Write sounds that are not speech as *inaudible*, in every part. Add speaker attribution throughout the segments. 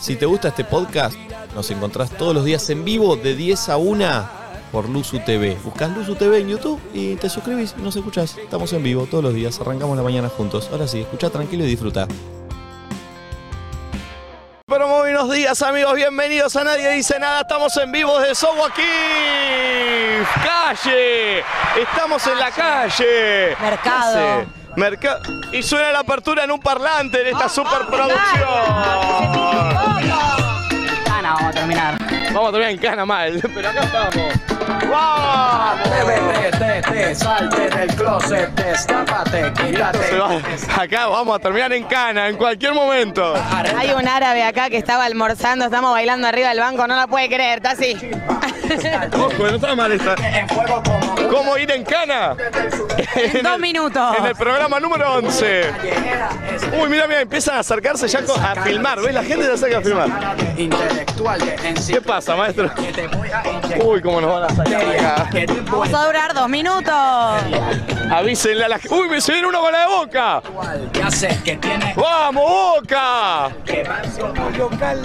Speaker 1: Si te gusta este podcast, nos encontrás todos los días en vivo de 10 a 1 por Luzu TV. Buscás Luzu TV en YouTube y te suscribís y nos escuchás. Estamos en vivo todos los días, arrancamos la mañana juntos. Ahora sí, escucha tranquilo y disfruta. Pero muy buenos días amigos, bienvenidos a Nadie Dice Nada, estamos en vivo desde Sohuaquí, calle, estamos en la calle.
Speaker 2: Mercado.
Speaker 1: ¿Qué hace? Mercado. Y suena la apertura en un parlante en esta superproducción.
Speaker 2: Ah, no, vamos a terminar.
Speaker 1: Vamos a terminar en cana mal, pero acá estamos. ¡Vamos!
Speaker 3: Reventete, salte del closet, destápate,
Speaker 1: Se
Speaker 3: quítate.
Speaker 1: va- Acá vamos a terminar en cana en cualquier momento.
Speaker 2: Hay un árabe acá que estaba almorzando, estamos bailando arriba del banco, no la puede creer, está así.
Speaker 1: Ojo, no está mal esta.
Speaker 3: En fuego como un
Speaker 1: ¿Cómo ir en cana?
Speaker 2: En dos
Speaker 1: el-
Speaker 2: minutos.
Speaker 1: En el programa número 11.
Speaker 3: llenera, es
Speaker 1: Uy, mira, mira, empiezan a acercarse ya co- a filmar. ¿Ves? La gente se acerca a filmar.
Speaker 3: cara de intelectual de
Speaker 1: ¿Qué
Speaker 3: enciclopedia
Speaker 1: pasa, maestro?
Speaker 3: que te voy a inyectar.
Speaker 1: Uy, cómo nos van a sacar de acá.
Speaker 3: Que te voy
Speaker 2: Vamos a durar dos minutos.
Speaker 1: Avísenle a la gente. Uy, me se viene uno con la de boca.
Speaker 3: a Ya sé que tiene
Speaker 1: ¡Vamos, boca!
Speaker 3: que va
Speaker 1: Local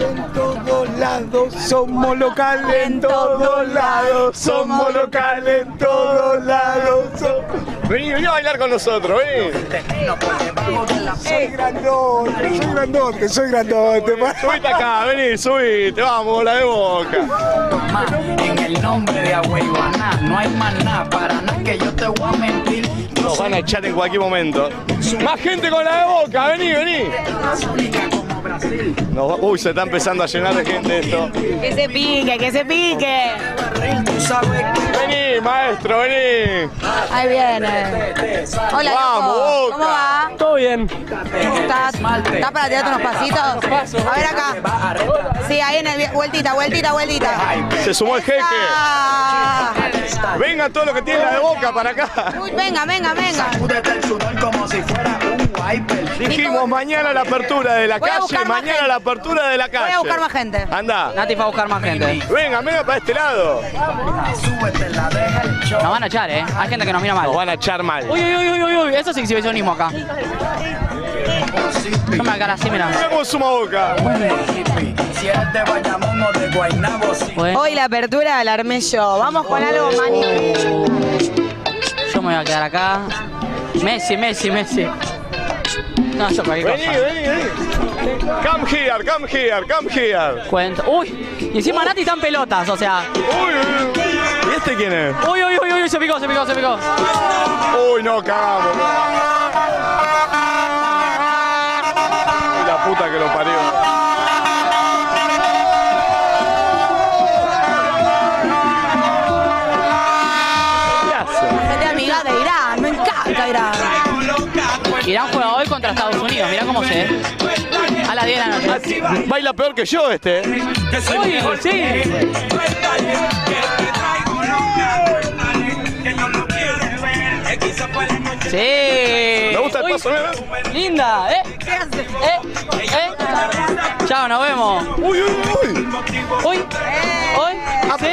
Speaker 1: en todos lados, somos local en todos lados, somos local en todos lados. som- Vení, vení a bailar con nosotros, vení.
Speaker 3: termino porque vamos de la
Speaker 4: grandote, soy grandote, soy grandote. pa.
Speaker 1: Subite acá, vení, subite, vamos, la de boca.
Speaker 3: más. En el nombre de Agüeyuaná, no hay maná para nada que yo te voy a mentir. No
Speaker 1: Nos van a echar en cualquier momento. Más gente con la de boca, vení, vení.
Speaker 3: soy única como Brasil.
Speaker 1: Nos va- uy, se está empezando a llenar de gente esto.
Speaker 2: Que se pique, que se pique.
Speaker 3: Tú sabes que
Speaker 1: Vení, maestro, vení.
Speaker 2: Ahí viene. eh. Hola,
Speaker 1: Vamos,
Speaker 2: loco.
Speaker 1: Boca.
Speaker 2: ¿Cómo va?
Speaker 5: Todo bien.
Speaker 2: ¿Cómo estás? ¿Estás para tirarte unos pasitos? A ver acá. Sí, ahí en el... Vueltita, vueltita, vueltita.
Speaker 1: Se sumó el jeque.
Speaker 2: Ah.
Speaker 1: Venga todo lo que tiene la de boca para acá.
Speaker 2: Uy, venga, venga, venga.
Speaker 3: sacúdete el sudor como si fuera un wiper.
Speaker 1: Dijimos mañana la apertura de la
Speaker 2: Voy a
Speaker 1: calle,
Speaker 2: buscar más
Speaker 1: mañana
Speaker 2: gente.
Speaker 1: la apertura de la calle.
Speaker 2: Voy a buscar más gente.
Speaker 1: Anda.
Speaker 6: Nati fue a buscar más gente.
Speaker 1: Venga, venga para este lado.
Speaker 3: Súbete, la deja el show.
Speaker 6: Nos van a echar, ¿eh? Hay gente que nos mira mal.
Speaker 1: Nos
Speaker 6: Uy,
Speaker 1: van a echar mal.
Speaker 6: uy, uy, uy, uy, uy. Eso es exhibicionismo acá. Yo me cara así, mira.
Speaker 1: Vemos suma boca.
Speaker 3: Si eres de Bayamón o de Guaynabo, sí.
Speaker 6: Bueno,
Speaker 2: Hoy la apertura la armé yo. Vamos con algo magnífico.
Speaker 6: yo me voy a quedar acá. Messi, Messi, Messi. No, yo cualquier
Speaker 1: Vení,
Speaker 6: cosa.
Speaker 1: vení, vení. Come here, come here, come here.
Speaker 6: Cuento. Uy, y encima Nati están pelotas, o sea.
Speaker 1: Uy, uy. ¿Y este quién es?
Speaker 6: Uy, uy, uy, uy, se picó, se picó, se picó.
Speaker 1: Uy, no, cagamos. Uy, La puta que lo parió.
Speaker 2: Gente amiga de Irán, me encanta Irán.
Speaker 6: Irán juega hoy contra Estados Unidos, mirá cómo se. A las 10 de la noche.
Speaker 1: Baila peor que yo este. eh.
Speaker 6: Uy, sí. Sí.
Speaker 1: Me gusta el
Speaker 6: Uy,
Speaker 1: paso. ¿eh?
Speaker 6: Linda, ¿eh? ¿Eh? ¿Eh? Chao, nos vemos.
Speaker 1: Uy, uy, uy.
Speaker 6: Hoy,
Speaker 2: Eh.
Speaker 6: hoy, ¿sí?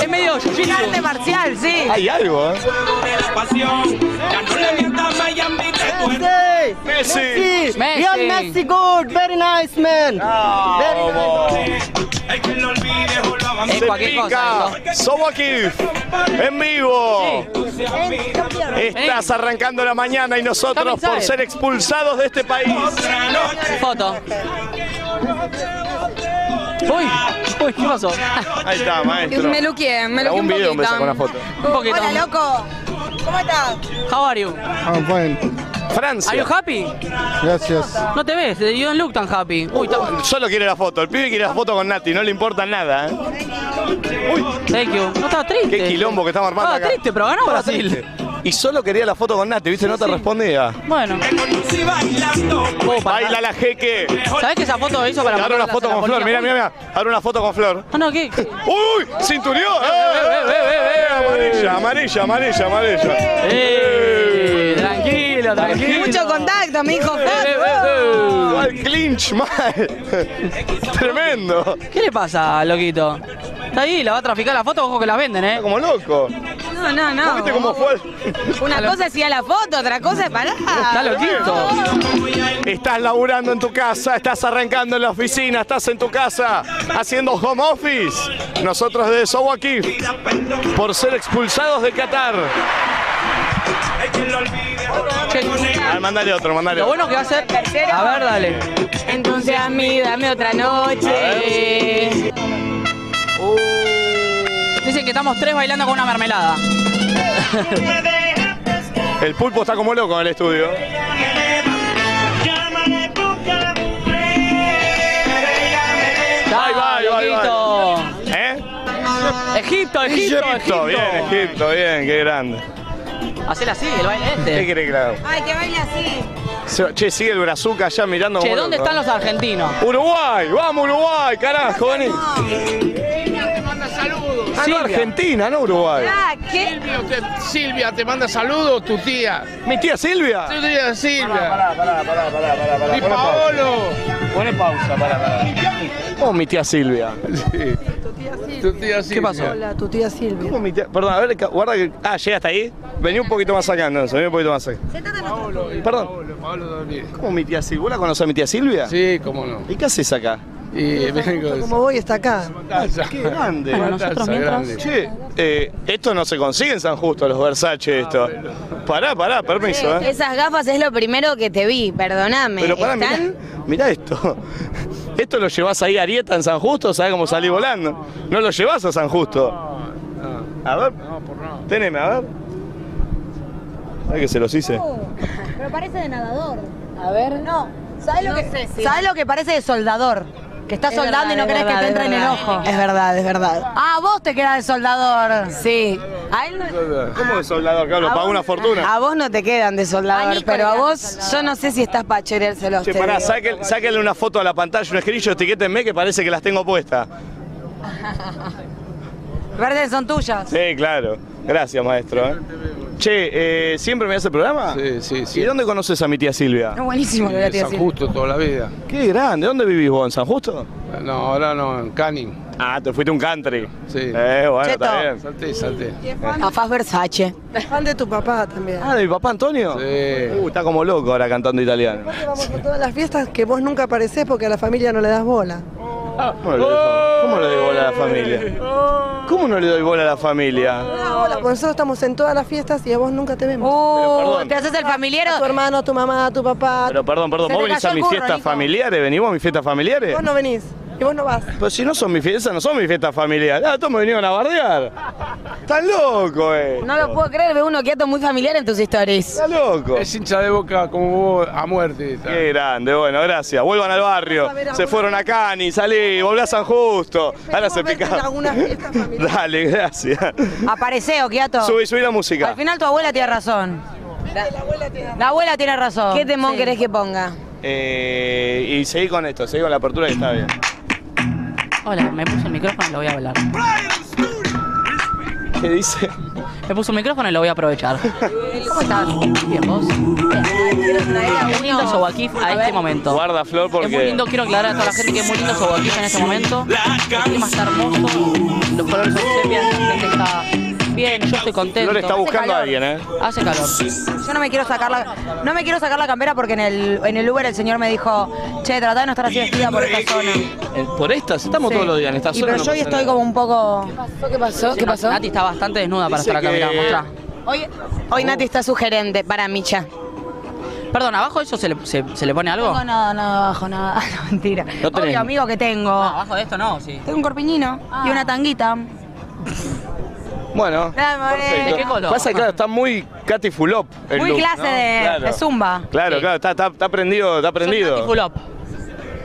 Speaker 6: Es medio
Speaker 2: Arte
Speaker 6: jiu-jitsu.
Speaker 2: marcial, sí.
Speaker 1: Hay algo, ¿eh? Messi.
Speaker 6: Messi.
Speaker 7: good, very nice man.
Speaker 1: Ah, Vamos.
Speaker 6: Es cualquier cosa. digo.
Speaker 1: Pica. Somos aquí. En vivo. Estás arrancando la mañana y nosotros
Speaker 6: Come
Speaker 1: por
Speaker 6: inside.
Speaker 1: ser expulsados de este país.
Speaker 6: Foto. Uy, uy, ¿qué pasó?
Speaker 1: Ahí está, maestro.
Speaker 8: Me luqué, me luqué
Speaker 1: Algún
Speaker 8: un
Speaker 1: video me saca una
Speaker 8: poquito.
Speaker 1: foto.
Speaker 6: Un poquito.
Speaker 2: Hola, loco. ¿Cómo estás?
Speaker 6: How are you?
Speaker 7: I'm fine.
Speaker 6: Are you
Speaker 1: Francia.
Speaker 6: happy?
Speaker 7: Gracias.
Speaker 6: No te ves, you don't look tan happy. Uy, está-
Speaker 1: Solo quiere la foto. El pibe quiere la foto con Nati. No le importa nada. ¿eh?
Speaker 6: thank you. No estaba triste.
Speaker 1: Qué quilombo que estamos armando
Speaker 6: Estaba
Speaker 1: acá.
Speaker 6: triste, pero ganó
Speaker 1: Estaba
Speaker 6: Brasil.
Speaker 1: triste. Y solo quería la foto con Nati, ¿viste? No te respondía.
Speaker 6: Bueno. Oh, para-
Speaker 1: Baila la jeque.
Speaker 6: ¿Sabés que esa foto hizo para
Speaker 1: Ahora una
Speaker 6: mandarlas
Speaker 1: foto
Speaker 6: a la
Speaker 1: con Flor.
Speaker 6: policía?
Speaker 1: Mira, mira, mira. Ahora una foto con Flor.
Speaker 6: Ah, no, ¿qué?
Speaker 1: *laughs* ¡Uy! ¡Cinturión!
Speaker 6: eh, eh,
Speaker 1: Amarilla, amarilla, amarilla, amarilla.
Speaker 6: Eh, tranquilo, tranquilo. Eh,
Speaker 2: Mucho contacto, mi hijo.
Speaker 1: Al clinch
Speaker 6: *laughs*
Speaker 1: mal. Tremendo.
Speaker 6: ¿Qué le pasa, loquito? Está ahí, la va a traficar la foto, ojo que la venden, ¿eh?
Speaker 1: Como loco.
Speaker 2: No, no, no.
Speaker 1: ¿Viste cómo fue?
Speaker 2: Una cosa hacía la foto, otra cosa es parar.
Speaker 6: Está loquito.
Speaker 1: Estás laburando en tu casa, estás arrancando en la oficina, estás en tu casa haciendo home office. Nosotros de Sobo aquí, por ser expulsados de Qatar. A ver, Ah, mandale otro, mandale
Speaker 6: Lo
Speaker 1: otro.
Speaker 6: bueno que va a ser. A ver, dale.
Speaker 2: Entonces a mí, dame otra noche.
Speaker 6: Dicen que estamos tres bailando con una mermelada.
Speaker 1: El pulpo está como loco en el estudio. Ahí va, ahí va, ahí va. ¿Eh?
Speaker 6: Egipto, Egipto, Egipto.
Speaker 1: Egipto, bien, Egipto, bien, qué grande.
Speaker 6: Hacer así, el baile
Speaker 1: ¿Qué
Speaker 6: este.
Speaker 1: querés que haga?
Speaker 2: Ay, que baile así.
Speaker 1: Se- Che, sigue el brazuca allá mirando.
Speaker 6: Che,
Speaker 1: como
Speaker 6: ¿dónde
Speaker 1: loco,
Speaker 6: están los argentinos?
Speaker 1: ¿eh? Uruguay, vamos Uruguay, carajo, vení. Ah, no,
Speaker 6: Silvia.
Speaker 1: Argentina, no Uruguay.
Speaker 2: Ah, ¿qué?
Speaker 9: Silvia, te manda saludos, tu tía.
Speaker 1: Mi tía Silvia.
Speaker 9: Tu tía Silvia. Y Paolo.
Speaker 1: Pone pausa, para, ¿Cómo mi tía Silvia?
Speaker 9: Tu tía Silvia.
Speaker 6: ¿Qué pasó?
Speaker 1: ¿Cómo mi tía? Perdón, a ver, ca- guarda que. Ah, llega hasta ahí. Vení un poquito más acá, entonces, vení un poquito más acá.
Speaker 9: Paolo. y
Speaker 1: Perdón.
Speaker 9: Paolo, Paolo Doni.
Speaker 1: ¿Cómo mi tía Silvia? ¿Vos la conocés a mi tía Silvia?
Speaker 9: Sí, cómo no.
Speaker 1: ¿Y qué haces acá?
Speaker 9: Y vengo.
Speaker 3: Como voy está acá.
Speaker 1: Qué grande.
Speaker 6: Bueno, nosotros
Speaker 9: Taza
Speaker 6: mientras-
Speaker 9: grande.
Speaker 1: Che, eh, esto no se consigue en San Justo, los Versace, esto. Pará, pará, permiso, ¿eh?
Speaker 2: Esas gafas es lo primero que te vi, perdóname.
Speaker 1: Pero
Speaker 8: *laughs*
Speaker 1: pará, mirá,
Speaker 2: Están
Speaker 1: mirá esto. *laughs* Esto lo llevas ahí a Arieta en San Justo, ¿sabes cómo salí volando? No lo llevas a San Justo. A ver, teneme, a ver. ¿Sabes que se los hice?
Speaker 2: Pero parece de nadador. A ver. No. ¿Sabes lo, que, ¿sabes lo que parece de soldador? Que está soldando y no crees que te entre en el ojo. Es verdad, es verdad. Ah, vos te quedas de soldador. Sí. A él no.
Speaker 1: ¿Cómo de soldador? Claro, pagó una fortuna.
Speaker 8: A vos no te quedan de
Speaker 2: A
Speaker 8: soldador,
Speaker 2: Nico le
Speaker 8: pero a
Speaker 2: dan de
Speaker 8: vos,
Speaker 2: soldador.
Speaker 8: yo no sé si estás para choreárselos.
Speaker 1: Che,
Speaker 8: te
Speaker 1: pará,
Speaker 8: digo.
Speaker 1: sáquenle, sáquenle una foto a la pantalla, un escrillo, etiquétenme que parece que las tengo puestas.
Speaker 2: Verdes son tuyos.
Speaker 1: Sí, claro. Gracias, maestro. ¿eh? Che, eh, ¿siempre me hace el programa?
Speaker 9: Sí, sí, sí.
Speaker 1: ¿Y dónde conoces a mi tía Silvia?
Speaker 8: Es buenísimo lo que te
Speaker 9: San
Speaker 8: decía.
Speaker 9: Justo toda la vida.
Speaker 1: Qué grande. ¿Dónde vivís vos? ¿En San Justo?
Speaker 9: No, ahora no, en Canning.
Speaker 1: Ah, te fuiste a un country.
Speaker 9: Sí.
Speaker 1: Eh, bueno, está
Speaker 8: Cheto.
Speaker 1: bien.
Speaker 9: Salté, salté. Sí.
Speaker 8: A Faz Versace.
Speaker 3: Fan de tu papá también.
Speaker 1: Ah, ¿de mi papá Antonio? Uh, está como loco ahora cantando italiano.
Speaker 3: Vamos a todas las fiestas que vos nunca aparecés porque a la familia no le das bola.
Speaker 1: ¿Cómo, le doy- cómo le doy bola a la familia? ¿Cómo no le doy bola a la familia?
Speaker 3: Ah, Hola, porque nosotros estamos en todas las fiestas y a vos nunca te vemos.
Speaker 1: perdón.
Speaker 2: Oh, ¿Te haces el familiero?
Speaker 3: A tu hermano, a tu mamá, a tu papá.
Speaker 1: Pero perdón, perdón,
Speaker 2: Se
Speaker 1: ¿vos
Speaker 2: te
Speaker 1: venís
Speaker 2: cayó
Speaker 1: a
Speaker 2: el
Speaker 1: mis
Speaker 2: burro,
Speaker 1: fiestas
Speaker 2: Nico.
Speaker 1: familiares? ¿Venimos a mis fiestas familiares?
Speaker 3: Vos no venís y vos no vas.
Speaker 1: Pero si no son mis fiestas, esas no son mis fiestas familiares. Ah, todos me vinieron a bardear. Estás loco, eh.
Speaker 2: No lo puedo creer, veo uno quieto muy familiar en tus historias.
Speaker 1: Estás loco.
Speaker 9: Es hincha de boca como vos a muerte. está.
Speaker 1: Qué grande, bueno, gracias. Vuelvan al barrio. Se fueron a Cani, salí, volví a San Justo. Ahora se
Speaker 3: verte
Speaker 1: pica.
Speaker 3: en alguna fiesta familiar.
Speaker 1: Dale, gracias.
Speaker 2: Aparece, Okiato.
Speaker 1: Subí, subí la
Speaker 2: Al
Speaker 1: música.
Speaker 2: final tu abuela tiene razón. La abuela tiene razón.
Speaker 8: ¿Qué temón
Speaker 2: Sí.
Speaker 8: querés que ponga?
Speaker 1: Eh, y seguí con esto, seguí con la apertura que está bien.
Speaker 6: Hola, me puse el micrófono y lo voy a hablar.
Speaker 1: ¿Qué dice?
Speaker 6: Me puse un micrófono y lo voy a aprovechar.
Speaker 2: ¿Cómo estás?
Speaker 6: Eh, Bien, vos. Es muy lindo Sobakif a este momento.
Speaker 1: Guarda, Flor, porque.
Speaker 6: Es muy lindo, quiero aclarar a toda la gente que es muy lindo Sobakif en este momento. El clima está hermoso, los colores son sepia, la gente está bien, yo estoy contento.
Speaker 1: Flor está buscando a
Speaker 2: calor.
Speaker 1: alguien, ¿eh?
Speaker 6: Hace calor.
Speaker 2: Yo no me quiero sacar la, no me quiero sacar la campera porque en el, en el Uber el señor me dijo, che, tratá de no estar así vestida por esta zona.
Speaker 1: Eh, Por estas, estamos
Speaker 2: Sí.
Speaker 1: todos los días en esta
Speaker 2: y
Speaker 1: zona.
Speaker 2: Pero
Speaker 1: no
Speaker 2: yo hoy
Speaker 1: pasa
Speaker 2: estoy
Speaker 1: nada.
Speaker 2: como un poco.
Speaker 8: ¿Qué pasó? ¿Qué pasó?
Speaker 6: Nati está bastante desnuda para
Speaker 1: Dice
Speaker 6: estar acá,
Speaker 1: que-
Speaker 6: mirá, mostrá.
Speaker 8: Hoy, hoy Nati está sugerente para Micha.
Speaker 6: Perdón, ¿abajo de eso se le, se- se le pone algo?
Speaker 2: No, no, no, abajo nada. No, mentira.
Speaker 1: No tenés-
Speaker 2: Obvio, amigo que
Speaker 6: No,
Speaker 2: tengo.
Speaker 6: Ah, abajo de esto no, sí.
Speaker 2: Tengo un corpiñino y una tanguita.
Speaker 1: Bueno.
Speaker 6: ¿De qué color?
Speaker 1: Pasa que claro, está muy Katy Fulop. el
Speaker 2: Muy
Speaker 1: look,
Speaker 2: clase
Speaker 1: ¿no?
Speaker 2: de,
Speaker 1: Claro.
Speaker 2: de zumba.
Speaker 1: Claro,
Speaker 6: Sí.
Speaker 1: claro, está, está, está prendido, está
Speaker 6: Soy
Speaker 1: prendido.
Speaker 6: Nati Fulop.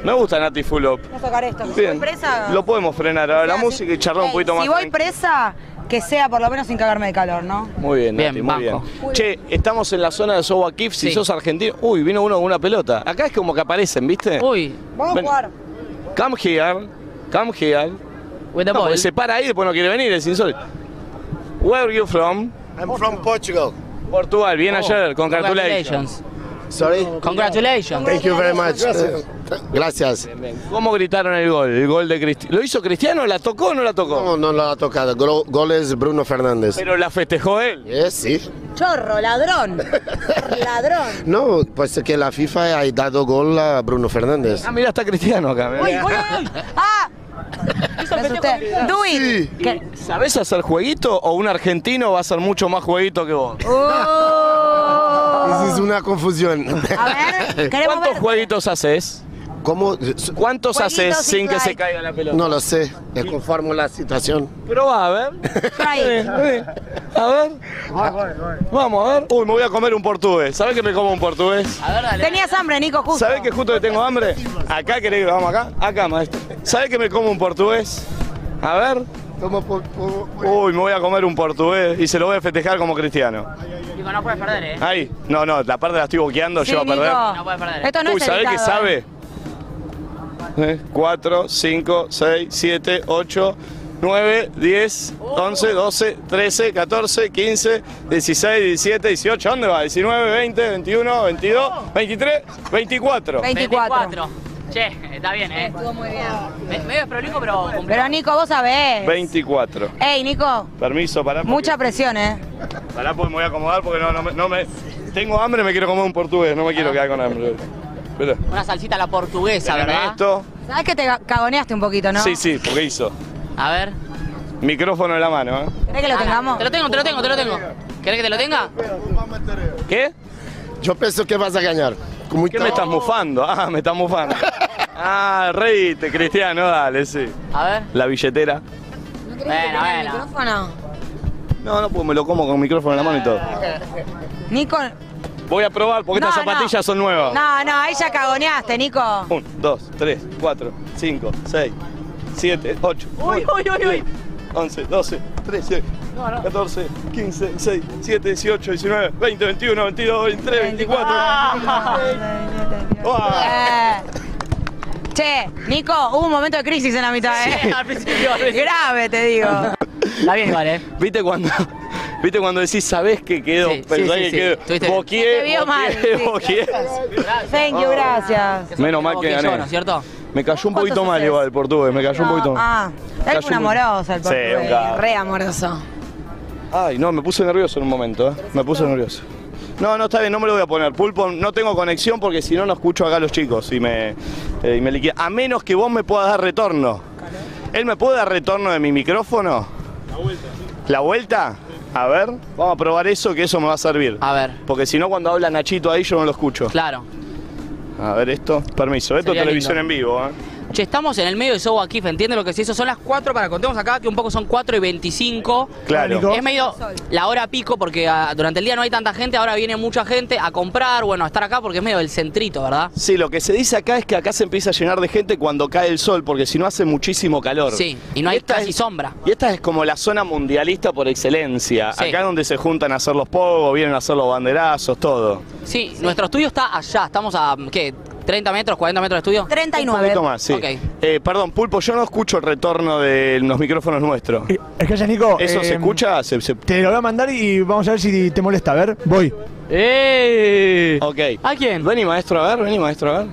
Speaker 1: Me gusta Nati Fulop.
Speaker 2: Voy a tocar esto. Si
Speaker 1: Bien.
Speaker 2: voy presa.
Speaker 1: Lo podemos frenar ahora la
Speaker 2: Ah, sí.
Speaker 1: música y charlar un
Speaker 2: Ey,
Speaker 1: poquito más.
Speaker 2: Si voy
Speaker 1: tranqui-
Speaker 2: presa, que sea por lo menos sin cagarme de calor, ¿no?
Speaker 1: Muy bien,
Speaker 6: Bien,
Speaker 1: Nati, muy bien.
Speaker 6: banco.
Speaker 1: Che, estamos en la zona de Sowa Kif, si
Speaker 6: Sí.
Speaker 1: sos argentino. Uy, vino uno con una pelota. Acá es como que aparecen, ¿viste?
Speaker 6: Uy,
Speaker 2: Vamos
Speaker 1: Ven.
Speaker 2: a jugar.
Speaker 1: Come here, come here.
Speaker 6: with the
Speaker 1: No,
Speaker 6: ball.
Speaker 1: porque se para ahí y después no quiere venir, es insólito. Where are you from?
Speaker 10: I'm from Portugal.
Speaker 1: Portugal, bien ayer, con
Speaker 6: Oh, Congratulations.
Speaker 1: congratulations.
Speaker 11: Sorry.
Speaker 6: Congratulations.
Speaker 11: Thank you very much.
Speaker 1: Gracias.
Speaker 3: *laughs*
Speaker 11: Gracias.
Speaker 1: ¿Cómo gritaron el gol? El gol de Cristiano. ¿Lo hizo Cristiano? ¿La tocó o no la tocó?
Speaker 11: No, no la ha tocado. Gol, gol es Bruno Fernández.
Speaker 1: Pero la festejó él.
Speaker 11: Eh, sí.
Speaker 2: Chorro,
Speaker 1: *laughs*
Speaker 2: ladrón. ladrón.
Speaker 11: No, pues que la FIFA ha dado gol a Bruno Fernández.
Speaker 1: Ah, mira, está Cristiano acá. mirá.
Speaker 2: ¡Ah! Me asusté. Do it.
Speaker 1: ¿Y ¿Sabés hacer jueguito o un argentino va a hacer mucho más jueguito que vos?
Speaker 3: Oh.
Speaker 11: Es una confusión.
Speaker 2: A ver,
Speaker 1: ¿Cuántos jueguitos haces?
Speaker 11: ¿Cómo?
Speaker 1: ¿Cuántos haces
Speaker 11: Jueguitos y
Speaker 1: sin que se
Speaker 11: slide.
Speaker 1: caiga la pelota?
Speaker 11: No lo sé. Es conforme la situación.
Speaker 1: Probá, a ver. A ver. A ver. Vamos, a ver. Uy, me voy a comer un portugués. ¿Sabés que me como un portugués?
Speaker 2: Tenías hambre, Nico, justo.
Speaker 1: ¿Sabés que justo que tengo hambre? Acá querés que vamos acá. Acá, maestro. ¿Sabés que me como un portugués? A ver. Uy, me voy a comer un portugués y se lo voy a festejar como cristiano.
Speaker 6: Digo, no puedes perder, ¿eh?
Speaker 1: Ahí. No, no, la parte la estoy boqueando,
Speaker 6: Sí,
Speaker 1: llevo a perder.
Speaker 2: Nico.
Speaker 6: No puedes perder.
Speaker 2: Esto no
Speaker 1: Uy,
Speaker 2: es
Speaker 1: ¿sabés qué
Speaker 2: editado, ¿eh?
Speaker 1: sabe? Eh, 4, 5, 6, 7, 8, 9, 10, 11, 12, 13, 14, 15, 16, 17, 18, ¿dónde va? 19, 20, 21, 22, 23, 24.
Speaker 2: 24.
Speaker 6: Che, está bien, ¿eh? Estuvo muy bien. medio desprolijo, pero cumplió.
Speaker 2: Pero Nico, vos sabés.
Speaker 1: 24.
Speaker 2: Ey, Nico,
Speaker 1: Permiso, pará. porque-
Speaker 2: mucha presión, ¿eh?
Speaker 1: Pará porque me voy a acomodar porque no, no, me, no me- Tengo hambre, me quiero comer un portugués, no me
Speaker 2: Ah.
Speaker 1: quiero quedar con hambre. Espera.
Speaker 6: Una salsita a la portuguesa, ¿verdad?
Speaker 1: Esto.
Speaker 2: Sabés que te ga- cagoneaste un poquito, ¿no?
Speaker 1: Sí, sí, porque hizo.
Speaker 6: A ver.
Speaker 1: Micrófono en la mano, ¿eh?
Speaker 2: ¿Querés que lo tengamos?
Speaker 6: Te lo tengo, te lo tengo, te lo tengo. ¿Querés que te lo tenga?
Speaker 1: ¿Qué?
Speaker 11: Yo pienso que vas a ganar. Con mucho-
Speaker 1: ¿Qué me estás mufando? Ah, me estás mufando. Ah, reíte, Cristiano, dale, sí.
Speaker 6: A ver.
Speaker 1: La billetera.
Speaker 6: Bueno,
Speaker 2: ¿El
Speaker 6: bueno.
Speaker 2: micrófono?
Speaker 1: No, no, pues me lo como con micrófono en la mano y todo.
Speaker 2: Nico.
Speaker 1: Voy a probar porque
Speaker 2: No,
Speaker 1: estas
Speaker 2: no.
Speaker 1: zapatillas son nuevas.
Speaker 2: No, no, ahí ya cagoneaste, Nico.
Speaker 1: 1, 2, 3, 4, 5, 6, 7, 8. Uy, uy, uy, uy. 11, 12, 13, 14, 15, 6, 7, 18, 19, 20, 21, 22, 23, 24. Ah.
Speaker 2: Eh. Che, Nico, hubo un momento de crisis en la mitad, ¿eh?
Speaker 6: Al principio, al principio.
Speaker 2: Grave, te digo.
Speaker 6: Está bien, igual, ¿eh?
Speaker 1: ¿Viste cuando, ¿Viste cuando decís, sabés que quedó?
Speaker 6: Sí,
Speaker 1: Pensás
Speaker 6: sí,
Speaker 1: que
Speaker 6: sí, sí.
Speaker 1: quedó.
Speaker 6: Estuviste-
Speaker 1: Boquié,
Speaker 2: Te vio mal,
Speaker 1: boquié,
Speaker 2: sí.
Speaker 1: boquié.
Speaker 2: Thank you, gracias.
Speaker 1: Menos mal que
Speaker 6: Como yo,
Speaker 1: gané.
Speaker 6: ¿no es cierto?
Speaker 1: Me cayó un
Speaker 2: ¿Cuántos
Speaker 1: poquito mal
Speaker 2: haces?
Speaker 1: igual el portugués, me cayó un poquito
Speaker 2: Ah,
Speaker 1: mal.
Speaker 2: es
Speaker 1: Cayó
Speaker 2: un
Speaker 1: un-
Speaker 2: amoroso el
Speaker 1: Sí,
Speaker 2: portugués.
Speaker 1: un gato.
Speaker 2: Re amoroso.
Speaker 1: Ay, no, me puse nervioso en un momento, ¿eh? Me puse nervioso. No, no, está bien, no me lo voy a poner. Pulpo, no tengo conexión porque si no, no escucho acá a los chicos y me, eh, y me liquida. A menos que vos me puedas dar retorno. ¿Él me puede dar retorno de mi micrófono? La vuelta. ¿La vuelta? A ver, vamos a probar eso, que eso me va a servir.
Speaker 6: A ver.
Speaker 1: Porque si no, cuando habla Nachito ahí, yo no lo escucho.
Speaker 6: Claro.
Speaker 1: A ver esto. Permiso, esto
Speaker 6: Sería
Speaker 1: es televisión
Speaker 6: lindo.
Speaker 1: en vivo, ¿eh?
Speaker 6: Che, estamos en el medio de Show aquí, ¿entiendes lo que se hizo? Son las 4 para contemos acá, que un poco son 4 y 25.
Speaker 1: Claro.
Speaker 6: Es medio la hora pico porque ah, durante el día no hay tanta gente, ahora viene mucha gente a comprar, bueno, a estar acá porque es medio el centrito, ¿verdad?
Speaker 1: Sí, lo que se dice acá es que acá se empieza a llenar de gente cuando cae el sol, porque si no hace muchísimo calor.
Speaker 6: Sí, y no hay
Speaker 1: Esta
Speaker 6: casi
Speaker 1: es-
Speaker 6: sombra.
Speaker 1: Y esta es como la zona mundialista por excelencia.
Speaker 6: Sí.
Speaker 1: Acá es donde se juntan a hacer los pogos, vienen a hacer los banderazos, todo.
Speaker 6: Sí, nuestro estudio está allá, estamos a, ¿qué? ¿30 metros, 40 metros de estudio?
Speaker 2: 39.
Speaker 1: Un poquito más, sí.
Speaker 6: Ok.
Speaker 1: Eh, perdón, Pulpo, yo no escucho el retorno de los micrófonos nuestros.
Speaker 6: Eh,
Speaker 3: Escucha, Nico.
Speaker 1: ¿Eso se
Speaker 3: eh,
Speaker 1: escucha? Se- se-
Speaker 3: Te lo voy a mandar y vamos a ver si te molesta. A ver, voy.
Speaker 6: ¡Eh!
Speaker 1: Ok.
Speaker 6: ¿A quién?
Speaker 1: Vení, maestro, a ver, vení, maestro, a ver.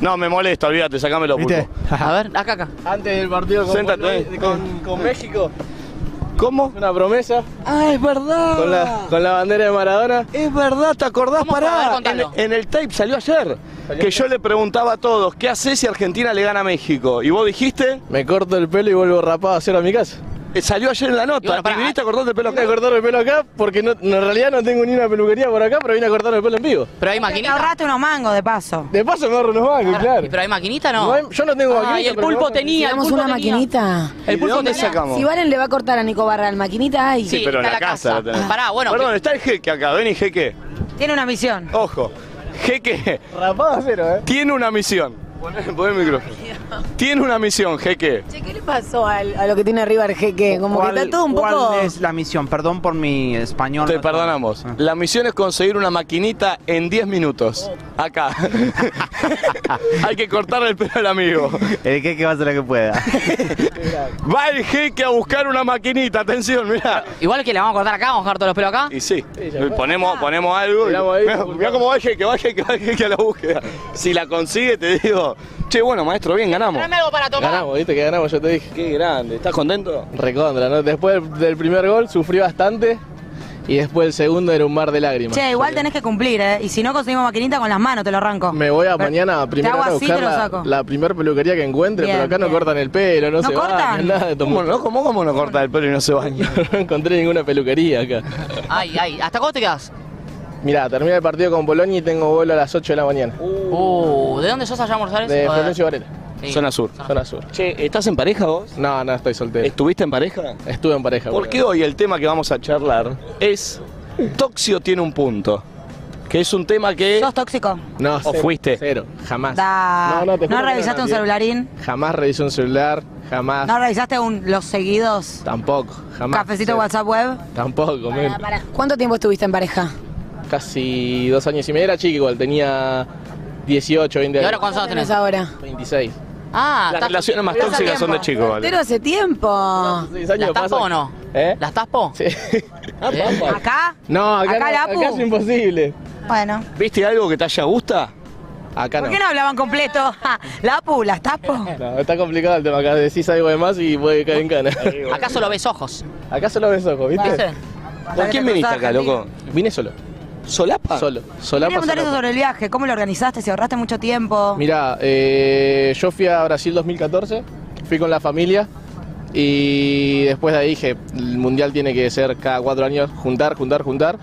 Speaker 1: No, me molesta, olvídate, sacámelo,
Speaker 3: ¿Viste?
Speaker 1: Pulpo.
Speaker 6: *laughs* A ver, acá, acá.
Speaker 9: Antes del partido con,
Speaker 1: Séntate.
Speaker 9: Bolivia- con- con México,
Speaker 1: ¿Cómo?
Speaker 9: una promesa
Speaker 3: Ah, es verdad.
Speaker 9: con la, con la bandera de Maradona.
Speaker 1: Es verdad, ¿te acordás?
Speaker 6: ¿Cómo fue? A ver,
Speaker 1: Pará, en,
Speaker 6: contalo.
Speaker 1: Ah, en el tape salió ayer. Que yo le preguntaba a todos, ¿qué haces si Argentina le gana a México? Y vos dijiste,
Speaker 9: Me corto el pelo y vuelvo rapado a hacer a mi casa.
Speaker 1: eh, salió ayer en la nota.
Speaker 6: Y bueno, pará.
Speaker 1: y viniste a cortarte el pelo
Speaker 9: Vine a
Speaker 1: acá.
Speaker 9: cortarme el pelo acá porque no, no, en realidad no tengo ni una peluquería por acá, pero vine a cortarme el pelo en vivo.
Speaker 6: ¿Pero hay
Speaker 2: Te
Speaker 6: maquinita?
Speaker 2: ahorraste unos mangos de paso.
Speaker 9: De paso me ahorro unos bancos, claro.
Speaker 6: ¿Pero hay maquinita
Speaker 9: No
Speaker 6: no?
Speaker 9: hay- yo no tengo
Speaker 6: Ah,
Speaker 9: maquinita,
Speaker 6: y el
Speaker 9: pero
Speaker 6: pulpo
Speaker 9: vamos a-
Speaker 6: tenía, el
Speaker 8: Tiramos
Speaker 6: pulpo
Speaker 8: una
Speaker 6: tenía.
Speaker 8: maquinita.
Speaker 1: ¿Y
Speaker 6: El
Speaker 1: de
Speaker 6: pulpo
Speaker 1: dónde
Speaker 6: tenía.
Speaker 1: sacamos?
Speaker 8: Si Valen le va a cortar a Nico Barra, el maquinita hay.
Speaker 6: Sí,
Speaker 1: pero
Speaker 6: está
Speaker 1: en la casa la tenés.
Speaker 6: Pará, bueno.
Speaker 1: Perdón,
Speaker 6: que-
Speaker 1: está el jeque acá, vení jeque.
Speaker 2: Tiene una misión.
Speaker 1: Ojo, jeque
Speaker 9: Rapado a cero, eh.
Speaker 1: tiene una misión. Poné, poné el micrófono. Tiene una misión, jeque.
Speaker 7: ¿Qué le pasó al- a, lo que tiene arriba el jeque? Como que está todo un poco.
Speaker 12: ¿Cuál es la misión? Perdón por mi español. Ah.
Speaker 1: Te perdonamos. La misión es conseguir una maquinita en 10 minutos.
Speaker 12: *laughs*
Speaker 1: Acá. Hay que cortarle el pelo al amigo.
Speaker 12: El que, que va a hacer lo que pueda.
Speaker 1: *laughs* Va el jeque a buscar una maquinita, atención, mirá.
Speaker 13: Igual que le vamos a cortar acá, vamos a dejar todos los pelos acá.
Speaker 1: Y sí, ponemos, ponemos algo. y- Mirá, *laughs* mirá cómo va el jeque, va el jeque, va el jeque a la búsqueda. Si la consigue, te digo, che, bueno, maestro, bien, ganamos.
Speaker 13: Tráeme algo para tomar.
Speaker 9: Ganamos, viste que ganamos, yo te dije.
Speaker 1: Qué grande, ¿estás contento?
Speaker 9: Recontra, ¿no? Después del primer gol sufrí bastante y después el segundo era un mar de lágrimas.
Speaker 14: Che, igual tenés que cumplir, ¿eh? Y si no conseguimos maquinita con las manos, te lo arranco.
Speaker 9: Me voy a mañana a primera
Speaker 14: hago
Speaker 9: hora a
Speaker 14: así, te
Speaker 9: buscar
Speaker 14: lo
Speaker 9: la,
Speaker 14: saco.
Speaker 9: la primer peluquería que encuentre,
Speaker 14: Bien,
Speaker 9: pero acá no
Speaker 14: bien.
Speaker 9: cortan el pelo, no,
Speaker 14: ¿No
Speaker 9: se
Speaker 14: cortan?
Speaker 9: bañan, nada de
Speaker 1: ¿Cómo no? ¿Cómo, no corta el pelo y no se baña?
Speaker 9: *laughs* no encontré ninguna peluquería acá.
Speaker 13: Ay, ay, ¿hasta cuándo te quedas?
Speaker 9: Mirá, termina el partido con Polonia y tengo vuelo a las 8 de la mañana.
Speaker 13: Uh, ¿de dónde sos allá, Morzales?
Speaker 9: De Florencio Varela.
Speaker 1: Zona sur.
Speaker 9: Zona sur.
Speaker 1: Che, ¿estás en pareja vos?
Speaker 9: No, no, estoy soltero.
Speaker 1: ¿Estuviste en pareja?
Speaker 9: Estuve en pareja. boludo.
Speaker 1: Porque hoy el tema que vamos a charlar es Toxio tiene un punto. Que es un tema que. ¿Sos
Speaker 14: tóxico?
Speaker 9: No,
Speaker 1: ¿O
Speaker 9: cero,
Speaker 1: fuiste?
Speaker 9: Cero, jamás.
Speaker 14: Da.
Speaker 9: No, no, te juro que no,
Speaker 14: revisaste
Speaker 9: no,
Speaker 14: un
Speaker 9: bien.
Speaker 14: celularín?
Speaker 9: Jamás revisé un celular, jamás.
Speaker 14: ¿No revisaste un, los seguidos?
Speaker 9: Tampoco, jamás.
Speaker 14: ¿Cafecito
Speaker 9: Cero.
Speaker 14: WhatsApp web?
Speaker 9: Tampoco, men.
Speaker 7: ¿Cuánto tiempo estuviste en pareja?
Speaker 9: Casi dos años y medio era chico igual, tenía 18, 20 años.
Speaker 7: ¿Y ahora cuántos años tenés? ahora?
Speaker 9: 26.
Speaker 7: Ah,
Speaker 9: Las
Speaker 7: estás-
Speaker 9: relaciones más
Speaker 7: pero hace
Speaker 9: tóxicas son de
Speaker 7: tiempo.
Speaker 9: chicos, vale.
Speaker 7: Pero hace tiempo.
Speaker 9: años
Speaker 7: ¿Las tapo
Speaker 9: pasa-
Speaker 7: o no?
Speaker 9: ¿Eh?
Speaker 13: ¿Las tapo?
Speaker 9: Sí.
Speaker 14: ¿Acá?
Speaker 9: Ah, No, acá,
Speaker 14: ¿Acá
Speaker 9: no,
Speaker 14: la apu?
Speaker 9: acá es imposible.
Speaker 14: Bueno.
Speaker 1: ¿Viste algo que te haya gusta?
Speaker 9: Acá
Speaker 14: ¿Por
Speaker 9: no.
Speaker 14: qué no hablaban completo? *laughs* Ja, la apu, las tapo.
Speaker 9: No, está complicado el tema, acá decís algo de más y puede caer en cana.
Speaker 13: Acá solo ves ojos.
Speaker 9: Acá solo ves ojos, ¿viste?
Speaker 13: ¿Viste?
Speaker 1: ¿Con quién viniste acá, loco?
Speaker 9: Vine solo.
Speaker 1: ¿Solapa?
Speaker 9: Solo.
Speaker 14: Quería
Speaker 9: Solapa,
Speaker 14: preguntar eso
Speaker 9: solapa.
Speaker 14: sobre el viaje. ¿Cómo lo organizaste? ¿Si ahorraste mucho tiempo?
Speaker 9: Mirá, eh, yo fui a Brasil 2014, fui con la familia y después de ahí dije, el mundial tiene que ser cada cuatro años, juntar, juntar, juntar.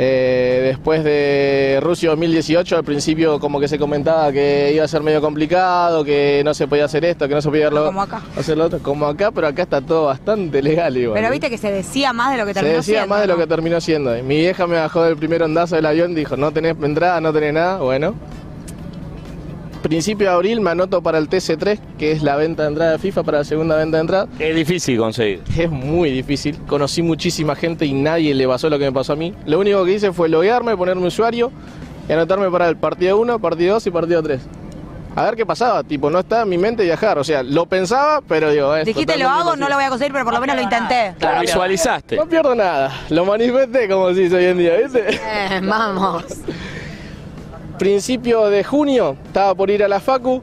Speaker 9: Eh, después de Rusia 2018, al principio como que se comentaba que iba a ser medio complicado, que no se podía hacer esto, que no se podía hacer lo,
Speaker 14: Como acá.
Speaker 9: hacer lo otro, como acá, pero acá está todo bastante legal igual.
Speaker 14: Pero
Speaker 9: ¿eh?
Speaker 14: viste que se decía más de lo que
Speaker 9: Se
Speaker 14: terminó
Speaker 9: decía
Speaker 14: siendo,
Speaker 9: más de lo
Speaker 14: ¿no?
Speaker 9: que terminó siendo. Mi vieja me bajó del primer ondazo del avión, dijo, no tenés entrada, no tenés nada, bueno. Principio de abril me anoto para el TC3, que es la venta de entrada de FIFA, para la segunda venta de entrada.
Speaker 1: Es difícil conseguir.
Speaker 9: Es muy difícil, conocí muchísima gente y nadie le pasó lo que me pasó a mí. Lo único que hice fue loguearme, ponerme usuario y anotarme para el partido 1, partido 2 y partido 3. A ver qué pasaba, tipo, no estaba en mi mente viajar, o sea, lo pensaba, pero digo, es
Speaker 14: Dijiste lo
Speaker 9: totalmente
Speaker 14: hago, no
Speaker 9: imposible".
Speaker 14: lo voy a conseguir, pero por lo menos lo intenté.
Speaker 1: Claro, visualizaste.
Speaker 9: No pierdo nada, lo manifesté como se dice hoy en día, ¿viste?
Speaker 7: Eh, vamos.
Speaker 9: Principio de junio, estaba por ir a la facu,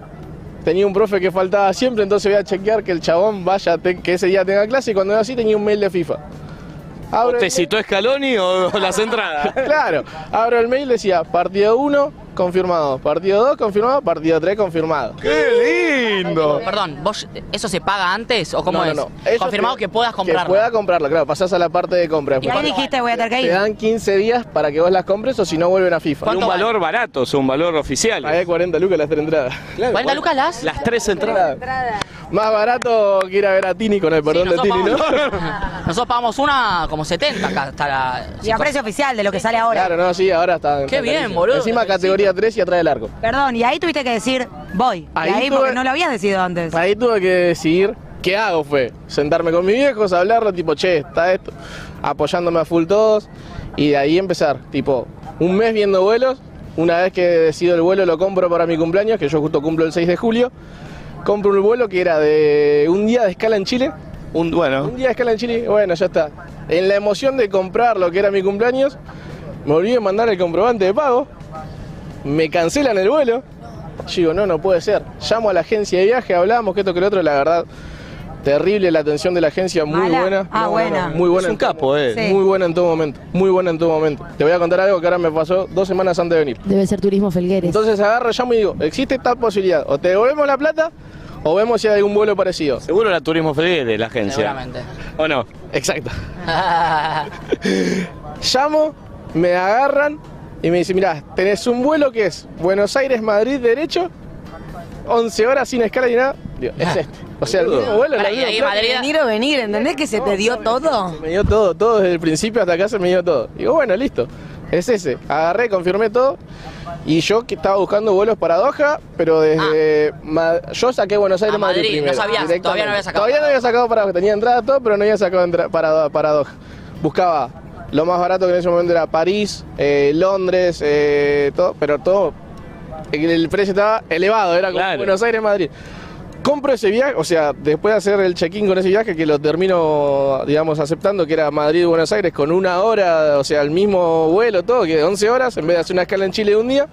Speaker 9: tenía un profe que faltaba siempre, entonces voy a chequear que el chabón vaya, te- que ese día tenga clase, y cuando era así tenía un mail de FIFA.
Speaker 1: ¿O
Speaker 9: Abro
Speaker 1: te
Speaker 9: el-
Speaker 1: citó Scaloni o *laughs* o las entradas?
Speaker 9: claro, abro el mail, decía, partido 1, confirmado, partido 2, confirmado, partido 3, confirmado.
Speaker 1: ¡Qué lindo!
Speaker 13: Eh, Perdón, ¿vos eso se paga antes o cómo
Speaker 9: No, no,
Speaker 13: es?
Speaker 9: no. Ellos
Speaker 13: Confirmado
Speaker 9: te-
Speaker 13: que puedas
Speaker 9: Que
Speaker 13: comprarlo.
Speaker 9: pueda comprarla, claro, pasás a la parte de compra.
Speaker 14: Y ahí dijiste, voy a tener que
Speaker 9: Te
Speaker 14: ir.
Speaker 9: dan 15 días para que vos las compres o si no vuelven a FIFA.
Speaker 1: Y un valor barato, es un valor oficial.
Speaker 9: Pagué 40 lucas las tres entradas.
Speaker 13: ¿40 lucas las?
Speaker 1: Las tres entradas.
Speaker 9: Más barato que ir a ver a Tini con el perdón de
Speaker 13: nosotros
Speaker 9: Tini, ¿no?
Speaker 13: Nosotros pagamos *laughs* una como 70 acá hasta la.
Speaker 14: Y a precio oficial de lo que sale ahora.
Speaker 9: Claro, no, sí, ahora está.
Speaker 13: Qué
Speaker 9: está
Speaker 13: bien,
Speaker 9: clarísimo.
Speaker 13: boludo,
Speaker 9: Encima
Speaker 13: te
Speaker 9: categoría 3 y atrás del arco.
Speaker 14: Perdón, y ahí tuviste que decir, voy.
Speaker 9: Ahí
Speaker 14: y ahí porque
Speaker 9: tuve-
Speaker 14: no lo habías decidido antes.
Speaker 9: Ahí tuve que decidir qué hago fue. Sentarme con mis viejos, hablarlo, tipo, che, está esto. Apoyándome a full todos. Y de ahí empezar. Tipo, un mes viendo vuelos. Una vez que decido el vuelo lo compro para mi cumpleaños, que yo justo cumplo el 6 de julio. Compro un vuelo que era de un día de escala en Chile.
Speaker 1: Un, bueno,
Speaker 9: Un día de escala en Chile, bueno, ya está. En la emoción de comprar lo que era mi cumpleaños, me olvidé de mandar el comprobante de pago, me cancelan el vuelo. Yo digo, no, no puede ser. Llamo a la agencia de viaje, hablamos que esto que lo otro, la verdad, terrible la atención de la agencia, muy
Speaker 14: ¿Mala?
Speaker 9: buena.
Speaker 14: Ah, buena.
Speaker 9: muy buena.
Speaker 1: Es un
Speaker 9: en todo
Speaker 1: capo,
Speaker 9: momento.
Speaker 14: eh. Sí.
Speaker 9: Muy buena en todo momento, muy buena en todo momento. Te voy a contar algo que ahora me pasó dos semanas antes de venir.
Speaker 7: Debe ser turismo Felgueres.
Speaker 9: Entonces agarro, llamo y digo, existe tal posibilidad, o te devolvemos la plata o vemos si hay algún
Speaker 14: *laughs*
Speaker 9: vuelo parecido.
Speaker 1: seguro la Turismo Feliz de la agencia.
Speaker 13: Seguramente.
Speaker 1: ¿O no?
Speaker 9: Exacto. Llamo, me agarran y me dicen, mirá, tenés un vuelo que es Buenos Aires, Madrid, derecho, 11 horas sin escala ni nada. Digo,
Speaker 13: Ah,
Speaker 9: es este. O sea, el mismo vuelo, la
Speaker 7: Para
Speaker 9: misma
Speaker 7: ir
Speaker 9: plata.
Speaker 7: Madrid. Venir o venir, ¿entendés que se te dio todo?
Speaker 9: Me dio todo, todo desde el principio hasta acá se me dio todo. Digo, bueno, listo. Es ese. Agarré, confirmé todo. Y yo que estaba buscando vuelos para Doha, pero desde. Ma- yo saqué Buenos Aires,
Speaker 13: Ah. A Madrid, no
Speaker 9: primero,
Speaker 13: sabías,
Speaker 9: directamente.
Speaker 13: todavía no había sacado
Speaker 9: Todavía no
Speaker 13: para
Speaker 9: había sacado para Doha. Tenía entrada todo, pero no había sacado entra- para, Doha- para Doha. Buscaba lo más barato que en ese momento era París, eh, Londres, eh, todo, pero todo. El el precio estaba elevado, era como Buenos Aires, Madrid. Compro ese viaje, o sea, después de hacer el check-in con ese viaje, que lo termino, digamos, aceptando, que era Madrid-Buenos Aires, con una hora, o sea, el mismo vuelo, todo, que 11 horas, en vez de hacer una escala en Chile de un día,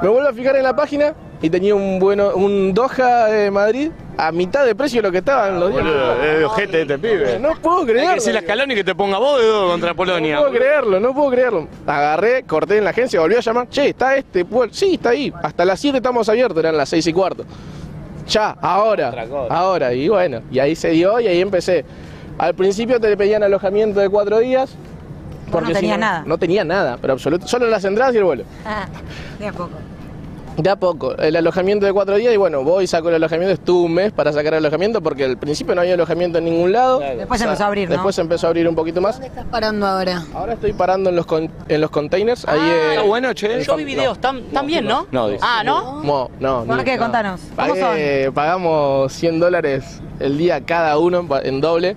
Speaker 9: me vuelvo a fijar en la página y tenía un bueno, un Doha de Madrid a mitad de precio de lo que estaban los días.
Speaker 1: Ah, Boludo, es de ojete este pibe.
Speaker 9: No puedo creerlo.
Speaker 1: Hay que decirle a Scaloni que te ponga vos de dos contra Polonia.
Speaker 9: No puedo creerlo, no puedo creerlo. Agarré, corté en la agencia, volví a llamar. Che, está este pueblo. Sí, está ahí. Hasta las 7 estamos abiertos, eran las 6 y cuarto. Ya, ahora. Ahora. Y bueno, y ahí se dio y ahí empecé. Al principio te pedían alojamiento de cuatro días. Porque
Speaker 14: no
Speaker 9: si
Speaker 14: tenías nada.
Speaker 9: No tenía nada, pero absoluto. Solo las entradas y el vuelo.
Speaker 14: Ah, de a poco.
Speaker 9: De a poco, el alojamiento de cuatro días y bueno, voy, saco el alojamiento, estuve un mes para sacar el alojamiento porque al principio no había alojamiento en ningún lado.
Speaker 7: Después empezó a abrir, ¿no?
Speaker 9: Después empezó a abrir un poquito más.
Speaker 7: Estás parando ahora.
Speaker 9: Ahora estoy parando en los, con- en los containers. ahí, eh,
Speaker 1: bueno, che.
Speaker 13: Yo vi videos, tan, tan bien, ¿no?
Speaker 9: No, dice.
Speaker 13: Ah, ¿no?
Speaker 9: No, no.
Speaker 13: ¿Por
Speaker 9: ni-
Speaker 13: qué?
Speaker 9: no.
Speaker 13: Contanos. ¿Cómo
Speaker 9: Pagué- Pagamos 100 dólares el día cada uno en pa- en doble.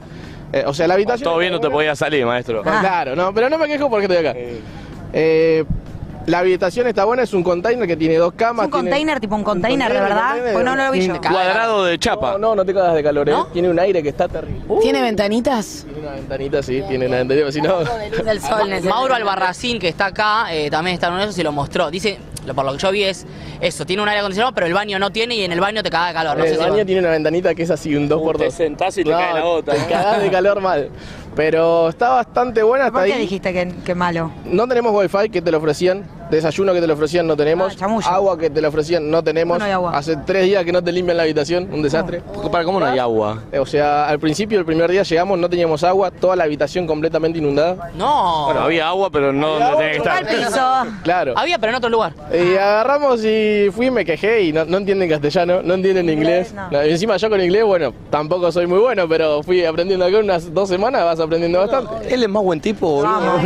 Speaker 9: Eh, o sea, la habitación...
Speaker 1: Todo bien, no te podía salir, maestro.
Speaker 9: Pues Claro, no, pero no me quejo porque estoy acá. Eh, la habitación está buena, es un container que tiene dos camas.
Speaker 14: Un container, tipo un container, de verdad. Pues no, no lo vi yo.
Speaker 1: Cuadrado de chapa.
Speaker 9: No, no, no te cagas de calor, ¿eh? Tiene un aire que está terrible.
Speaker 7: ¿Tiene ventanitas?
Speaker 9: Tiene una ventanita, sí, tiene una ventanita, si no.
Speaker 7: Del sol, necesito.
Speaker 13: Mauro Albarracín, que está acá, eh, también está en uno de esos y lo mostró. Dice, lo- por lo que yo vi es eso, tiene un aire acondicionado, pero el baño no tiene y en el baño te caga de calor. No sé
Speaker 9: El
Speaker 13: si
Speaker 9: baño tiene una ventanita que es así, un 2x2. Te
Speaker 1: sentás y
Speaker 9: te
Speaker 13: cae la gota, ¿no?
Speaker 9: Te cagás de calor mal. Pero está bastante buena hasta
Speaker 14: ¿Por qué
Speaker 9: ahí.
Speaker 14: dijiste que, que malo?
Speaker 9: No tenemos wifi que te lo ofrecían, desayuno que te lo ofrecían no tenemos, agua que te lo ofrecían no tenemos,
Speaker 14: Ah, No hay agua.
Speaker 9: hace tres días que no te limpian la habitación, un desastre. Eh,
Speaker 1: ¿Para cómo no hay agua?
Speaker 9: O sea, al principio, el primer día llegamos, no teníamos agua, toda la habitación completamente inundada.
Speaker 13: No.
Speaker 1: Bueno, había agua, pero no no tenía que estar.
Speaker 9: Claro.
Speaker 13: Había, pero en otro lugar.
Speaker 9: Y agarramos y fui, me quejé y no, no entienden castellano, no entienden inglés. No, y encima yo con inglés, bueno, tampoco soy muy bueno, pero fui aprendiendo acá unas dos semanas, vas aprendiendo bastante.
Speaker 1: Él es más buen tipo, boludo.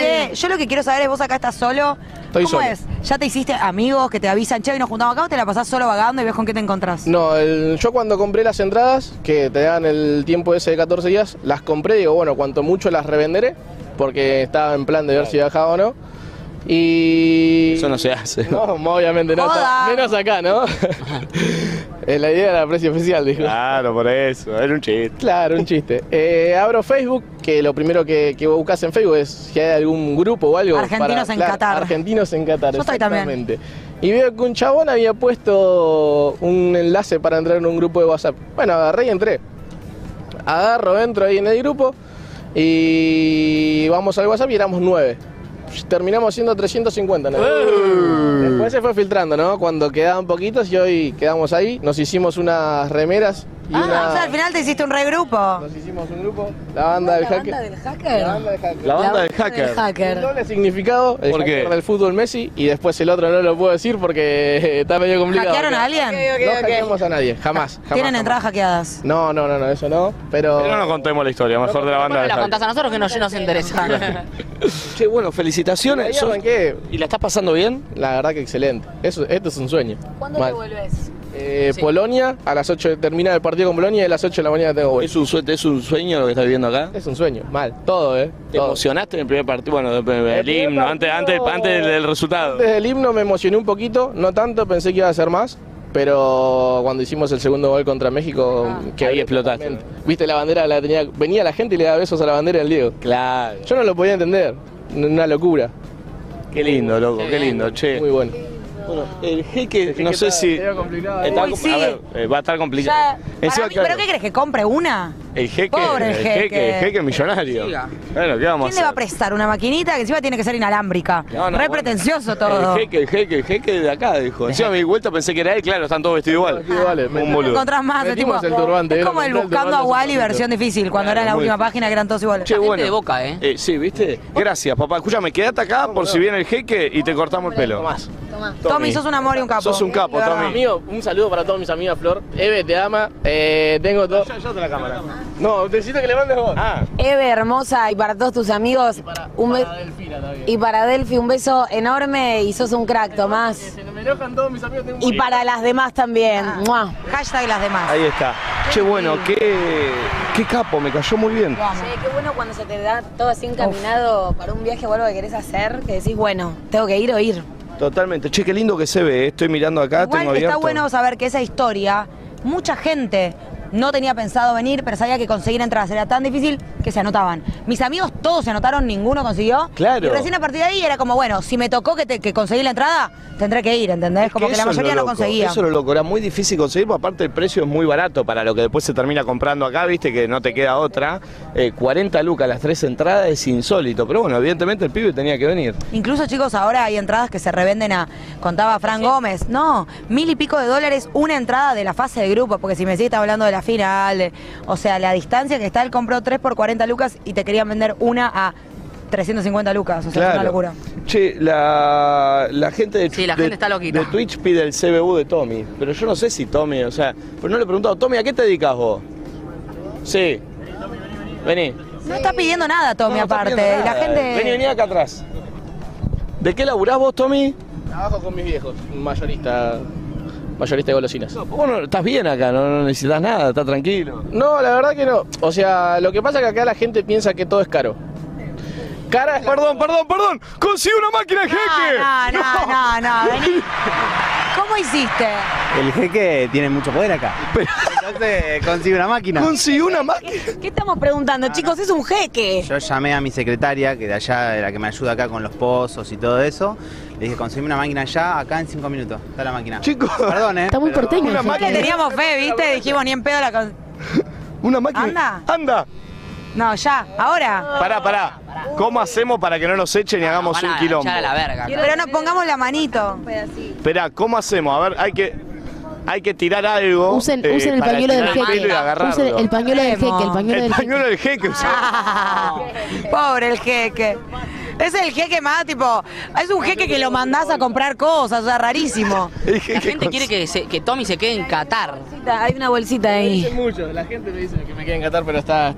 Speaker 14: Che, yo lo que quiero saber es, vos acá estás solo.
Speaker 9: Estoy
Speaker 14: ¿Cómo
Speaker 9: solo.
Speaker 14: es? ¿Ya te hiciste amigos que te avisan, che, hoy nos juntamos acá o te la pasás solo vagando y ves con qué te encontrás?
Speaker 9: No, el- yo cuando compré las entradas, que te dan el tiempo ese de 14 días, las compré, digo, bueno, cuanto mucho las revenderé, porque estaba en plan de ver si bajaba o no. Y.
Speaker 1: Eso no se hace.
Speaker 9: *laughs* No, obviamente no.
Speaker 14: Joda.
Speaker 9: Menos acá, ¿no? Eh, la idea era precio oficial, dijo.
Speaker 1: Claro, por eso. Era un chiste.
Speaker 9: Claro, un chiste. Eh, abro Facebook, que lo primero que, que vos buscas en Facebook es si hay algún grupo o algo.
Speaker 14: Argentinos en Qatar.
Speaker 9: Argentinos en Qatar,
Speaker 14: Yo estoy también.
Speaker 9: exactamente. Y veo que un chabón había puesto un enlace para entrar en un grupo de WhatsApp. Bueno, agarré y entré. Agarro, entro ahí en el grupo y vamos al WhatsApp y éramos nueve. Terminamos siendo 350. ¿no? Después se fue filtrando, ¿no? Cuando quedaban poquitos y hoy quedamos ahí. Nos hicimos unas remeras y
Speaker 14: Ah,
Speaker 9: una...
Speaker 14: o sea, al final te hiciste un regrupo. Nos
Speaker 9: hicimos un grupo. La banda del hacker.
Speaker 7: ¿Hacker?
Speaker 1: La banda del hacker.
Speaker 9: Un doble significado. El
Speaker 1: ¿Por qué?
Speaker 9: hacker del fútbol Messi y después el otro no lo puedo decir porque *laughs* está medio complicado.
Speaker 14: ¿Hackearon a
Speaker 9: acá.
Speaker 14: alguien? Ok, ok,
Speaker 9: no
Speaker 14: ok.
Speaker 9: hackeamos a nadie, jamás. jamás
Speaker 14: Tienen
Speaker 9: jamás.
Speaker 14: entradas hackeadas.
Speaker 9: No, no, no, no, eso no. Pero.
Speaker 1: Pero no contemos la historia, mejor de la banda
Speaker 13: Bueno,
Speaker 1: del
Speaker 13: la
Speaker 1: hacker.
Speaker 13: contás a nosotros que no, nos interesa.
Speaker 1: Che, bueno, felicitaciones.
Speaker 9: Ahí
Speaker 1: Sos-
Speaker 9: arranqué.
Speaker 1: ¿Y la estás pasando bien?
Speaker 9: La verdad que excelente. Eso, esto es un sueño.
Speaker 7: ¿Cuándo
Speaker 9: Mal.
Speaker 7: te vuelves?
Speaker 9: Eh, Polonia, a las 8 termina el partido con Polonia y a las 8 de la mañana tengo vuelo.
Speaker 1: ¿Es un, sue- ¿Es un sueño lo que estás viviendo acá?
Speaker 9: Es un sueño, mal, todo, ¿eh?
Speaker 1: ¿Te emocionaste en el primer partido? Bueno, el,
Speaker 9: primer
Speaker 1: himno, antes, antes,
Speaker 9: partido-
Speaker 1: antes del resultado.
Speaker 9: Desde el himno me emocioné un poquito, no tanto, pensé que iba a ser más, pero cuando hicimos el segundo gol contra México,
Speaker 14: Ah.
Speaker 9: que
Speaker 1: Ahí explotaste.
Speaker 9: viste la bandera, la tenía, venía la gente y le daba besos a la bandera del Diego.
Speaker 1: Claro.
Speaker 9: Yo no lo podía entender, n- una locura.
Speaker 1: Qué lindo, loco, qué lindo, che.
Speaker 9: Muy bueno.
Speaker 1: Bueno, el jeque, no sé si. Está
Speaker 14: Uy,
Speaker 1: com-
Speaker 14: sí.
Speaker 1: a ver, eh, va a estar complicado.
Speaker 14: Ya, para
Speaker 1: Encima,
Speaker 14: mí-
Speaker 1: claro,
Speaker 14: ¿Pero qué crees? ¿Que compre una?
Speaker 1: el jeque,
Speaker 14: Pobre el
Speaker 1: el jeque,
Speaker 14: jeque.
Speaker 1: el jeque millonario.
Speaker 14: Siga.
Speaker 1: Bueno, ¿qué vamos
Speaker 14: ¿Quién le
Speaker 1: a
Speaker 14: va a
Speaker 1: hacer?
Speaker 14: prestar una maquinita que encima tiene que ser inalámbrica?
Speaker 1: No, no,
Speaker 14: Re
Speaker 1: bueno.
Speaker 14: pretencioso todo.
Speaker 1: El jeque, el jeque, el jeque de acá, dijo. Encima me di vuelta, pensé que era él, claro, están todos vestidos igual. Un
Speaker 14: No
Speaker 1: boludo.
Speaker 14: encontrás más, es,
Speaker 9: Metimos
Speaker 14: tipo,
Speaker 9: el turbante,
Speaker 14: es
Speaker 9: era
Speaker 14: como el
Speaker 9: comprar el
Speaker 14: buscando a
Speaker 9: turbante
Speaker 14: Wally
Speaker 9: sin
Speaker 14: versión difícil, cuando era la
Speaker 1: muy
Speaker 14: última
Speaker 1: difícil.
Speaker 14: página que eran todos iguales.
Speaker 1: Che, bueno.
Speaker 13: de boca, ¿eh?
Speaker 1: Eh, sí, ¿viste? Gracias, papá. Escúchame, quédate acá por si viene el jeque y te cortamos el pelo.
Speaker 2: Ah. Tommy, sos un amor y un capo.
Speaker 1: Sos un capo, Tommy.
Speaker 9: Amigo, un saludo para todas mis amigas, Flor. Eve, te ama. Eh, tengo todo. Yo, la cámara. No, necesito que le mandes vos. Ah.
Speaker 8: Eve, hermosa, y para todos tus amigos, un be- y para Delphi, un beso enorme y sos un crack, Tomás.
Speaker 9: Me enojan todos mis amigos. Tengo Ah.
Speaker 8: Y para las demás también. Mua.
Speaker 2: Hashtag las demás.
Speaker 1: Ahí está. Che, bueno, qué, qué capo, me cayó muy bien.
Speaker 8: Che, qué bueno cuando se te da todo así encaminado para un viaje o algo que querés hacer, que decís, bueno, tengo que ir o ir.
Speaker 1: Totalmente. Che, qué lindo que se ve. eh. Estoy mirando acá,
Speaker 2: Igual
Speaker 1: tengo
Speaker 2: está
Speaker 1: abierto.
Speaker 2: bueno saber que esa historia, mucha gente no tenía pensado venir, pero sabía que conseguir entradas era tan difícil que se anotaban. Mis amigos todos se anotaron, ninguno consiguió.
Speaker 1: Claro.
Speaker 2: Y recién a partir de ahí era como, bueno, si me tocó que, te- que conseguí la entrada, tendré que ir, ¿entendés? Como que, la
Speaker 1: Eso es lo
Speaker 2: mayoría no
Speaker 1: loco,
Speaker 2: conseguía.
Speaker 1: Eso es lo loco, era muy difícil conseguir, porque aparte el precio es muy barato para lo que después se termina comprando acá, viste que no te queda otra. Eh, 40 lucas las tres entradas es insólito, pero bueno, evidentemente el pibe tenía que venir.
Speaker 2: Incluso, chicos, ahora hay entradas que se revenden a, contaba Fran Gómez, no, mil y pico de dólares una entrada de la fase de grupo, porque si me decís, está hablando de la final, de- o sea, la distancia que está, él compró 3 por 40 lucas y te querían vender una a 350 lucas, o sea, es una locura.
Speaker 1: Che, la, la gente de,
Speaker 2: la
Speaker 1: de-
Speaker 2: gente está loquita.
Speaker 1: de Twitch pide el CBU de Tommy, pero yo no sé si Tommy, o sea, pero no le he preguntado, Tommy, ¿a qué te dedicas vos? Sí. Vení.
Speaker 2: No está pidiendo nada, Tommy, aparte, y la gente...
Speaker 1: eh. Vení, vení acá atrás. ¿De qué laburás vos, Tommy?
Speaker 9: Trabajo con mis viejos. Mayorista. Mayorista de golosinas.
Speaker 1: Bueno, estás bien acá, no, no necesitas nada, estás tranquilo.
Speaker 9: No, la verdad que no. O sea, lo que pasa es que acá la gente piensa que todo es caro. Cara
Speaker 1: Perdón, perdón, perdón. Consigue una máquina,
Speaker 9: jeque.
Speaker 2: No,
Speaker 1: *laughs*
Speaker 2: no, no, no, vení. ¿Cómo hiciste?
Speaker 12: El jeque tiene mucho poder acá. Entonces consigue una máquina.
Speaker 1: Consiguió una máquina.
Speaker 8: ¿Qué estamos preguntando, chicos? Es un jeque.
Speaker 12: Yo llamé a mi secretaria, que de allá, la que me ayuda acá con los pozos y todo eso. Le dije, conseguime una máquina ya, acá en cinco minutos. Está la máquina. Chicos. Perdón, ¿eh? Está muy porteño.
Speaker 2: No le teníamos fe, ¿viste? Dijimos, ni en pedo la... con-
Speaker 1: Una máquina. Ah.
Speaker 2: Anda.
Speaker 1: Anda.
Speaker 2: No, ya, ahora.
Speaker 1: Pará, pará. ¿Cómo hacemos para que no nos echen y hagamos
Speaker 2: pará,
Speaker 1: un quilombo?
Speaker 2: echar a la
Speaker 1: verga.
Speaker 2: Pero nos pongamos la manito.
Speaker 1: Esperá, ¿cómo hacemos? A ver, hay que, hay que tirar algo.
Speaker 15: Usen,
Speaker 1: eh,
Speaker 15: usen el
Speaker 1: para
Speaker 15: pañuelo del
Speaker 1: estirar el pelo
Speaker 15: jeque.
Speaker 1: y agarrarlo.
Speaker 15: Usen el pañuelo del jeque, el pañuelo del jeque.
Speaker 1: del jeque.
Speaker 2: *laughs* Pobre el jeque. Es el jeque más tipo. Es un jeque que lo mandás a comprar cosas, o
Speaker 1: *laughs*
Speaker 2: sea, rarísimo.
Speaker 1: La
Speaker 6: gente quiere que, se- que Tommy se quede en Qatar.
Speaker 8: Hay una bolsita
Speaker 9: Me
Speaker 8: ahí.
Speaker 9: dicen mucho. La gente me dice que me quede en Qatar, pero está.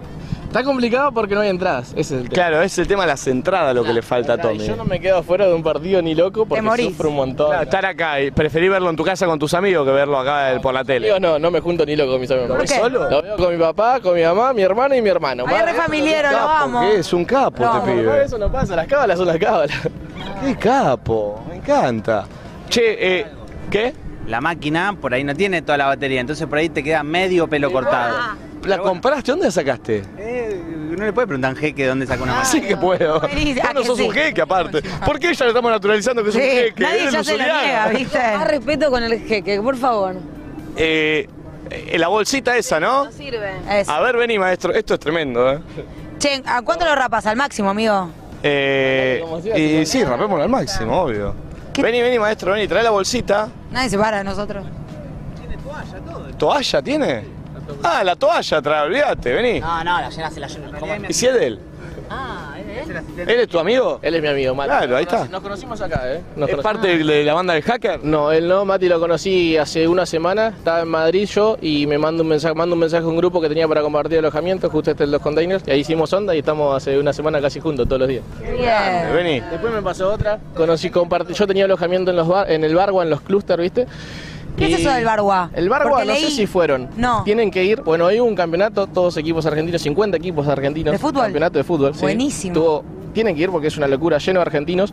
Speaker 9: Está complicado porque no hay entradas. Ese es el tema.
Speaker 1: Claro, es el tema de las entradas lo que le falta a Tommy.
Speaker 9: Yo no me quedo fuera de un partido ni loco porque sufro un montón.
Speaker 1: Claro, estar acá, y preferí verlo en tu casa con tus amigos que verlo acá eh, por la tele.
Speaker 9: Amigos, no, no me junto ni loco con mis amigos.
Speaker 1: ¿Por
Speaker 9: ¿Lo
Speaker 1: qué?
Speaker 9: veo solo? Lo veo con mi papá, con mi mamá, mi hermano y mi hermano.
Speaker 2: Ay, es re familiero, lo amo.
Speaker 1: ¿Qué? Es un capo
Speaker 9: No,
Speaker 1: este
Speaker 9: no,
Speaker 1: pibe.
Speaker 9: eso no pasa, las cábalas son las cábalas.
Speaker 1: Qué capo, me encanta. Che, eh, ¿qué?
Speaker 12: La máquina por ahí no tiene toda la batería, entonces por ahí te queda medio pelo cortado. Eh,
Speaker 1: ¿La compraste? ¿Dónde la sacaste?
Speaker 12: No le puede preguntar a un jeque de dónde saca una máquina.
Speaker 1: Sí que puedo.
Speaker 12: Feliz,
Speaker 1: Vos
Speaker 12: ¿a
Speaker 1: no
Speaker 12: que
Speaker 1: sos
Speaker 12: sí?
Speaker 1: un jeque aparte. ¿Por qué ya lo estamos naturalizando que es un
Speaker 8: Sí,
Speaker 1: jeque?
Speaker 8: nadie
Speaker 1: Eres
Speaker 8: ya se lo
Speaker 1: lusuriano.
Speaker 8: niega,
Speaker 2: ¿viste?
Speaker 8: Más respeto con el jeque, por favor.
Speaker 1: Eh, eh, la bolsita esa, ¿no?
Speaker 8: Sirve.
Speaker 1: A ver, vení, maestro. Esto es tremendo, ¿eh?
Speaker 2: Che, ¿a cuánto lo rapas? Al máximo, amigo.
Speaker 1: Eh, y sí, rapémoslo al máximo, obvio. Vení, vení, maestro, vení, trae la bolsita.
Speaker 2: Nadie se para de nosotros.
Speaker 1: ¿Toalla tiene? Ah, la toalla trae, olvídate, vení.
Speaker 6: No, no, la llena se la llena. ¿Cómo?
Speaker 1: ¿Y si es de él?
Speaker 6: Ah, ¿es él?
Speaker 1: ¿Él es tu amigo?
Speaker 9: Él es mi amigo, Mati.
Speaker 1: Claro, ahí
Speaker 9: Nos conoci-
Speaker 1: está.
Speaker 9: Nos conocimos acá, ¿eh?
Speaker 1: ¿Es parte de de la banda del hacker?
Speaker 9: No, él no, Mati lo conocí hace una semana, estaba en Madrid yo y me manda un mensaje, mando un mensaje a un grupo que tenía para compartir alojamiento, justo este de los containers, y ahí hicimos onda y estamos hace una semana casi juntos todos los días.
Speaker 2: Bien.
Speaker 1: Vení.
Speaker 9: Después me pasó otra. Conocí, compartí, yo tenía alojamiento en los bar- en el bargua, en los clusters, ¿viste?
Speaker 2: ¿Qué es
Speaker 9: Y-
Speaker 2: eso del bargua?
Speaker 9: El bargua,
Speaker 2: Porque
Speaker 9: no sé
Speaker 2: leí-
Speaker 9: si fueron.
Speaker 2: No.
Speaker 9: Tienen que ir. Bueno, hay un campeonato, todos equipos argentinos, 50 equipos argentinos.
Speaker 2: ¿De fútbol?
Speaker 9: Campeonato de fútbol. sí.
Speaker 2: Buenísimo.
Speaker 9: Tuvo- tienen que ir porque es una locura, lleno de argentinos.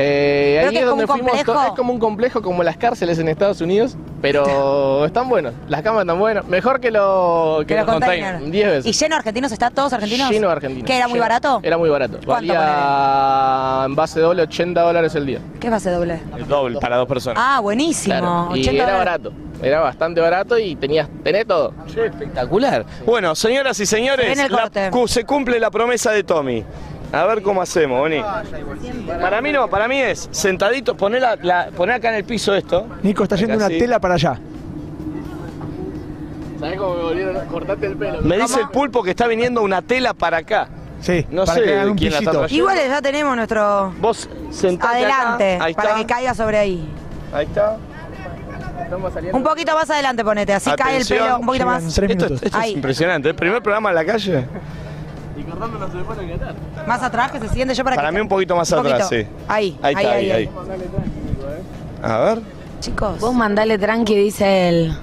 Speaker 9: Eh,
Speaker 2: Creo
Speaker 9: ahí
Speaker 2: que
Speaker 9: es
Speaker 2: es como
Speaker 9: donde
Speaker 2: un
Speaker 9: fuimos. to-
Speaker 2: complejo.
Speaker 9: Es como un complejo, como las cárceles en Estados Unidos,
Speaker 2: *laughs*
Speaker 9: pero están buenos. Las camas están buenas. Mejor que, lo, que,
Speaker 2: Que los containers.
Speaker 9: 10 veces.
Speaker 2: ¿Y lleno de argentinos está? ¿Todos argentinos?
Speaker 9: Lleno de argentinos.
Speaker 2: ¿Que era muy
Speaker 9: lleno.
Speaker 2: barato?
Speaker 9: Era muy barato. Valía en base doble 80 dólares el día.
Speaker 2: ¿Qué base doble?
Speaker 1: El doble para dos personas.
Speaker 2: Ah, buenísimo.
Speaker 9: Claro, Y
Speaker 2: 80
Speaker 9: era
Speaker 2: dólares.
Speaker 9: barato. Era bastante barato y tenías, tenés todo.
Speaker 1: Espectacular. Bueno, señoras y
Speaker 9: Se
Speaker 1: señores,
Speaker 9: viene el
Speaker 1: la-
Speaker 9: corte.
Speaker 1: cu- se cumple la promesa de Tommy. A ver cómo hacemos, vení. Para mí no, para mí es sentadito, poné, la, la- poné acá en el piso esto.
Speaker 16: Nico está yendo
Speaker 1: Acá
Speaker 16: una
Speaker 1: sí.
Speaker 16: tela para allá.
Speaker 9: ¿Sabés cómo me volvieron? Cortate el pelo.
Speaker 1: Me dice el pulpo que está viniendo una tela para acá.
Speaker 17: Sí,
Speaker 1: No
Speaker 17: para
Speaker 1: sé
Speaker 17: que hagan un
Speaker 1: quién la está
Speaker 17: pisito.
Speaker 1: trayendo.
Speaker 2: Igual ya tenemos nuestro.
Speaker 1: Vos
Speaker 2: Adelante,
Speaker 1: acá, ahí
Speaker 2: para
Speaker 1: está.
Speaker 2: que caiga sobre ahí.
Speaker 1: Ahí está.
Speaker 2: Un poquito más adelante ponete, así cae el
Speaker 1: Atención.
Speaker 2: pelo un poquito más.
Speaker 1: Esto, esto es
Speaker 2: Ahí.
Speaker 1: impresionante. El primer programa en la calle.
Speaker 2: Más atrás que se siente yo para,
Speaker 1: Para
Speaker 2: que.
Speaker 1: mí un poquito más
Speaker 2: Un
Speaker 1: atrás, sí.
Speaker 2: poquito. Ahí,
Speaker 1: Ahí está, ahí, ahí. A ver.
Speaker 2: Chicos.
Speaker 8: Vos mandale tranqui, dice él.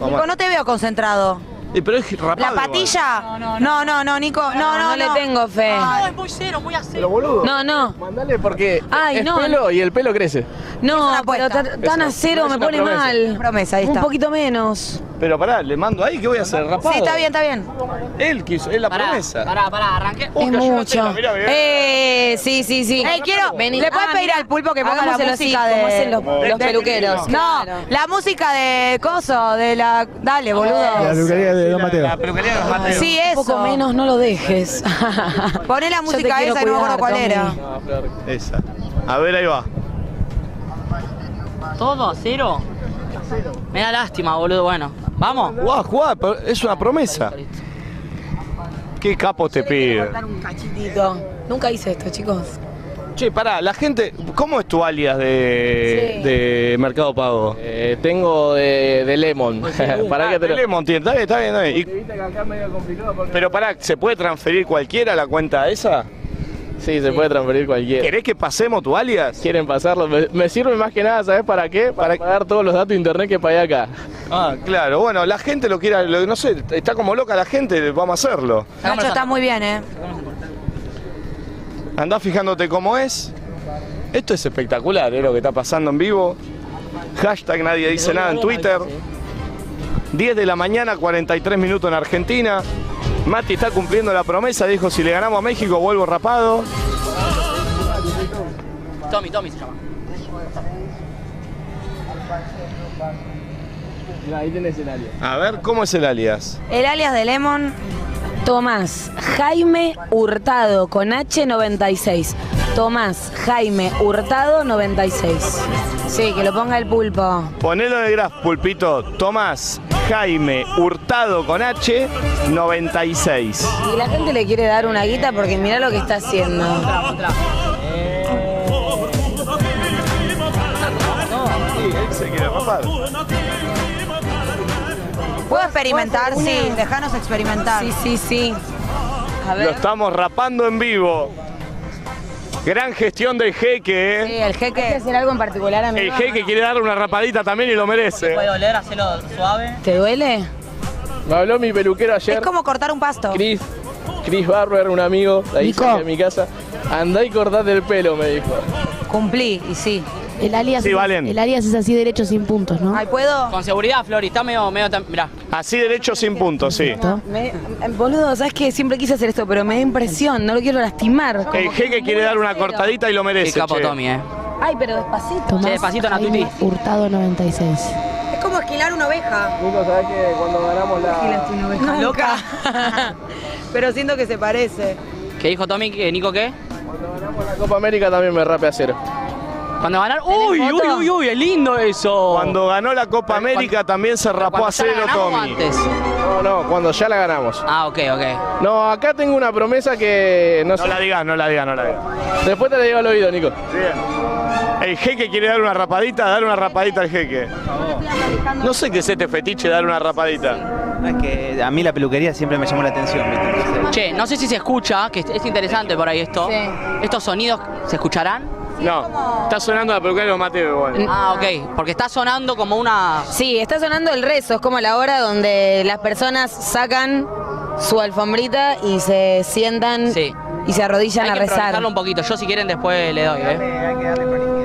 Speaker 1: Vamos.
Speaker 2: Nico, no te veo concentrado.
Speaker 1: Eh, pero es rapado.
Speaker 2: ¿La
Speaker 1: igual.
Speaker 2: patilla? No, no, no, Nico. No, no,
Speaker 8: no
Speaker 2: Ah,
Speaker 8: le tengo fe.
Speaker 2: Ay.
Speaker 13: Ah,
Speaker 6: es muy cero, muy así.
Speaker 9: Pero boludo.
Speaker 8: No, no.
Speaker 9: Mandale porque
Speaker 8: Ay,
Speaker 9: es
Speaker 8: no.
Speaker 9: pelo y el pelo crece.
Speaker 8: No, pero ta- tan a cero
Speaker 9: es
Speaker 8: me
Speaker 9: una
Speaker 8: pone
Speaker 9: promesa.
Speaker 8: mal.
Speaker 2: Promesa, ahí
Speaker 8: Un
Speaker 2: está.
Speaker 8: poquito menos.
Speaker 1: Pero pará, le mando ahí, ¿qué voy a hacer? Rapado.
Speaker 2: Sí, está bien, está bien.
Speaker 1: Él quiso, es la
Speaker 6: Pará,
Speaker 1: promesa.
Speaker 6: Pará, pará, arranqué.
Speaker 1: Uh,
Speaker 8: es
Speaker 1: cayó la
Speaker 8: mucho.
Speaker 1: tela, mirá, mirá.
Speaker 8: Eh, sí, sí, sí.
Speaker 2: Ey, quiero.
Speaker 8: Vení.
Speaker 2: ¿Le puedes
Speaker 8: Ah,
Speaker 2: pedir
Speaker 8: mira,
Speaker 2: al pulpo que ponga la
Speaker 8: hagámoselo así,
Speaker 2: música de.
Speaker 8: como hacen los- los
Speaker 2: de-
Speaker 8: peluqueros,
Speaker 2: No,
Speaker 8: claro.
Speaker 2: la música de Coso, de la.
Speaker 8: Eh,
Speaker 2: Dale,
Speaker 17: La
Speaker 2: boludo.
Speaker 17: peluquería de Don Mateo.
Speaker 1: Ah,
Speaker 2: Sí, eh. eso.
Speaker 8: Un poco menos, no lo dejes.
Speaker 2: Poné
Speaker 8: *laughs* Yo
Speaker 2: la
Speaker 8: te
Speaker 2: música
Speaker 8: quiero
Speaker 2: esa, que no me
Speaker 8: cuidar,
Speaker 2: acuerdo cuál era.
Speaker 8: Tommy.
Speaker 1: Esa. A ver, ahí va.
Speaker 6: ¿Todo a cero? Me da lástima, boludo. Bueno, vamos.
Speaker 1: Guau, guau, pero es una promesa. Qué capo te pide.
Speaker 8: Dar un cachitito. Nunca hice esto, chicos.
Speaker 1: Che, pará, la gente, ¿cómo es tu alias de, de Mercado Pago?
Speaker 9: Eh, tengo de, de Lemon. *laughs*
Speaker 1: Pará que te Lemon tiene, está bien, está bien, está bien. Y- pero pará, ¿se puede transferir cualquiera a la cuenta esa?
Speaker 9: Sí, se puede transferir cualquiera.
Speaker 1: ¿Querés que pasemos tu alias?
Speaker 9: Quieren pasarlo. Me, me sirve más que nada, ¿sabes para qué? Para, pagar todos los datos de internet que pagué acá.
Speaker 1: Ah, claro, bueno, la gente lo quiera, lo- no sé, está como loca la gente, vamos a hacerlo.
Speaker 2: Nacho está muy bien, ¿eh?
Speaker 1: Andá fijándote cómo es. Esto es espectacular, es lo que está pasando en vivo. Hashtag nadie dice nada "Ah, en Twitter. 10 de la mañana, 43 minutos en Argentina. Mati está cumpliendo la promesa, dijo, si le ganamos a México vuelvo rapado.
Speaker 6: Tommy, Tommy se llama.
Speaker 9: Ahí tenés el alias.
Speaker 1: A ver, ¿cómo es el alias?
Speaker 2: El alias de Lemon.
Speaker 8: Tomás Jaime Hurtado con H96. Tomás Jaime Hurtado 96. Sí, que lo ponga el pulpo.
Speaker 1: Ponelo de graf, pulpito. Tomás Jaime Hurtado con H, 96.
Speaker 8: Y la gente le quiere dar una guita porque mira lo que está haciendo.
Speaker 2: Puedo experimentar, sí. Dejanos experimentar.
Speaker 8: Sí, sí, sí. A
Speaker 1: Lo estamos rapando en vivo. Gran gestión del jeque, ¿eh?
Speaker 8: Sí, el jeque. ¿Hay que hacer algo en particular a
Speaker 1: El jeque quiere darle una rapadita también y lo merece.
Speaker 6: doler, hacelo suave.
Speaker 8: ¿Te duele?
Speaker 9: Me habló mi peluquero ayer.
Speaker 2: Es como cortar un pasto.
Speaker 9: Chris, Chris Barber, un amigo de ahí
Speaker 2: Nico.
Speaker 9: cerca de mi casa. Andá y cortate el pelo, me dijo.
Speaker 2: Cumplí, y sí.
Speaker 15: El alias,
Speaker 1: Sí,
Speaker 15: es-
Speaker 1: Valen.
Speaker 15: el alias es así derecho sin puntos, ¿no?
Speaker 2: Ay, ¿puedo?
Speaker 6: Con seguridad, Flori, está medio, medio. tam- Mirá.
Speaker 1: Así derecho sin puntos, sí.
Speaker 8: Me- boludo, sabes que siempre quise hacer esto, pero me da impresión, no lo quiero lastimar.
Speaker 1: El jeque quiere dar una cortadita y lo merece.
Speaker 6: Qué capo
Speaker 1: che.
Speaker 6: Tommy, eh.
Speaker 8: Ay, pero despacito.
Speaker 15: Tomás
Speaker 6: despacito,
Speaker 15: Jaime
Speaker 6: Natuti.
Speaker 15: Hurtado 96.
Speaker 2: Es como esquilar una oveja.
Speaker 9: Nico, sabés que cuando ganamos la.
Speaker 2: una oveja loca. Pero siento que se parece.
Speaker 6: ¿Qué dijo Tommy? ¿Qué- ¿Nico qué?
Speaker 9: la Copa América también me rape a cero.
Speaker 6: Cuando ganar. ¡Uy, uy,
Speaker 8: foto?
Speaker 6: uy, uy! ¡Es lindo eso!
Speaker 1: Cuando ganó la Copa América también se rapó a
Speaker 6: ¿Cuando ya la
Speaker 1: cero
Speaker 6: ganamos o
Speaker 1: Tommy.
Speaker 6: antes?
Speaker 9: No, no, cuando ya la ganamos.
Speaker 6: Ah, ok, ok.
Speaker 9: No, acá tengo una promesa que. No,
Speaker 1: No
Speaker 9: sé.
Speaker 1: la digas, Ah, no la digas, no la digas.
Speaker 9: Después te la digo al oído, Nico.
Speaker 1: El jeque quiere dar una rapadita, dar una rapadita al jeque. No sé qué es este fetiche dar una rapadita.
Speaker 12: No, es que a mí la peluquería siempre me llamó la atención. ¿viste? Entonces,
Speaker 6: Che, no sé si se escucha, que es- es interesante por ahí esto. ¿Estos sonidos se escucharán?
Speaker 1: No, está sonando la peluquería de los Mateo igual.
Speaker 6: Ah, ok. Porque está sonando como una.
Speaker 8: Sí, está sonando el rezo, es como la hora donde las personas sacan su alfombrita y se sientan
Speaker 6: Sí.
Speaker 8: y se arrodillan
Speaker 6: Hay
Speaker 8: a
Speaker 6: que
Speaker 8: rezar.
Speaker 6: improvisarlo un poquito. Yo, si quieren, después le doy, eh.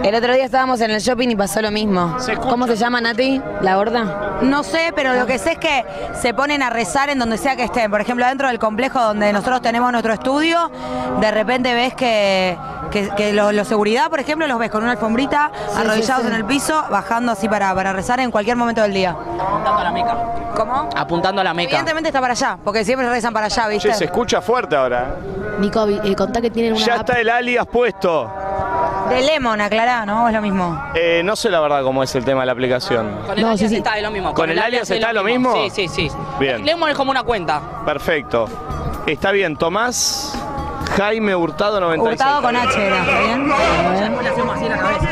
Speaker 8: El otro día estábamos en el shopping y pasó lo mismo. ¿Cómo se llama, Nati? ¿La horda?
Speaker 2: No sé, pero lo que sé es que se ponen a rezar en donde sea que estén. Por ejemplo, adentro del complejo donde nosotros tenemos nuestro estudio, de repente ves que, que, que lo- los seguridad, por ejemplo, los ves con una alfombrita, arrodillados
Speaker 8: sí, sí.
Speaker 2: en el piso, bajando así para, para rezar en cualquier momento del día.
Speaker 6: Apuntando a la meca.
Speaker 2: ¿Cómo?
Speaker 6: Apuntando a la meca.
Speaker 2: Evidentemente está para allá, porque siempre rezan para allá, ¿viste?
Speaker 1: Che, se escucha fuerte ahora.
Speaker 15: Nico, vi- eh, contá que tienen una
Speaker 1: Ya
Speaker 15: app.
Speaker 1: está el alias puesto.
Speaker 2: De Lemon, aclará, ¿no? Es lo mismo.
Speaker 1: Eh, no sé la verdad cómo es el tema de la aplicación.
Speaker 6: Con el
Speaker 15: No,
Speaker 6: alias
Speaker 15: sí, sí.
Speaker 6: está de lo mismo.
Speaker 1: ¿Con el alias
Speaker 6: de
Speaker 1: está lo mismo?
Speaker 6: Sí, sí, sí.
Speaker 1: Bien.
Speaker 6: Lemon es como una cuenta.
Speaker 1: Perfecto. Está bien, Tomás Jaime Hurtado 96.
Speaker 2: Hurtado con H era, ¿está bien?
Speaker 6: Después le hacemos así en la cabeza.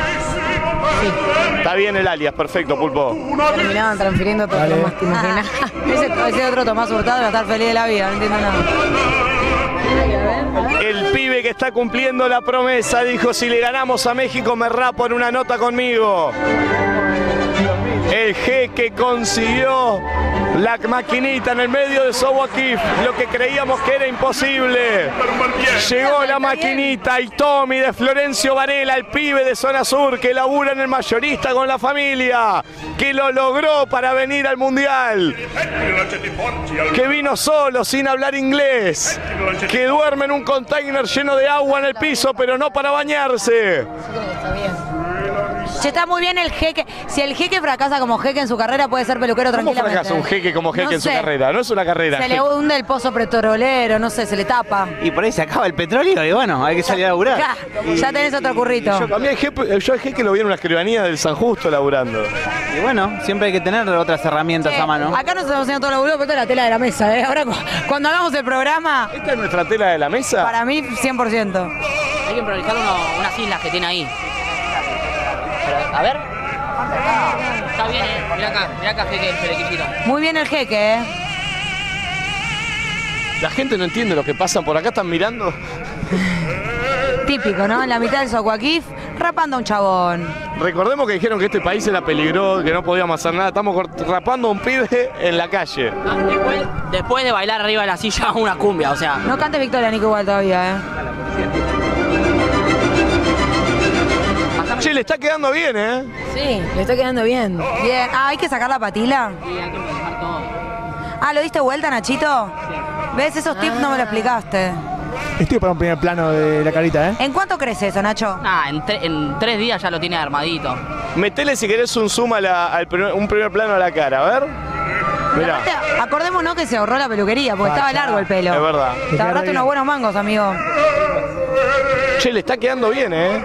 Speaker 1: Está bien el alias, perfecto, Pulpo.
Speaker 2: Terminaban transfiriendo todo
Speaker 1: Dale.
Speaker 2: Tomás, ¿te imaginas?
Speaker 1: Ah.
Speaker 2: *laughs* ese, ese otro Tomás Hurtado va a estar feliz de la vida, no entiendo nada.
Speaker 1: El pibe que está cumpliendo la promesa dijo, si le ganamos a México me rapo en una nota conmigo. El G que consiguió la maquinita en el medio de Soboakif, lo que creíamos que era imposible. Llegó la maquinita y Tommy de Florencio Varela, el pibe de Zona Sur que labura en el mayorista con la familia, que lo logró para venir al Mundial que vino solo, sin hablar inglés, que duerme en un container lleno de agua en el piso, pero no para bañarse.
Speaker 2: Che, está muy bien el jeque. Si el jeque fracasa como jeque en su carrera, puede ser peluquero
Speaker 1: ¿Cómo
Speaker 2: tranquilamente.
Speaker 1: fracasa un jeque como jeque
Speaker 2: No
Speaker 1: en su
Speaker 2: sé.
Speaker 1: carrera? No es una carrera.
Speaker 2: Se le hunde el pozo pretorolero, no sé, se le tapa.
Speaker 12: Y por ahí se acaba el petróleo y bueno, hay que salir a laburar.
Speaker 2: Ya, ya tenés otro currito.
Speaker 1: Yo también, jefe- eh, yo al jeque lo vi en una escribanía del San Justo laburando.
Speaker 12: Y bueno, siempre hay que tener otras herramientas a mano.
Speaker 2: Eh, Acá nos estamos haciendo todo lo boludo, pero esto es la tela de la mesa, ¿eh? Ahora, cu- cuando hagamos el programa,
Speaker 1: ¿Esta es nuestra tela de la mesa?
Speaker 2: para mí, 100%.
Speaker 6: Hay que priorizar uno- unas islas que tiene ahí. Pero, a ver. Está bien, eh. Mirá acá, mirá acá, jeque, Perequillito.
Speaker 2: Muy bien el jeque, ¿eh?
Speaker 1: La gente no entiende lo que pasan por acá, están mirando.
Speaker 2: Típico, ¿no? En la mitad del Socuaquif, rapando a un chabón.
Speaker 1: Recordemos que dijeron que este país era peligroso, que no podíamos hacer nada. Estamos cort- rapando a un pibe en la calle.
Speaker 6: Después, después de bailar arriba de la silla una cumbia, o sea.
Speaker 2: No cante Victoria Nico igual todavía, ¿eh?
Speaker 1: Che, le está quedando bien, ¿eh?
Speaker 2: Sí, le está quedando bien. Bien. Ah, hay que sacar la patila. Ah, ¿lo diste vuelta, Nachito? ¿Ves? Esos tips no me lo explicaste.
Speaker 3: Estoy para un primer plano de la carita, ¿eh?
Speaker 2: ¿En cuánto crees eso, Nacho?
Speaker 6: Ah, en, tre- en tres días ya lo tiene armadito.
Speaker 1: Metele si querés un zoom a la- al primer- un primer plano a la cara, a ver. Mirá. Ah,
Speaker 2: Aparte, acordémonos que se ahorró la peluquería, porque estaba largo el pelo.
Speaker 1: Es verdad.
Speaker 2: Te ahorraste unos buenos mangos, amigo.
Speaker 1: Che, le está quedando bien, ¿eh?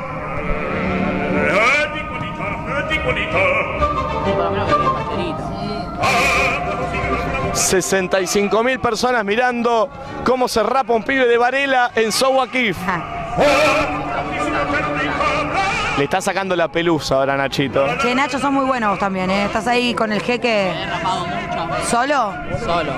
Speaker 1: ¡65.000 personas mirando cómo se rapa un pibe de Varela en Sowakif. Le está sacando la pelusa ahora, Nachito.
Speaker 2: Che, Nacho, sos muy buenos vos también, ¿eh? Estás ahí con el jeque. ¿Solo?
Speaker 6: Solo.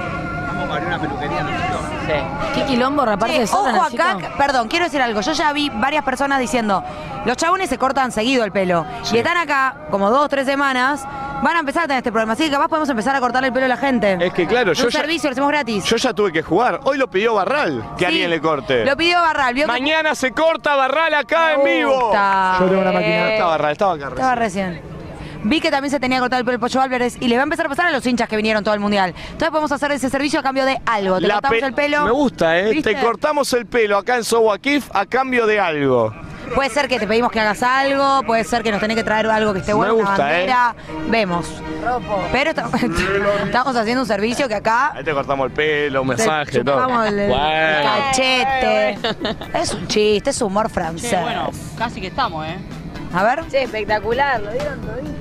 Speaker 2: Qué quilombo
Speaker 8: raparse solo,
Speaker 2: Ojo acá,
Speaker 8: Nachito.
Speaker 2: perdón, quiero decir algo. Yo ya vi varias personas diciendo, los chabones se cortan seguido el pelo. Y están acá como dos, tres semanas, van a empezar a tener este problema. Así que capaz podemos empezar a cortarle el pelo a la gente.
Speaker 1: Es que claro,
Speaker 2: Un
Speaker 1: yo ya,
Speaker 2: servicio, lo hacemos gratis.
Speaker 1: yo ya tuve que jugar. Hoy lo pidió Barral que alguien le corte.
Speaker 2: Lo pidió Barral, vio que
Speaker 1: Mañana se corta Barral acá en vivo.
Speaker 2: gusta. Yo tengo una máquina.
Speaker 1: Estaba Barral, estaba acá recién.
Speaker 2: Eh, estaba recién. Vi que también se tenía que cortar el pelo el Pocho Álvarez y le va a empezar a pasar a los hinchas que vinieron todo el mundial. Entonces podemos hacer ese servicio a cambio de algo. Te
Speaker 1: La
Speaker 2: cortamos
Speaker 1: pe-
Speaker 2: el pelo.
Speaker 1: Me gusta, ¿eh?
Speaker 2: ¿Viste?
Speaker 1: Te cortamos el pelo acá en Sowakif a cambio de algo.
Speaker 2: Puede ser que te pedimos que hagas algo, puede ser que nos tenés que traer algo que esté
Speaker 1: Me
Speaker 2: bueno, una
Speaker 1: gusta, ¿eh?
Speaker 2: bandera. Vemos. Pero esta- *laughs* estamos haciendo un servicio que acá
Speaker 1: Ahí te cortamos el pelo, un
Speaker 2: te
Speaker 1: mensaje, todo.
Speaker 2: chupamos el, el
Speaker 1: Bueno.
Speaker 2: cachete. Es un chiste, es humor francés.
Speaker 6: Che, bueno, casi que estamos, ¿eh?
Speaker 2: A ver.
Speaker 8: Che, espectacular, lo dieron todo.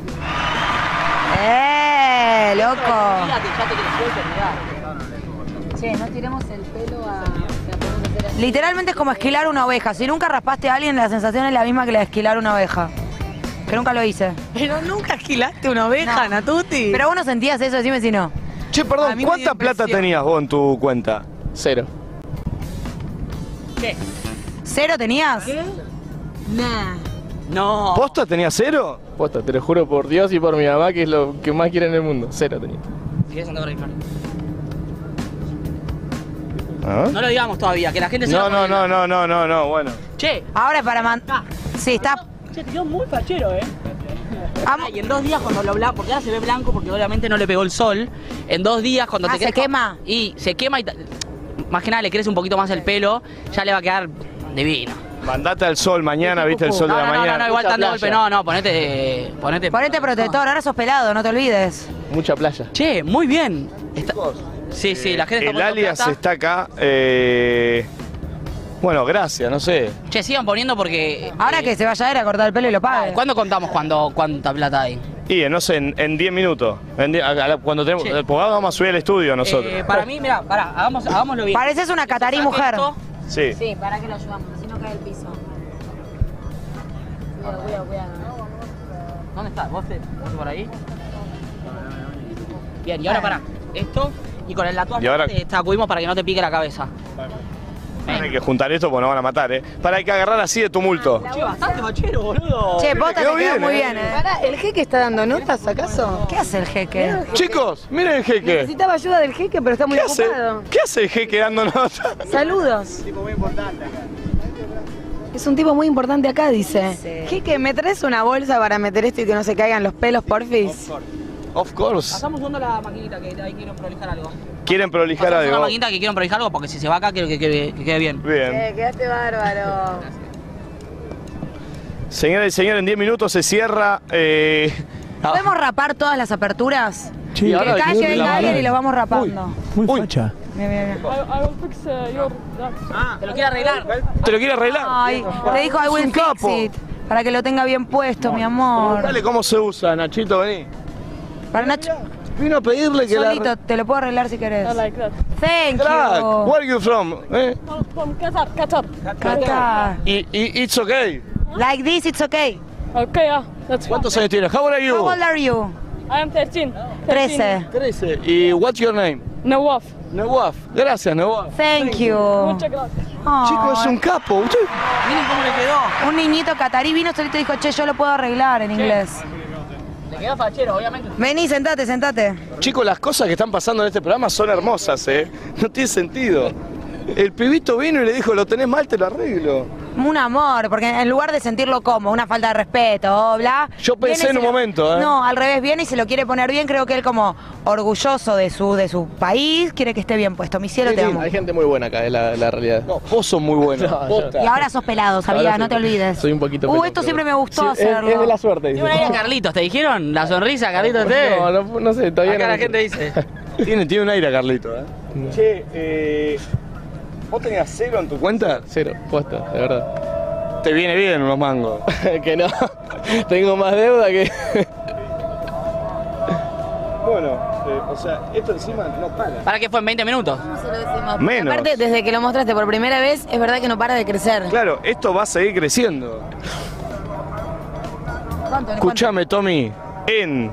Speaker 2: ¡Eh, loco!
Speaker 6: Fíjate, ya te creció el pelo.
Speaker 8: Che, no tiremos el pelo a.
Speaker 2: Literalmente es como esquilar una oveja. Si nunca raspaste a alguien, la sensación es la misma que la de esquilar una oveja. Que nunca lo hice.
Speaker 18: Pero nunca esquilaste una oveja, Natuti.
Speaker 2: Pero vos no sentías eso, decime si no.
Speaker 1: Che,
Speaker 2: A
Speaker 1: perdón,
Speaker 2: mí me
Speaker 1: ¿cuánta
Speaker 2: dio
Speaker 1: plata
Speaker 2: impresión.
Speaker 1: tenías vos en tu cuenta? Cero.
Speaker 2: ¿Cero tenías?
Speaker 18: Nah.
Speaker 9: Oh.
Speaker 6: No.
Speaker 1: ¿Posta tenía cero?
Speaker 9: Posta, te lo juro por Dios y por mi mamá que es lo que más quiere en el mundo. Cero tenía.
Speaker 6: Si querés andar por ahí, Fran.
Speaker 1: ¿Ah?
Speaker 6: No lo digamos todavía, que la gente se
Speaker 1: No, no,
Speaker 6: lo-
Speaker 1: no, no, no, no, no, bueno.
Speaker 6: Che. Ah.
Speaker 2: Ahora para man... Sí, está...
Speaker 6: Che, te quedó muy fachero, ¿eh? Ah, y en dos días cuando lo blanco, porque ahora se ve blanco porque obviamente no le pegó el sol. En dos días cuando
Speaker 2: Ah,
Speaker 6: te
Speaker 2: se
Speaker 6: quema. Y se quema y ta- más que nada le crece un poquito más el pelo, ya le va a quedar divino. Este
Speaker 1: Mandate al sol mañana, viste el sol
Speaker 6: no,
Speaker 1: de la
Speaker 6: no, no,
Speaker 1: mañana.
Speaker 6: no, igual
Speaker 1: Mucha
Speaker 6: tan de
Speaker 1: playa.
Speaker 6: golpe, no, no, ponete, ponete.
Speaker 2: Ponete protector, ahora sos pelado, no te olvides.
Speaker 9: Mucha playa.
Speaker 6: Che, muy bien. Está- pues, Sí, sí, la gente está
Speaker 1: eh, El
Speaker 6: poniendo
Speaker 1: alias
Speaker 6: plata.
Speaker 1: está acá. eh, Bueno, gracias, no sé.
Speaker 6: Che, sigan poniendo porque. eh,
Speaker 2: Ahora que se vaya a ir a cortar el pelo y lo pague.
Speaker 6: ¿Cuándo contamos cuando, cuánta plata hay?
Speaker 1: Y eh, no sé, en en 10 minutos. En die- a la- cuando tenemos.
Speaker 6: Sí.
Speaker 1: eh, pues vamos a subir al estudio nosotros.
Speaker 6: Eh, para mí, mira, para, hagamos, hagámoslo bien.
Speaker 2: Pareces una catarí
Speaker 6: Saco
Speaker 2: mujer.
Speaker 6: esto,
Speaker 1: Sí.
Speaker 19: Sí, para que lo ayudamos, así no cae el piso. Cuidado, cuidado, cuidado.
Speaker 6: ¿Dónde está? ¿Vos, te- vos por ahí? Bien, y ahora pará. Esto y con el la
Speaker 1: Y ahora-
Speaker 6: toalla te sacudimos para que no te pique la cabeza.
Speaker 1: Ahora Hay que juntar esto porque nos van a matar, ¿eh? Para hay que agarrar así de tumulto.
Speaker 6: Che, bastante machero, boludo.
Speaker 1: Che, posta, te quedó muy bien, ¿eh?
Speaker 8: Pará, ¿el jeque está dando notas acaso?
Speaker 2: ¿Qué hace el jeque?
Speaker 1: Chicos, miren el jeque.
Speaker 8: Necesitaba ayuda del jeque, pero está muy
Speaker 1: ¿Qué hace?
Speaker 8: ocupado.
Speaker 1: ¿Qué hace el jeque dando nota?
Speaker 8: Saludos. Es un tipo muy importante acá, dice. Jeque, ¿me traes una bolsa para meter esto y que no se caigan los pelos, porfis?
Speaker 1: Of course.
Speaker 6: Pasamos usando la maquinita que ahí quiero prolijar algo.
Speaker 1: Quieren prolijar
Speaker 6: Pasamos la
Speaker 1: algo.
Speaker 6: maquinita que quiero prolijar algo porque si se va acá quiero que quede, que quede bien.
Speaker 1: Bien.
Speaker 8: quedaste Eh,
Speaker 2: *laughs*
Speaker 8: bárbaro.
Speaker 1: Señores y señores, en 10 minutos se cierra. eh, ah,
Speaker 2: ¿Podemos rapar todas las aperturas?
Speaker 1: Sí,
Speaker 2: que
Speaker 1: ahora
Speaker 2: calle
Speaker 1: después de la
Speaker 2: venga alguien
Speaker 1: bala.
Speaker 2: y lo vamos rapando.
Speaker 3: Muy facha.
Speaker 2: Bien, bien, bien.
Speaker 6: Ah, Te lo quiero arreglar.
Speaker 1: ¿Te lo quiere arreglar?
Speaker 2: Ay, te dijo I
Speaker 1: Es
Speaker 2: will
Speaker 1: un
Speaker 2: fix
Speaker 1: capo.
Speaker 2: it. Para que lo tenga bien puesto, mi amor.
Speaker 1: Dale cómo se usa, Nachito, vení.
Speaker 2: Para Nacho.
Speaker 1: Vino a pedirle que la-
Speaker 2: Solito, te lo puedo arreglar si querés. Thank
Speaker 1: Crack,
Speaker 2: you.
Speaker 1: where are you from? Eh?
Speaker 20: From Qatar, Qatar.
Speaker 2: Qatar.
Speaker 1: Y, y- it's okay.
Speaker 2: Like this, it's okay.
Speaker 20: Okay, yeah.
Speaker 1: ¿Cuántos años tienes? How old are you?
Speaker 2: How old are you?
Speaker 20: I am 13.
Speaker 2: 13.
Speaker 1: 13. ¿Y what's your name?
Speaker 20: Nawaf.
Speaker 1: Nawaf. Gracias, Nawaf.
Speaker 2: Thank you.
Speaker 20: Muchas gracias.
Speaker 1: Chico, es un capo.
Speaker 6: Miren cómo le quedó.
Speaker 2: Un niñito catarí vino solito y dijo, che, yo lo puedo arreglar en inglés.
Speaker 6: Le quedó fachero, obviamente.
Speaker 2: Vení, sentate, sentate.
Speaker 1: Chicos, las cosas que están pasando en este programa son hermosas, ¿eh? No tiene sentido. El pibito vino y le dijo, lo tenés mal, te lo arreglo.
Speaker 2: Un amor, porque en lugar de sentirlo como una falta de respeto, bla.
Speaker 1: Yo pensé
Speaker 2: viene y
Speaker 1: en
Speaker 2: se
Speaker 1: un
Speaker 2: lo-
Speaker 1: momento, ¿eh?
Speaker 2: No, al revés, viene y se lo quiere poner bien. Creo que él, como orgulloso de su, de su país, quiere que esté bien puesto. Mi cielo, te amo.
Speaker 9: Hay gente muy buena acá, es la, la realidad.
Speaker 1: No, vos sos muy
Speaker 9: *laughs*
Speaker 1: bueno.
Speaker 2: Y ahora sos pelado, sabía,
Speaker 9: Ahora
Speaker 2: no te
Speaker 9: soy-
Speaker 2: olvides.
Speaker 9: soy un poquito
Speaker 2: Uh,
Speaker 9: pelado,
Speaker 2: esto
Speaker 9: pero
Speaker 2: siempre me
Speaker 9: bueno.
Speaker 2: gustó
Speaker 9: Sí, es-
Speaker 2: hacerlo.
Speaker 9: es de la suerte, dice.
Speaker 6: Tiene una idea, Carlitos, ¿te dijeron? La sonrisa, Carlitos, ¿te?
Speaker 9: No, no, no sé, todavía
Speaker 6: Acá
Speaker 9: no
Speaker 6: la
Speaker 9: me-
Speaker 6: gente dice.
Speaker 1: Tiene, tiene un aire, a Carlito, ¿eh? Che, eh, ¿vos tenías cero en tu cuenta?
Speaker 9: Cero, posta, de verdad.
Speaker 1: Te viene bien unos *laughs* mangos.
Speaker 9: que no, tengo más deuda que...
Speaker 1: Bueno, eh, o sea, esto encima no para.
Speaker 6: ¿Para qué fue en 20 minutos?
Speaker 1: Menos.
Speaker 8: Aparte, desde que lo mostraste por primera vez, es verdad que no para de crecer.
Speaker 1: Claro, esto va a seguir creciendo.
Speaker 2: ¿Cuánto?
Speaker 1: Escúchame, Tommy. En.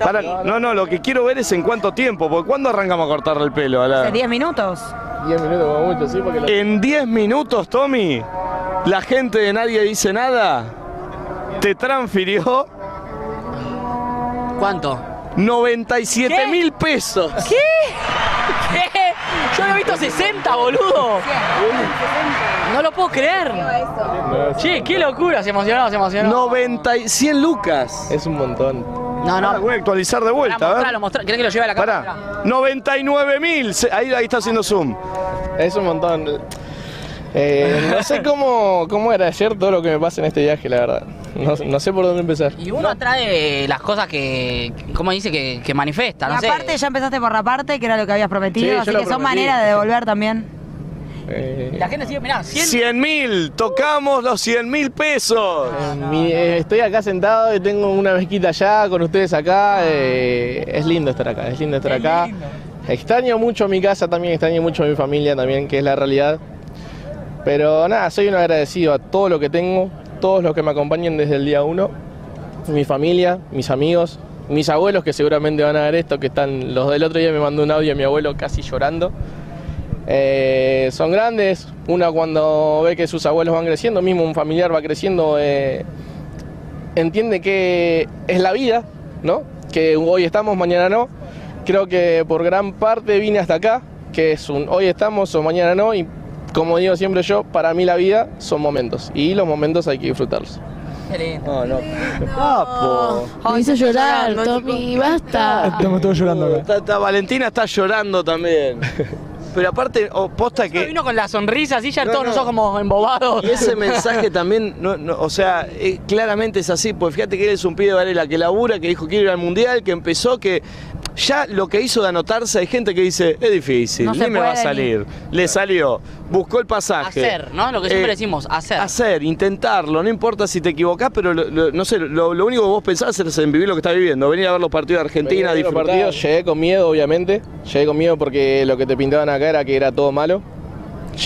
Speaker 1: Pará, no, no, lo que quiero ver es en cuánto tiempo, porque ¿cuándo arrancamos a cortarle el pelo? a la-
Speaker 2: ¿De 10 minutos?
Speaker 9: 10 minutos como mucho, sí, porque...
Speaker 1: En 10 minutos, Tommy, la gente de Nadie Dice Nada te transfirió
Speaker 6: ¿Cuánto?
Speaker 1: 97 mil pesos.
Speaker 6: ¿Qué? ¿Qué? Yo lo he visto 60, boludo. No lo puedo creer. Che, qué locura. Se emocionó, se emocionó.
Speaker 1: 90 y 100 lucas.
Speaker 9: Es un montón.
Speaker 6: No, no.
Speaker 1: Pará, voy a actualizar de vuelta,
Speaker 6: Pará,
Speaker 1: a ver.
Speaker 6: mostralo, mostralo. ¿Querés que lo lleve a la cámara?
Speaker 1: Pará. 99 mil. Ahí, ahí está haciendo zoom.
Speaker 9: Es un montón. Eh, no sé cómo, cómo era ayer todo lo que me pasa en este viaje, la verdad. No, no sé por dónde empezar.
Speaker 6: Y uno atrae las cosas que, que- ¿cómo dice? Que, que manifesta,
Speaker 2: Y
Speaker 6: Ah, no sé.
Speaker 2: aparte, ya empezaste por la parte, que era lo que habías
Speaker 6: Sí,
Speaker 2: prometido,
Speaker 6: yo
Speaker 2: así
Speaker 6: lo
Speaker 2: que son
Speaker 6: prometí.
Speaker 2: maneras de devolver también.
Speaker 9: Eh,
Speaker 6: La gente sigue, mirá, 100.
Speaker 1: 100 mil. Tocamos los 100 mil pesos.
Speaker 9: mi- eh, estoy acá sentado y tengo una mezquita allá con ustedes acá. eh, es lindo estar acá, es lindo estar acá. Extraño mucho mi casa también, extraño mucho mi familia también, que es la realidad. Pero nada, soy un agradecido a todo lo que tengo, todos los que me acompañan desde el día uno. Mi familia, mis amigos, mis abuelos que seguramente van a ver esto, que están los del otro día me mandó un audio a mi abuelo casi llorando. Eh, son grandes, una cuando ve que sus abuelos van creciendo, mismo un familiar va creciendo, eh, entiende que es la vida, ¿no? Que hoy estamos, mañana no. Creo que por gran parte vine hasta acá, que es un hoy estamos o mañana no, y como digo siempre yo, para mí la vida son momentos, y los momentos hay que disfrutarlos.
Speaker 1: No, no. Papo.
Speaker 15: Me hizo llorar, Tommy, basta.
Speaker 3: Estamos todos llorando acá.
Speaker 1: Está- está- Valentina está llorando también. *laughs* Pero aparte, oh, posta que.
Speaker 6: Vino con la sonrisa, así ya
Speaker 1: No,
Speaker 6: todos
Speaker 1: no.
Speaker 6: nosotros como embobados.
Speaker 1: Y ese mensaje también, no, no, o sea, eh, claramente es así, porque fíjate que él es un pibe de Varela que labura, que dijo quiero ir al mundial, que empezó, que ya lo que hizo de anotarse, hay gente que dice, es difícil,
Speaker 6: No
Speaker 1: ni
Speaker 6: se
Speaker 1: me va a
Speaker 6: puede,
Speaker 1: salir. Le salió, buscó el pasaje.
Speaker 6: *laughs* Hacer, ¿no? Lo que siempre
Speaker 1: Eh,
Speaker 6: decimos, hacer.
Speaker 1: Hacer, intentarlo, no importa si te equivocás, pero lo- lo- no sé, lo, lo único que vos pensás es en vivir lo que estás viviendo, venir a ver los partidos de
Speaker 9: Venía
Speaker 1: Argentina,
Speaker 9: de los
Speaker 1: disfrutar.
Speaker 9: partidos, llegué con miedo, obviamente. Llegué con miedo porque lo que te pintaban acá era que era todo malo.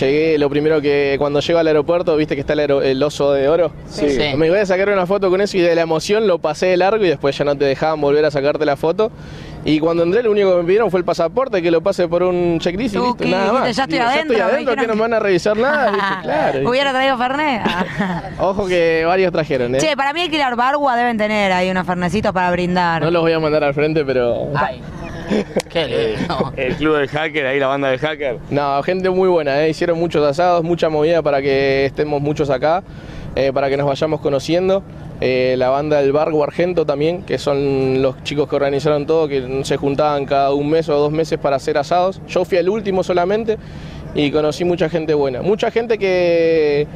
Speaker 9: Llegué, lo primero que cuando llego al aeropuerto, viste que está el, aero- el oso de oro.
Speaker 15: Sí. Sí.
Speaker 9: Me voy a sacar una foto con eso y de la emoción lo pasé de largo y después ya no te dejaban volver a sacarte la foto. Y cuando entré, lo único que me pidieron fue el pasaporte, que lo pase por un checklist y listo,
Speaker 14: Tuki,
Speaker 9: nada más.
Speaker 14: dijiste, ya estoy
Speaker 9: Digo,
Speaker 14: adentro,
Speaker 9: Ya
Speaker 14: me
Speaker 9: estoy adentro, que
Speaker 14: dijeron
Speaker 9: no me van a
Speaker 14: *laughs*
Speaker 9: revisar nada.
Speaker 2: *laughs*
Speaker 9: Viste, claro, viste.
Speaker 14: Hubiera traído Fernet.
Speaker 9: Ojo que varios trajeron, ¿eh?
Speaker 14: Che, para mí alquilar bargua deben tener ahí unos fernecitos para brindar.
Speaker 9: No los voy a mandar al frente, pero.
Speaker 2: Ah,
Speaker 9: *laughs*
Speaker 1: El club del hacker, ahí la banda del hacker.
Speaker 9: No, gente muy buena, ¿eh? hicieron muchos asados, mucha movida para que estemos muchos acá, eh, para que nos vayamos conociendo. Eh, la banda del Barco Argento también, que son los chicos que organizaron todo, que se juntaban cada un mes o dos meses para hacer asados. Yo fui el último solamente y conocí mucha gente buena. Mucha gente que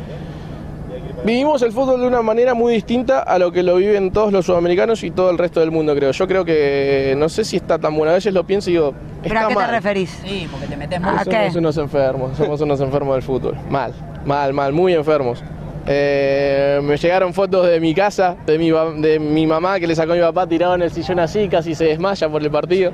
Speaker 9: Vivimos el fútbol de una manera muy distinta a lo que lo viven todos los sudamericanos y todo el resto del mundo, creo. Yo creo que no sé si está tan bueno. A veces lo pienso y digo,
Speaker 14: ¿Pero
Speaker 9: está
Speaker 14: a qué te
Speaker 9: mal.
Speaker 14: referís? Sí, porque te metes
Speaker 9: somos unos enfermos, somos unos enfermos del fútbol. Mal, mal, mal, muy enfermos. Eh, me llegaron fotos de mi casa, de mi, ba- de mi mamá que le sacó a mi papá tirado en el sillón así, casi se desmaya por el partido.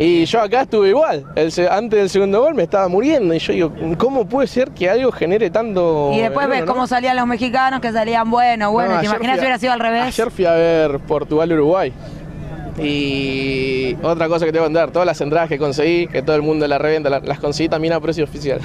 Speaker 9: Y yo acá estuve igual. El se- antes del segundo gol me estaba muriendo y yo digo, ¿cómo puede ser que algo genere tanto...
Speaker 14: Y después ves
Speaker 9: veneno, no?
Speaker 14: cómo salían los mexicanos, que salían bueno, bueno.
Speaker 9: No,
Speaker 14: ¿Te imaginas
Speaker 9: ayer
Speaker 14: si
Speaker 9: fui a-
Speaker 14: hubiera sido al
Speaker 9: *laughs*
Speaker 14: revés?
Speaker 9: Ayer fui a ver Portugal-Uruguay. Y otra cosa que te voy a contar, todas las entradas que conseguí, que todo el mundo las reventa, la- las conseguí también a precio oficial.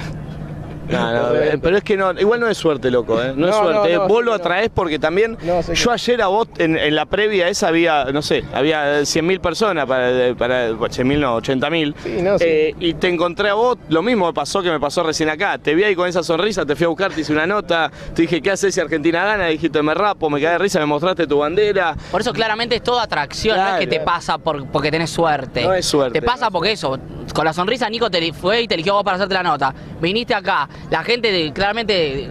Speaker 1: No, no, eh, pero es que no, igual no es suerte, loco, ¿eh? No, es
Speaker 9: No,
Speaker 1: suerte.
Speaker 9: no,
Speaker 1: eh.
Speaker 9: no,
Speaker 1: vos
Speaker 9: sí,
Speaker 1: lo
Speaker 9: no.
Speaker 1: atraés porque también. yo ayer a vos, en, en la previa esa había, no sé, había 100.000 personas, para, para 100.000 no, 80.000.
Speaker 9: no, sí.
Speaker 1: Eh, y te encontré a vos, lo mismo me pasó que me pasó recién acá. Te vi ahí con esa sonrisa, te fui a buscar, te hice una nota, te dije, ¿qué haces si Argentina gana? Dijiste, me rapo, me caí de risa, me mostraste tu bandera.
Speaker 6: Por eso claramente es toda atracción, no es que te pasa por- porque tenés suerte.
Speaker 1: No es suerte,
Speaker 6: Te pasa porque eso, con la sonrisa Nico te li- fue y te eligió a vos para hacerte la nota. Viniste acá, la gente de- claramente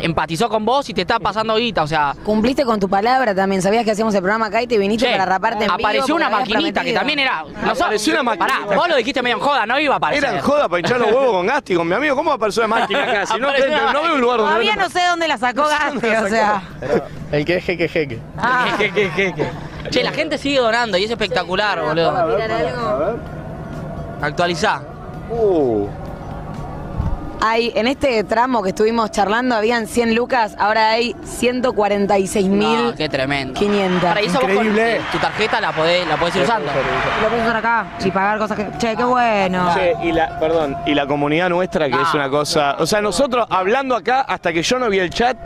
Speaker 6: empatizó con vos y te está pasando guita, o sea...
Speaker 7: Cumpliste con tu palabra también. Sabías que hacíamos el programa acá y te viniste para raparte en vivo
Speaker 6: apareció una
Speaker 7: porque habías
Speaker 6: maquinita que
Speaker 7: prometido.
Speaker 6: también era... No so-
Speaker 1: Ah, Apareció una
Speaker 6: Pará,
Speaker 1: maquinita.
Speaker 6: Ah, vos lo dijiste medio en joda, no iba a aparecer.
Speaker 1: Eran joda para hinchar los huevos con Gasti, con mi amigo. ¿Cómo apareció de máquina acá? Si no,
Speaker 6: Apareció
Speaker 1: no,
Speaker 6: una-
Speaker 1: veo un lugar donde.
Speaker 14: Todavía no sé dónde la sacó Gasti, o sea.
Speaker 9: El que es jeque jeque.
Speaker 6: *laughs* Che, la gente sigue donando y es espectacular, boludo. Actualizá.
Speaker 1: Uh.
Speaker 7: Hay, en este tramo que estuvimos charlando habían 100 lucas, ahora hay 146 mil.
Speaker 6: No, qué tremendo.
Speaker 7: 500.
Speaker 6: Para eso
Speaker 7: Increíble.
Speaker 6: vos con tu tarjeta la podés, la podés ir usando.
Speaker 14: Lo puedes usar acá y pagar cosas que. Che, qué bueno.
Speaker 1: Che, y la, perdón, y la comunidad nuestra
Speaker 6: Ah.
Speaker 1: que es una cosa. O sea, nosotros hablando acá, hasta que yo no vi el chat,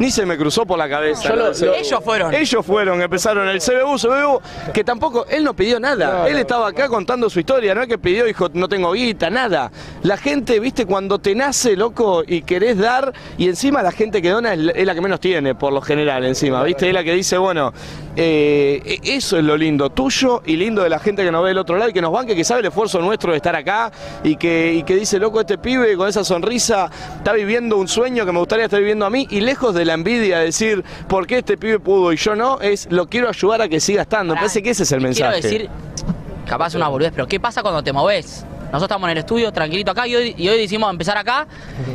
Speaker 1: ni se me cruzó por la cabeza.
Speaker 6: Yo lo-
Speaker 1: O sea,
Speaker 6: lo- ellos fueron.
Speaker 1: Ellos fueron, empezaron el CBU, CBU, que tampoco, él no pidió nada. él estaba acá contando su historia, no es que pidió, dijo, no tengo guita, nada. La gente, viste, cuando te nace, loco, y querés dar, y encima la gente que dona es la- es la que menos tiene, por lo general, encima, viste, es la que dice, bueno, eh, e- eso es lo lindo tuyo y lindo de la gente que nos ve del otro lado y que nos banque, que sabe el esfuerzo nuestro de estar acá y que, y que dice, loco, este pibe con esa sonrisa está viviendo un sueño que me gustaría estar viviendo a mí y lejos de la envidia de decir, ¿por qué este pibe pudo y yo no? Es, lo quiero ayudar a que siga estando. Me parece que ese es el
Speaker 6: Quiero
Speaker 1: mensaje.
Speaker 6: decir, capaz una boludez, pero ¿qué pasa cuando te moves? Nosotros estamos en el estudio, tranquilito acá, y hoy, y hoy decimos empezar acá.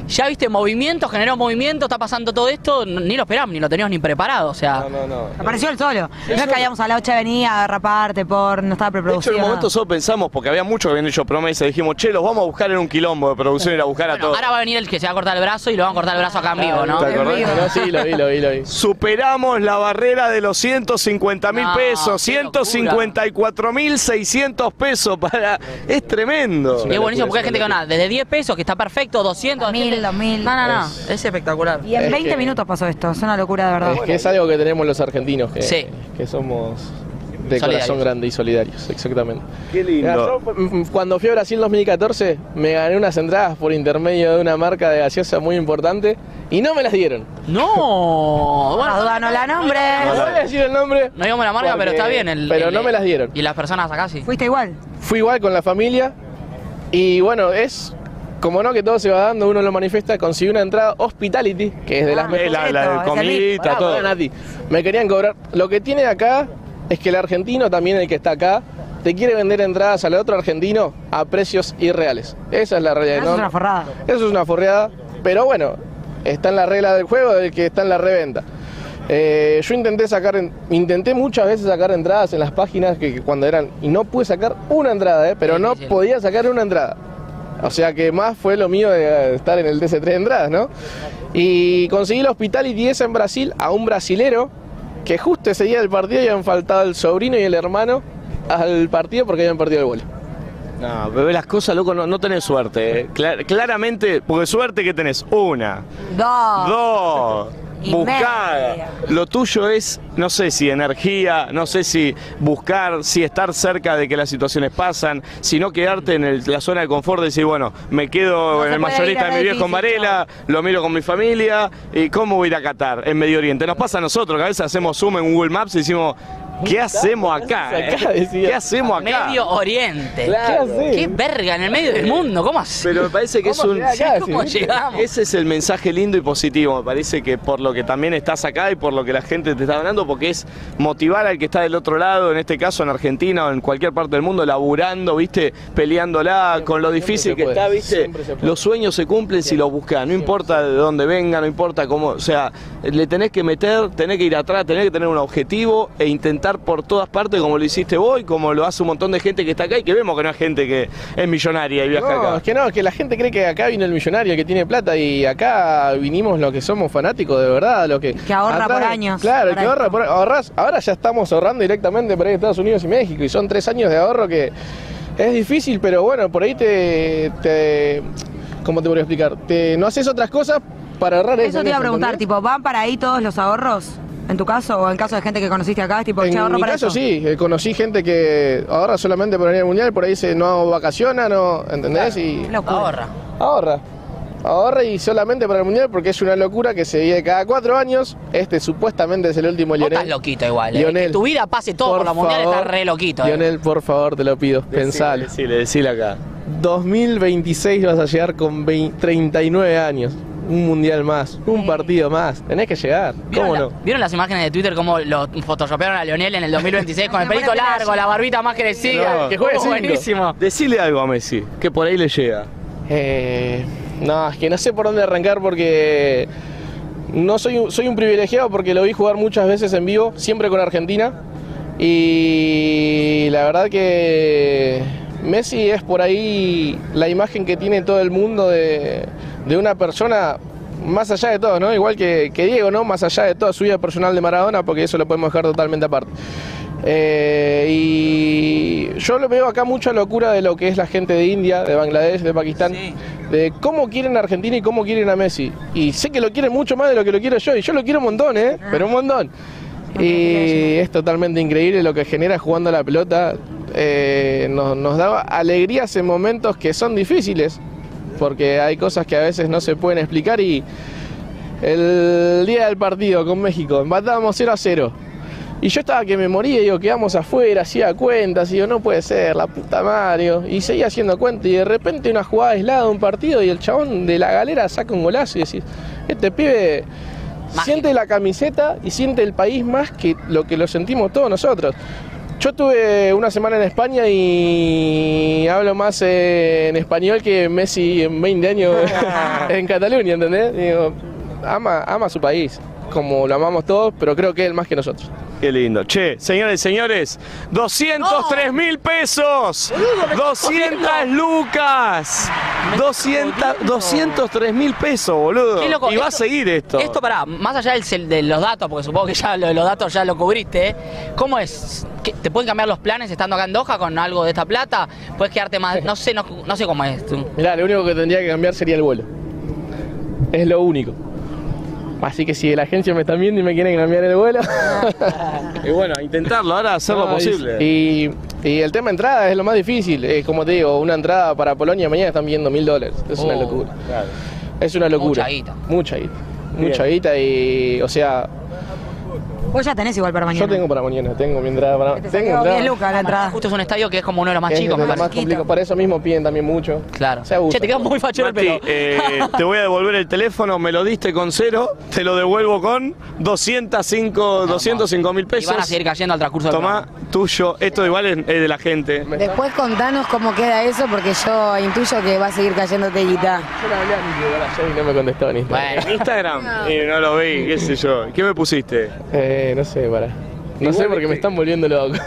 Speaker 6: Ya viste movimiento, generó movimiento, está pasando todo esto, n- ni lo esperamos, ni lo teníamos ni preparado, o sea.
Speaker 1: No, no,
Speaker 14: Apareció el solo. No es que habíamos hablado, che, venía a raparte por. No estaba
Speaker 1: De hecho,
Speaker 14: preproducido.
Speaker 1: en el
Speaker 14: nada.
Speaker 1: momento solo pensamos, porque había muchos que habían hecho promesa, dijimos, che, los vamos a buscar en un quilombo de producción y ir a buscar a todos.
Speaker 6: Ahora va a venir el que se va a cortar el brazo y lo van a cortar el brazo acá en vivo, ¿no?
Speaker 1: ¿Te acordás?
Speaker 6: Ah,
Speaker 1: *laughs* Superamos la barrera de los 150 mil
Speaker 6: No,
Speaker 1: pesos,
Speaker 6: qué
Speaker 1: 154 mil 600 pesos para... Es tremendo.
Speaker 6: *laughs* Y es buenísimo porque hay gente que nada, desde 10 pesos, que está perfecto, 200, 1000, 2000. No, no, no, es espectacular.
Speaker 14: Y en
Speaker 9: Es
Speaker 14: 20
Speaker 9: que-
Speaker 14: minutos pasó esto, es una locura de verdad.
Speaker 9: Es que es algo que tenemos los argentinos, que,
Speaker 6: Sí.
Speaker 9: que somos de
Speaker 6: Solidarios.
Speaker 9: corazón grande y solidarios, exactamente.
Speaker 1: Qué
Speaker 9: lindo. Cuando fui a Brasil 2014, me gané unas entradas por intermedio de una marca de gaseosa muy importante y no me las dieron.
Speaker 6: ¡No!
Speaker 14: Por la duda no la nombre.
Speaker 9: No voy a decir el nombre.
Speaker 6: No digamos la marca, pero está bien. El,
Speaker 9: pero
Speaker 6: el-
Speaker 9: no me las dieron.
Speaker 6: Y las personas acá sí.
Speaker 14: ¿Fuiste igual?
Speaker 9: Fui igual con la familia y bueno, es como no que todo se va dando, uno lo manifiesta, conseguí una entrada hospitality, que es de
Speaker 14: Ah,
Speaker 9: las mejores.
Speaker 1: la- la de Perfecto, es el VIP. comidita,
Speaker 9: Pará,
Speaker 1: todo.
Speaker 9: pará, Nati. Me querían cobrar. Lo que tiene acá es que el argentino, también el que está acá, te quiere vender entradas al otro argentino a precios irreales. Esa es la realidad.
Speaker 14: Ah, Eso
Speaker 9: ¿no?
Speaker 14: es una forrada.
Speaker 9: Eso es una forreada, pero bueno, está en la regla del juego del que está en la reventa. Eh, yo intenté sacar, en- intenté muchas veces sacar entradas en las páginas que, que cuando eran y no pude sacar una entrada, eh, pero no podía sacar una entrada. O sea que más fue lo mío de estar en el DC3 de entradas, ¿no? Y conseguí el Hospitality 10 en Brasil a un brasilero que justo ese día del partido habían faltado el sobrino y el hermano al partido porque habían perdido el vuelo.
Speaker 1: No, bebé, las cosas, loco, no, no tenés suerte. eh. Cla- claramente, porque suerte que tenés. Una,
Speaker 14: Dos.
Speaker 1: dos,
Speaker 14: Y media.
Speaker 1: buscada. Lo tuyo es, no sé si energía, no sé si buscar, si estar cerca de que las situaciones pasan, si no quedarte en el- la zona de confort y decir, bueno, me quedo en
Speaker 15: se
Speaker 1: el
Speaker 15: puede ir
Speaker 1: mayorista
Speaker 15: a
Speaker 1: de
Speaker 15: lo
Speaker 1: mi viejo en
Speaker 15: difícil,
Speaker 1: Varela, lo miro con mi familia, y cómo voy a ir a Qatar, en Medio Oriente. Nos pasa a nosotros, que a veces hacemos zoom en Google Maps y decimos, ¿qué hacemos acá?
Speaker 6: haces acá?
Speaker 1: eh?
Speaker 6: Decía.
Speaker 1: ¿Qué hacemos acá?
Speaker 6: Medio Oriente.
Speaker 1: Claro.
Speaker 6: ¿Qué, haces? Qué verga en el medio del mundo? ¿Cómo haces?
Speaker 1: *laughs* Pero me parece que es
Speaker 6: ¿Cómo
Speaker 1: un.
Speaker 6: llegás acá? ¿Cómo
Speaker 1: Sí,
Speaker 6: llegamos?
Speaker 1: Ese es el mensaje lindo y positivo. Me parece que por lo que también estás acá y por lo que la gente te está donando, porque es motivar al que está del otro lado, en este caso en Argentina o en cualquier parte del mundo, laburando, ¿viste? Peleándola con lo difícil que
Speaker 9: puede,
Speaker 1: está, ¿viste?
Speaker 9: siempre se puede.
Speaker 1: Los sueños se cumplen si los buscas. No importa de dónde venga, no importa cómo. O sea, le tenés que meter, tenés que ir atrás, tenés que tener un objetivo e intentar por todas partes, como lo hiciste vos y como lo hace un montón de gente que está acá y que vemos que no es gente que es millonaria y viaja acá.
Speaker 9: No, es que no, es que la gente cree que acá vino el millonario, el que tiene plata, y acá vinimos los que somos fanáticos de verdad, los que... Que
Speaker 14: ahorra por años,
Speaker 9: Claro, el
Speaker 14: para
Speaker 9: que ahorra por ahorras. Ahora ya estamos ahorrando directamente para ir a Estados Unidos y México, y son tres años de ahorro que es difícil, pero bueno, por ahí te... te- ¿Cómo te podría explicar? Te, no haces otras cosas para ahorrar
Speaker 14: Eso te iba a preguntar,
Speaker 9: ¿entendés?
Speaker 14: tipo, ¿van para ahí todos los ahorros? ¿En tu caso o en caso de gente que conociste acá? Es tipo, che,
Speaker 9: En
Speaker 14: ahorro
Speaker 9: mi
Speaker 14: para
Speaker 9: caso
Speaker 14: eso.
Speaker 9: sí, eh, conocí gente que ahorra solamente para ir al mundial, por ahí se no vacaciona, no, ¿entendés? y
Speaker 6: ahorra.
Speaker 9: Ahorra. Ahorra y solamente para el mundial porque es una locura que se vive cada cuatro años. Este supuestamente es el último Lionel.
Speaker 6: estás loquito igual, eh. Que tu vida pase todo por la mundial, estás re loquito, eh.
Speaker 9: Lionel, por favor, te lo pido. Pensalo.
Speaker 1: Decile, decile acá.
Speaker 9: 2026 vas a llegar con 20 39 años. Un mundial más, un partido más. Tenés que llegar. ¿Cómo
Speaker 6: la-
Speaker 9: no?
Speaker 6: ¿Vieron las imágenes de Twitter cómo lo photoshopearon a Lionel *laughs* en el 2026 con el pelito largo, la barbita más crecida?
Speaker 1: No,
Speaker 6: que juegue cinco. buenísimo.
Speaker 1: Decile algo a Messi, que por ahí le llega.
Speaker 9: Eh, no, es que no sé por dónde arrancar porque no soy, un- soy un privilegiado porque lo vi jugar muchas veces en vivo, siempre con Argentina. Y la verdad que Messi es por ahí la imagen que tiene todo el mundo de, de una persona más allá de todo, ¿no? Igual que, que Diego, ¿no? Más allá de toda su vida personal de Maradona, porque eso lo podemos dejar totalmente aparte. Eh, y yo lo veo acá mucha locura de lo que es la gente de India, de Bangladesh, de Pakistán, de cómo quieren a Argentina y cómo quieren a Messi. Y sé que lo quieren mucho más de lo que lo quiero yo, y yo lo quiero un montón, ¿eh? Pero un montón. Y es totalmente increíble lo que genera jugando a la pelota. Eh, nos, nos da alegrías en momentos que son difíciles, porque hay cosas que a veces no se pueden explicar y el día del partido con México, empatábamos 0 a 0. Y yo estaba que me moría, digo, quedamos afuera, hacía cuentas, y digo, no puede ser, la puta Mario. Y seguía haciendo cuentas, y de repente una jugada aislada de un partido, y el chabón de la galera saca un golazo y decís, este pibe siente la camiseta y siente el país más que lo que lo sentimos todos nosotros. Yo estuve una semana en España y hablo más eh, en español que Messi en 20 años en Cataluña, ¿entendés? Digo, ama, ama su país, como lo amamos todos, pero creo que él más que nosotros.
Speaker 1: Qué lindo. Che, señores y señores, 203 mil pesos. 200 lucas. 200, 203 mil pesos, boludo.
Speaker 6: Qué loco,
Speaker 1: y va a
Speaker 6: esto-
Speaker 1: seguir esto.
Speaker 6: Esto pará, más allá del cel- de los datos, porque supongo que ya lo de los datos ya lo cubriste, ¿eh? ¿cómo es? ¿Qué- ¿Te pueden cambiar los planes estando acá en Doha con algo de esta plata? ¿Puedes quedarte más? No sé, no, no sé cómo es. tú.
Speaker 9: Mirá, lo único que tendría que cambiar sería el vuelo. Es lo único. Así que si la agencia me está viendo y me quieren cambiar el vuelo. *laughs*
Speaker 1: Y bueno, a intentarlo ahora, hacer lo
Speaker 9: No, y-
Speaker 1: posible.
Speaker 9: Y, y el tema de entrada es lo más difícil. Es como te digo, una entrada para Polonia mañana están pidiendo mil dólares. Es una
Speaker 6: Oh,
Speaker 9: locura. Es una locura.
Speaker 6: Mucha guita.
Speaker 9: Mucha guita.
Speaker 6: Bien.
Speaker 9: Mucha guita y, o sea,
Speaker 14: Vos Pues ya tenés igual para mañana.
Speaker 9: yo tengo para mañana, tengo mi entrada para
Speaker 14: Te
Speaker 9: tengo
Speaker 14: salió
Speaker 9: entrada.
Speaker 14: bien, Luca, la entrada.
Speaker 6: Justo es un estadio que es como uno de los más
Speaker 9: Es de
Speaker 6: chicos,
Speaker 9: los
Speaker 6: me
Speaker 9: más
Speaker 6: parece.
Speaker 9: complicados. Para eso mismo piden también mucho.
Speaker 6: Claro.
Speaker 9: Se abusa.
Speaker 6: Che, te quedas muy fachero el pelo.
Speaker 1: Mati, eh,
Speaker 6: *laughs*
Speaker 1: te voy a devolver el teléfono, me lo diste con cero, te lo devuelvo con 205 mil
Speaker 6: Y
Speaker 1: pesos.
Speaker 6: van a seguir cayendo al transcurso del
Speaker 1: Tomá, tuyo. Esto igual es, es de la gente.
Speaker 21: Después contanos cómo queda eso, porque yo intuyo que va a seguir cayéndote guita.
Speaker 9: Y no me contestó ni.
Speaker 1: En Instagram, eh, no lo vi, qué sé yo. ¿Qué me pusiste?
Speaker 9: Eh, no sé, para. No sé porque me están volviendo
Speaker 1: *laughs*
Speaker 9: loco.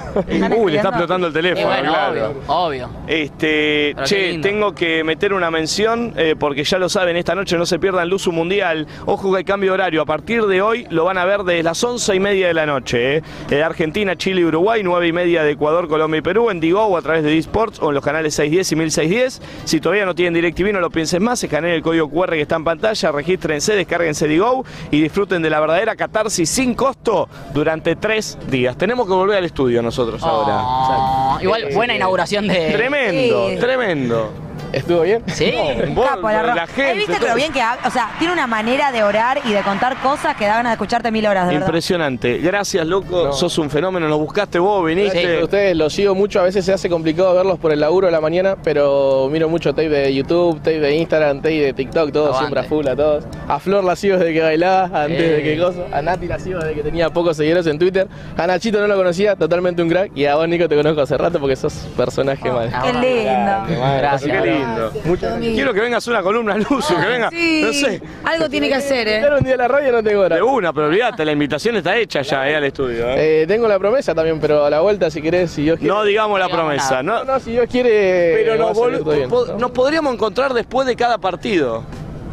Speaker 1: Uh, le está explotando el teléfono,
Speaker 9: Y bueno,
Speaker 1: claro.
Speaker 6: Eh, Obvio.
Speaker 1: Este,
Speaker 9: Pero qué
Speaker 1: che,
Speaker 9: lindo.
Speaker 1: tengo que meter una mención eh, porque ya lo saben, esta noche no se pierdan Luzu Mundial. Ojo que hay cambio de horario. A partir de hoy lo van a ver desde las once y media de la noche. eh. Eh, Argentina, Chile y Uruguay, nueve y media de Ecuador, Colombia y Perú, en Digo o a través de eSports o en los canales 610 y 1610. Si todavía no tienen DirecTV, no lo piensen más. Escaneen el código QR que está en pantalla, regístrense, descárguense Digo y disfruten de la verdadera catarsis sin costo durante tres días. Tenemos que volver al estudio nosotros ahora.
Speaker 6: Oh,
Speaker 9: Eh,
Speaker 6: igual, buena inauguración de.
Speaker 1: Tremendo, tremendo.
Speaker 9: ¿Estuvo bien?
Speaker 6: Sí.
Speaker 1: No, vos,
Speaker 2: Capo, la,
Speaker 1: la
Speaker 2: gente.
Speaker 1: gente.
Speaker 2: ¿Viste
Speaker 1: todo.
Speaker 2: lo bien que habla? O sea, tiene una manera de orar y de contar cosas que daban a escucharte mil horas, de verdad.
Speaker 1: Impresionante. Gracias, loco. Sos un fenómeno. Nos buscaste vos, viniste.
Speaker 9: Gracias a ustedes los sigo mucho, a veces se hace complicado verlos por el laburo de la mañana, pero miro mucho tape de YouTube, tape de Instagram, tape de TikTok, todo
Speaker 1: Aguante.
Speaker 9: siempre a full a todos. A Flor la sigo desde que bailaba, antes
Speaker 1: Eh.
Speaker 9: de que cosa. A Nati la sigo desde que tenía pocos seguidores en Twitter. A Nachito no lo conocía, totalmente un crack. Y a vos, Nico, te conozco hace rato porque sos personaje mal.
Speaker 1: Ah,
Speaker 2: Qué lindo.
Speaker 9: Gracias.
Speaker 1: Qué lindo.
Speaker 9: Muchas gracias.
Speaker 1: Quiero que vengas una columna, *laughs* Luzu, que venga. No sé.
Speaker 3: Algo tiene que hacer, ¿eh?
Speaker 9: un día a la radio no tengo hora.
Speaker 1: De una, pero olvídate, la invitación está hecha ya, eh, al estudio. eh.
Speaker 9: Eh, tengo la promesa también, pero a la vuelta, si querés, si Dios quiere.
Speaker 1: No digamos la promesa, ¿no?
Speaker 9: No, si Dios quiere.
Speaker 1: Pero
Speaker 9: va a
Speaker 1: nos,
Speaker 9: salir
Speaker 1: vol-
Speaker 9: todo bien.
Speaker 1: po- nos podríamos encontrar después de cada partido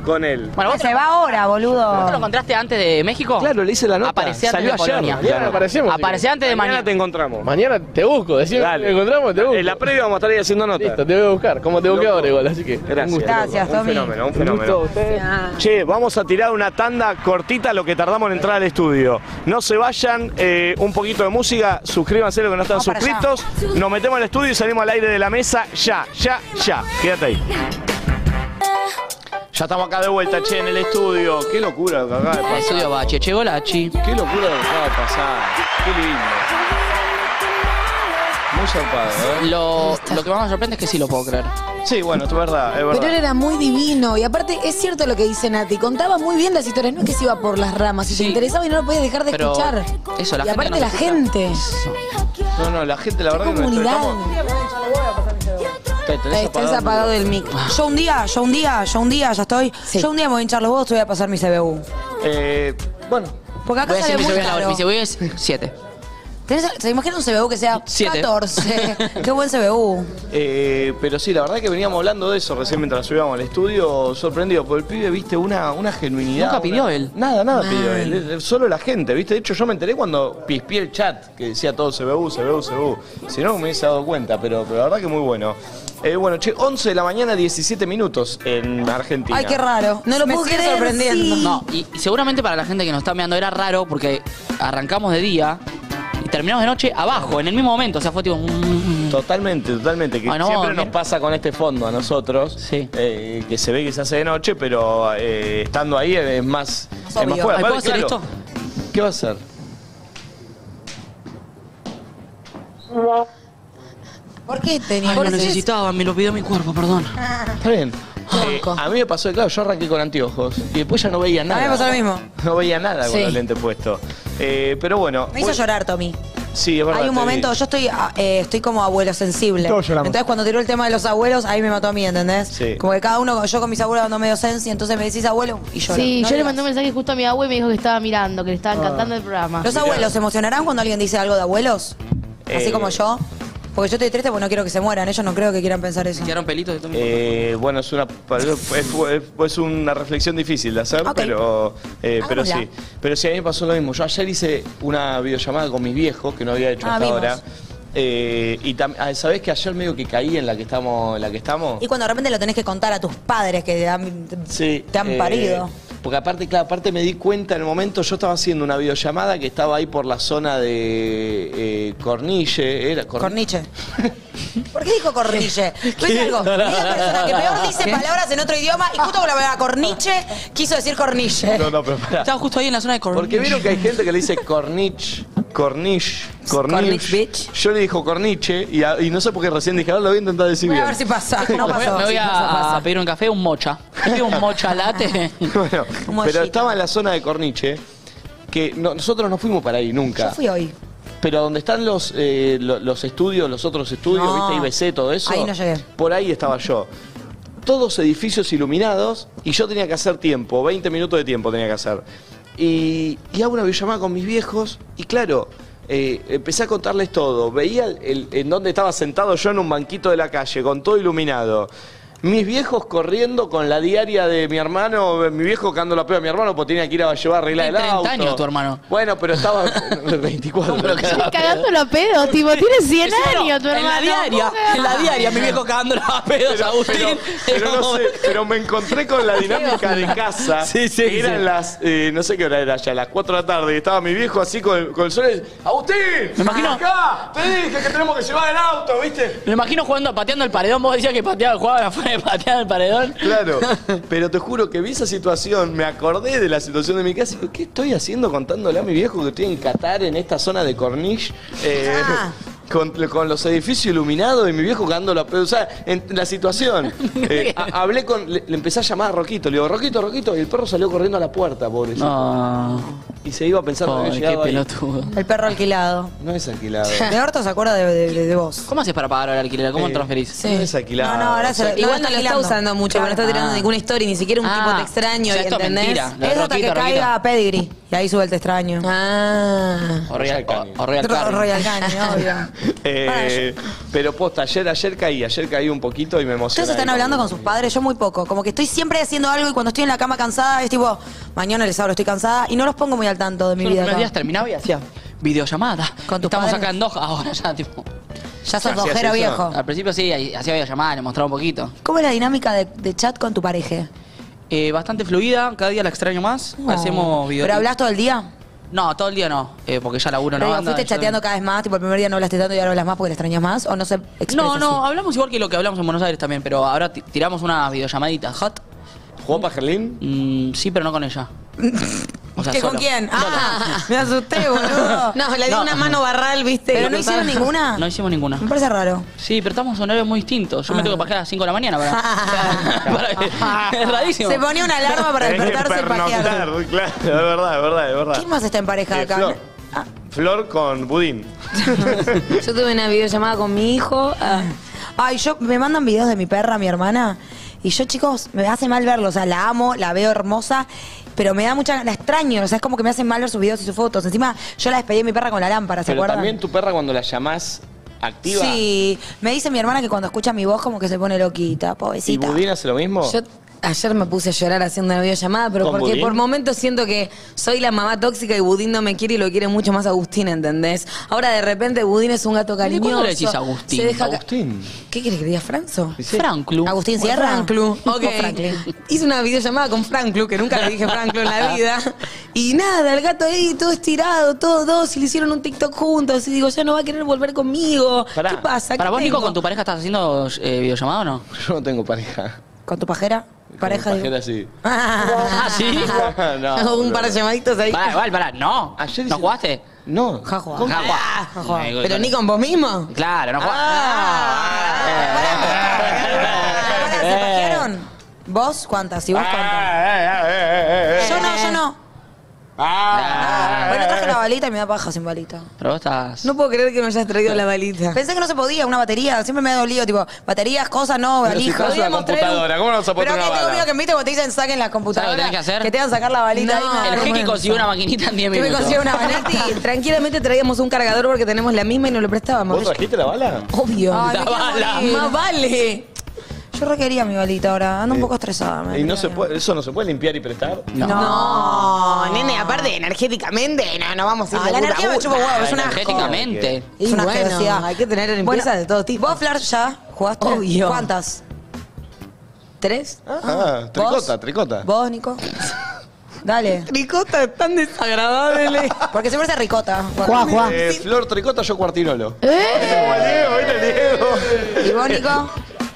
Speaker 1: con él.
Speaker 6: Bueno, vos
Speaker 2: Se va ahora,
Speaker 6: ¿Vos te lo
Speaker 2: boludo.
Speaker 6: encontraste antes de México?
Speaker 1: Claro, le hice la nota.
Speaker 6: Aparecía antes
Speaker 1: Salió
Speaker 6: de
Speaker 1: ayer.
Speaker 6: Polonia.
Speaker 1: Mañana aparecemos,
Speaker 6: Aparecía antes de
Speaker 1: Mañana
Speaker 6: mañana.
Speaker 1: te encontramos.
Speaker 9: Mañana te busco, decime que
Speaker 1: Dale.
Speaker 9: te encontramos, te busco.
Speaker 1: En la previa vamos a estar ahí haciendo notas.
Speaker 9: Listo, te voy a buscar, como te busqué
Speaker 1: Loco.
Speaker 9: ahora igual, así que.
Speaker 1: Gracias.
Speaker 9: un gusto.
Speaker 2: Gracias,
Speaker 1: Un
Speaker 2: Tommy.
Speaker 1: fenómeno, un
Speaker 9: Un gusto a
Speaker 1: fenómeno.
Speaker 9: ustedes.
Speaker 1: Che, vamos a tirar una tanda cortita lo que tardamos en entrar al estudio. No se vayan, eh, un poquito de música, suscríbanse los que no están
Speaker 2: Vamos para
Speaker 1: suscritos. Nos metemos al estudio y salimos al aire de la mesa ya, ya, ya. Quédate ahí. Ya estamos acá de vuelta, che, en el estudio. Qué locura lo que acaba de
Speaker 6: El
Speaker 1: pasar.
Speaker 6: estudio Bache, Chegolachi.
Speaker 1: Qué locura lo que acaba de pasar. Qué lindo. Muy zarpado, ¿eh?
Speaker 6: Lo, lo que más me sorprende es que sí lo puedo creer.
Speaker 1: Sí, bueno, es verdad, es
Speaker 8: Pero él
Speaker 1: verdad.
Speaker 8: era muy divino y aparte es cierto lo que dice Nati, contaba muy bien las historias, no es que se iba por las ramas, si te interesaba y no lo podías dejar de
Speaker 6: Pero
Speaker 8: escuchar.
Speaker 6: eso, la
Speaker 8: y
Speaker 6: gente
Speaker 8: aparte
Speaker 6: no
Speaker 8: la
Speaker 6: se
Speaker 8: gente.
Speaker 1: No, no, la gente, la verdad que nos
Speaker 8: Comunidad.
Speaker 1: estamos. Te- tenés
Speaker 8: Estás apagado del mic.
Speaker 2: Yo un día, yo un día, yo un día, ya estoy. Yo un día me voy a hinchar los huevos, te voy a pasar mi CBU.
Speaker 1: Eh, bueno.
Speaker 2: Porque acá
Speaker 6: Voy a decir
Speaker 2: sale
Speaker 6: mi
Speaker 2: muy
Speaker 6: CBU en la hora.
Speaker 2: caro.
Speaker 6: Mi CBU es 7.
Speaker 2: ¿Tenés- ¿Se imagina un CBU que sea
Speaker 6: Siete.
Speaker 8: *laughs*
Speaker 2: 14? Qué buen CBU.
Speaker 1: Eh, pero sí, la verdad que veníamos hablando de eso recién mientras subíamos al estudio, sorprendido, porque el pibe, viste, una, una genuinidad.
Speaker 6: Nunca pidió
Speaker 1: una-
Speaker 6: él.
Speaker 1: Nada, nada pidió
Speaker 6: Mal.
Speaker 1: él. él- él- Solo la gente, viste. De hecho, yo me enteré cuando pispié el chat, que decía todo CBU, CBU, CBU. Si no, me hubiese dado cuenta, pero, pero la verdad que muy bueno. Eh, bueno, che, 11 de la mañana, 17 minutos en Argentina.
Speaker 2: Ay, qué raro. No lo
Speaker 8: Me
Speaker 2: puedo
Speaker 8: sigue
Speaker 2: creer.
Speaker 8: sorprendiendo.
Speaker 2: sí.
Speaker 6: No, y, y seguramente para la gente que nos está mirando era raro porque arrancamos de día y terminamos de noche abajo, en el mismo momento. O sea, fue tipo. mm,
Speaker 1: Totalmente, totalmente. Que
Speaker 6: Ay, Ah, no,
Speaker 1: siempre
Speaker 6: mira.
Speaker 1: nos pasa con este fondo a nosotros. eh, que se ve que se hace de noche, pero eh, estando ahí es más, es más
Speaker 6: obvio.
Speaker 1: fuerte.
Speaker 6: Ay, ¿puedo
Speaker 1: Aparte,
Speaker 6: hacer
Speaker 1: claro,
Speaker 6: esto?
Speaker 1: ¿Qué va a hacer?
Speaker 8: ¿Por qué tenías
Speaker 6: Ay, lo
Speaker 8: que hacer eso?
Speaker 6: necesitaba, me lo pidió mi cuerpo, perdón.
Speaker 2: Ah.
Speaker 1: Está bien. Eh, a mí me pasó que, claro, yo arranqué con anteojos y después ya no veía nada.
Speaker 2: me pasó lo mismo.
Speaker 1: No veía nada con
Speaker 2: Sí.
Speaker 1: el lente puesto. Eh, pero bueno.
Speaker 2: Me hizo
Speaker 1: voy-
Speaker 2: llorar, Tommy.
Speaker 1: Sí, es verdad.
Speaker 2: Hay un
Speaker 1: te vi.
Speaker 2: momento, yo estoy, ah, eh, estoy como abuelo sensible.
Speaker 22: Todos lloramos.
Speaker 2: Entonces cuando tiró el tema de los abuelos, ahí me mató a mí, ¿entendés?
Speaker 1: Sí.
Speaker 2: Como que cada uno, yo con mis abuelos ando medio sensi, entonces me decís abuelo y lloro.
Speaker 8: Sí,
Speaker 2: No
Speaker 8: yo le
Speaker 2: digas.
Speaker 8: mandé un mensaje justo a mi abuelo y me dijo que estaba mirando, que le
Speaker 1: Ah.
Speaker 8: estaba encantando el programa.
Speaker 2: ¿Los abuelos se emocionarán cuando alguien dice algo de abuelos? Así
Speaker 1: Eh.
Speaker 2: como yo. Porque yo estoy triste porque no quiero que se mueran. Ellos no creo que quieran pensar eso.
Speaker 6: Quedaron pelitos de Tommy.
Speaker 1: Eh, bueno, es una, es, es una reflexión difícil de hacer,
Speaker 2: Ok.
Speaker 1: pero, eh, pero
Speaker 2: Hagámosla.
Speaker 1: sí. Pero sí, a mí me pasó lo mismo. Yo ayer hice una videollamada con mis viejos, que no había hecho
Speaker 2: Ah,
Speaker 1: hasta
Speaker 2: vimos.
Speaker 1: ahora. Eh, y tam- ah, ¿sabés que ayer medio que caí en la que estamos? En la que estamos?
Speaker 2: Y cuando de repente lo tenés que contar a tus padres que te han,
Speaker 1: Sí,
Speaker 2: te han
Speaker 1: eh,
Speaker 2: parido.
Speaker 1: Porque aparte, claro, aparte me di cuenta en el momento, yo estaba haciendo una videollamada que estaba ahí por la zona de eh, Cornille, era Corn-
Speaker 2: Corniche. ¿Por qué
Speaker 1: *laughs*
Speaker 2: dijo corniche? ¿Ves algo? Es la persona que peor dice palabras en otro idioma y justo con la palabra corniche quiso decir corniche.
Speaker 1: No, no, pero pará.
Speaker 6: Estaba justo ahí en la zona de Cornell.
Speaker 1: Porque vieron que hay gente que le dice corniche, corniche, corniche.
Speaker 2: Corniche, bitch.
Speaker 1: Yo le dijo corniche y, a- y no sé por qué recién dije, ahora lo voy a intentar decir
Speaker 2: Voy a
Speaker 1: bien.
Speaker 2: ver
Speaker 1: *laughs*
Speaker 2: si pasa. No
Speaker 6: Me voy-
Speaker 2: pasó.
Speaker 6: me voy
Speaker 2: sí,
Speaker 6: a,
Speaker 2: pasa, pasa.
Speaker 6: a pedir un café, un mocha. Me pido un mocha
Speaker 1: *laughs*
Speaker 6: latte.
Speaker 1: Bueno,
Speaker 2: Un mollito.
Speaker 1: pero estaba en la zona de corniche que no- nosotros no fuimos para ahí nunca.
Speaker 2: Yo fui hoy.
Speaker 1: Pero donde están los, eh, lo- los estudios, los otros estudios,
Speaker 2: No.
Speaker 1: viste, IBC, todo eso.
Speaker 2: Ahí no llegué.
Speaker 1: Por ahí estaba yo. Todos edificios iluminados y yo tenía que hacer tiempo, 20 minutos de tiempo tenía que hacer. Y, y hago una videollamada con mis viejos y claro, eh, empecé a contarles todo. Veía el- el- en dónde estaba sentado yo en un banquito de la calle, con todo iluminado. Mis viejos corriendo con la diaria de mi hermano, mi viejo cagando la pega a mi hermano porque tenía que ir a llevar a arreglar el
Speaker 6: Tiene 30
Speaker 1: auto.
Speaker 6: años tu hermano.
Speaker 1: Bueno, pero
Speaker 6: *laughs*
Speaker 1: estaba 24.
Speaker 15: Cagándolo a pedo, tipo, tiene 100
Speaker 6: Decía, no,
Speaker 15: años tu
Speaker 6: en
Speaker 15: hermano.
Speaker 6: la diaria, en la diaria, mi viejo cagando las pedos, Agustín.
Speaker 1: Pero no sé, pero me encontré con
Speaker 6: *laughs*
Speaker 1: la dinámica de casa.
Speaker 6: Sí, sí,
Speaker 1: que Eran
Speaker 6: sí.
Speaker 1: las, eh, no sé qué hora era ya, las 4 de la tarde. Y estaba mi viejo así con, con el sol. y, ¡Agustín!
Speaker 6: Me imagino-
Speaker 1: ¡Acá! ¡Te dije que tenemos que llevar el auto, viste!
Speaker 6: Me imagino jugando, pateando el paredón. Vos decías que pateaba, jugaba *laughs* afuera y pateaba el paredón.
Speaker 1: Claro, pero te juro que vi esa situación, me acordé de la situación de mi casa y digo, ¿qué estoy haciendo contándole a mi viejo que estoy en Qatar, en esta zona de Corniche? eh, *laughs* Con, con los edificios iluminados y mi viejo cagando la pedo. O sea, en la situación. Eh, ha- hablé con. Le, le empecé a llamar a Roquito. Le digo, Roquito, Roquito. Y el perro salió corriendo a la puerta, pobrecito. Y se iba a pensar que había
Speaker 6: Ay, qué
Speaker 1: llegado ahí.
Speaker 6: pelotudo.
Speaker 14: El perro alquilado.
Speaker 1: No es
Speaker 2: *laughs*
Speaker 1: alquilado.
Speaker 14: De orto se acuerda de, de- de vos.
Speaker 6: ¿Cómo haces para pagar el alquiler? ¿Cómo
Speaker 1: Sí.
Speaker 6: transferís?
Speaker 1: No es alquilado.
Speaker 14: No, no, ahora se-
Speaker 2: Igual no
Speaker 14: está
Speaker 2: lo está
Speaker 14: girando.
Speaker 2: usando mucho, no está tirando
Speaker 6: Ah.
Speaker 2: ninguna historia, ni siquiera un tipo te extraño,
Speaker 6: O sea, Ah. esto es
Speaker 2: ¿entendés?
Speaker 6: mentira. Lo de
Speaker 14: Es hasta
Speaker 6: Roquito,
Speaker 14: que
Speaker 6: Roquito.
Speaker 14: caiga Pedigree. Y ahí sube el te extraño. Ah.
Speaker 6: O Royal, o- o Royal Carry.
Speaker 14: Royal
Speaker 1: *laughs*
Speaker 14: Canin, obvio.
Speaker 1: Eh, pero posta, ayer, ayer caí, ayer caí un poquito y me emocioné.
Speaker 2: Ustedes están hablando con sus padres, yo muy poco. Como que estoy siempre haciendo algo y cuando estoy en la cama cansada es tipo, mañana les hablo, estoy cansada y no los pongo muy al tanto de mi
Speaker 6: Yo los
Speaker 2: vida.
Speaker 6: primeros
Speaker 2: acá.
Speaker 6: días terminaba
Speaker 1: *laughs*
Speaker 6: y hacía videollamada. Estamos acá en Doha ahora ya, tipo.
Speaker 2: Ya sos ¿Hacías dojero, eso? viejo.
Speaker 6: Al principio sí, ahí- hacía videollamada, le mostraba un poquito.
Speaker 2: ¿Cómo es la dinámica de, de chat con tu pareja?
Speaker 6: Eh, bastante fluida, cada día la extraño más.
Speaker 2: No.
Speaker 6: Hacemos video.
Speaker 2: ¿Pero hablas todo el día?
Speaker 6: No, todo el día no, eh, porque ya laburo no
Speaker 2: Pero digo,
Speaker 6: anda.
Speaker 2: ¿Fuiste
Speaker 6: yo-
Speaker 2: chateando cada vez más? Tipo, el primer día no hablaste tanto y ahora hablas más porque te extrañas más. ¿O no se
Speaker 6: No,
Speaker 2: expresa
Speaker 6: no,
Speaker 2: así?
Speaker 6: hablamos igual que lo que hablamos en Buenos Aires también, pero ahora ti- tiramos una videollamadita. ¿Hot?
Speaker 1: ¿Jugó Pajerlín?
Speaker 6: Mm, sí, pero no con
Speaker 2: *laughs*
Speaker 6: ella. O sea,
Speaker 2: ¿Que con
Speaker 6: solo.
Speaker 2: quién? Ah, *laughs* me
Speaker 6: *laughs*
Speaker 2: asusté, boludo. No, le di
Speaker 6: No.
Speaker 2: una mano barral, viste. ¿Pero no hicieron
Speaker 6: *laughs*
Speaker 2: ninguna?
Speaker 6: No hicimos ninguna.
Speaker 2: Me parece raro. Ah.
Speaker 6: Sí, pero estamos en horarios muy distintos. Yo me tengo que pagar a las 5 de la mañana. *laughs*
Speaker 2: *laughs*
Speaker 6: Para, *laughs* para- es rarísimo.
Speaker 2: Se ponía una alarma para
Speaker 1: Tenés que
Speaker 2: despertarse y pajear.
Speaker 1: pernoctar, Claro, es verdad, es verdad, es verdad.
Speaker 2: ¿Quién más está en pareja
Speaker 1: Eh,
Speaker 2: acá? Ah.
Speaker 1: Flor. Flor con budín.
Speaker 2: Yo tuve una videollamada con mi hijo. ah. Ay, yo me mandan videos de mi perra, mi hermana. Y yo, chicos, me hace mal verlo. O sea, la amo, la veo hermosa. Pero me da mucha. La extraño. O sea, es como que me hacen mal ver sus videos y sus fotos. Encima, yo la despedí de mi perra con la lámpara, ¿se
Speaker 1: Pero
Speaker 2: acuerdan?
Speaker 1: también tu perra cuando la llamás activa.
Speaker 2: Sí, me dice mi hermana que cuando escucha mi voz como que se pone loquita,
Speaker 1: ¿Y
Speaker 2: pobrecita.
Speaker 1: budín hace lo mismo?
Speaker 2: Yo-
Speaker 7: Ayer me puse a llorar haciendo una videollamada, pero
Speaker 1: ¿Con
Speaker 7: porque
Speaker 1: Budín?
Speaker 7: por momentos siento que soy la mamá tóxica y Budín no me quiere y lo quiere mucho más Agustín, ¿entendés? Ahora de repente Budín es un gato
Speaker 6: ¿Y
Speaker 7: cariñoso.
Speaker 6: cuándo le decís Agustín?
Speaker 7: se deja ca-
Speaker 1: Agustín.
Speaker 7: ¿Qué quieres que diga, Franzo?
Speaker 6: Franclu.
Speaker 2: Agustín Sierra.
Speaker 7: Franclu.
Speaker 2: No,
Speaker 7: Ok.
Speaker 2: Franklin.
Speaker 7: *laughs* Hice una videollamada con Franclu, que nunca le dije Franclu en
Speaker 6: *laughs*
Speaker 1: *laughs*
Speaker 7: la vida. Y nada, el gato ahí todo estirado, todos dos, y le hicieron un TikTok juntos. Y digo, ya no va a querer volver conmigo.
Speaker 6: Pará,
Speaker 7: ¿Qué pasa? ¿Qué
Speaker 6: ¿Para vos, Nico,
Speaker 7: tengo?
Speaker 6: con tu pareja estás haciendo eh, videollamada o no?
Speaker 1: Yo no tengo pareja.
Speaker 2: ¿Con tu pajera? Pareja.
Speaker 1: Con
Speaker 2: digo.
Speaker 1: pajera
Speaker 2: *laughs*
Speaker 1: sí.
Speaker 6: ¿Ah, sí?
Speaker 1: No,
Speaker 2: un par
Speaker 1: boludo.
Speaker 2: de llamaditos ahí.
Speaker 6: Vale, vale, pará, no. ¿No jugaste?
Speaker 1: No.
Speaker 6: Ja,
Speaker 2: jugaba.
Speaker 6: Ja, jugaba.
Speaker 2: Ah, ¿Pero ni con vos mismo?
Speaker 6: Claro, no jugaste.
Speaker 2: ¿Se pajearon? ¿Vos cuántas? ¿Y vos cuántas?
Speaker 1: Eh.
Speaker 2: Yo no, yo no.
Speaker 1: Ah.
Speaker 2: Bueno, traje una balita y me da paja sin balita.
Speaker 6: Pero vos estás.
Speaker 2: No puedo creer que me hayas traído la balita. Pensé que no se podía, una batería. Siempre me ha dolido, tipo, baterías, cosas, no,
Speaker 1: Pero si
Speaker 2: valija.
Speaker 1: estás en la
Speaker 2: Podríamos traer un-
Speaker 1: computadora, ¿cómo no vas a poner
Speaker 2: Pero
Speaker 1: una
Speaker 2: que tengo
Speaker 1: bala?
Speaker 2: miedo que me viste cuando te dicen saquen la computadora.
Speaker 6: tenés que hacer?
Speaker 2: te hagan sacar la balita.
Speaker 7: No,
Speaker 2: ahí,
Speaker 6: El
Speaker 2: me-
Speaker 6: Jeque consiguió una maquinita en 10
Speaker 7: Yo me
Speaker 6: minutos.
Speaker 7: conseguí una Vanetti. Tranquilamente traíamos un cargador porque tenemos la misma y nos lo prestábamos.
Speaker 1: ¿Vos trajiste la
Speaker 2: *laughs*
Speaker 1: bala?
Speaker 7: Obvio.
Speaker 2: Ay,
Speaker 1: La
Speaker 2: me quiero
Speaker 1: bala.
Speaker 2: morir.
Speaker 7: Más vale.
Speaker 2: Yo requería mi balita ahora. Ando un poco estresada. me-
Speaker 1: ¿Y no se puede, eso no se puede limpiar y prestar?
Speaker 7: No, nene, aparte energéticamente, no, no vamos a ir
Speaker 2: Ah, la energía me chupa huevo, es una
Speaker 6: Energéticamente.
Speaker 2: Es una
Speaker 7: bueno,
Speaker 2: asquerosidad.
Speaker 7: hay que tener limpieza
Speaker 2: Bueno,
Speaker 7: de todo tipo.
Speaker 2: ¿Vos, Flar, ya jugaste?
Speaker 7: Obvio.
Speaker 2: ¿Cuántas?
Speaker 7: ¿Tres?
Speaker 1: Ah, tricota, tricota.
Speaker 2: ¿Vos, Nico?
Speaker 7: *laughs*
Speaker 2: Dale.
Speaker 7: Ricota es tan desagradable.
Speaker 2: Porque siempre se ricota.
Speaker 1: Eh, Flor tricota, yo cuartinolo.
Speaker 2: ¿Y vos, Nico?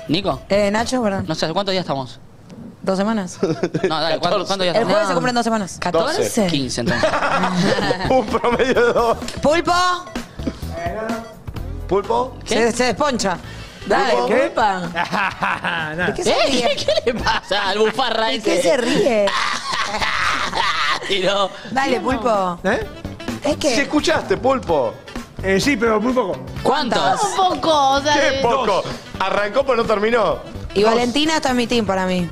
Speaker 6: Nico,
Speaker 2: Eh, Nacho, perdón.
Speaker 6: no sé, ¿cuántos días estamos?
Speaker 1: *laughs*
Speaker 2: ¿Dos semanas?
Speaker 6: No, dale, ¿cuántos, cuántos días
Speaker 2: El
Speaker 6: estamos?
Speaker 2: jueves se cumplen dos semanas.
Speaker 6: 14. 15,
Speaker 2: *laughs*
Speaker 6: entonces.
Speaker 1: *laughs* Un promedio de dos.
Speaker 2: ¡Pulpo!
Speaker 1: ¿Pulpo?
Speaker 2: Se, se desponcha.
Speaker 7: Dale,
Speaker 1: *laughs*
Speaker 2: ¿Pulpo?
Speaker 7: culpa.
Speaker 2: ¿De qué
Speaker 6: ¿Eh?
Speaker 2: se ríe?
Speaker 6: ¿Qué le pasa al bufarra
Speaker 2: ¿De
Speaker 6: ese?
Speaker 2: qué
Speaker 1: *laughs*
Speaker 2: se ríe?
Speaker 6: Y no.
Speaker 2: Dale, Pulpo.
Speaker 1: ¿Eh?
Speaker 2: Es
Speaker 1: Si
Speaker 2: que...
Speaker 1: escuchaste, Pulpo.
Speaker 3: Eh, sí, pero muy poco.
Speaker 6: ¿Cuántos?
Speaker 15: Un poco, o sea.
Speaker 1: Qué
Speaker 15: de-
Speaker 1: poco. Arrancó pero no terminó.
Speaker 2: Y Valentina está en mi team para mí.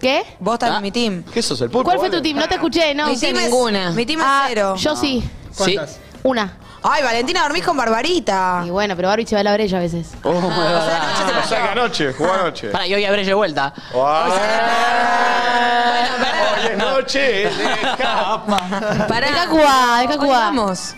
Speaker 15: ¿Qué?
Speaker 2: Vos
Speaker 6: Ah.
Speaker 2: estás en mi team.
Speaker 1: ¿Qué sos el pulpo?
Speaker 15: ¿Cuál fue
Speaker 1: vale?
Speaker 15: tu team? No te escuché, no.
Speaker 2: Mi team es-
Speaker 15: ninguna.
Speaker 2: mi team es cero.
Speaker 15: Yo sí.
Speaker 6: Sí.
Speaker 15: Una.
Speaker 2: Ay, Valentina, dormís con Barbarita.
Speaker 15: Y bueno, pero Barbie se va a la brecha a veces.
Speaker 1: Oh, Ah. O sea que anoche, jugó anoche.
Speaker 6: Para, y hoy habré de vuelta.
Speaker 1: Hoy es noche *laughs* de capa.
Speaker 7: Pará.
Speaker 15: Deja jugar, deja
Speaker 7: Hoy
Speaker 15: jugar.
Speaker 7: vamos.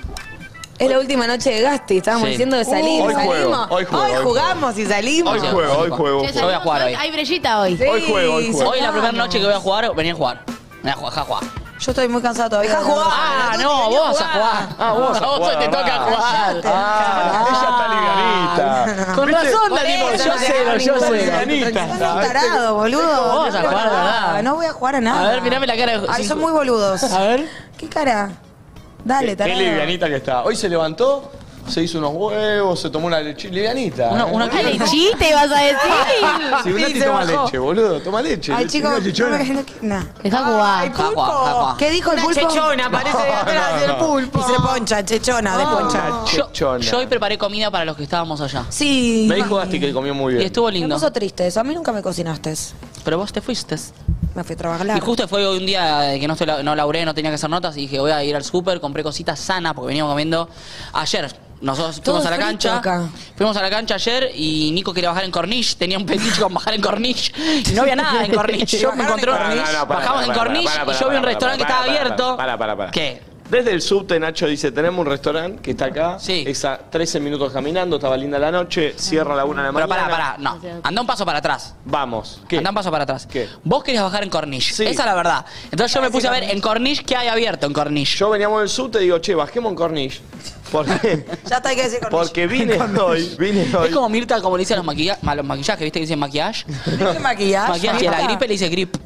Speaker 7: Es la última noche de Gasti, estábamos
Speaker 6: Sí.
Speaker 7: diciendo de salir.
Speaker 1: Uh, hoy juego,
Speaker 7: salimos.
Speaker 1: hoy juego, hoy
Speaker 7: jugamos y salimos.
Speaker 1: Hoy juego, hoy juego.
Speaker 15: Che, salimos
Speaker 6: Yo voy a jugar hoy.
Speaker 15: Hay brellita hoy.
Speaker 1: Hoy juego, hoy juego.
Speaker 6: Hoy es la primera noche que voy a jugar, venía a jugar. Venía a jugar, ja, jugar.
Speaker 2: Yo estoy muy cansado todavía. ¡Ja, jugá!
Speaker 6: Ah, no, vos vas a jugar. Ah, vos
Speaker 1: vas a jugar,
Speaker 6: te
Speaker 1: verdad.
Speaker 6: toca jugar.
Speaker 1: Ah, ella está
Speaker 2: *laughs*
Speaker 1: livianita.
Speaker 6: Con
Speaker 1: ¿Viste?
Speaker 6: razón,
Speaker 1: Por
Speaker 6: Dani,
Speaker 1: eso,
Speaker 6: yo cero, yo
Speaker 1: está
Speaker 6: cero.
Speaker 1: livianita.
Speaker 2: Soy un tarado, boludo.
Speaker 6: Vos vas a
Speaker 2: No
Speaker 6: jugar,
Speaker 2: voy nada,
Speaker 6: ¿verdad?
Speaker 2: No voy a jugar a nada.
Speaker 6: A ver, mirame la cara de-
Speaker 2: Ay,
Speaker 6: cinco.
Speaker 2: son muy boludos.
Speaker 6: A ver.
Speaker 2: ¿Qué cara? Dale,
Speaker 1: Qué- Qué
Speaker 2: tarado.
Speaker 1: livianita que está. Hoy se levantó, se hizo unos huevos, se tomó una leche. Livianita.
Speaker 6: Una-
Speaker 1: ¿eh?
Speaker 6: una-
Speaker 1: Boludo.
Speaker 15: Dale, chiste, ibas a decir.
Speaker 1: Si Nati toma leche, boludo, toma leche.
Speaker 2: Ay, chicos, no me no, nah.
Speaker 15: Deja jugar.
Speaker 6: Ja, jugar, ja, jugar.
Speaker 2: ¿Qué dijo el
Speaker 14: Una
Speaker 2: pulpo?
Speaker 14: chechona aparece de atrás del pulpo.
Speaker 2: Y se poncha, chechona,
Speaker 1: Ah,
Speaker 2: Ah, de poncha.
Speaker 6: Yo,
Speaker 1: Chechona.
Speaker 6: yo hoy preparé comida para los que estábamos allá.
Speaker 2: Sí.
Speaker 1: Me dijo Gasti que comió muy
Speaker 6: Y
Speaker 1: bien.
Speaker 6: estuvo
Speaker 2: Me
Speaker 6: lindo.
Speaker 2: puso triste eso. A mí nunca me cocinaste.
Speaker 6: Pero vos te fuiste.
Speaker 2: Me fui a trabajar.
Speaker 6: Y justo fue un día que no, estoy, no laburé, no tenía que hacer notas y dije, voy a ir al súper, compré cositas sanas porque veníamos comiendo ayer. Nosotros
Speaker 2: Todo
Speaker 6: fuimos a la
Speaker 2: frito
Speaker 6: cancha.
Speaker 2: acá.
Speaker 6: Fuimos a la cancha ayer y Nico quería bajar en Corniche. Tenía un petiche con bajar en Corniche. Y no había nada en
Speaker 2: *laughs*
Speaker 6: Corniche. Yo me
Speaker 2: Bajaron
Speaker 6: encontré
Speaker 2: en
Speaker 1: No, no, no, pará, pará,
Speaker 6: Bajamos en
Speaker 1: pará,
Speaker 6: Corniche
Speaker 1: pará,
Speaker 6: y
Speaker 1: pará,
Speaker 6: yo vi un
Speaker 1: pará,
Speaker 6: restaurante que
Speaker 1: pará,
Speaker 6: estaba
Speaker 1: pará,
Speaker 6: abierto.
Speaker 1: Pará, pará, pará.
Speaker 6: ¿Qué?
Speaker 1: Desde el subte, Nacho dice, tenemos un restaurante que está acá. Sí. Es a 13 minutos caminando, estaba linda la noche, cierra a la una de la
Speaker 6: Pero
Speaker 1: mañana.
Speaker 6: pará, pará, no. Andá un paso para atrás.
Speaker 1: Vamos. ¿Qué?
Speaker 6: Andá un paso para atrás.
Speaker 1: ¿Qué?
Speaker 6: Vos querías bajar en Corniche.
Speaker 1: Sí.
Speaker 6: Esa es la verdad. Entonces yo me puse a ver en Corniche qué hay abierto en Corniche.
Speaker 1: Yo veníamos del subte y digo, che, bajemos en Corniche.
Speaker 6: *laughs*
Speaker 1: Porque,
Speaker 2: Ya está, hay que decir corniche.
Speaker 1: porque vine hoy, vine
Speaker 6: Es
Speaker 1: hoy.
Speaker 6: como Mirta, como le dicen los, maquilla a los maquillajes, ¿viste que dicen maquillaje?
Speaker 2: *laughs* ¿Qué maquillaje? Ah.
Speaker 6: maquillaje, y a la gripe le dice grip.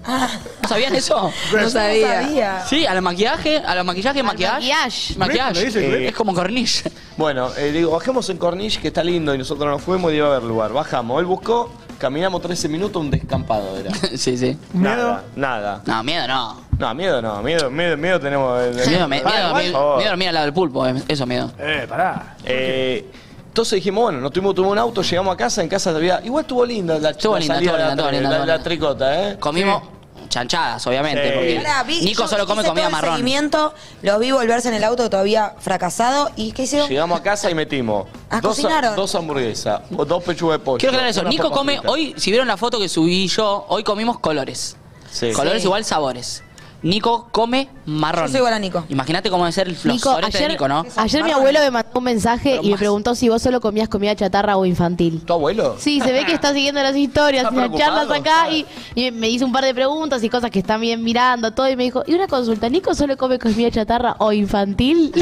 Speaker 6: ¿No sabían eso?
Speaker 7: No sabía.
Speaker 6: Sí, al maquillaje, a los maquillajes, maquillaje.
Speaker 15: maquillaje.
Speaker 6: Maquillaje. Eh,
Speaker 1: Grip, le dice grip.
Speaker 6: es como corniche.
Speaker 1: Bueno, eh, le digo, bajemos en Corniche, que está lindo, y nosotros nos fuimos y iba a haber lugar. Bajamos, él buscó, caminamos 13 minutos, un descampado era.
Speaker 6: *laughs* sí, sí.
Speaker 1: Nada, nada.
Speaker 6: No, miedo no.
Speaker 1: No, miedo no, miedo, miedo, miedo tenemos. el-
Speaker 6: Miedo, me-
Speaker 1: Pará,
Speaker 6: miedo,
Speaker 1: igual, por
Speaker 6: miedo,
Speaker 1: favor.
Speaker 6: miedo dormir al lado del pulpo, eh, eso miedo.
Speaker 1: Eh, pará. Eh, entonces dijimos, bueno, nos tuvimos, tuvimos un auto, llegamos a casa, en casa había. Igual estuvo linda la
Speaker 6: Estuvo
Speaker 1: la
Speaker 6: linda,
Speaker 1: salida de
Speaker 6: estuvo
Speaker 1: la
Speaker 6: linda, estuvo
Speaker 1: tri-
Speaker 6: linda,
Speaker 1: la-
Speaker 6: estuvo
Speaker 1: la
Speaker 6: linda.
Speaker 1: tricota, ¿eh?
Speaker 6: Comimos chanchadas, obviamente,
Speaker 1: Sí.
Speaker 6: porque
Speaker 2: Pará, vi-
Speaker 6: Nico
Speaker 2: yo
Speaker 6: solo come
Speaker 2: hice
Speaker 6: comida
Speaker 2: todo el
Speaker 6: marrón.
Speaker 2: seguimiento, los vi volverse en el auto todavía fracasado. ¿Y qué hicieron?
Speaker 1: Llegamos a casa y metimos
Speaker 2: Ah,
Speaker 1: dos,
Speaker 2: cocinaron.
Speaker 1: dos hamburguesas, o dos pechugas de pollo.
Speaker 6: Quiero aclarar eso.
Speaker 1: Pues una
Speaker 6: Nico
Speaker 1: papa
Speaker 6: come,
Speaker 1: frita.
Speaker 6: hoy, si vieron la foto que subí yo, hoy comimos colores.
Speaker 1: Sí.
Speaker 6: Colores
Speaker 2: Sí.
Speaker 6: igual sabores. Nico come marrón.
Speaker 2: Yo soy igual a Nico.
Speaker 6: Imagínate cómo debe ser el
Speaker 15: Nico,
Speaker 6: flor de
Speaker 15: ayer,
Speaker 6: Nico, ¿no?
Speaker 15: ayer mi abuelo me mandó un mensaje y me preguntó si vos solo comías comida chatarra o infantil.
Speaker 1: ¿Tu abuelo?
Speaker 15: Sí, se ve que está siguiendo las historias
Speaker 1: Está
Speaker 15: y las charlas
Speaker 1: preocupado.
Speaker 15: acá y, y me hizo un par de preguntas y cosas que están bien mirando, todo, y me dijo, y una consulta, ¿Nico solo come comida chatarra o infantil?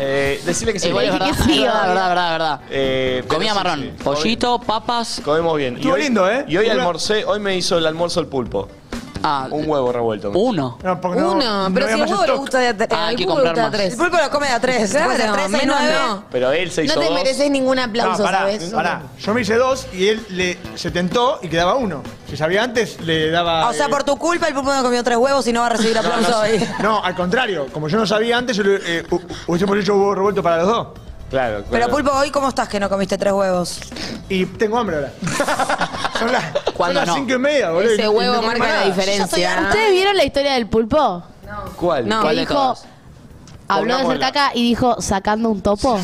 Speaker 1: Eh, decirle que sí.
Speaker 6: Eh, bueno,
Speaker 15: dije
Speaker 6: verdad,
Speaker 15: que sí,
Speaker 6: verdad,
Speaker 15: obvio.
Speaker 6: verdad, verdad, verdad.
Speaker 1: Eh, pero
Speaker 6: Comida
Speaker 1: sí,
Speaker 6: marrón.
Speaker 1: sí.
Speaker 6: Pollito, papas.
Speaker 1: Comemos bien.
Speaker 3: Estuvo
Speaker 1: Y hoy-
Speaker 3: lindo, ¿eh?
Speaker 1: Y hoy
Speaker 3: Una-
Speaker 1: almorcé, hoy me hizo el almuerzo el pulpo.
Speaker 6: Ah,
Speaker 1: Un huevo revuelto.
Speaker 6: uno.
Speaker 3: No, porque no-
Speaker 21: Uno,
Speaker 3: no
Speaker 21: pero
Speaker 3: había
Speaker 21: si el
Speaker 3: más
Speaker 21: huevo le
Speaker 3: stock.
Speaker 21: gusta de a tres.
Speaker 6: Ah, hay
Speaker 21: el
Speaker 6: que
Speaker 21: huevo le
Speaker 6: comprar
Speaker 21: gusta de a
Speaker 6: más.
Speaker 21: tres.
Speaker 2: El pulpo lo come de a tres.
Speaker 21: Claro,
Speaker 2: después de a tres hay
Speaker 21: menos
Speaker 2: nueve.
Speaker 21: no.
Speaker 1: Pero él se hizo
Speaker 21: No te
Speaker 1: dos.
Speaker 21: mereces ningún aplauso,
Speaker 3: No, pará,
Speaker 21: ¿sabes?
Speaker 3: pará. Yo me hice dos y él le, se tentó y quedaba uno. Si sabía antes, le daba.
Speaker 2: Ah, O sea,
Speaker 3: eh,
Speaker 2: por tu culpa el pulpo no comió tres huevos y no va
Speaker 6: *laughs*
Speaker 2: a recibir aplauso hoy.
Speaker 3: No, al contrario. Como yo no sabía antes, yo le, eh, hu- hubiésemos hecho huevo revuelto para los dos.
Speaker 1: Claro, claro.
Speaker 2: Pero pulpo, ¿hoy cómo estás que no comiste tres huevos?
Speaker 3: Y tengo hambre ahora. son las, son
Speaker 6: ¿Cuándo
Speaker 3: las
Speaker 6: no?
Speaker 3: cinco y media, boludo.
Speaker 21: Ese
Speaker 3: y- y
Speaker 21: huevo
Speaker 3: no
Speaker 21: marca
Speaker 3: como
Speaker 21: la
Speaker 3: nada.
Speaker 21: diferencia.
Speaker 15: ¿Ustedes vieron la historia del pulpo?
Speaker 1: ¿Cuál?
Speaker 21: No.
Speaker 15: Que
Speaker 6: ¿Cuál de
Speaker 15: dijo,
Speaker 6: todas?
Speaker 15: habló de hacer
Speaker 1: Pongámosla.
Speaker 15: caca y dijo, sacando
Speaker 6: *laughs*
Speaker 15: un topo.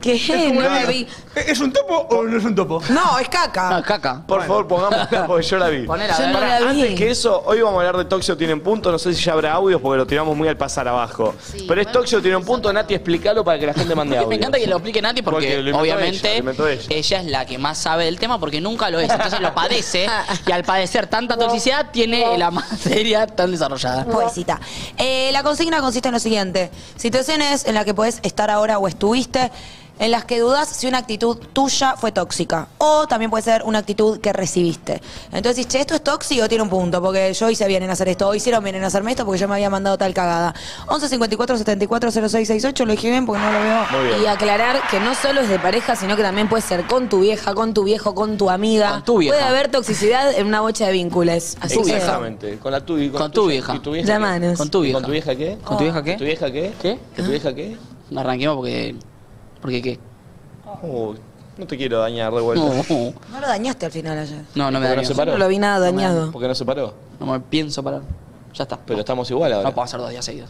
Speaker 21: ¿Qué? No la vi.
Speaker 3: ¿Es un topo o no es un topo?
Speaker 2: No, es
Speaker 6: No, es
Speaker 2: caca.
Speaker 6: caca.
Speaker 1: Por favor, pongámosla *laughs* porque yo la vi.
Speaker 6: Ponela,
Speaker 21: Yo
Speaker 6: a ver.
Speaker 21: no la
Speaker 1: Antes
Speaker 21: vi.
Speaker 1: que eso, hoy vamos a hablar de Toxio Tienen Punto. No sé si ya habrá audios porque lo tiramos muy al pasar abajo. Pero es Toxio Tienen Punto. Nati, explícalo para que la gente mande audio.
Speaker 6: *laughs* Me encanta que lo explique Nati porque,
Speaker 1: Porque lo inventó ella,
Speaker 6: obviamente
Speaker 1: lo inventó
Speaker 6: ella.
Speaker 1: ella.
Speaker 6: es la que más sabe del tema porque nunca lo es. Pues Entonces lo
Speaker 2: *laughs*
Speaker 6: padece y al padecer tanta toxicidad tiene la materia tan desarrollada.
Speaker 2: Poesita. Eh, la consigna consiste en lo siguiente: situaciones en las que puedes estar ahora o estuviste, en las que dudas si una actitud tuya fue tóxica. O también puede ser una actitud que recibiste. Entonces, decís, che, esto es tóxico, tiene un punto, porque yo hice bien en hacer esto, o hicieron bien en hacerme esto porque yo me había mandado tal cagada. 11 54 74 0668, lo dije bien porque no lo veo.
Speaker 1: Muy bien.
Speaker 7: Y aclarar que no solo es de pareja, sino que también puede ser con tu vieja, con tu viejo, con tu amiga.
Speaker 6: Con tu vieja.
Speaker 7: Puede haber toxicidad en una bocha de vínculos. Así que.
Speaker 1: Exactamente. Con la tuya.
Speaker 6: Con tu vieja.
Speaker 1: ¿Y tu vieja
Speaker 7: Llámanos.
Speaker 1: qué?
Speaker 6: Con tu
Speaker 1: ¿Y
Speaker 6: vieja.
Speaker 1: ¿Con tu vieja qué?
Speaker 6: ¿Con tu vieja qué?
Speaker 1: ¿Con tu vieja qué?
Speaker 6: ¿Qué?
Speaker 1: ¿Con tu vieja qué?
Speaker 6: Arranquemos porque. Porque qué.
Speaker 1: Uy, no te quiero dañar de vuelta.
Speaker 6: No,
Speaker 2: No lo dañaste al final ayer.
Speaker 6: no, no me
Speaker 1: Porque
Speaker 6: da
Speaker 1: no se paró.
Speaker 2: No lo vi nada
Speaker 6: No me
Speaker 2: dañado.
Speaker 1: ¿Por qué no se paró?
Speaker 6: No me pienso parar. Ya está.
Speaker 1: Pero estamos igual ahora.
Speaker 6: No puedo hacer dos días seguidos.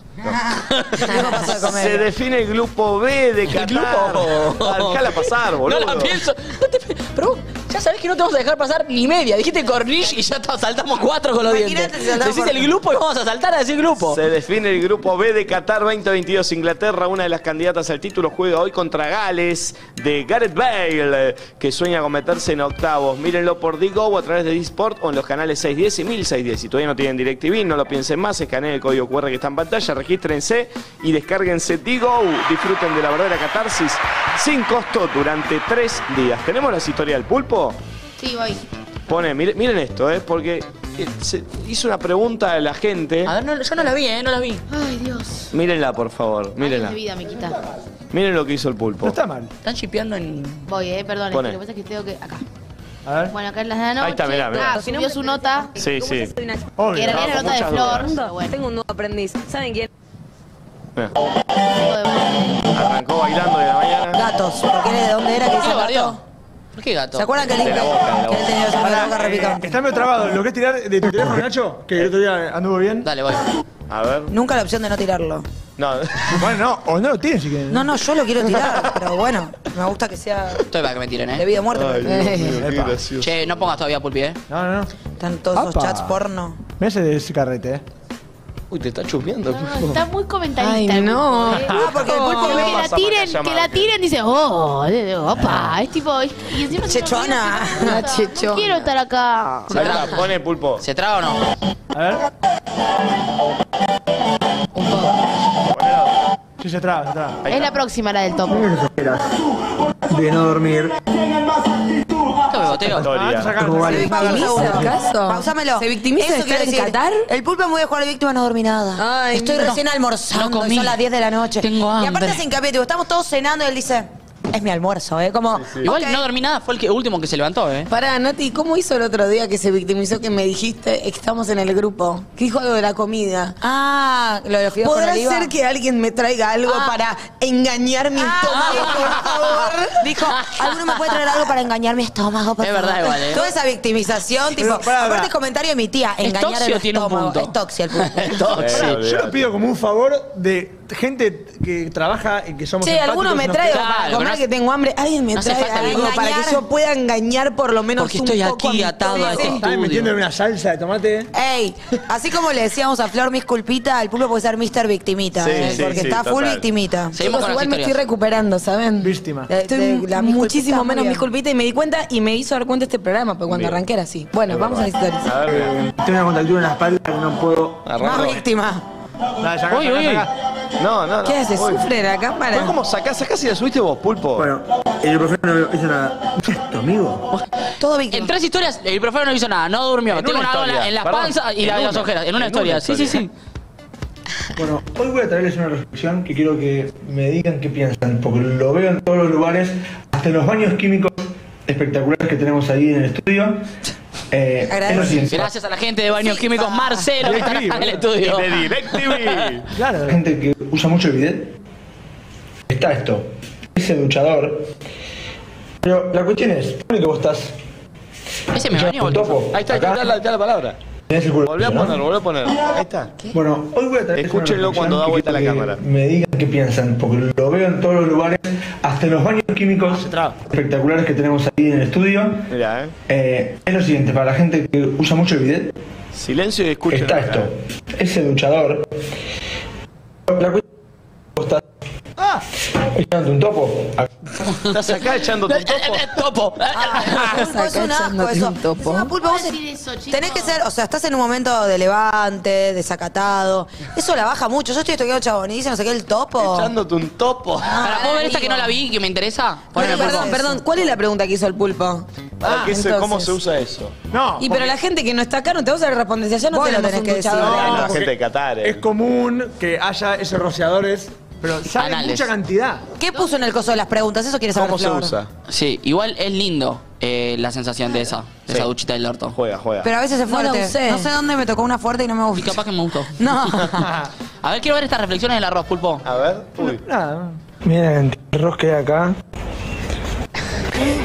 Speaker 1: Se define el grupo B de Qatar. Dejala pasar, boludo.
Speaker 6: *laughs* No la pienso. No te- Pero vos ya sabés que no te vamos a dejar pasar ni media. Dijiste corniche y ya está, saltamos cuatro con los dientes. Decís el grupo y vamos a saltar a decir grupo.
Speaker 1: Se define el grupo B de Qatar 2022. Inglaterra, una de las candidatas al título, juega hoy contra Gales de Gareth Bale, eh, que sueña con meterse en octavos. Mírenlo por Digo o a través de Disport o en los canales 610 y 1610. Si todavía no tienen DirecTV, no lo piensen más, escaneen el código QR que está en pantalla, regístrense y descárguense Digo. Disfruten de la verdadera catarsis sin costo durante tres días. ¿Tenemos la historia del pulpo?
Speaker 15: Sí, voy.
Speaker 1: Pone, miren, miren esto, eh, porque eh, se hizo una pregunta a la gente.
Speaker 6: A ver, no- yo no la vi, ¿eh? No la vi.
Speaker 15: Ay, Dios.
Speaker 1: Mírenla, por favor, mírenla.
Speaker 15: Mi vida me quita.
Speaker 1: Miren lo que hizo el pulpo.
Speaker 3: mal.
Speaker 6: Están chipeando en.
Speaker 15: Voy, eh, perdón. es
Speaker 1: Poné.
Speaker 15: que Lo que pasa es que tengo que. Acá.
Speaker 1: A ver.
Speaker 15: Bueno, acá en las de la noche.
Speaker 1: Ahí está, mirá, mirá.
Speaker 15: Ah, subió
Speaker 8: *laughs*
Speaker 15: su nota.
Speaker 1: Sí, sí.
Speaker 15: Que era la nota de Flor. pero bueno.
Speaker 7: Tengo un nuevo aprendiz. ¿Saben quién?
Speaker 1: Arrancó bailando de la mañana.
Speaker 2: Gatos. ¿Por qué? ¿De dónde era que
Speaker 6: ¿Por qué
Speaker 2: hizo
Speaker 6: lo bardeó?
Speaker 2: gato?
Speaker 6: ¿Por qué gato?
Speaker 2: ¿Se acuerdan que el
Speaker 3: De la
Speaker 2: Inca-
Speaker 3: boca, de la
Speaker 2: que él tenía los ojos de la boca
Speaker 3: Eh,
Speaker 2: repicante?
Speaker 3: Está medio trabado. ¿Lo que es tirar de tu teléfono, Nacho? Que el otro día anduvo bien.
Speaker 6: Dale, vale.
Speaker 1: A ver.
Speaker 2: Nunca la opción de no tirarlo.
Speaker 1: No.
Speaker 3: Bueno, no. *laughs* O no lo tienes si quieren.
Speaker 2: No, no, yo lo quiero tirar, pero bueno, me gusta que sea
Speaker 6: Estoy para que me tiren, ¿eh?
Speaker 2: de vida o muerte.
Speaker 3: Ay,
Speaker 2: pero-
Speaker 3: Dios mío, qué
Speaker 2: Epa.
Speaker 3: gracioso.
Speaker 6: Che, no pongas todavía pulpi, ¿eh?
Speaker 3: No, no, no.
Speaker 2: Están todos esos
Speaker 3: Apa.
Speaker 2: chats porno.
Speaker 3: Mirá ese, ese carrete, eh.
Speaker 1: Uy, te está chupeando.
Speaker 15: No, Está muy comentarista.
Speaker 2: Ay,
Speaker 15: el
Speaker 2: no.
Speaker 15: grupo, eh.
Speaker 2: Ah, porque el pulpo
Speaker 15: que
Speaker 2: ve-
Speaker 15: la
Speaker 2: Pasa
Speaker 15: tiren,
Speaker 2: por
Speaker 15: que
Speaker 2: acá,
Speaker 15: la tiren, dice, oh, eh, opa, es tipo. es- Y encima se nos olvida
Speaker 2: Chechona.
Speaker 15: que no me gusta. No quiero estar acá.
Speaker 1: Ahí está, pone pulpo.
Speaker 6: ¿Se traga o no?
Speaker 3: A ver. Sí, se traba, se traba.
Speaker 15: Es la próxima, la del top.
Speaker 3: De no dormir.
Speaker 6: Esto me boteo.
Speaker 23: Ah,
Speaker 2: ¿Se victimiza acaso? Pausámelo.
Speaker 7: ¿Se victimiza de
Speaker 2: Eso quiero
Speaker 7: estar en
Speaker 2: decir.
Speaker 7: Qatar?
Speaker 2: El pulpo es muy de jugar de víctima no dormí nada.
Speaker 7: Ay,
Speaker 2: Estoy
Speaker 7: no.
Speaker 2: recién almorzando,
Speaker 7: No
Speaker 2: y
Speaker 7: comí.
Speaker 2: son las 10 de la noche.
Speaker 6: Tengo
Speaker 2: Y aparte
Speaker 6: hambre.
Speaker 2: se hincapié, tipo, estamos todos cenando y él dice, es mi almuerzo, ¿eh? Como,
Speaker 6: Igual
Speaker 2: ok.
Speaker 6: no dormí nada, fue el que- último que se levantó, ¿eh?
Speaker 7: Pará, Nati, ¿cómo hizo el otro día que se victimizó que me dijiste estamos en el grupo? Que dijo algo de la comida.
Speaker 2: Ah, lo de los fideos con
Speaker 7: ¿Podrá
Speaker 2: oliva?
Speaker 7: ser que alguien me traiga algo
Speaker 2: Ah.
Speaker 7: para engañar mi estómago,
Speaker 2: *laughs*
Speaker 7: por favor?
Speaker 2: Dijo, ¿alguno me puede traer algo para engañar mi estómago? por
Speaker 6: Es verdad,
Speaker 2: favor?"
Speaker 6: igual, ¿eh?
Speaker 2: Toda esa victimización, tipo,
Speaker 3: Pero, pará,
Speaker 2: aparte
Speaker 3: pará.
Speaker 2: el comentario de mi tía, engañar el
Speaker 6: toxio, tiene un
Speaker 2: estómago.
Speaker 6: punto.
Speaker 2: Es toxia el pulpo.
Speaker 6: *laughs* *laughs* Es tóxico.
Speaker 1: Eh,
Speaker 3: Yo lo pido como un favor de gente que trabaja y que somos
Speaker 7: Che,
Speaker 3: empáticos
Speaker 7: alguno
Speaker 3: y
Speaker 7: me
Speaker 3: nos
Speaker 7: trae
Speaker 3: cuidamos.
Speaker 6: Claro,
Speaker 7: para
Speaker 6: pero
Speaker 7: comer
Speaker 6: no-
Speaker 7: que tengo hambre. Alguien me
Speaker 6: no hace
Speaker 7: trae
Speaker 6: falta que-
Speaker 7: algo para que yo pueda engañar por lo menos
Speaker 6: Porque
Speaker 7: un
Speaker 6: estoy
Speaker 7: poco
Speaker 6: aquí
Speaker 7: a mi-
Speaker 6: atado a este
Speaker 3: Estaba metiendo en
Speaker 6: estudio.
Speaker 3: una salsa de tomate.
Speaker 2: Ey, así como le decíamos a Flor Miss Culpita, al pulpo puede ser Mr. Victimita,
Speaker 1: Sí,
Speaker 2: ¿eh?
Speaker 1: sí,
Speaker 2: porque
Speaker 1: sí,
Speaker 2: está full
Speaker 1: total.
Speaker 2: victimita.
Speaker 8: Pues
Speaker 6: Seguimos con las
Speaker 7: igual me estoy
Speaker 6: historias.
Speaker 7: recuperando, ¿saben?
Speaker 3: Víctima.
Speaker 7: De-
Speaker 2: Estoy
Speaker 7: de la
Speaker 2: mu-
Speaker 7: Miss
Speaker 2: muchísimo
Speaker 7: Culpita,
Speaker 2: menos
Speaker 7: muy
Speaker 2: Miss
Speaker 7: bien. y me di cuenta y me hizo dar cuenta este programa, porque cuando
Speaker 1: Bien.
Speaker 7: arranqué era así. Bueno, vamos a las historias.
Speaker 1: A ver, mira.
Speaker 3: Eh, Tengo una contractura en la espalda que no puedo.
Speaker 2: Más
Speaker 1: Arrancó.
Speaker 2: víctima.
Speaker 3: Dale, sacá,
Speaker 6: Uy,
Speaker 3: sacá,
Speaker 6: uy, uy.
Speaker 3: sacá.
Speaker 1: No, no, no.
Speaker 7: ¿Qué hace?
Speaker 1: Uy.
Speaker 7: ¿Sufre la
Speaker 1: Fue
Speaker 7: cámara?
Speaker 1: como sacás, sacás y la subiste vos, pulpo.
Speaker 3: Bueno, el profesor no hizo nada. ¿Tu amigo?
Speaker 2: Todo
Speaker 6: En
Speaker 2: víctima.
Speaker 6: tres historias, el profe no hizo nada, no durmió.
Speaker 1: En
Speaker 6: Tiene
Speaker 1: una
Speaker 6: una
Speaker 1: historia,
Speaker 6: ola en las
Speaker 1: perdón.
Speaker 6: panzas y
Speaker 1: En
Speaker 6: la de las
Speaker 1: una,
Speaker 6: ojeras. En una
Speaker 1: en una
Speaker 6: historia, sí, sí,
Speaker 1: historia.
Speaker 6: sí.
Speaker 3: Bueno, hoy voy a traerles una reflexión que quiero que me digan qué piensan, porque lo veo en todos los lugares, hasta en los baños químicos espectaculares que tenemos ahí en el estudio. Eh,
Speaker 2: Agradezco.
Speaker 3: es lo siguiente.
Speaker 6: Gracias a la gente de Baños Químicos, Marcelo, que está acá en el
Speaker 1: Y
Speaker 6: estudio.
Speaker 1: de *laughs* DirecTV.
Speaker 3: Claro.
Speaker 4: La gente que usa mucho el bidet. Está esto. Ese duchador. Pero la cuestión es, supone que vos estás,
Speaker 6: Ese me bañó,
Speaker 4: Un topo.
Speaker 6: boludo.
Speaker 1: Ahí está, ahí está, da la, da la palabra.
Speaker 4: tenés el culo.
Speaker 1: Volvé a
Speaker 4: ¿no?
Speaker 1: poner, volvé a poner. Ahí está.
Speaker 4: Bueno, hoy voy a traer
Speaker 1: Escúchenlo cuando da vuelta la cámara.
Speaker 4: Me digan qué piensan, porque lo veo en todos los lugares, hasta en los baños
Speaker 1: Ah,
Speaker 4: químicos espectaculares que tenemos ahí en el estudio.
Speaker 1: Mirá, eh.
Speaker 4: Eh, es lo siguiente, para la gente que usa mucho el bidet,
Speaker 1: Silencio y escuchen.
Speaker 4: está esto. Ese duchador. La cuestión vos estás echándote un topo.
Speaker 1: Estás acá echando tu topo.
Speaker 6: Topo.
Speaker 7: Ah,
Speaker 2: Pulpo es un asco
Speaker 7: Sacándote
Speaker 2: eso.
Speaker 7: un topo.
Speaker 2: Encima, pulpo,
Speaker 15: ¿Puedo
Speaker 2: vos
Speaker 15: decir eso, chicos?
Speaker 2: tenés que ser, o sea, estás en un momento de levante, desacatado. Eso la baja mucho. Yo estoy estudiando chabón y dice, no sé qué, el topo.
Speaker 1: Echándote un topo.
Speaker 2: Ah,
Speaker 6: Para poder ver esta que no la vi y que me interesa, poneme
Speaker 7: Bueno,
Speaker 6: por
Speaker 7: perdón,
Speaker 6: favor.
Speaker 7: perdón, ¿cuál es la pregunta que hizo el pulpo?
Speaker 1: Ah, ¿qué se- ¿Cómo
Speaker 7: entonces.
Speaker 1: se usa eso?
Speaker 3: No,
Speaker 7: Y pero la gente que no está acá no te vas a responder. Si allá no
Speaker 2: Vos lo
Speaker 7: tenemos
Speaker 2: tenés
Speaker 7: un
Speaker 2: que decir.
Speaker 7: duchador.
Speaker 1: la
Speaker 3: porque
Speaker 1: gente de Qatar. eh.
Speaker 3: es común que haya esos rociadores, pero sale
Speaker 6: Anales.
Speaker 3: mucha cantidad.
Speaker 2: ¿Qué *laughs* puso en el coso de las preguntas? Eso quiere saber.
Speaker 1: ¿Cómo se
Speaker 2: Flor.
Speaker 1: usa?
Speaker 6: Sí, igual es lindo eh, la sensación de esa, de esa
Speaker 1: Sí.
Speaker 6: duchita del orto.
Speaker 1: Juega, juega.
Speaker 2: Pero a veces es
Speaker 7: No la
Speaker 2: fuerte. No,
Speaker 7: usé.
Speaker 2: sé dónde me tocó una fuerte y no me
Speaker 6: Y
Speaker 2: gusta.
Speaker 6: capaz que me gustó.
Speaker 2: No.
Speaker 6: *laughs* A ver, quiero ver estas reflexiones del arroz, pulpo.
Speaker 1: A ver. Uy.
Speaker 3: Nada.
Speaker 4: Mira la cantidad de arroz que hay acá.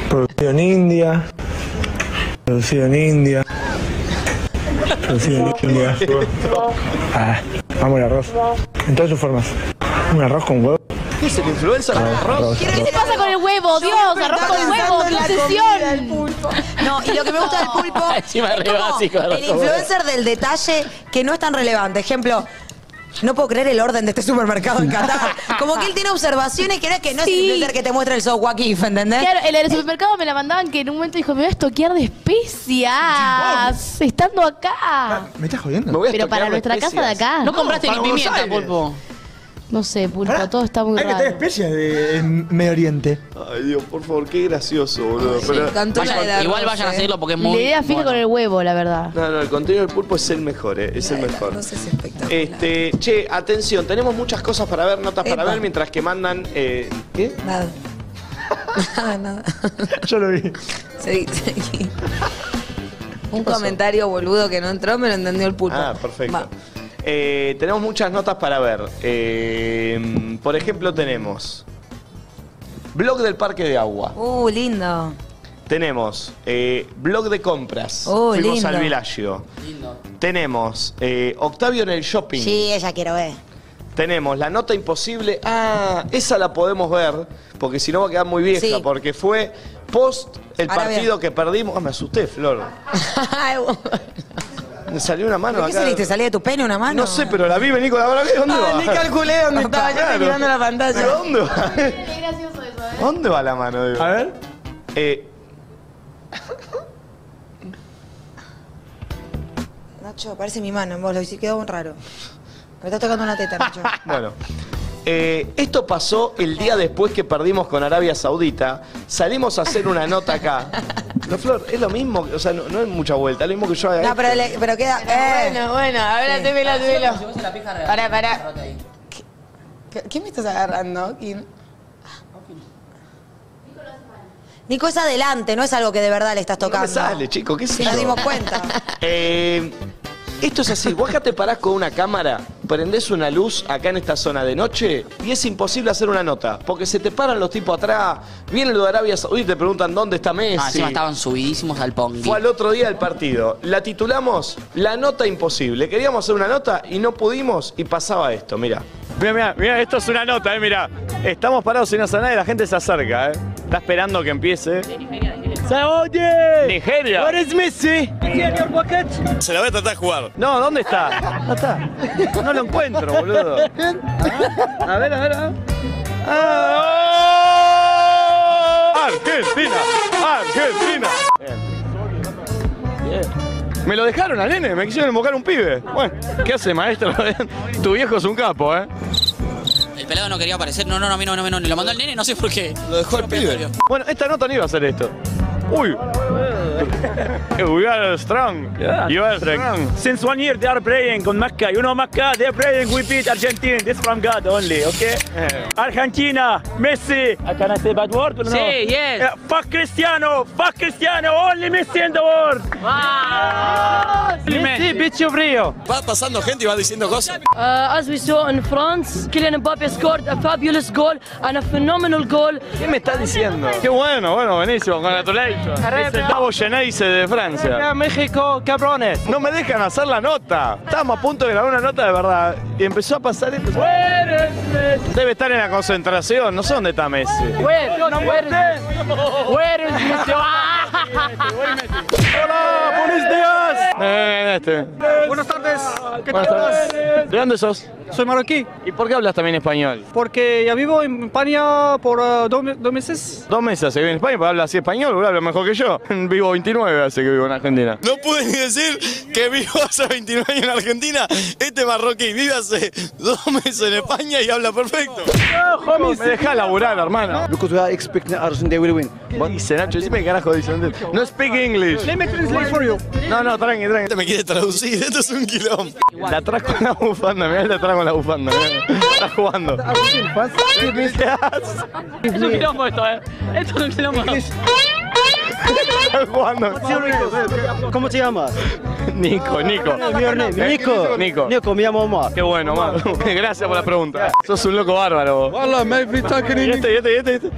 Speaker 4: Producido en India. Producido en India.
Speaker 3: Recién el día. Ah, amo el arroz. En todas sus formas. Un arroz con huevo.
Speaker 1: ¿Qué es el influencer del arroz?
Speaker 15: ¿Qué pasa con el huevo? Dios, arroz con huevo, qué obsesión.
Speaker 2: No, y lo que me gusta del
Speaker 1: *laughs*
Speaker 2: pulpo
Speaker 6: Ah, Encima
Speaker 2: es
Speaker 6: re
Speaker 2: como
Speaker 6: básico,
Speaker 2: el
Speaker 6: arroz con
Speaker 2: influencer del detalle que no es tan relevante. Ejemplo, no puedo creer el orden de este supermercado en Qatar. Como que él tiene observaciones que no es que no es el influencer que te muestra el software aquí, ¿entendés?
Speaker 15: Claro, en el supermercado me la mandaban que en un momento dijo, me voy a estoquear de especias, estando acá.
Speaker 3: ¿Me estás jodiendo?
Speaker 15: voy a Pero para nuestra casa de acá.
Speaker 6: No compraste
Speaker 3: para
Speaker 6: ni
Speaker 3: Buenos
Speaker 6: pimienta,
Speaker 3: Aires.
Speaker 6: pulpo.
Speaker 15: No sé, pulpo, todo está muy
Speaker 3: Hay que tener
Speaker 15: raro.
Speaker 3: especias de en Medio Oriente.
Speaker 1: Ay, Dios, por favor, qué gracioso, boludo.
Speaker 3: me
Speaker 1: Pero-
Speaker 3: encantó la
Speaker 6: Vayan-
Speaker 3: de arroz, eh.
Speaker 6: igual vayan a seguirlo porque es
Speaker 15: La
Speaker 6: muy.
Speaker 15: idea fija con el huevo, la verdad.
Speaker 1: No, no, el contenido del pulpo es el mejor, eh, es el mejor. Este, che, atención, tenemos muchas cosas para ver, notas para ver, mientras que mandan. eh, ¿Qué?
Speaker 15: *laughs*
Speaker 2: Nada. Nada, nada.
Speaker 3: Yo lo vi.
Speaker 8: Seguí, seguí. Un comentario boludo que no entró, me lo entendió el pulpo.
Speaker 1: Ah, perfecto.
Speaker 8: Va.
Speaker 1: Eh, tenemos muchas notas para ver. Eh, por ejemplo, tenemos. Blog del parque de agua.
Speaker 2: Uh, lindo.
Speaker 1: Tenemos eh, blog de compras.
Speaker 2: Oh,
Speaker 1: Fuimos
Speaker 2: lindo.
Speaker 1: al Villaggio. Tenemos eh, Octavio en el shopping.
Speaker 2: Sí, ella quiero ver.
Speaker 1: Tenemos la nota imposible. Ah, esa la podemos ver, porque si no va a quedar muy vieja,
Speaker 2: Sí.
Speaker 1: porque fue post el
Speaker 2: Ahora
Speaker 1: partido que perdimos. Ah, me asusté,
Speaker 2: *laughs*
Speaker 1: Flor. me salió una mano
Speaker 2: ¿Por qué
Speaker 1: acá.
Speaker 2: saliste? ¿Salí de tu pene una mano?
Speaker 1: No sé, pero la vi venir con la mano. ¿Dónde
Speaker 2: Ah,
Speaker 1: va?
Speaker 2: ni calculé dónde estaba, yo estoy mirando la pantalla.
Speaker 1: ¿Pero ¿Dónde va? *laughs* ¿Dónde va la mano? A ver. Eh,
Speaker 2: Nacho, parece mi mano en vos, lo hiciste quedó raro. Me estás tocando
Speaker 1: *laughs*
Speaker 2: una teta, Nacho.
Speaker 1: Bueno, eh, esto pasó el día después que perdimos con Arabia Saudita. Salimos a hacer una nota
Speaker 2: *laughs*
Speaker 1: acá. No, Flor, es lo mismo, o sea, no, no es mucha vuelta, lo mismo que yo haga.
Speaker 2: No, pero,
Speaker 1: esto.
Speaker 2: le- pero queda. eh.
Speaker 8: Bueno, bueno, ahora
Speaker 2: Sí.
Speaker 8: te
Speaker 6: Ah,
Speaker 8: velo, te velo.
Speaker 2: Pará, pará. ¿Qué, qué me estás agarrando, Kim? Nico es adelante, no es algo que de verdad le estás
Speaker 1: No me
Speaker 2: tocando.
Speaker 1: sale, chico, qué sé
Speaker 2: Si nos
Speaker 1: yo.
Speaker 2: dimos cuenta.
Speaker 1: *laughs* Eh, esto es así, vos acá te parás con una cámara, prendés una luz acá en esta zona de noche y es imposible hacer una nota, porque se te paran los tipos atrás, vienen los de Arabia Saudita y te preguntan dónde está Messi.
Speaker 6: Ah, encima estaban subidísimos al pongi.
Speaker 1: Fue al otro día del partido. La titulamos La nota imposible. Queríamos hacer una nota y no pudimos y pasaba esto, mira. Mira, mira, mira, esto es una nota, eh, mira. Estamos parados en una zona y la gente se acerca, eh. Está esperando que empiece. ¡Oye! ¡Nigeria!
Speaker 24: Where is
Speaker 1: Messi?
Speaker 24: Se la voy a tratar de jugar.
Speaker 1: No, ¿dónde está? No está. No lo encuentro, boludo. Ah, A ver, a ver, a ver. Ah,
Speaker 24: Argentina, Argentina.
Speaker 1: Me lo dejaron al nene, me quisieron invocar un pibe. Bueno, ¿qué hace, maestro? *laughs* tu viejo es un capo, ¿eh?
Speaker 6: El pelado no quería aparecer. No, no, no, a mí no, no, no. Le mandó al nene, no sé por qué.
Speaker 1: Lo dejó el pibe. Bueno, esta nota no iba a ser esto. Uy. We are strong. You are strong.
Speaker 24: Since one year they are praying on Mecca. You know Mecca, they are praying. We beat Argentina. This from God only, okay? Argentina, Messi. I can I say bad word or no?
Speaker 6: Sí, yes.
Speaker 24: Yeah, fuck Cristiano, fuck Cristiano. Only Messi in the world.
Speaker 2: Ah.
Speaker 24: Messi, bitch of Rio.
Speaker 25: Va pasando gente y va diciendo cosas.
Speaker 23: Uh, as we saw in France, Kylian Mbappe scored a fabulous goal and a phenomenal goal.
Speaker 1: ¿Qué me estás diciendo? Qué bueno, bueno, buenísimo. Congratulations.
Speaker 24: Arabia.
Speaker 1: Es el Tavo Geneise de Francia.
Speaker 24: Arabia,
Speaker 1: México, cabrones. No me dejan hacer la nota. Estábamos a punto de grabar una nota de verdad. Y empezó a pasar esto. Debe estar en la concentración. No sé dónde está Messi.
Speaker 24: Where? No, where is Where is Messi?
Speaker 26: Ah.
Speaker 24: Hola, buenos días.
Speaker 1: Eh, este.
Speaker 24: Buenas tardes. ¿Qué
Speaker 1: Buenas tardes. ¿De dónde sos?
Speaker 26: Soy marroquí.
Speaker 1: ¿Y por qué hablas también español?
Speaker 26: Porque ya vivo en España por eh, dos, me- dos meses.
Speaker 1: Dos meses hace que vivo en España, pero habla así español, boludo, habla mejor que yo. *laughs* Vivo 29 hace que vivo en Argentina.
Speaker 25: No pude ni decir que vivo hace 29 años en Argentina. Este marroquí vive hace dos meses en España y habla perfecto.
Speaker 1: me deja laburar, hermano. Because we are expecting Argentina will win. ¿Qué dice Nacho? Decime qué carajo dice. No speak English.
Speaker 26: Let me translate for you.
Speaker 1: No, no, tranqui, tranqui.
Speaker 25: Este Me quiere traducir, esto es un quilombo.
Speaker 1: La atrás con la bufanda, mirá, la atrás con la bufanda. mirá. Está jugando.
Speaker 24: Es un quilombo esto, eh. Esto es un quilombo.
Speaker 1: Está jugando.
Speaker 26: ¿Cómo te llamas?
Speaker 1: Nico, Nico.
Speaker 26: Mi nombre, Nico.
Speaker 1: Nico.
Speaker 26: Nico, me llamo Omar.
Speaker 1: Qué bueno, Omar. *laughs* Gracias por la pregunta. Sos un loco bárbaro. vos.
Speaker 26: Hola, me
Speaker 1: Y este, y este, y este, y este.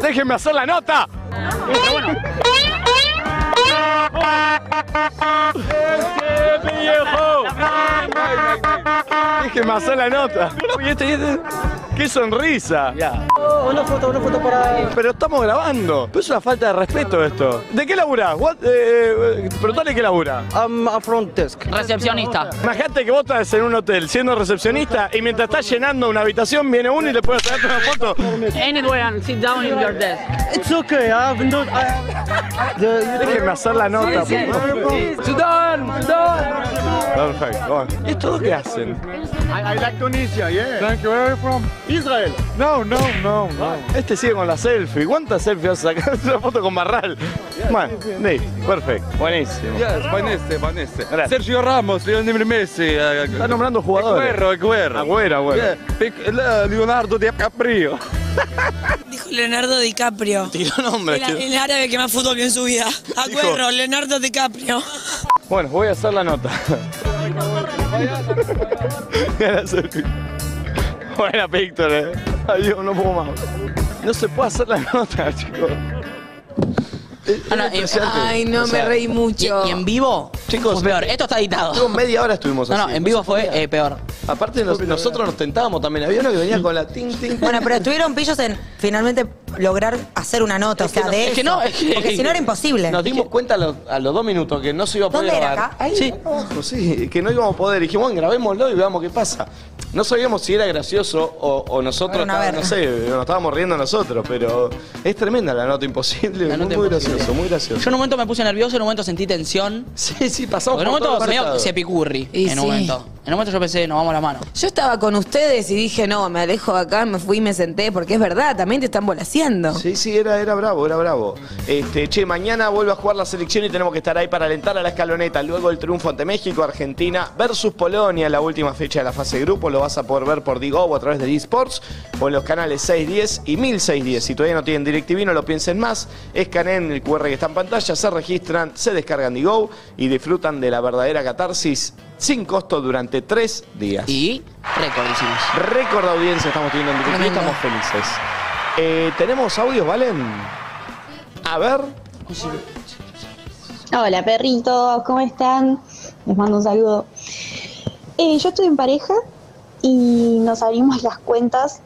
Speaker 1: Déjenme hacer la nota.
Speaker 24: Está bueno.
Speaker 1: que me hace la nota. Uy, este- este- ¡Qué sonrisa!
Speaker 26: Una foto, una foto para.
Speaker 1: Pero estamos grabando. Pero es una falta de respeto esto. ¿De qué laburás? What, eh, eh, preguntale qué labura.
Speaker 26: I'm a front desk.
Speaker 6: Recepcionista.
Speaker 1: Imagínate que vos estás en un hotel siendo recepcionista y mientras estás llenando una habitación viene uno y le puede sacarte una foto.
Speaker 26: Anyway, and sit down in your desk. It's okay. I have not. I,
Speaker 1: Déjeme hacer la nota,
Speaker 26: Sí,
Speaker 1: por favor.
Speaker 26: sí. Sudán, Sudán.
Speaker 1: Perfecto. bueno. ¿Y esto qué hacen?
Speaker 27: I, I like Tunisia, yeah.
Speaker 1: Thank you. Where are you from? Israel. No, no, no, Este sigue con la selfie. ¿Cuántas selfies vas a sacar? *laughs* Es una foto con Barral. Bueno, sí, perfecto. Buenísimo.
Speaker 28: Yes, Vanessa, Vanessa.
Speaker 1: Gracias.
Speaker 28: Sergio Ramos, Lionel Messi. Está
Speaker 1: nombrando jugadores.
Speaker 28: Agüero, Agüero.
Speaker 1: Agüero, Agüero.
Speaker 28: Yeah, Pic- la- Leonardo DiCaprio.
Speaker 29: Leonardo DiCaprio.
Speaker 1: Tiró nombres,
Speaker 29: El,
Speaker 1: tiró.
Speaker 29: el árabe que más fútbol vio en su vida. Agüero,
Speaker 1: *laughs* Hijo.
Speaker 29: Leonardo DiCaprio.
Speaker 1: Bueno, voy a hacer la nota. Era selfie. *laughs* Buena Víctor, eh. Adiós, no puedo más. No se puede hacer la nota, *laughs* chicos.
Speaker 8: Ana, eh, ay, no, me reí mucho.
Speaker 6: Y, y en vivo,
Speaker 1: Chicos,
Speaker 6: fue peor. Esto está editado.
Speaker 1: Estuvo media hora estuvimos
Speaker 6: No,
Speaker 1: así.
Speaker 6: no, en vivo fue eh, peor.
Speaker 1: Aparte, nos- nosotros nos tentábamos también. Había uno que venía con la tin, tin, tin.
Speaker 2: Bueno, pero estuvieron pillos en finalmente lograr hacer una nota, o sea, de
Speaker 1: es que
Speaker 2: eso.
Speaker 1: no, es que-
Speaker 2: Porque si no era imposible.
Speaker 1: Nos dimos cuenta a los, a los dos minutos que no se iba a poder
Speaker 2: ¿Dónde era,
Speaker 1: grabar.
Speaker 2: acá?
Speaker 1: Ahí, sí. abajo, sí, que no íbamos a poder. Dijimos, bueno, grabémoslo y veamos qué pasa. No sabíamos si era gracioso o, o nosotros,
Speaker 2: Bueno, a
Speaker 1: estábamos- no sé, nos estábamos riendo nosotros, pero es tremenda la nota imposible. muy, muy gracioso, muy gracioso.
Speaker 6: Yo en un momento me puse nervioso, en un momento sentí tensión.
Speaker 1: Sí, sí, pasamos
Speaker 6: En un
Speaker 1: por
Speaker 6: momento
Speaker 1: todos
Speaker 6: medio
Speaker 1: lados.
Speaker 6: se picurri.
Speaker 8: Y
Speaker 6: En un
Speaker 8: sí.
Speaker 6: momento. En un momento yo pensé, nos vamos la mano.
Speaker 8: Yo estaba con ustedes y dije, no, me alejo de acá, me fui y me senté, porque es verdad, también te están volaciendo.
Speaker 1: Sí, sí, era, era bravo, era bravo. Este, che, mañana vuelve a jugar la selección y tenemos que estar ahí para alentar a la escaloneta. Luego el triunfo ante México, Argentina versus Polonia, la última fecha de la fase de grupo. Lo vas a poder ver por Digo o a través de eSports o en los canales 610 y 1610. Si todavía no tienen DirecTV, no lo piensen más. Escaneen el QR que está en pantalla, se registran, se descargan Digo y disfrutan de la verdadera catarsis sin costo durante tres días.
Speaker 6: Y récord hicimos.
Speaker 1: Récord de audiencia estamos teniendo en DirecTV,
Speaker 6: Tremendo.
Speaker 1: estamos felices. Eh, Tenemos audios, ¿valen? A ver.
Speaker 30: Hola perritos, ¿cómo están? Les mando un saludo. Eh, yo estoy en pareja y nos abrimos las cuentas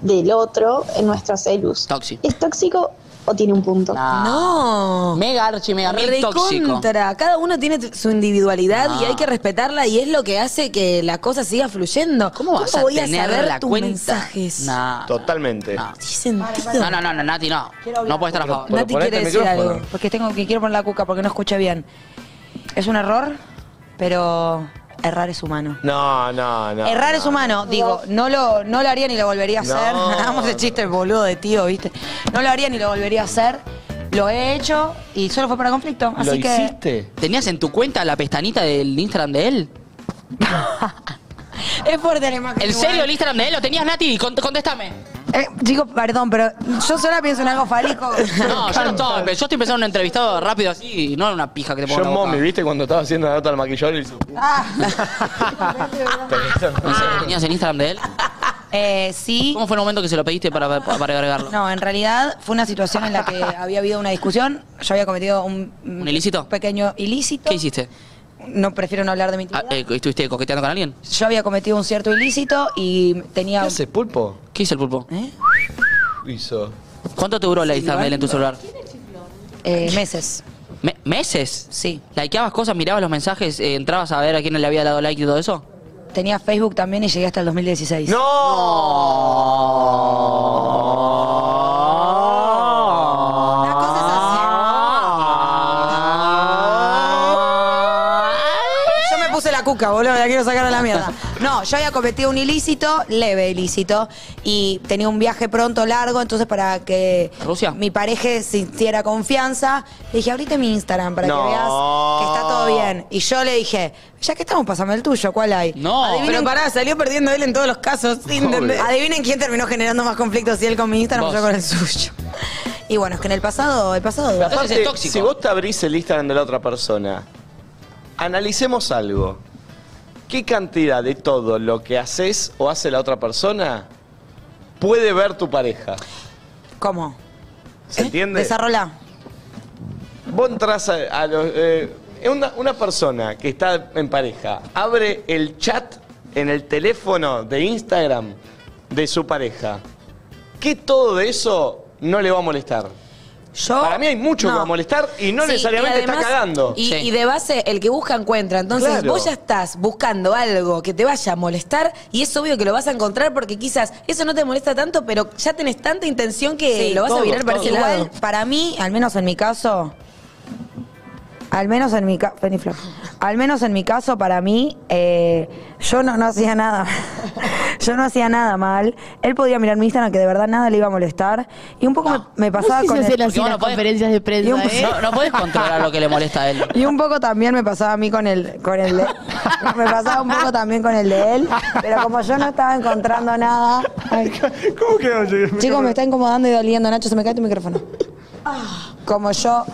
Speaker 30: del otro en nuestros celus. ¿Es tóxico o tiene un punto?
Speaker 8: No.
Speaker 6: Mega archi, mega mil tóxico.
Speaker 8: Recontra. Cada uno tiene t- su individualidad
Speaker 6: No.
Speaker 8: y hay que respetarla y es lo que hace que la cosa siga fluyendo. ¿Cómo
Speaker 6: vas a
Speaker 8: voy a
Speaker 6: tener
Speaker 8: saber
Speaker 6: la
Speaker 8: tus
Speaker 6: cuenta?
Speaker 8: mensajes?
Speaker 6: No.
Speaker 1: Totalmente.
Speaker 6: No, no, no, no, Nati, no. No puede estar a favor.
Speaker 2: Nati quiere decir algo, porque tengo que quiero poner la cuca porque no escuché bien. Es un error, pero errar es humano.
Speaker 1: No, no, no.
Speaker 2: Errar
Speaker 1: no.
Speaker 2: es humano, digo, no lo, no lo haría ni lo volvería a
Speaker 1: No.
Speaker 2: hacer. *laughs* Hagamos el chiste boludo de tío, ¿viste? No lo haría ni lo volvería a hacer. Lo he hecho y solo fue para conflicto, así que
Speaker 6: ¿Tenías en tu cuenta la pestañita del Instagram de él?
Speaker 2: es fuerte la imagen.
Speaker 6: ¿En
Speaker 2: igual.
Speaker 6: serio el Instagram de él? ¿Lo tenías, Nati? Cont- Contéstame.
Speaker 2: Eh, chicos, perdón, pero yo sola pienso en algo fálico.
Speaker 6: *laughs* No, yo no estoy. pero Yo estoy pensando en un entrevistado rápido así, y no en una pija que te pongo.
Speaker 1: Yo
Speaker 6: en la boca.
Speaker 1: mommy, ¿viste? Cuando estaba haciendo la nota al maquillador y hizo...
Speaker 6: ¿En serio ¿Tenías el Instagram de él?
Speaker 2: *laughs* Eh, sí.
Speaker 6: ¿Cómo fue el momento que se lo pediste para, para agregarlo?
Speaker 2: No, en realidad fue una situación en la que había habido una discusión. Yo había cometido un,
Speaker 6: ¿Un ilícito?
Speaker 2: pequeño ilícito.
Speaker 6: ¿Qué hiciste?
Speaker 2: No prefiero no hablar de mi
Speaker 6: Ah, eh, ¿Estuviste coqueteando con alguien?
Speaker 2: Yo había cometido un cierto ilícito y tenía. ¿Eh?
Speaker 1: ¿Qué hace, pulpo?
Speaker 6: ¿Qué hizo el pulpo?
Speaker 1: Hizo.
Speaker 6: ¿Cuánto te duró la
Speaker 2: Sí,
Speaker 6: Instagram de él en tu celular?
Speaker 2: eh, meses.
Speaker 6: Me- ¿Meses?
Speaker 2: Sí.
Speaker 6: ¿Likeabas cosas, mirabas los mensajes, eh, entrabas a ver a quién le había dado like y todo eso?
Speaker 2: Tenía Facebook también y llegué hasta el 2016. Yo me puse la cuca, boludo, la quiero sacar a la mierda. No, yo había cometido un ilícito, leve ilícito, y tenía un viaje pronto largo, entonces para que mi pareja sintiera confianza, le dije, abrite mi Instagram para
Speaker 8: No.
Speaker 2: que veas que está todo bien. Y yo le dije, ya que estamos, pasame el tuyo, ¿cuál hay? No,
Speaker 8: Pero pará,
Speaker 2: salió perdiendo él en todos los casos.
Speaker 8: entender.
Speaker 2: Adivinen quién terminó generando más conflictos, si él con mi Instagram o yo con el suyo. Y bueno, es que en el pasado, el pasado...
Speaker 1: Aparte, si vos te abrís el Instagram de la otra persona, analicemos algo. ¿Qué cantidad de todo lo que haces o hace la otra persona puede ver tu pareja?
Speaker 2: ¿Cómo? ¿Eh?
Speaker 1: ¿Se entiende?
Speaker 2: Desarrola.
Speaker 1: Vos entras a, a los. eh, una, una persona que está en pareja abre el chat en el teléfono de Instagram de su pareja, ¿qué todo de eso no le va a molestar? Para mí hay mucho que
Speaker 8: no.
Speaker 1: va a molestar y no
Speaker 8: Sí, y
Speaker 1: necesariamente
Speaker 8: además-
Speaker 1: está cagando.
Speaker 8: Y, y de base, el que busca encuentra. Entonces,
Speaker 1: Claro.
Speaker 8: vos ya estás buscando algo que te vaya a molestar y es obvio que lo vas a encontrar porque quizás eso no te molesta tanto, pero ya tenés tanta intención que lo vas a virar para ese
Speaker 2: Igual,
Speaker 8: lado.
Speaker 2: para mí, al menos en mi caso, al menos en mi caso, al menos en mi caso, para mí, eh, yo no, no hacía nada. *laughs* yo no hacía nada mal. Él podía mirar mi Instagram, que de verdad nada le iba a molestar. Y un poco me, me
Speaker 15: No
Speaker 2: pasaba
Speaker 15: sé si
Speaker 2: con
Speaker 15: hacer así las
Speaker 2: conferencias de prensa.
Speaker 15: ¿eh?
Speaker 6: No, no podés controlar lo que le molesta a él.
Speaker 2: Y un poco también me pasaba a mí con el, con el de, me pasaba un poco también con el de él, pero como yo no estaba encontrando nada.
Speaker 1: *laughs*
Speaker 2: ¿Cómo que Chicos, me está incomodando y doliendo, Nacho, se me cae tu micrófono. Como yo,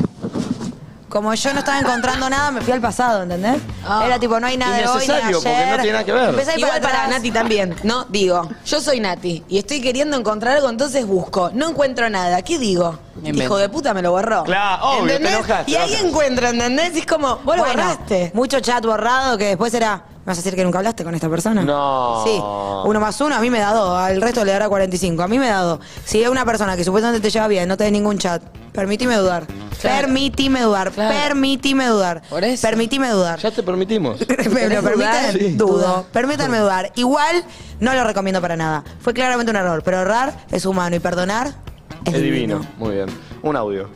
Speaker 2: como yo no estaba encontrando nada, me fui al pasado, ¿entendés? Era tipo, no hay nada de hoy, ni de ayer. Empecé a
Speaker 8: Ah.
Speaker 2: ir
Speaker 8: Igual
Speaker 2: para
Speaker 8: para
Speaker 2: atrás.
Speaker 8: Nati también. No, digo, yo soy Nati y estoy queriendo encontrar algo, entonces busco. No encuentro nada. ¿Qué digo?
Speaker 2: invento.
Speaker 8: Hijo de puta me lo borró.
Speaker 2: Claro, obvio, te
Speaker 8: ¿Entendés?
Speaker 2: enojas, te
Speaker 8: Y ahí
Speaker 2: enojas.
Speaker 8: encuentro, ¿entendés? Y Es como, vos lo
Speaker 2: Bueno,
Speaker 8: borraste.
Speaker 2: Mucho chat borrado que después era. ¿Me vas a decir que nunca hablaste con esta persona?
Speaker 8: No.
Speaker 2: Sí. Uno más uno a mí me da dos, al resto le dará 45. A mí me da dos. Si es una persona que supuestamente te lleva bien, no tenés ningún chat, permitime dudar. Permitime dudar. Permitime dudar. Por eso. Permitime dudar.
Speaker 1: Ya te permitimos.
Speaker 2: *laughs* Me lo permiten,
Speaker 1: Sí.
Speaker 2: dudo. Permítanme dudar. Igual no lo recomiendo para nada. Fue claramente un error, pero errar es humano y *laughs* perdonar.
Speaker 1: Es divino. Muy bien. Un audio.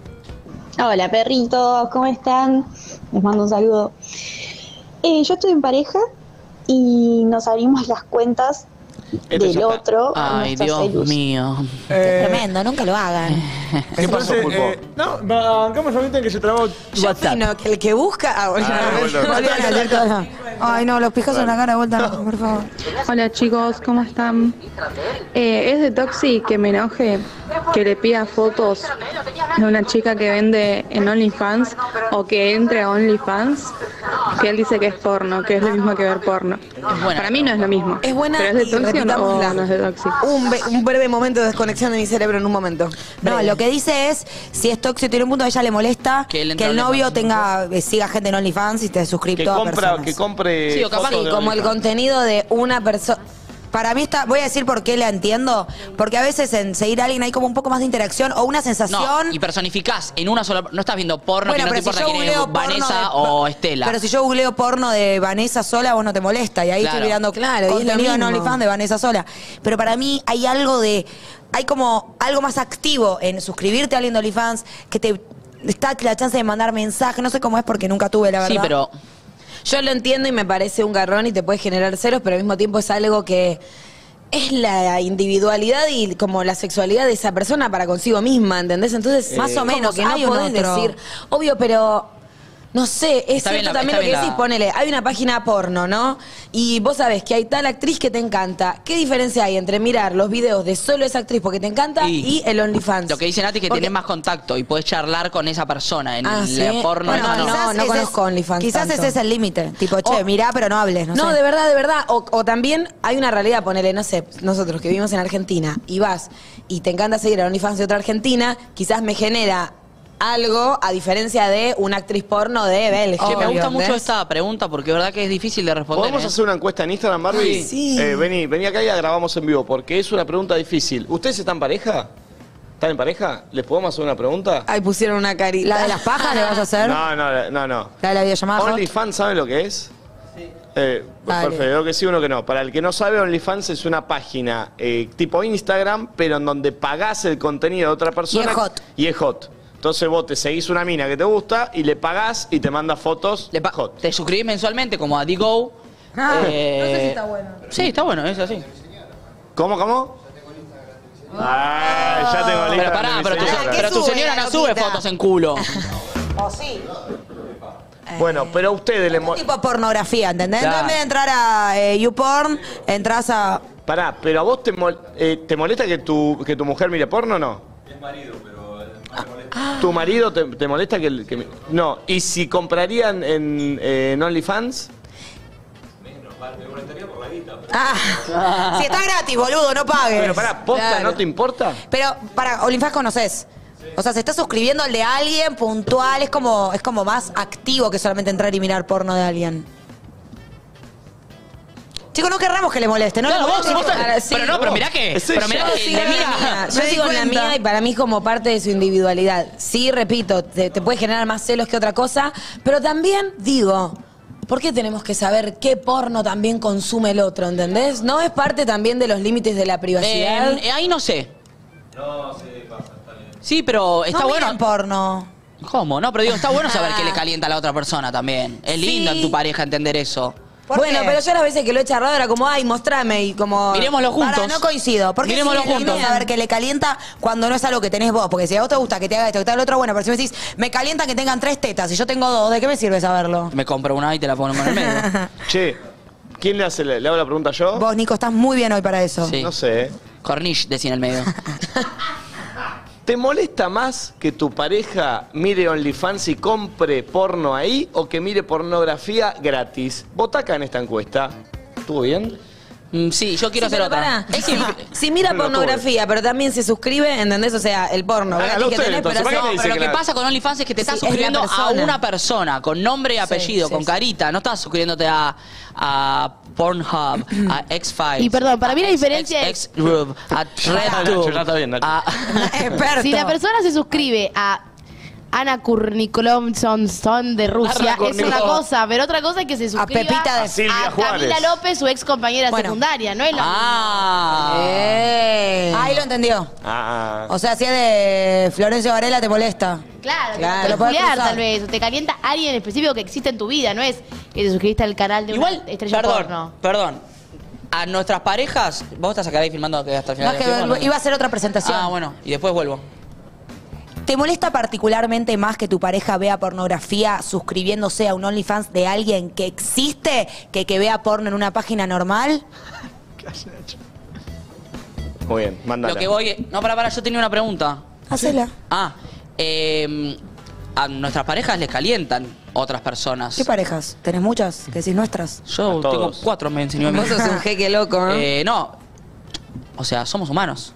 Speaker 30: Hola perritos, ¿cómo están? Les mando un saludo. Eh, yo estoy en pareja y nos abrimos las cuentas
Speaker 6: Este
Speaker 30: del
Speaker 6: ya está.
Speaker 30: otro. a
Speaker 6: Ay,
Speaker 30: nuestros
Speaker 6: Dios
Speaker 30: celus.
Speaker 6: mío.
Speaker 30: Eh,
Speaker 2: Tremendo, nunca lo hagan.
Speaker 6: ¿Qué pasó, Pulpo?
Speaker 3: no, bancamos ahorita en que se trabó WhatsApp.
Speaker 2: opino que el que busca. Ah, bueno,
Speaker 3: Ah,
Speaker 2: no,
Speaker 3: bueno.
Speaker 2: volvían a hacer todo. Ay, no, los pijos en la cara, vuelta, no, por favor.
Speaker 11: Hola chicos, ¿cómo están? Eh, es de Toxi que me enoje que le pida fotos de una chica que vende en OnlyFans o que entre a OnlyFans, que él dice que es porno, que es lo mismo que ver porno. Para mí no es lo mismo.
Speaker 8: Es buena
Speaker 11: ¿Pero es
Speaker 8: y
Speaker 11: de Toxi o no,
Speaker 8: repitámosla.
Speaker 11: o no es de Toxi?
Speaker 8: Un, be- un breve momento de desconexión de mi cerebro en un momento.
Speaker 2: No, lo que dice es, si es tóxico, tiene un punto, a ella le molesta que,
Speaker 8: él entre
Speaker 2: el
Speaker 8: a
Speaker 2: novio
Speaker 8: OnlyFans.
Speaker 2: tenga, eh, siga gente en OnlyFans y esté suscripto
Speaker 1: Que
Speaker 2: a
Speaker 1: compra,
Speaker 2: personas.
Speaker 1: que compre.
Speaker 2: Sí, o capaz
Speaker 1: fotos
Speaker 2: sí,
Speaker 1: de
Speaker 2: como el
Speaker 1: OnlyFans.
Speaker 2: contenido de una persona. Para mí está, voy a decir por qué la entiendo, porque a veces en seguir a alguien hay como un poco más de interacción o una sensación.
Speaker 6: No, y personificás en una sola. No estás viendo porno
Speaker 2: Bueno,
Speaker 6: que no te
Speaker 2: pero
Speaker 6: importa
Speaker 2: si yo
Speaker 6: quién es
Speaker 2: googleo porno
Speaker 6: Vanessa
Speaker 2: de-
Speaker 6: o Estela.
Speaker 2: Pero si yo googleo porno de Vanessa sola, vos no te molesta. Y ahí
Speaker 6: Claro.
Speaker 2: estoy mirando
Speaker 6: Claro, y
Speaker 2: claro,
Speaker 6: es lo
Speaker 2: contenido en
Speaker 6: mismo.
Speaker 2: OnlyFans de Vanessa sola. Pero para mí hay algo de. Hay como algo más activo en suscribirte a alguien de OnlyFans que te. Está la chance de mandar mensaje, no sé cómo es porque nunca tuve, la verdad.
Speaker 8: Yo lo entiendo y me parece un garrón y te puede generar celos, pero al mismo tiempo es algo que es la individualidad y como la sexualidad de esa persona para consigo misma, ¿entendés? Entonces,
Speaker 2: Eh, Más o menos,
Speaker 8: que no
Speaker 2: hay un
Speaker 8: podés
Speaker 2: otro.
Speaker 8: decir, obvio, pero no sé, es
Speaker 2: Está bien
Speaker 8: cierto
Speaker 2: la-
Speaker 8: también
Speaker 2: está
Speaker 8: lo que
Speaker 2: bien
Speaker 8: decís,
Speaker 2: la-
Speaker 8: ponele, hay una página porno, ¿no? Y vos sabés que hay tal actriz que te encanta. ¿Qué diferencia hay entre mirar los videos de solo esa actriz porque te encanta y, el OnlyFans?
Speaker 6: Lo que dice Nati es que
Speaker 8: Porque-
Speaker 6: tenés más contacto y podés charlar con esa persona. En
Speaker 8: Ah,
Speaker 6: el
Speaker 8: ¿sí?
Speaker 6: porno
Speaker 8: Bueno,
Speaker 6: no, no.
Speaker 8: quizás
Speaker 2: Ese es-
Speaker 8: conozco OnlyFans
Speaker 2: Quizás
Speaker 8: tanto.
Speaker 2: ese es el límite. Tipo, che, mirá, pero no hables. No,
Speaker 8: No,
Speaker 2: sé.
Speaker 8: de verdad, de verdad. O, o también hay una realidad, ponele, no sé, nosotros que vivimos en Argentina y vas y te encanta seguir a OnlyFans de otra Argentina, quizás me genera algo a diferencia de una actriz porno de Bélgica.
Speaker 6: Che, me gusta mucho esta pregunta porque es verdad que es difícil de responder.
Speaker 1: ¿Podemos
Speaker 6: ¿eh?
Speaker 1: hacer una encuesta en Instagram, Barbie?
Speaker 6: Ay, sí.
Speaker 1: Eh, vení, vení acá y la grabamos en vivo, porque es una pregunta difícil. ¿Ustedes están pareja? ¿Están en pareja? ¿Les podemos hacer una pregunta?
Speaker 8: Ahí pusieron una carita.
Speaker 2: ¿La de las pajas Ah, le vas a hacer?
Speaker 1: No, no, no, no.
Speaker 2: La de la videollamada. ¿no?
Speaker 1: OnlyFans, ¿saben lo que es? Eh,
Speaker 2: Dale.
Speaker 1: perfecto, creo que sí, uno que no. Para el que no sabe, OnlyFans es una página eh, tipo Instagram, pero en donde pagás el contenido de otra persona.
Speaker 2: Y es hot.
Speaker 1: Y es hot. Entonces vos te seguís una mina que te gusta y le pagás y te manda fotos hot.
Speaker 6: Te suscribís mensualmente como a D-Go.
Speaker 1: Ah,
Speaker 6: Eh,
Speaker 1: no sé si
Speaker 2: está bueno.
Speaker 6: Sí, está bueno, es así.
Speaker 1: ¿Cómo, cómo? Ah, ya tengo
Speaker 6: Pero
Speaker 1: lista.
Speaker 6: pará, pero tu,
Speaker 1: Pará, ¿qué
Speaker 6: pero tu
Speaker 1: sube
Speaker 6: señora
Speaker 1: la
Speaker 6: no sube
Speaker 1: loquita?
Speaker 6: fotos en culo.
Speaker 2: O sí. Eh.
Speaker 1: Bueno, pero a ustedes les mo-
Speaker 2: Tipo pornografía, ¿entendés?
Speaker 1: Claro.
Speaker 2: En vez de entrar a eh, YouPorn, entras a.
Speaker 1: Pará, pero a vos te, mol- eh, te molesta que tu, que tu mujer mire porno o no? Es marido, pero. ¿Tu marido te, te molesta que, el- que mi- No, ¿y si comprarían en, eh, en OnlyFans?
Speaker 8: *laughs*
Speaker 2: Ah. Si está gratis, boludo, no pagues.
Speaker 1: Pero pará, ¿posta
Speaker 2: Claro.
Speaker 1: no te importa?
Speaker 2: Pero para OnlyFans conoces. O sea, se está suscribiendo al de alguien puntual, es como, es como más activo que solamente entrar y mirar porno de alguien. Chicos, no querramos que le moleste, no
Speaker 8: Claro,
Speaker 2: le
Speaker 8: vos,
Speaker 2: moleste.
Speaker 8: vos,
Speaker 2: Ahora,
Speaker 8: sí, vos. Es ella. Yo sigo la mía, Yo
Speaker 2: Me di
Speaker 8: digo la
Speaker 2: cuenta.
Speaker 8: mía y para mí es como parte de su individualidad. Sí, repito, te, te puede generar más celos que otra cosa, pero también digo, ¿por qué tenemos que saber qué porno también consume el otro, entendés? ¿No es parte también de los límites de la privacidad?
Speaker 6: Eh, ahí no sé. Sí, pero está
Speaker 8: No
Speaker 6: bueno.
Speaker 8: miren
Speaker 2: porno.
Speaker 6: ¿Cómo? No, pero digo, está bueno saber que le calienta a la otra persona también. Es lindo en tu pareja entender eso.
Speaker 8: Bueno, pero yo las veces que lo he charlado era como, ay, mostrame y como...
Speaker 6: Miremoslo juntos.
Speaker 2: Pará, no coincido. Porque
Speaker 6: Miremoslo
Speaker 2: si le
Speaker 6: juntos.
Speaker 2: A ver, que le calienta cuando no es algo que tenés vos. Porque si a vos te gusta que te haga esto, que te haga lo otro, bueno, pero si me decís, me calienta que tengan tres tetas y yo tengo dos, ¿de qué me sirve saberlo?
Speaker 6: Me compro una y te la pongo en el medio.
Speaker 1: *laughs* Che, ¿quién le hace la- le hago la pregunta yo?
Speaker 2: Vos, Nico, estás muy bien hoy para eso.
Speaker 6: Sí.
Speaker 1: No sé.
Speaker 6: Cornish, decía en el medio.
Speaker 2: *laughs*
Speaker 1: ¿Te molesta más que tu pareja mire OnlyFans y compre porno ahí o que mire pornografía gratis? Vota acá en esta encuesta. ¿Estuvo bien?
Speaker 2: Mm,
Speaker 6: sí, yo
Speaker 8: Sí, pero pará. Si, si mira
Speaker 1: No lo tuve.
Speaker 8: pornografía, pero también se suscribe, ¿entendés? O sea, el porno.
Speaker 6: Hágalo
Speaker 8: gratis que
Speaker 6: ustedes,
Speaker 8: tenés,
Speaker 6: entonces,
Speaker 8: pero
Speaker 6: ¿para
Speaker 8: hace-
Speaker 6: qué le dicen Pero lo que que la- pasa con OnlyFans es que te estás
Speaker 8: Sí, es la
Speaker 6: suscribiendo a
Speaker 8: persona.
Speaker 6: una persona con nombre y apellido,
Speaker 8: sí,
Speaker 6: con
Speaker 8: sí.
Speaker 6: carita. No estás suscribiéndote a, a Pornhub, a X5.
Speaker 15: Y perdón, para mí la diferencia es-
Speaker 6: X Group, a RedTube.
Speaker 1: *laughs*
Speaker 6: a-
Speaker 15: Si la persona se suscribe a Ana Kurnikolomsonson de Rusia,
Speaker 6: Ana
Speaker 15: es una
Speaker 6: Kurnikov.
Speaker 15: cosa, pero otra cosa es que se suscriba
Speaker 6: Pepita de- A Silvia
Speaker 15: a
Speaker 6: Juárez.
Speaker 15: Camila López, su ex compañera secundaria, no es lo
Speaker 6: Ah.
Speaker 2: Ahí lo entendió.
Speaker 1: Ah.
Speaker 2: O sea, si es de Florencio Varela, te molesta.
Speaker 15: mismo. Claro,
Speaker 2: Claro.
Speaker 15: te
Speaker 2: Lo
Speaker 15: lo
Speaker 2: podés
Speaker 15: puedes juliar,
Speaker 2: cruzar.
Speaker 15: tal vez, o te calienta alguien específico que existe en tu vida, no es que te suscribiste al canal de una estrella
Speaker 6: perdón,
Speaker 15: porno.
Speaker 6: perdón. A nuestras parejas, vos estás acá ahí filmando que hasta el
Speaker 2: No,
Speaker 6: final.
Speaker 2: es
Speaker 6: del
Speaker 2: que
Speaker 6: tiempo, ¿no?
Speaker 2: iba a hacer otra presentación.
Speaker 6: Ah, bueno, y después vuelvo.
Speaker 2: ¿Te molesta particularmente más que tu pareja vea pornografía suscribiéndose a un OnlyFans de alguien que existe que que vea porno en una página normal?
Speaker 1: Muy bien, mándala.
Speaker 6: Lo que voy. es- No, para, para, yo tenía una pregunta.
Speaker 2: Hacela.
Speaker 6: Ah, eh, a nuestras parejas les calientan otras personas.
Speaker 2: ¿Qué parejas? ¿Tenés muchas? ¿Que decís nuestras?
Speaker 6: Yo tengo cuatro, me enseñó mi
Speaker 2: Vos sos un
Speaker 8: jeque loco,
Speaker 6: ¿eh? No. O sea, somos humanos.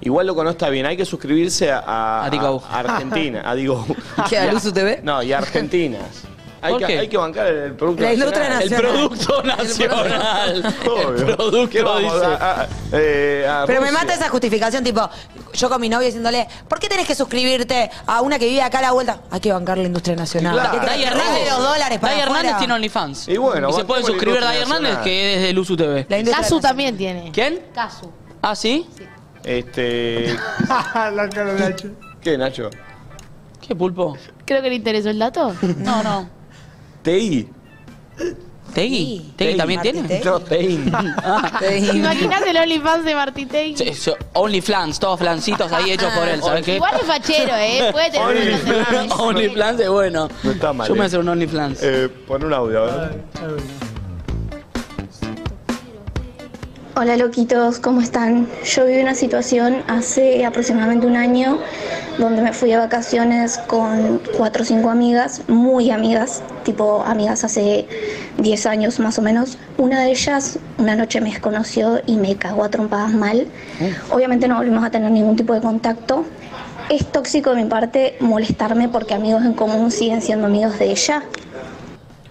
Speaker 1: Igual loco no está bien, hay que suscribirse a, a-
Speaker 6: Digo.
Speaker 1: a
Speaker 6: *laughs*
Speaker 1: Argentina. A Digo.
Speaker 6: ¿Qué, a
Speaker 1: Y
Speaker 6: Luzu
Speaker 8: TV?
Speaker 1: No, y a Argentinas. Hay,
Speaker 6: ¿Por
Speaker 1: que,
Speaker 6: qué?
Speaker 1: hay que bancar el producto
Speaker 6: La industria
Speaker 1: El
Speaker 6: nacional.
Speaker 1: producto
Speaker 6: nacional.
Speaker 1: Obvio.
Speaker 6: El producto,
Speaker 1: ¿Qué vamos,
Speaker 6: dice.
Speaker 1: a- a- eh, a
Speaker 2: Pero me
Speaker 1: Rusia?
Speaker 2: mata esa justificación, tipo, yo con mi novio diciéndole, ¿por qué tenés que suscribirte a una que vive acá a la vuelta? Hay que bancar la industria nacional.
Speaker 6: Claro.
Speaker 2: ¿Qué querés
Speaker 6: Dai
Speaker 2: que te robe
Speaker 6: Hernández,
Speaker 2: los dólares para
Speaker 6: Dai Hernández
Speaker 2: afuera?
Speaker 6: tiene OnlyFans.
Speaker 1: Y bueno,
Speaker 6: se
Speaker 1: bancamos
Speaker 6: pueden
Speaker 1: la
Speaker 6: suscribir a Dai
Speaker 1: industria
Speaker 6: Hernández,
Speaker 1: nacional.
Speaker 6: que es de Luzu TV.
Speaker 15: Casu también tiene.
Speaker 6: ¿Quién?
Speaker 15: Casu.
Speaker 6: ¿Ah, sí?
Speaker 1: Este.
Speaker 27: *laughs* la cara de Nacho.
Speaker 1: ¿Qué, Nacho?
Speaker 6: ¿Qué pulpo?
Speaker 15: Creo que le interesó el dato.
Speaker 6: *laughs* No,
Speaker 15: *laughs*
Speaker 6: no.
Speaker 1: TI.
Speaker 6: ¿Tegui? ¿Tegui también tiene? Ah,
Speaker 1: No,
Speaker 6: *laughs*
Speaker 1: TI.
Speaker 15: Imagínate el OnlyFans de Martín Tegui.
Speaker 6: Sí, sí, Only flans, todos flancitos ahí hechos por él, ¿sabes qué?
Speaker 15: Igual es fachero, ¿eh? Puede tener
Speaker 1: *laughs*
Speaker 6: Only-
Speaker 15: unos OnlyFans.
Speaker 6: Only flans es Ah, bueno.
Speaker 1: No está mal.
Speaker 6: Yo
Speaker 1: eh.
Speaker 6: me voy a hacer un Only flans.
Speaker 1: Eh, pon un audio, a ver.
Speaker 13: Hola loquitos, ¿cómo están? Yo viví una situación hace aproximadamente un año donde me fui a vacaciones con cuatro o cinco amigas, muy amigas, tipo amigas hace 10 años más o menos. Una de ellas una noche me desconoció y me cagó a trompadas mal. Obviamente no volvimos a tener ningún tipo de contacto. Es tóxico de mi parte molestarme porque amigos en común siguen siendo amigos de ella.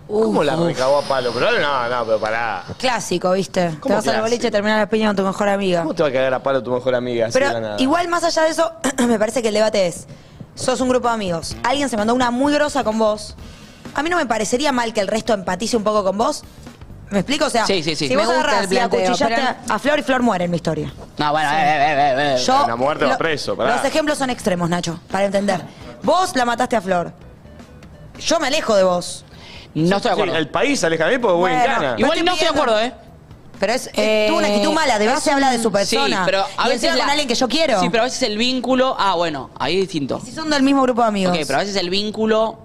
Speaker 1: ¿Cómo la recabó a palo? Pero no, no, pero pará.
Speaker 2: Clásico, ¿viste? Te vas al
Speaker 1: clásico?
Speaker 2: boliche y terminas la piña con tu mejor amiga.
Speaker 1: ¿Cómo te va a cagar a palo tu mejor amiga? así de la
Speaker 2: Pero
Speaker 1: nada?
Speaker 2: igual más allá de eso, *clears throat* me parece que el debate es, sos un grupo de amigos, alguien se mandó una muy grosa con vos, a mí no me parecería mal que el resto empatice un poco con vos. ¿Me explico? O sea,
Speaker 6: Sí, sí, sí.
Speaker 2: si
Speaker 6: Me
Speaker 2: vos
Speaker 6: gusta el
Speaker 2: agarrás y
Speaker 6: planteo,
Speaker 2: acuchillaste
Speaker 6: pero-
Speaker 2: a Flor y Flor muere en mi historia.
Speaker 6: No, bueno, eh, eh, eh, eh, eh.
Speaker 2: Yo-
Speaker 1: Una muerte va
Speaker 2: lo-
Speaker 1: preso, pará.
Speaker 2: Los ejemplos son extremos, Nacho, para entender. Vos la mataste a Flor. Yo me alejo de vos.
Speaker 6: No estoy de
Speaker 1: Sí,
Speaker 6: acuerdo.
Speaker 1: el país aleja de mí porque voy en
Speaker 2: Bueno,
Speaker 1: cana.
Speaker 6: Igual no estoy de acuerdo, ¿eh?
Speaker 2: Pero es, es- tuvo una actitud mala, de
Speaker 6: veces
Speaker 2: base habla de su persona.
Speaker 6: Eh, Sí, pero a
Speaker 2: y
Speaker 6: veces
Speaker 2: encima
Speaker 6: la-
Speaker 2: con alguien que yo quiero.
Speaker 6: Sí, pero a veces el vínculo. Ah, bueno, ahí es distinto.
Speaker 2: Si son del mismo grupo de amigos.
Speaker 6: Ok, pero a veces el vínculo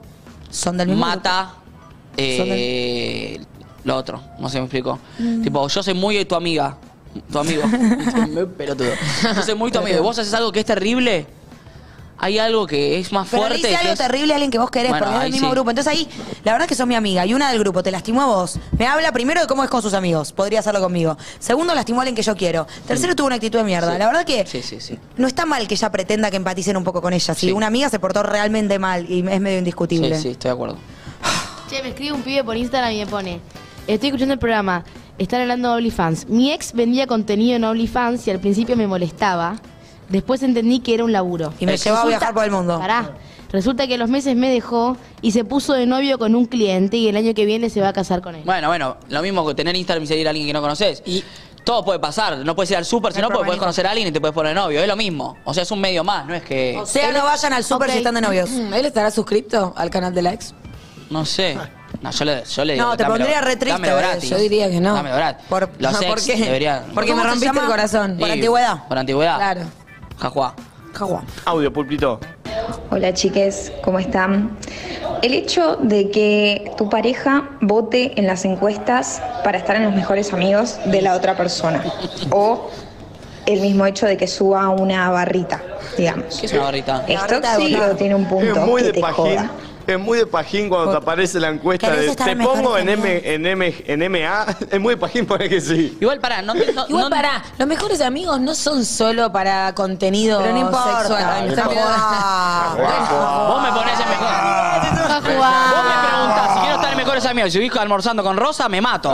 Speaker 2: Son del mismo
Speaker 6: mata
Speaker 2: Son
Speaker 6: eh, lo otro. No sé, me explico.
Speaker 2: Mm.
Speaker 6: Tipo, yo soy muy tu amiga. Tu
Speaker 2: *laughs*
Speaker 6: amigo. Me pelotudo. Yo soy muy tu amigo. Y vos haces algo que es terrible. Hay algo que es más
Speaker 2: Pero
Speaker 6: fuerte.
Speaker 2: le hice
Speaker 6: que
Speaker 2: algo
Speaker 6: es-
Speaker 2: terrible a alguien que vos querés,
Speaker 6: Bueno,
Speaker 2: porque es del
Speaker 6: ahí
Speaker 2: mismo
Speaker 6: sí.
Speaker 2: grupo. Entonces ahí, la verdad es que sos mi amiga y una del grupo te lastimó a vos. Me habla primero de cómo es con sus amigos, podría hacerlo conmigo. Segundo, lastimó a alguien que yo quiero. Tercero, tuvo una actitud de mierda.
Speaker 6: Mm. Sí.
Speaker 2: La verdad que
Speaker 6: Sí, sí, sí.
Speaker 2: no está mal que ella pretenda que empaticen un poco con ella. Si
Speaker 6: Sí.
Speaker 2: una amiga se portó realmente mal y es medio
Speaker 6: Sí,
Speaker 2: indiscutible.
Speaker 6: sí, estoy de acuerdo.
Speaker 15: Che, me escribe un pibe por Instagram y me pone. Estoy escuchando el programa. Están hablando de OnlyFans. Mi ex vendía contenido en OnlyFans y al principio me molestaba. Después entendí que era un laburo.
Speaker 2: Y me llevó a viajar por el mundo.
Speaker 15: Pará. Resulta que a los meses me dejó y se puso de novio con un cliente y el año que viene se va a casar con él.
Speaker 6: Bueno, bueno, lo mismo que tener Instagram y seguir a alguien que no conoces. Y todo puede pasar. No puedes ir al súper, sino porque puedes conocer a alguien y te puedes poner novio. Es lo mismo. O sea, es un medio más, no es que.
Speaker 8: O sea, no vayan al súper si están de novios. Mm, ¿Él estará suscripto al canal de la ex?
Speaker 6: No sé. No, yo le, yo le digo.
Speaker 8: No, te
Speaker 6: dámelo-
Speaker 8: pondría re triste,
Speaker 6: dámelo
Speaker 8: boludo.
Speaker 6: gratis.
Speaker 8: Yo diría que no.
Speaker 6: Dámelo gratis. Por,
Speaker 8: *laughs*
Speaker 6: Los
Speaker 8: ¿por
Speaker 6: ex
Speaker 8: qué?
Speaker 6: deberían-
Speaker 8: Porque me
Speaker 6: ¿Cómo se
Speaker 8: rompiste
Speaker 6: llama?
Speaker 8: el corazón. Por antigüedad.
Speaker 6: Por antigüedad.
Speaker 8: Claro.
Speaker 6: Jajuá.
Speaker 8: Jaguar.
Speaker 1: Audio, pulpito.
Speaker 13: Hola chiques, ¿cómo están? El hecho de que tu pareja vote en las encuestas para estar en los mejores amigos de la otra persona o el mismo hecho de que suba una barrita, digamos.
Speaker 6: ¿Qué es una barrita?
Speaker 13: Es tóxico, tiene un punto
Speaker 1: Es muy
Speaker 13: que
Speaker 1: de
Speaker 13: te
Speaker 1: pajín.
Speaker 13: joda.
Speaker 1: Es muy de pajín cuando te aparece la encuesta
Speaker 13: ¿Querés
Speaker 1: de
Speaker 13: estar
Speaker 1: te
Speaker 13: mejor
Speaker 1: pongo en,
Speaker 13: que
Speaker 1: M, en, M, en MA. *laughs* Es muy de pajín poner que sí.
Speaker 6: Igual pará, no
Speaker 8: Igual pará, los mejores amigos no son solo para contenido
Speaker 6: Pero no importa.
Speaker 8: sexual.
Speaker 6: Ay,
Speaker 8: Está
Speaker 6: no.
Speaker 8: jugado.
Speaker 6: Vos me ponés en mejor. Vos me preguntás si quiero estar en mejores amigos. Si ubico almorzando con Rosa, me mato.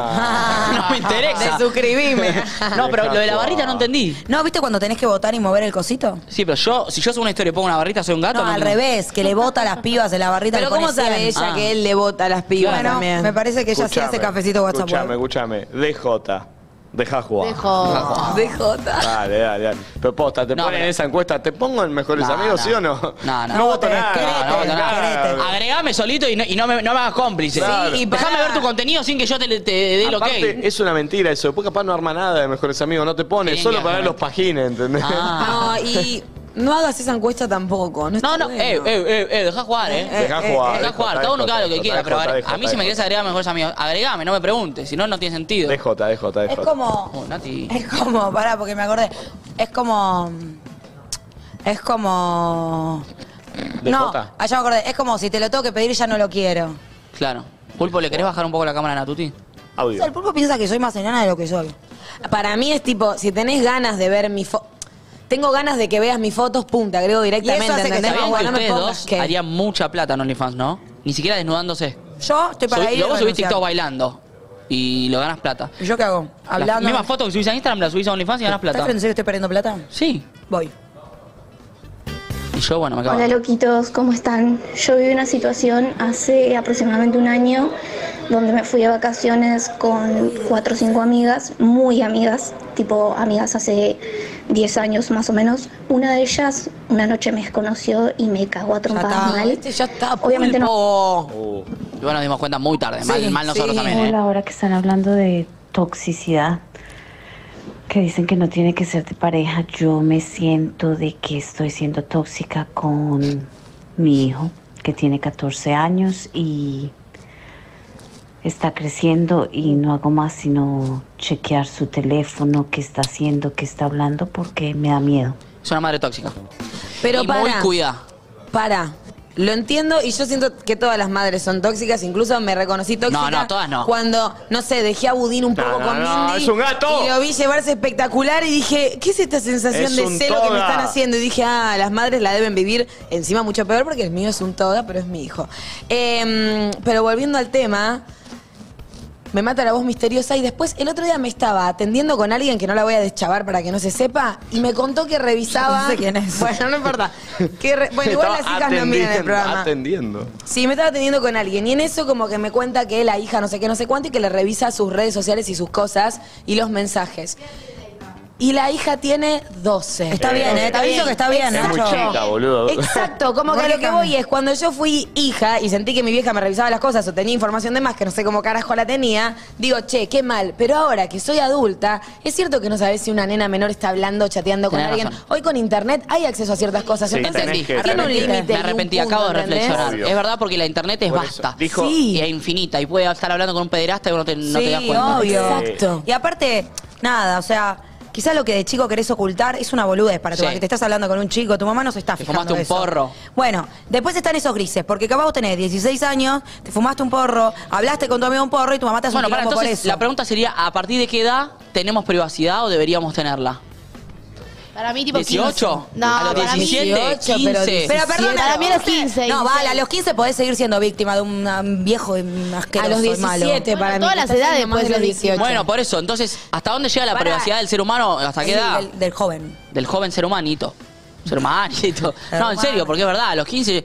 Speaker 6: No me interesa.
Speaker 2: Desuscribime.
Speaker 6: No, pero lo de la barrita no entendí.
Speaker 2: No, ¿viste cuando tenés que votar y mover el cosito?
Speaker 6: Sí, pero yo, si yo subo una historia y pongo una barrita, soy un gato.
Speaker 2: No, al revés, que le vota a las pibas en la barrita. Ah.
Speaker 8: Pero
Speaker 2: le pone
Speaker 8: ¿cómo sabe
Speaker 2: 100?
Speaker 8: ella que él le vota a las pibas
Speaker 2: Bueno,
Speaker 8: también?
Speaker 2: me parece que ella se hace cafecito WhatsApp.
Speaker 1: Escúchame, escúchame. DJ. Deja jugar. Deja jugar.
Speaker 8: DJ.
Speaker 1: Dale, dale, dale. Pero posta, te ponen en esa encuesta, ¿te pongo en mejores
Speaker 6: No,
Speaker 1: amigos,
Speaker 6: no.
Speaker 1: sí o no?
Speaker 6: No, no.
Speaker 1: No voto nada.
Speaker 6: No, no voto nada.
Speaker 1: Claro.
Speaker 6: Agregame solito y no, y no me, no me hagas cómplice.
Speaker 1: Claro.
Speaker 6: y Déjame ver tu contenido sin que yo te, te dé lo
Speaker 1: Aparte,
Speaker 6: que.
Speaker 1: es una mentira eso. Después capaz no arma nada de mejores amigos, no te pone,
Speaker 6: Sí, Ah.
Speaker 1: solo para ver
Speaker 6: claramente.
Speaker 1: los pajines, ¿entendés? *laughs*
Speaker 8: No, y *laughs* no hagas esa encuesta tampoco. No, no, no.
Speaker 6: Eh, eh, eh, eh, dejá jugar, eh.
Speaker 1: Dejá jugar,
Speaker 6: Dejá
Speaker 1: dejá,
Speaker 6: jugar.
Speaker 1: dejá,
Speaker 6: Cada uno que haga lo
Speaker 1: dejá,
Speaker 6: que quiera,
Speaker 1: dejá,
Speaker 6: pero
Speaker 1: dejá,
Speaker 6: a mí
Speaker 1: dejá,
Speaker 6: si me querés
Speaker 1: dejá.
Speaker 6: agregar a mejores amigos, agregame, no me preguntes, si no, no tiene sentido.
Speaker 1: DJ, DJ,
Speaker 2: Es como-
Speaker 6: Oh, Nati.
Speaker 2: Es como, pará, porque me acordé. Es como. Es como.
Speaker 6: ¿De
Speaker 2: no,
Speaker 6: Jota?
Speaker 2: allá me acordé. Es como si te lo tengo que pedir y ya no lo quiero.
Speaker 6: Claro. Pulpo, ¿le querés bajar un poco la cámara a Natuti?
Speaker 2: O sea, el pulpo piensa que soy más enana de lo que soy.
Speaker 8: Para mí es tipo, si tenés ganas de ver mi foto. Tengo ganas de que veas mis fotos, punta, agrego directamente.
Speaker 2: hace que
Speaker 8: ¿entendés?
Speaker 6: ¿Sabían
Speaker 8: Como,
Speaker 6: que
Speaker 8: no me
Speaker 6: ustedes
Speaker 8: pongas
Speaker 6: dos
Speaker 8: que-
Speaker 6: harían mucha plata en OnlyFans, no? Ni siquiera desnudándose.
Speaker 2: Yo estoy para
Speaker 6: Subí-
Speaker 2: ir.
Speaker 6: luego subís
Speaker 2: renunciar.
Speaker 6: TikTok bailando y lo ganas plata.
Speaker 2: ¿Y yo qué hago?
Speaker 6: Las
Speaker 2: Hablando.
Speaker 6: mismas fotos que subís a Instagram las subís a OnlyFans y ganas
Speaker 2: ¿Estás
Speaker 6: Ah, plata.
Speaker 2: en serio estoy perdiendo plata?
Speaker 6: Sí.
Speaker 2: Voy.
Speaker 6: Y yo, bueno, me acabo.
Speaker 13: Hola loquitos, ¿cómo están? Yo viví una situación hace aproximadamente un año donde me fui de vacaciones con cuatro o cinco amigas, muy amigas, tipo amigas hace 10 años más o menos. Una de ellas una noche me desconoció y me cagó a trompadas mal.
Speaker 8: Este
Speaker 13: Obviamente no
Speaker 6: no. Oh. Y bueno, nos dimos cuenta muy tarde. mal, mal nosotros también, ¿eh?
Speaker 16: Hola, ahora que están hablando de toxicidad, que dicen que no tiene que ser de pareja, yo me siento de que estoy siendo tóxica con mi hijo, que tiene 14 años y está creciendo y no hago más sino chequear su teléfono, qué está haciendo, qué está hablando, porque me da miedo.
Speaker 6: Es una madre tóxica.
Speaker 8: Pero
Speaker 6: y
Speaker 8: para.
Speaker 6: muy cuida.
Speaker 8: Para. Lo entiendo y yo siento que todas las madres son tóxicas, incluso me reconocí tóxica.
Speaker 6: No, no, todas no.
Speaker 8: Cuando, no sé, dejé a Budín un poco
Speaker 6: no,
Speaker 8: con
Speaker 6: no,
Speaker 8: Mindy
Speaker 6: es un gato.
Speaker 8: Y lo vi llevarse espectacular y dije, ¿qué es esta sensación
Speaker 6: Es
Speaker 8: de
Speaker 6: un
Speaker 8: celo que me
Speaker 6: toga.
Speaker 8: están haciendo? Y dije, ah, las madres la deben vivir encima mucho peor porque el mío es un toda, pero es mi hijo. Em, pero volviendo al tema, me mata la voz misteriosa y después el otro día me estaba atendiendo con alguien que no la voy a deschavar para que no se sepa y me contó que
Speaker 2: *laughs*
Speaker 8: revisaba.
Speaker 2: sé quién es.
Speaker 8: *laughs* Bueno, no importa. Que re- Bueno, igual las
Speaker 1: Estaba
Speaker 8: hijas no miran el
Speaker 1: atendiendo,
Speaker 8: programa.
Speaker 1: Atendiendo.
Speaker 8: Sí, me estaba atendiendo con alguien y en eso como que me cuenta que la hija no sé qué, no sé cuánto y que le revisa sus redes sociales y sus cosas y los mensajes. Y la hija tiene 12.
Speaker 2: Está bien, eh, te aviso que está bien,
Speaker 1: Es muy
Speaker 2: Nacho.
Speaker 1: chica, boludo. *laughs*
Speaker 8: Exacto, como que
Speaker 2: Mónica.
Speaker 8: lo que voy es cuando yo fui hija y sentí que mi vieja me revisaba las cosas o tenía información de más que no sé cómo carajo la tenía, digo, che, qué mal. Pero ahora que soy adulta, es cierto que no sabes si una nena menor está hablando, chateando con
Speaker 6: Tenés
Speaker 8: alguien.
Speaker 6: razón.
Speaker 8: Hoy con internet hay acceso a ciertas cosas.
Speaker 6: Sí,
Speaker 8: Entonces,
Speaker 6: tenés que-
Speaker 8: tiene un
Speaker 6: tenés que-
Speaker 8: límite. y
Speaker 6: Me
Speaker 8: un
Speaker 6: arrepentí,
Speaker 8: punto,
Speaker 6: acabo de
Speaker 8: ¿entendés?
Speaker 6: reflexionar.
Speaker 8: Obvio.
Speaker 6: Es verdad porque la internet es
Speaker 8: Por eso,
Speaker 6: vasta.
Speaker 8: dijo- Sí.
Speaker 6: Y es infinita. Y puede estar hablando con un pederasta y uno te- no te das
Speaker 2: Sí,
Speaker 6: cuenta.
Speaker 2: obvio. Y aparte, nada, o sea, quizás lo que de chico querés ocultar es una boludez para tu
Speaker 6: Sí.
Speaker 2: mamá, que te estás hablando con un chico, tu mamá no se está fijando
Speaker 6: fumaste un
Speaker 2: eso.
Speaker 6: porro.
Speaker 2: Bueno, después están esos grises, porque capaz vos tenés 16 años, te fumaste un porro, hablaste con tu amigo un porro y tu mamá te hace
Speaker 6: Bueno,
Speaker 2: un
Speaker 6: para
Speaker 2: quilombo
Speaker 6: entonces
Speaker 2: por eso.
Speaker 6: la pregunta sería, ¿a partir de qué edad tenemos privacidad o deberíamos tenerla?
Speaker 15: Para mí, tipo
Speaker 6: 18.
Speaker 15: 15. No,
Speaker 6: a los
Speaker 15: para mí-
Speaker 6: 17,
Speaker 15: 18, pero
Speaker 6: 15.
Speaker 2: Pero perdón,
Speaker 15: Para mí a los 15,
Speaker 2: No, vale, a
Speaker 15: 16.
Speaker 2: los 15 podés seguir siendo víctima de un um, viejo y un asqueroso.
Speaker 8: A los
Speaker 2: y malo.
Speaker 8: 17 para Bueno, mí, todas que las estás edades haciendo más después de de los 18. 18.
Speaker 6: Bueno, por eso, entonces, ¿hasta dónde llega la
Speaker 2: Pará.
Speaker 6: privacidad del ser humano? ¿Hasta qué
Speaker 2: Sí,
Speaker 6: edad?
Speaker 2: Del, del joven.
Speaker 6: Del joven ser humanito. Ser
Speaker 2: *laughs*
Speaker 6: humanito. No, en serio, porque es verdad, a los 15.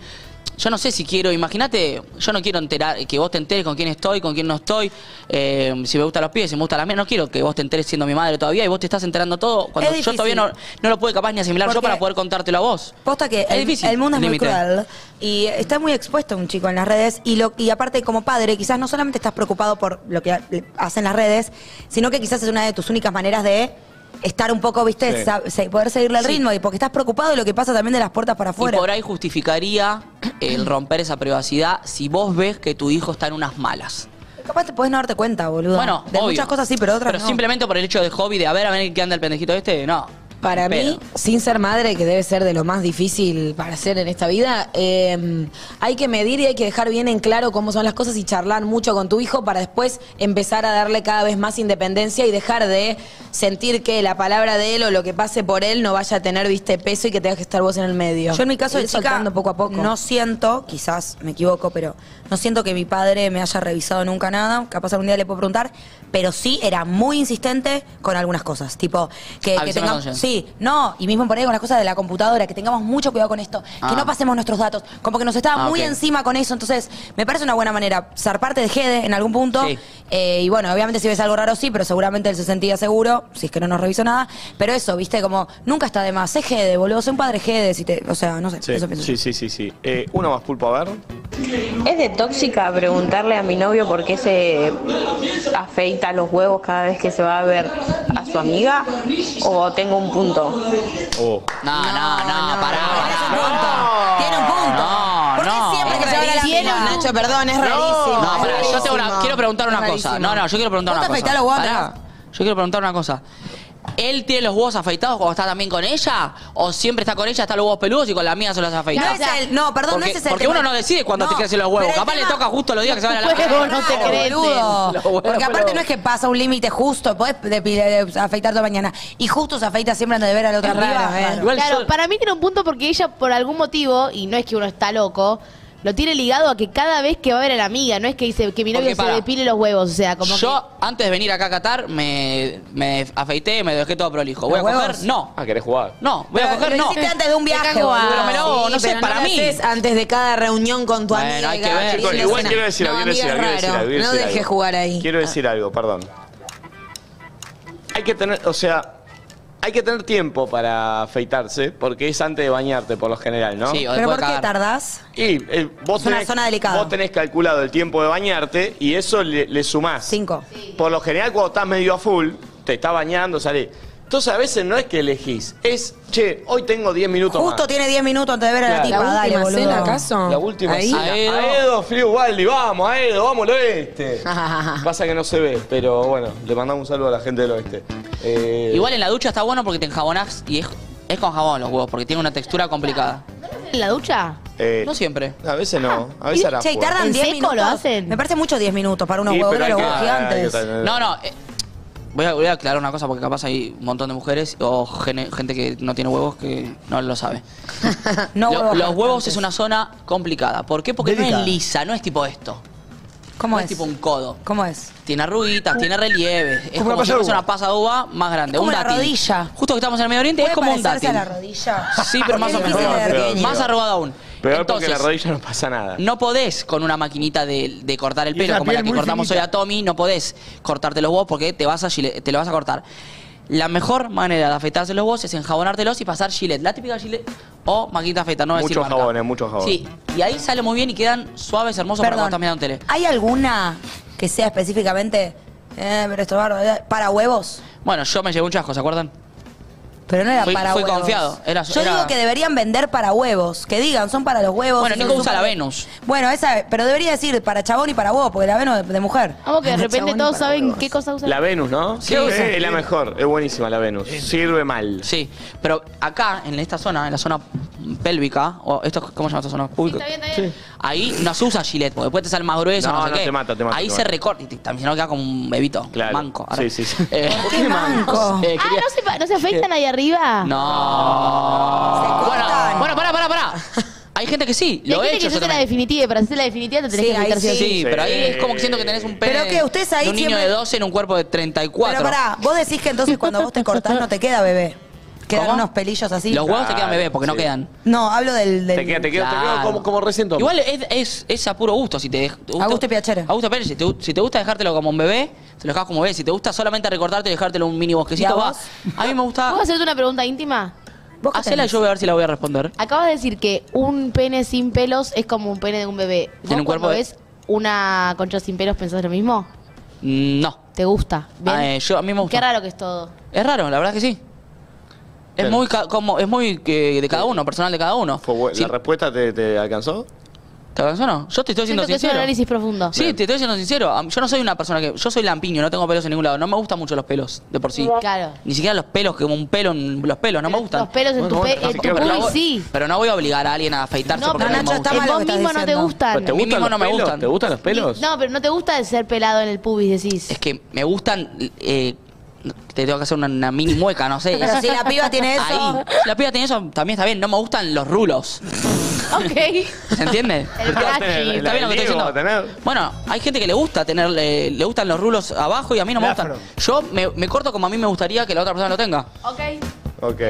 Speaker 6: Yo no sé si quiero, imagínate, yo no quiero enterar, que vos te enteres con quién estoy, con quién no estoy, eh, si me gustan los pies, si me gustan las mías, no quiero que vos te enteres siendo mi madre todavía y vos te estás enterando todo cuando
Speaker 2: Es
Speaker 6: yo todavía no,
Speaker 2: difícil.
Speaker 6: no lo pude capaz ni asimilar yo
Speaker 2: Porque-
Speaker 6: para poder contártelo a vos.
Speaker 2: Posta que
Speaker 6: Es
Speaker 2: el,
Speaker 6: difícil,
Speaker 2: el mundo es
Speaker 6: límite.
Speaker 2: muy cruel y está muy expuesto un chico en las redes y lo y aparte como padre quizás no solamente estás preocupado por lo que ha- hacen las redes, sino que quizás es una de tus únicas maneras de estar un poco, viste,
Speaker 6: Sí.
Speaker 2: Sa- se- poder seguirle el
Speaker 6: Sí.
Speaker 2: ritmo y porque estás preocupado de lo que pasa también de las puertas para afuera.
Speaker 6: Y por ahí justificaría el romper esa privacidad si vos ves que tu hijo está en unas malas.
Speaker 2: Capaz te podés no darte cuenta, boludo.
Speaker 6: Bueno,
Speaker 2: de
Speaker 6: obvio.
Speaker 2: muchas cosas sí, pero de otras
Speaker 6: Pero
Speaker 2: no.
Speaker 6: simplemente por el hecho de hobby, de a ver, a ver qué anda el pendejito este, no.
Speaker 8: Para
Speaker 6: Pero-
Speaker 8: mí, sin ser madre, que debe ser de lo más difícil para hacer en esta vida, eh, hay que medir y hay que dejar bien en claro cómo son las cosas y charlar mucho con tu hijo para después empezar a darle cada vez más independencia y dejar de sentir que la palabra de él o lo que pase por él no vaya a tener, viste, peso y que tengas que estar vos en el medio.
Speaker 2: Yo en mi caso de
Speaker 8: Ir
Speaker 2: chica
Speaker 8: soltando poco a poco.
Speaker 2: no siento, quizás me equivoco, pero no siento que mi padre me haya revisado nunca nada, capaz algún día le puedo preguntar, pero sí era muy insistente con algunas cosas, tipo que,
Speaker 6: Avisame
Speaker 2: que tengamos,
Speaker 6: cuando llegue.
Speaker 2: sí, no, y mismo por ahí con las cosas de la computadora, que tengamos mucho cuidado con esto,
Speaker 6: Ah.
Speaker 2: que no pasemos nuestros datos, como que nos estaba
Speaker 6: Ah,
Speaker 2: muy
Speaker 6: ok.
Speaker 2: encima con eso, entonces me parece una buena manera zarparte de Jede en algún punto, eh, y bueno, obviamente si ves algo raro sí, pero seguramente él se sentía seguro, si es que no nos revisó nada, pero eso, viste, como nunca está de más, sé Jede, boludo, sé un padre Jede, si te, o sea, no sé, eso pienso.
Speaker 1: Sí, sí, sí, sí. Eh, una más pulpo, a ver.
Speaker 14: ¿Es de tóxica preguntarle a mi novio por qué se afeita los huevos cada vez que se va a ver a su amiga? ¿O tengo un punto?
Speaker 1: Oh.
Speaker 6: No, no, no, pará.
Speaker 2: Tiene un punto.
Speaker 6: No, no.
Speaker 8: siempre que se van a la mina? Nacho, perdón, es rarísimo.
Speaker 6: No, pará,
Speaker 8: Es
Speaker 6: yo tengo una,
Speaker 8: rarísimo.
Speaker 6: quiero preguntar
Speaker 8: Es
Speaker 6: una cosa.
Speaker 8: rarísimo.
Speaker 6: No, no, yo quiero preguntar
Speaker 8: ¿Vos
Speaker 6: una
Speaker 8: te
Speaker 6: cosa.
Speaker 8: afeitás los huevos
Speaker 6: Pará.
Speaker 8: atrás?
Speaker 6: Yo quiero preguntar una cosa. ¿Él tiene los huevos afeitados cuando está también con ella? ¿O siempre está con ella, está los huevos peludos y con la mía se los afeita?
Speaker 2: No es el- no, perdón,
Speaker 6: porque,
Speaker 2: no ese es el
Speaker 6: Porque
Speaker 2: tema.
Speaker 6: uno no decide cuándo te crecen los huevos. Capaz le toca justo los días que se van a
Speaker 2: *laughs*
Speaker 6: la
Speaker 2: Huevo, no te
Speaker 6: Claro,
Speaker 2: crees,
Speaker 6: boludo. Los huevos
Speaker 2: Porque aparte
Speaker 6: peludos.
Speaker 2: no es que pasa un límite justo, podés de- de- de- afeitar toda mañana. Y justo se afeita siempre antes de ver a la otra piba.
Speaker 15: claro, para mí tiene un punto porque ella por algún motivo, y no es que uno está loco, lo tiene ligado a que cada vez que va a ver a la amiga, no es que dice que mi novio
Speaker 6: Porque
Speaker 15: se
Speaker 6: para.
Speaker 15: depile los huevos, o sea, como que...
Speaker 6: Yo, antes de venir acá a Qatar, me, me afeité, me dejé todo prolijo. ¿Voy a
Speaker 15: ¿Los
Speaker 6: coger?
Speaker 15: huevos?
Speaker 6: No.
Speaker 1: Ah, querés jugar.
Speaker 6: No, voy a
Speaker 8: Pero
Speaker 6: coger,
Speaker 8: lo
Speaker 6: no.
Speaker 8: hiciste antes de un viaje,
Speaker 6: Pero
Speaker 8: boludo.
Speaker 6: me lo hago,
Speaker 8: Sí,
Speaker 6: no sé,
Speaker 8: pero
Speaker 6: para
Speaker 8: lo
Speaker 6: mí.
Speaker 8: haces antes de cada reunión con tu
Speaker 6: Bueno,
Speaker 8: amiga.
Speaker 6: hay que ver.
Speaker 8: queriendo
Speaker 6: Chicos,
Speaker 8: cenar.
Speaker 1: Igual quiero decir,
Speaker 8: No,
Speaker 1: algo, quiero
Speaker 8: amiga, es
Speaker 1: decir, algo, quiero decir,
Speaker 8: raro.
Speaker 1: algo, quiero
Speaker 8: No
Speaker 1: decir
Speaker 8: dejes
Speaker 1: algo.
Speaker 8: jugar ahí.
Speaker 1: Quiero decir algo, perdón. Hay que tener, o sea, hay que tener tiempo para afeitarse, porque es antes de bañarte por lo general, ¿no?
Speaker 2: ¿Pero por qué tardás?
Speaker 1: Y eh, vos,
Speaker 2: Es una
Speaker 1: tenés,
Speaker 2: zona delicada.
Speaker 1: vos tenés calculado el tiempo de bañarte y eso le, le sumás.
Speaker 2: Cinco.
Speaker 1: Por lo general, cuando estás medio a full, te estás bañando, salís. Entonces, a veces no es que elegís, es, che, hoy tengo 10 minutos más.
Speaker 2: Justo tiene 10 minutos antes de ver a la
Speaker 1: Claro.
Speaker 2: tipa.
Speaker 1: ¿La
Speaker 2: Dale,
Speaker 1: última
Speaker 2: boludo.
Speaker 1: cena, acaso? La última cena. Aedo. Aedo, Frío Waldi, vamos, Aedo, vamos al oeste. Pasa que no se ve, pero bueno, le mandamos un saludo a la gente del oeste. Eh,
Speaker 6: *laughs* Igual en la ducha está bueno porque te enjabonás y es, es con jabón los huevos, porque tiene una textura complicada.
Speaker 15: ¿En la ducha?
Speaker 1: eh,
Speaker 6: No siempre.
Speaker 1: A veces no, a veces hará
Speaker 2: Che, ¿y
Speaker 1: fuego.
Speaker 2: tardan
Speaker 15: ¿En
Speaker 2: 10
Speaker 15: seco
Speaker 2: minutos.
Speaker 15: lo hacen?
Speaker 2: Me parece mucho 10 minutos para unos
Speaker 1: Sí,
Speaker 2: huevos,
Speaker 1: pero hay
Speaker 2: pero
Speaker 1: que-
Speaker 2: huevos
Speaker 1: hay que
Speaker 2: gigantes.
Speaker 1: tener-
Speaker 6: No, no. eh, voy, a, voy a aclarar una cosa porque capaz hay un montón de mujeres o gene- gente que no tiene huevos que no lo sabe.
Speaker 2: *laughs* No
Speaker 6: Lo-
Speaker 2: huevos
Speaker 6: los huevos
Speaker 2: gigantes.
Speaker 6: es una zona complicada. ¿Por qué? Porque no
Speaker 2: Delicada.
Speaker 6: es lisa, no es tipo esto.
Speaker 2: ¿Cómo
Speaker 6: no
Speaker 2: es?
Speaker 6: es tipo un codo.
Speaker 2: ¿Cómo es?
Speaker 6: Tiene arruguitas, tiene relieve. Es
Speaker 2: Como una
Speaker 6: como si
Speaker 2: pasa de
Speaker 6: fuese
Speaker 2: uva.
Speaker 6: una pasa de uva más grande.
Speaker 2: Es como
Speaker 6: un
Speaker 2: la
Speaker 6: dátil.
Speaker 2: rodilla.
Speaker 6: Justo que estamos en el Medio Oriente, es como un
Speaker 2: Puede parecerse
Speaker 6: dátil.
Speaker 2: a la rodilla.
Speaker 6: Sí, pero más o menos. Más arrugado aún.
Speaker 1: Peor porque
Speaker 6: Entonces,
Speaker 1: la rodilla no pasa nada.
Speaker 6: No podés con una maquinita de, de cortar el
Speaker 1: Y es
Speaker 6: pelo
Speaker 1: la
Speaker 6: como la
Speaker 1: piel
Speaker 6: que
Speaker 1: muy
Speaker 6: cortamos
Speaker 1: finita.
Speaker 6: hoy a Tommy, no podés cortarte los huevos porque te vas a gile- te lo vas a cortar. La mejor manera de afeitarse los huevos es enjabonártelos y pasar gilet, la típica gilet o maquinita afeita, no voy a decir
Speaker 1: muchos
Speaker 6: marca.
Speaker 1: jabones, muchos jabones.
Speaker 6: Sí, y ahí sale muy bien y quedan suaves, hermosos para
Speaker 2: Perdón.
Speaker 6: cuando estás mirando tele.
Speaker 2: ¿Hay alguna que sea específicamente, eh, pero esto es bárbaro, eh, para huevos?
Speaker 6: Bueno, yo me llevé un chasco, ¿se acuerdan?
Speaker 2: Pero no era
Speaker 6: Fui-
Speaker 2: para
Speaker 6: fui
Speaker 2: huevos.
Speaker 6: confiado, era-
Speaker 2: Yo
Speaker 6: era-
Speaker 2: digo que deberían vender para huevos. Que digan, son para los huevos.
Speaker 6: Bueno,
Speaker 2: y
Speaker 6: Nico
Speaker 2: son
Speaker 6: usa la
Speaker 2: súper-
Speaker 6: Venus.
Speaker 2: Bueno, esa, pero debería decir para chabón y para huevo, porque la Venus es de mujer.
Speaker 15: Vamos que de repente
Speaker 2: Chabón y
Speaker 15: todos
Speaker 2: para
Speaker 15: saben qué cosa usa.
Speaker 1: La Venus, ¿no?
Speaker 6: Sí,
Speaker 1: Eh,
Speaker 6: sí.
Speaker 1: es la
Speaker 6: *laughs*
Speaker 1: mejor, es buenísima la Venus. Sirve mal.
Speaker 6: Sí, pero acá, en esta zona, en la zona pélvica, o esto, ¿cómo se llama esta zona? Pública.
Speaker 15: Está bien, está bien.
Speaker 6: Ahí no se usa gilet, porque después te sale más grueso,
Speaker 1: No,
Speaker 6: no, sé
Speaker 1: no,
Speaker 6: qué.
Speaker 1: te mata, te mata,
Speaker 6: Ahí
Speaker 1: te
Speaker 6: se
Speaker 1: mata.
Speaker 6: recorta y te- también se nos queda como un bebito, manco.
Speaker 1: Sí, sí, sí.
Speaker 6: Eh,
Speaker 15: Ah, no se, pa- no se afeitan ahí arriba?
Speaker 6: No. Bueno, bueno, pará, pará, pará. Hay gente que sí,
Speaker 15: Y hay
Speaker 6: lo he
Speaker 15: gente
Speaker 6: hecho
Speaker 15: que
Speaker 6: yo
Speaker 15: se hace la
Speaker 6: también.
Speaker 15: definitiva, para hacer la definitiva te tenés
Speaker 6: Sí,
Speaker 15: que
Speaker 6: ahí
Speaker 15: meter
Speaker 6: sí.
Speaker 15: sí. o sí.
Speaker 6: pero ahí es como que siento que tenés un pene
Speaker 2: Pero que ustedes ahí
Speaker 6: de un niño
Speaker 2: siempre-
Speaker 6: de 12 en un cuerpo de 34.
Speaker 2: Pero pará, vos decís que entonces cuando vos te cortás no te queda bebé. Quedan
Speaker 6: ¿Cómo?
Speaker 2: unos pelillos así.
Speaker 6: Los huevos te quedan bebé porque no quedan.
Speaker 2: No, hablo del. del-
Speaker 6: Claro.
Speaker 21: recién tomé.
Speaker 6: Igual es, es, es a puro gusto. Si te dej- te gusta,
Speaker 2: Augusto Piachero.
Speaker 6: Augusto Piachero, si te, gu- si te gusta dejártelo como un bebé, te lo dejas como bebé. Si te gusta solamente recortarte y dejártelo un mini
Speaker 15: ¿Y a
Speaker 6: bosquecito, va.
Speaker 15: vos?
Speaker 6: A mí me gusta.
Speaker 15: ¿Puedo hacerte una pregunta íntima?
Speaker 6: Hacela y yo voy a ver si la voy a responder.
Speaker 15: Acabas de decir que un pene sin pelos es como un pene de un bebé. ¿Vos
Speaker 6: un cuerpo
Speaker 15: cuando
Speaker 6: de-
Speaker 15: ves una concha sin pelos pensás lo mismo?
Speaker 6: Mm, No.
Speaker 15: ¿Te gusta? ¿Bien?
Speaker 6: Ah, eh, yo, a mí me gusta.
Speaker 15: Qué raro que es todo.
Speaker 6: Es raro, la verdad que sí. Es
Speaker 21: Claro.
Speaker 6: muy, ca- como, es muy eh, de cada uno, personal de cada uno. Sí.
Speaker 21: ¿La respuesta te, te alcanzó?
Speaker 6: ¿Te alcanzó o no? Yo te estoy siendo
Speaker 15: Siento que es un
Speaker 6: sincero.
Speaker 15: análisis profundo.
Speaker 6: Sí, te estoy siendo sincero. Am- Yo no soy una persona que. Yo soy lampiño, no tengo pelos en ningún lado. No me gustan mucho los pelos, de por sí.
Speaker 15: Claro.
Speaker 6: Ni siquiera los pelos, que como un pelo en los pelos, no me gustan.
Speaker 15: los pelos en Bueno, tu bueno, pe- no, en si tu quiero-
Speaker 6: pero no
Speaker 15: cuy
Speaker 6: voy-
Speaker 15: sí.
Speaker 6: Pero no voy a obligar a alguien a afeitarse
Speaker 15: No,
Speaker 6: porque
Speaker 15: pero
Speaker 6: no
Speaker 15: Nacho,
Speaker 6: me
Speaker 15: está
Speaker 6: gusta.
Speaker 15: mal lo que estás Vos mismo no te diciendo. gustan.
Speaker 6: Pero ¿Te
Speaker 15: A mí
Speaker 6: gustan
Speaker 15: mismo
Speaker 6: los
Speaker 15: no me
Speaker 6: pelos?
Speaker 15: gustan.
Speaker 6: ¿Te gustan los pelos?
Speaker 15: No, pero no te gusta ser pelado en el pubis, decís.
Speaker 6: Es que me gustan. eh, te tengo que hacer una, una mini mueca, no
Speaker 15: *laughs*
Speaker 6: sé.
Speaker 2: Pero si la piba tiene eso.
Speaker 6: Ahí. Si la piba tiene eso, también está bien. No me gustan los rulos.
Speaker 15: Ok.
Speaker 6: ¿Se entiende?
Speaker 15: El brashi.
Speaker 6: ¿Está bien lo que estoy diciendo? Bueno, hay gente que le gusta tener, le, le gustan los rulos abajo y a mí no me
Speaker 21: El
Speaker 6: gustan. Yo me, me corto como a mí me gustaría que la otra persona lo tenga.
Speaker 15: Ok.
Speaker 21: Ok.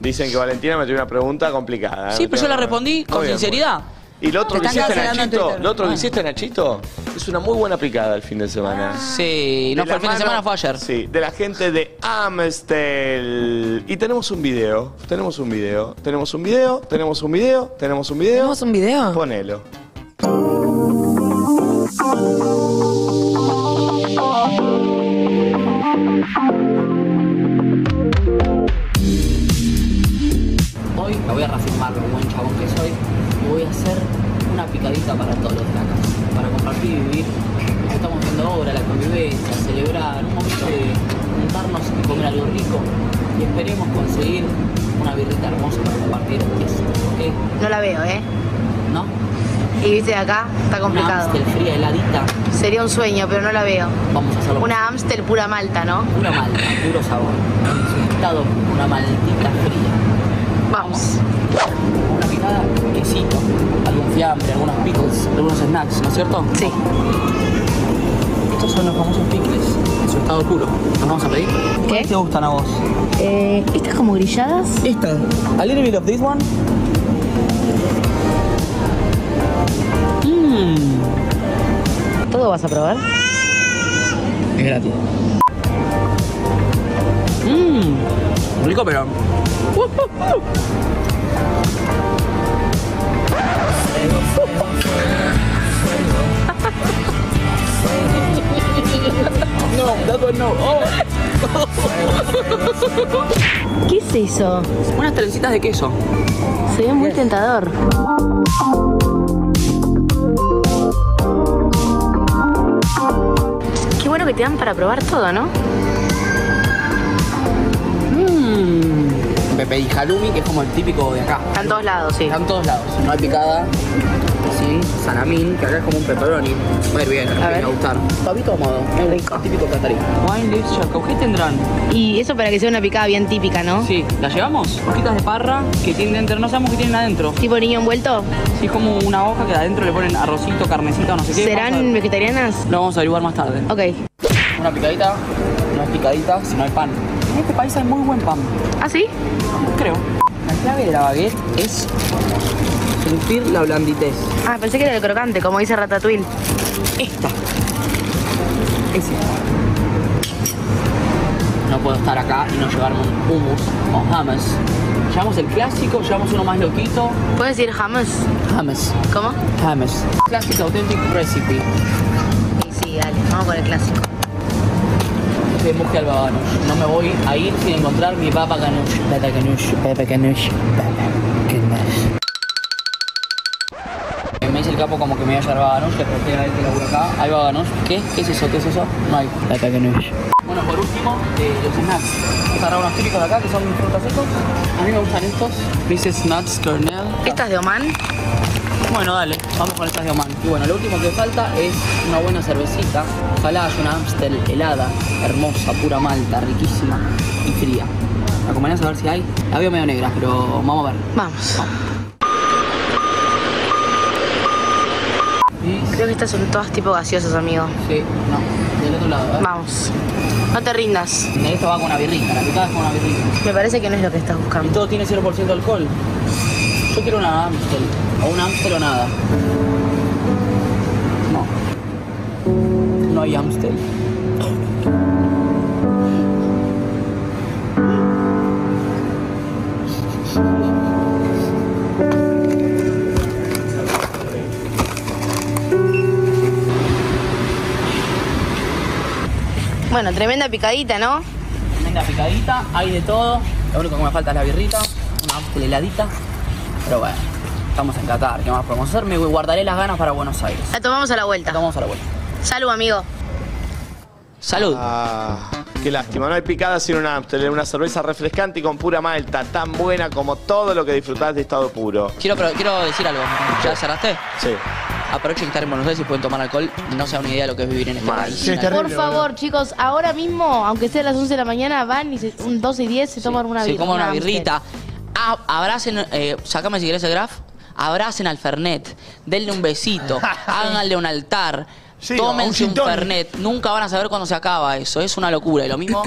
Speaker 21: Dicen que Valentina me tiene una pregunta complicada.
Speaker 1: ¿eh?
Speaker 6: Sí, pero yo la
Speaker 21: Muy
Speaker 6: respondí con
Speaker 21: bien,
Speaker 6: sinceridad.
Speaker 21: ¿Y lo otro
Speaker 6: Te
Speaker 21: que
Speaker 6: están
Speaker 21: hiciste,
Speaker 6: cancelando en
Speaker 21: Nachito?
Speaker 6: Twitter.
Speaker 21: ¿Lo otro que
Speaker 6: Bueno.
Speaker 21: hiciste, Nachito? Es una muy buena picada el fin de semana.
Speaker 6: Ah. Sí, no fue el fin de semana, fue ayer.
Speaker 21: Sí, de la gente de Amstel. Y tenemos un video, tenemos un video, tenemos un video, tenemos un video, tenemos un video. ¿Tenemos
Speaker 2: un video?
Speaker 21: Ponelo.
Speaker 6: Hoy me voy a reafirmar lo buen chabón que soy y voy a hacer una picadita para todos los de la casa, para compartir y vivir. Nos Estamos viendo ahora la convivencia, celebrar, un momento de juntarnos y comer algo rico y esperemos conseguir una birrita hermosa para compartir eso, ¿ok?
Speaker 9: No la veo, ¿eh?
Speaker 6: ¿No?
Speaker 9: Y viste de acá, está
Speaker 6: Una
Speaker 9: complicado.
Speaker 6: Amstel fría heladita,
Speaker 9: Sería un sueño, pero no la veo.
Speaker 6: vamos a hacerlo.
Speaker 9: Una Amstel pura malta, ¿no?
Speaker 6: Pura malta, puro sabor. En su estado, una maldita fría. Vamos. Una picada, quesito, algún fiambre, algunos pickles, algunos snacks, ¿no es cierto? Sí. Estos son los famosos pickles, en su estado puro. ¿Los vamos a pedir? ¿Qué? te gustan a vos?
Speaker 23: Eh,
Speaker 9: ¿Estas como grilladas?
Speaker 6: Esta. A little bit of this one.
Speaker 15: Mm.
Speaker 9: ¿Todo vas a probar?
Speaker 6: Es gratis. Mmm. Rico, pero...
Speaker 26: No, that one no. Oh.
Speaker 9: ¿Qué es eso?
Speaker 6: Unas trencitas de queso.
Speaker 9: Se ve muy tentador. Qué bueno que te dan para probar todo, ¿no?
Speaker 1: Mm.
Speaker 6: Mmm. Pepe y halloumi, que es como el típico de acá.
Speaker 9: Está en todos lados, sí.
Speaker 6: Está en todos lados. No hay picada. Sí, salamín, que acá es como un pepperoni. Va a ir bien, a, ver. a gustar. Pavito ahumado. Qué rico. Típico catarí. Wine leaves charcoal. ¿Qué tendrán?
Speaker 9: Y eso para que sea una picada bien típica, ¿no?
Speaker 6: Sí. ¿La llevamos? Hojitas de parra que tienen dentro. No sabemos qué tienen adentro.
Speaker 9: ¿Tipo niño envuelto?
Speaker 6: Sí, es como una hoja que adentro le ponen arrocito, carnecita, no sé qué. Vamos
Speaker 9: ¿Serán vegetarianas?
Speaker 6: a- Lo vamos a averiguar más tarde.
Speaker 9: Ok.
Speaker 6: Una picadita, no es picadita si no hay pan. En este país hay muy buen pan.
Speaker 9: ¿Ah, sí?
Speaker 6: Creo. La clave de la baguette es sentir la blanditez.
Speaker 9: Ah, pensé que era el crocante, como dice Ratatouille.
Speaker 6: Esta. Es No puedo estar acá y no llevarme un hummus o hummus. Llevamos el clásico, llevamos uno más loquito.
Speaker 9: ¿Puedes decir hummus?
Speaker 6: Hummus.
Speaker 9: ¿Cómo?
Speaker 6: Hummus. Classic Authentic Recipe.
Speaker 9: Sí, sí, dale, vamos con el clásico.
Speaker 6: De Mujia al Babano. No me voy a ir sin encontrar mi papa canush. Papa canush, papa canush, papa canush. Me dice el capo como que me voy a llevar Baganush, que es la primera vez que laburo acá. Hay Baganush. ¿Qué? ¿Qué es eso? ¿Qué es eso? No hay. Papa canush. Bueno, por último, eh, los snacks. Agarrar unos típicos de acá que son frutas secos. A mí me gustan estos. Mrs. Nuts Cornell.
Speaker 9: ¿Estas de Oman?
Speaker 6: Bueno, dale, vamos con estas de Oman. Y bueno, lo último que falta es una buena cervecita. Ojalá haya una Amstel helada, hermosa, pura malta, riquísima y fría.
Speaker 31: acompañás a ver si hay? La veo medio negra, pero vamos a ver.
Speaker 15: Vamos. Creo que estas son todas tipo gaseosas, amigo.
Speaker 6: Sí, no. Del otro lado, ¿eh?
Speaker 15: Vamos. No te rindas.
Speaker 6: Esto va con una birrita, la picada es con una birrita.
Speaker 15: Me parece que no es lo que estás buscando.
Speaker 6: Y todo tiene 0% de alcohol. Yo quiero una Amstel. O una Amstel o nada. No. No hay Amstel.
Speaker 15: Bueno, tremenda picadita, ¿no?
Speaker 6: Tremenda picadita, hay de todo. Lo único que me falta es la birrita, una Amstel heladita. Pero bueno, estamos en Qatar. ¿Qué más podemos hacer? Me guardaré las ganas para Buenos Aires.
Speaker 15: La tomamos a la vuelta. La
Speaker 6: tomamos a la vuelta.
Speaker 15: Salud, amigo.
Speaker 6: Salud.
Speaker 21: Ah,
Speaker 1: qué lástima, no hay picada sin una Amstel, es una cerveza refrescante y con pura malta, tan buena como todo lo que disfrutás de estado puro.
Speaker 6: Quiero, pero quiero decir algo. ¿Ya cerraste?
Speaker 1: Sí.
Speaker 6: Aprovechen que estar en Buenos Aires y pueden tomar alcohol. No se dan una idea de lo que es vivir en este país.
Speaker 32: Por favor, chicos, ahora mismo, aunque sea a las 11 de la mañana, van y se, un 12 y 10 se toman una
Speaker 6: Se
Speaker 32: birra.
Speaker 6: comen una
Speaker 32: Amstel.
Speaker 6: birrita. Ah, abracen, eh, sacame si querés el graf. Abracen al Fernet. Denle un besito. háganle un altar.
Speaker 3: o un
Speaker 6: tómense
Speaker 3: gin
Speaker 6: un,
Speaker 3: tonic.
Speaker 6: Fernet. Nunca van a saber cuándo se acaba eso. Es una locura. Y lo mismo.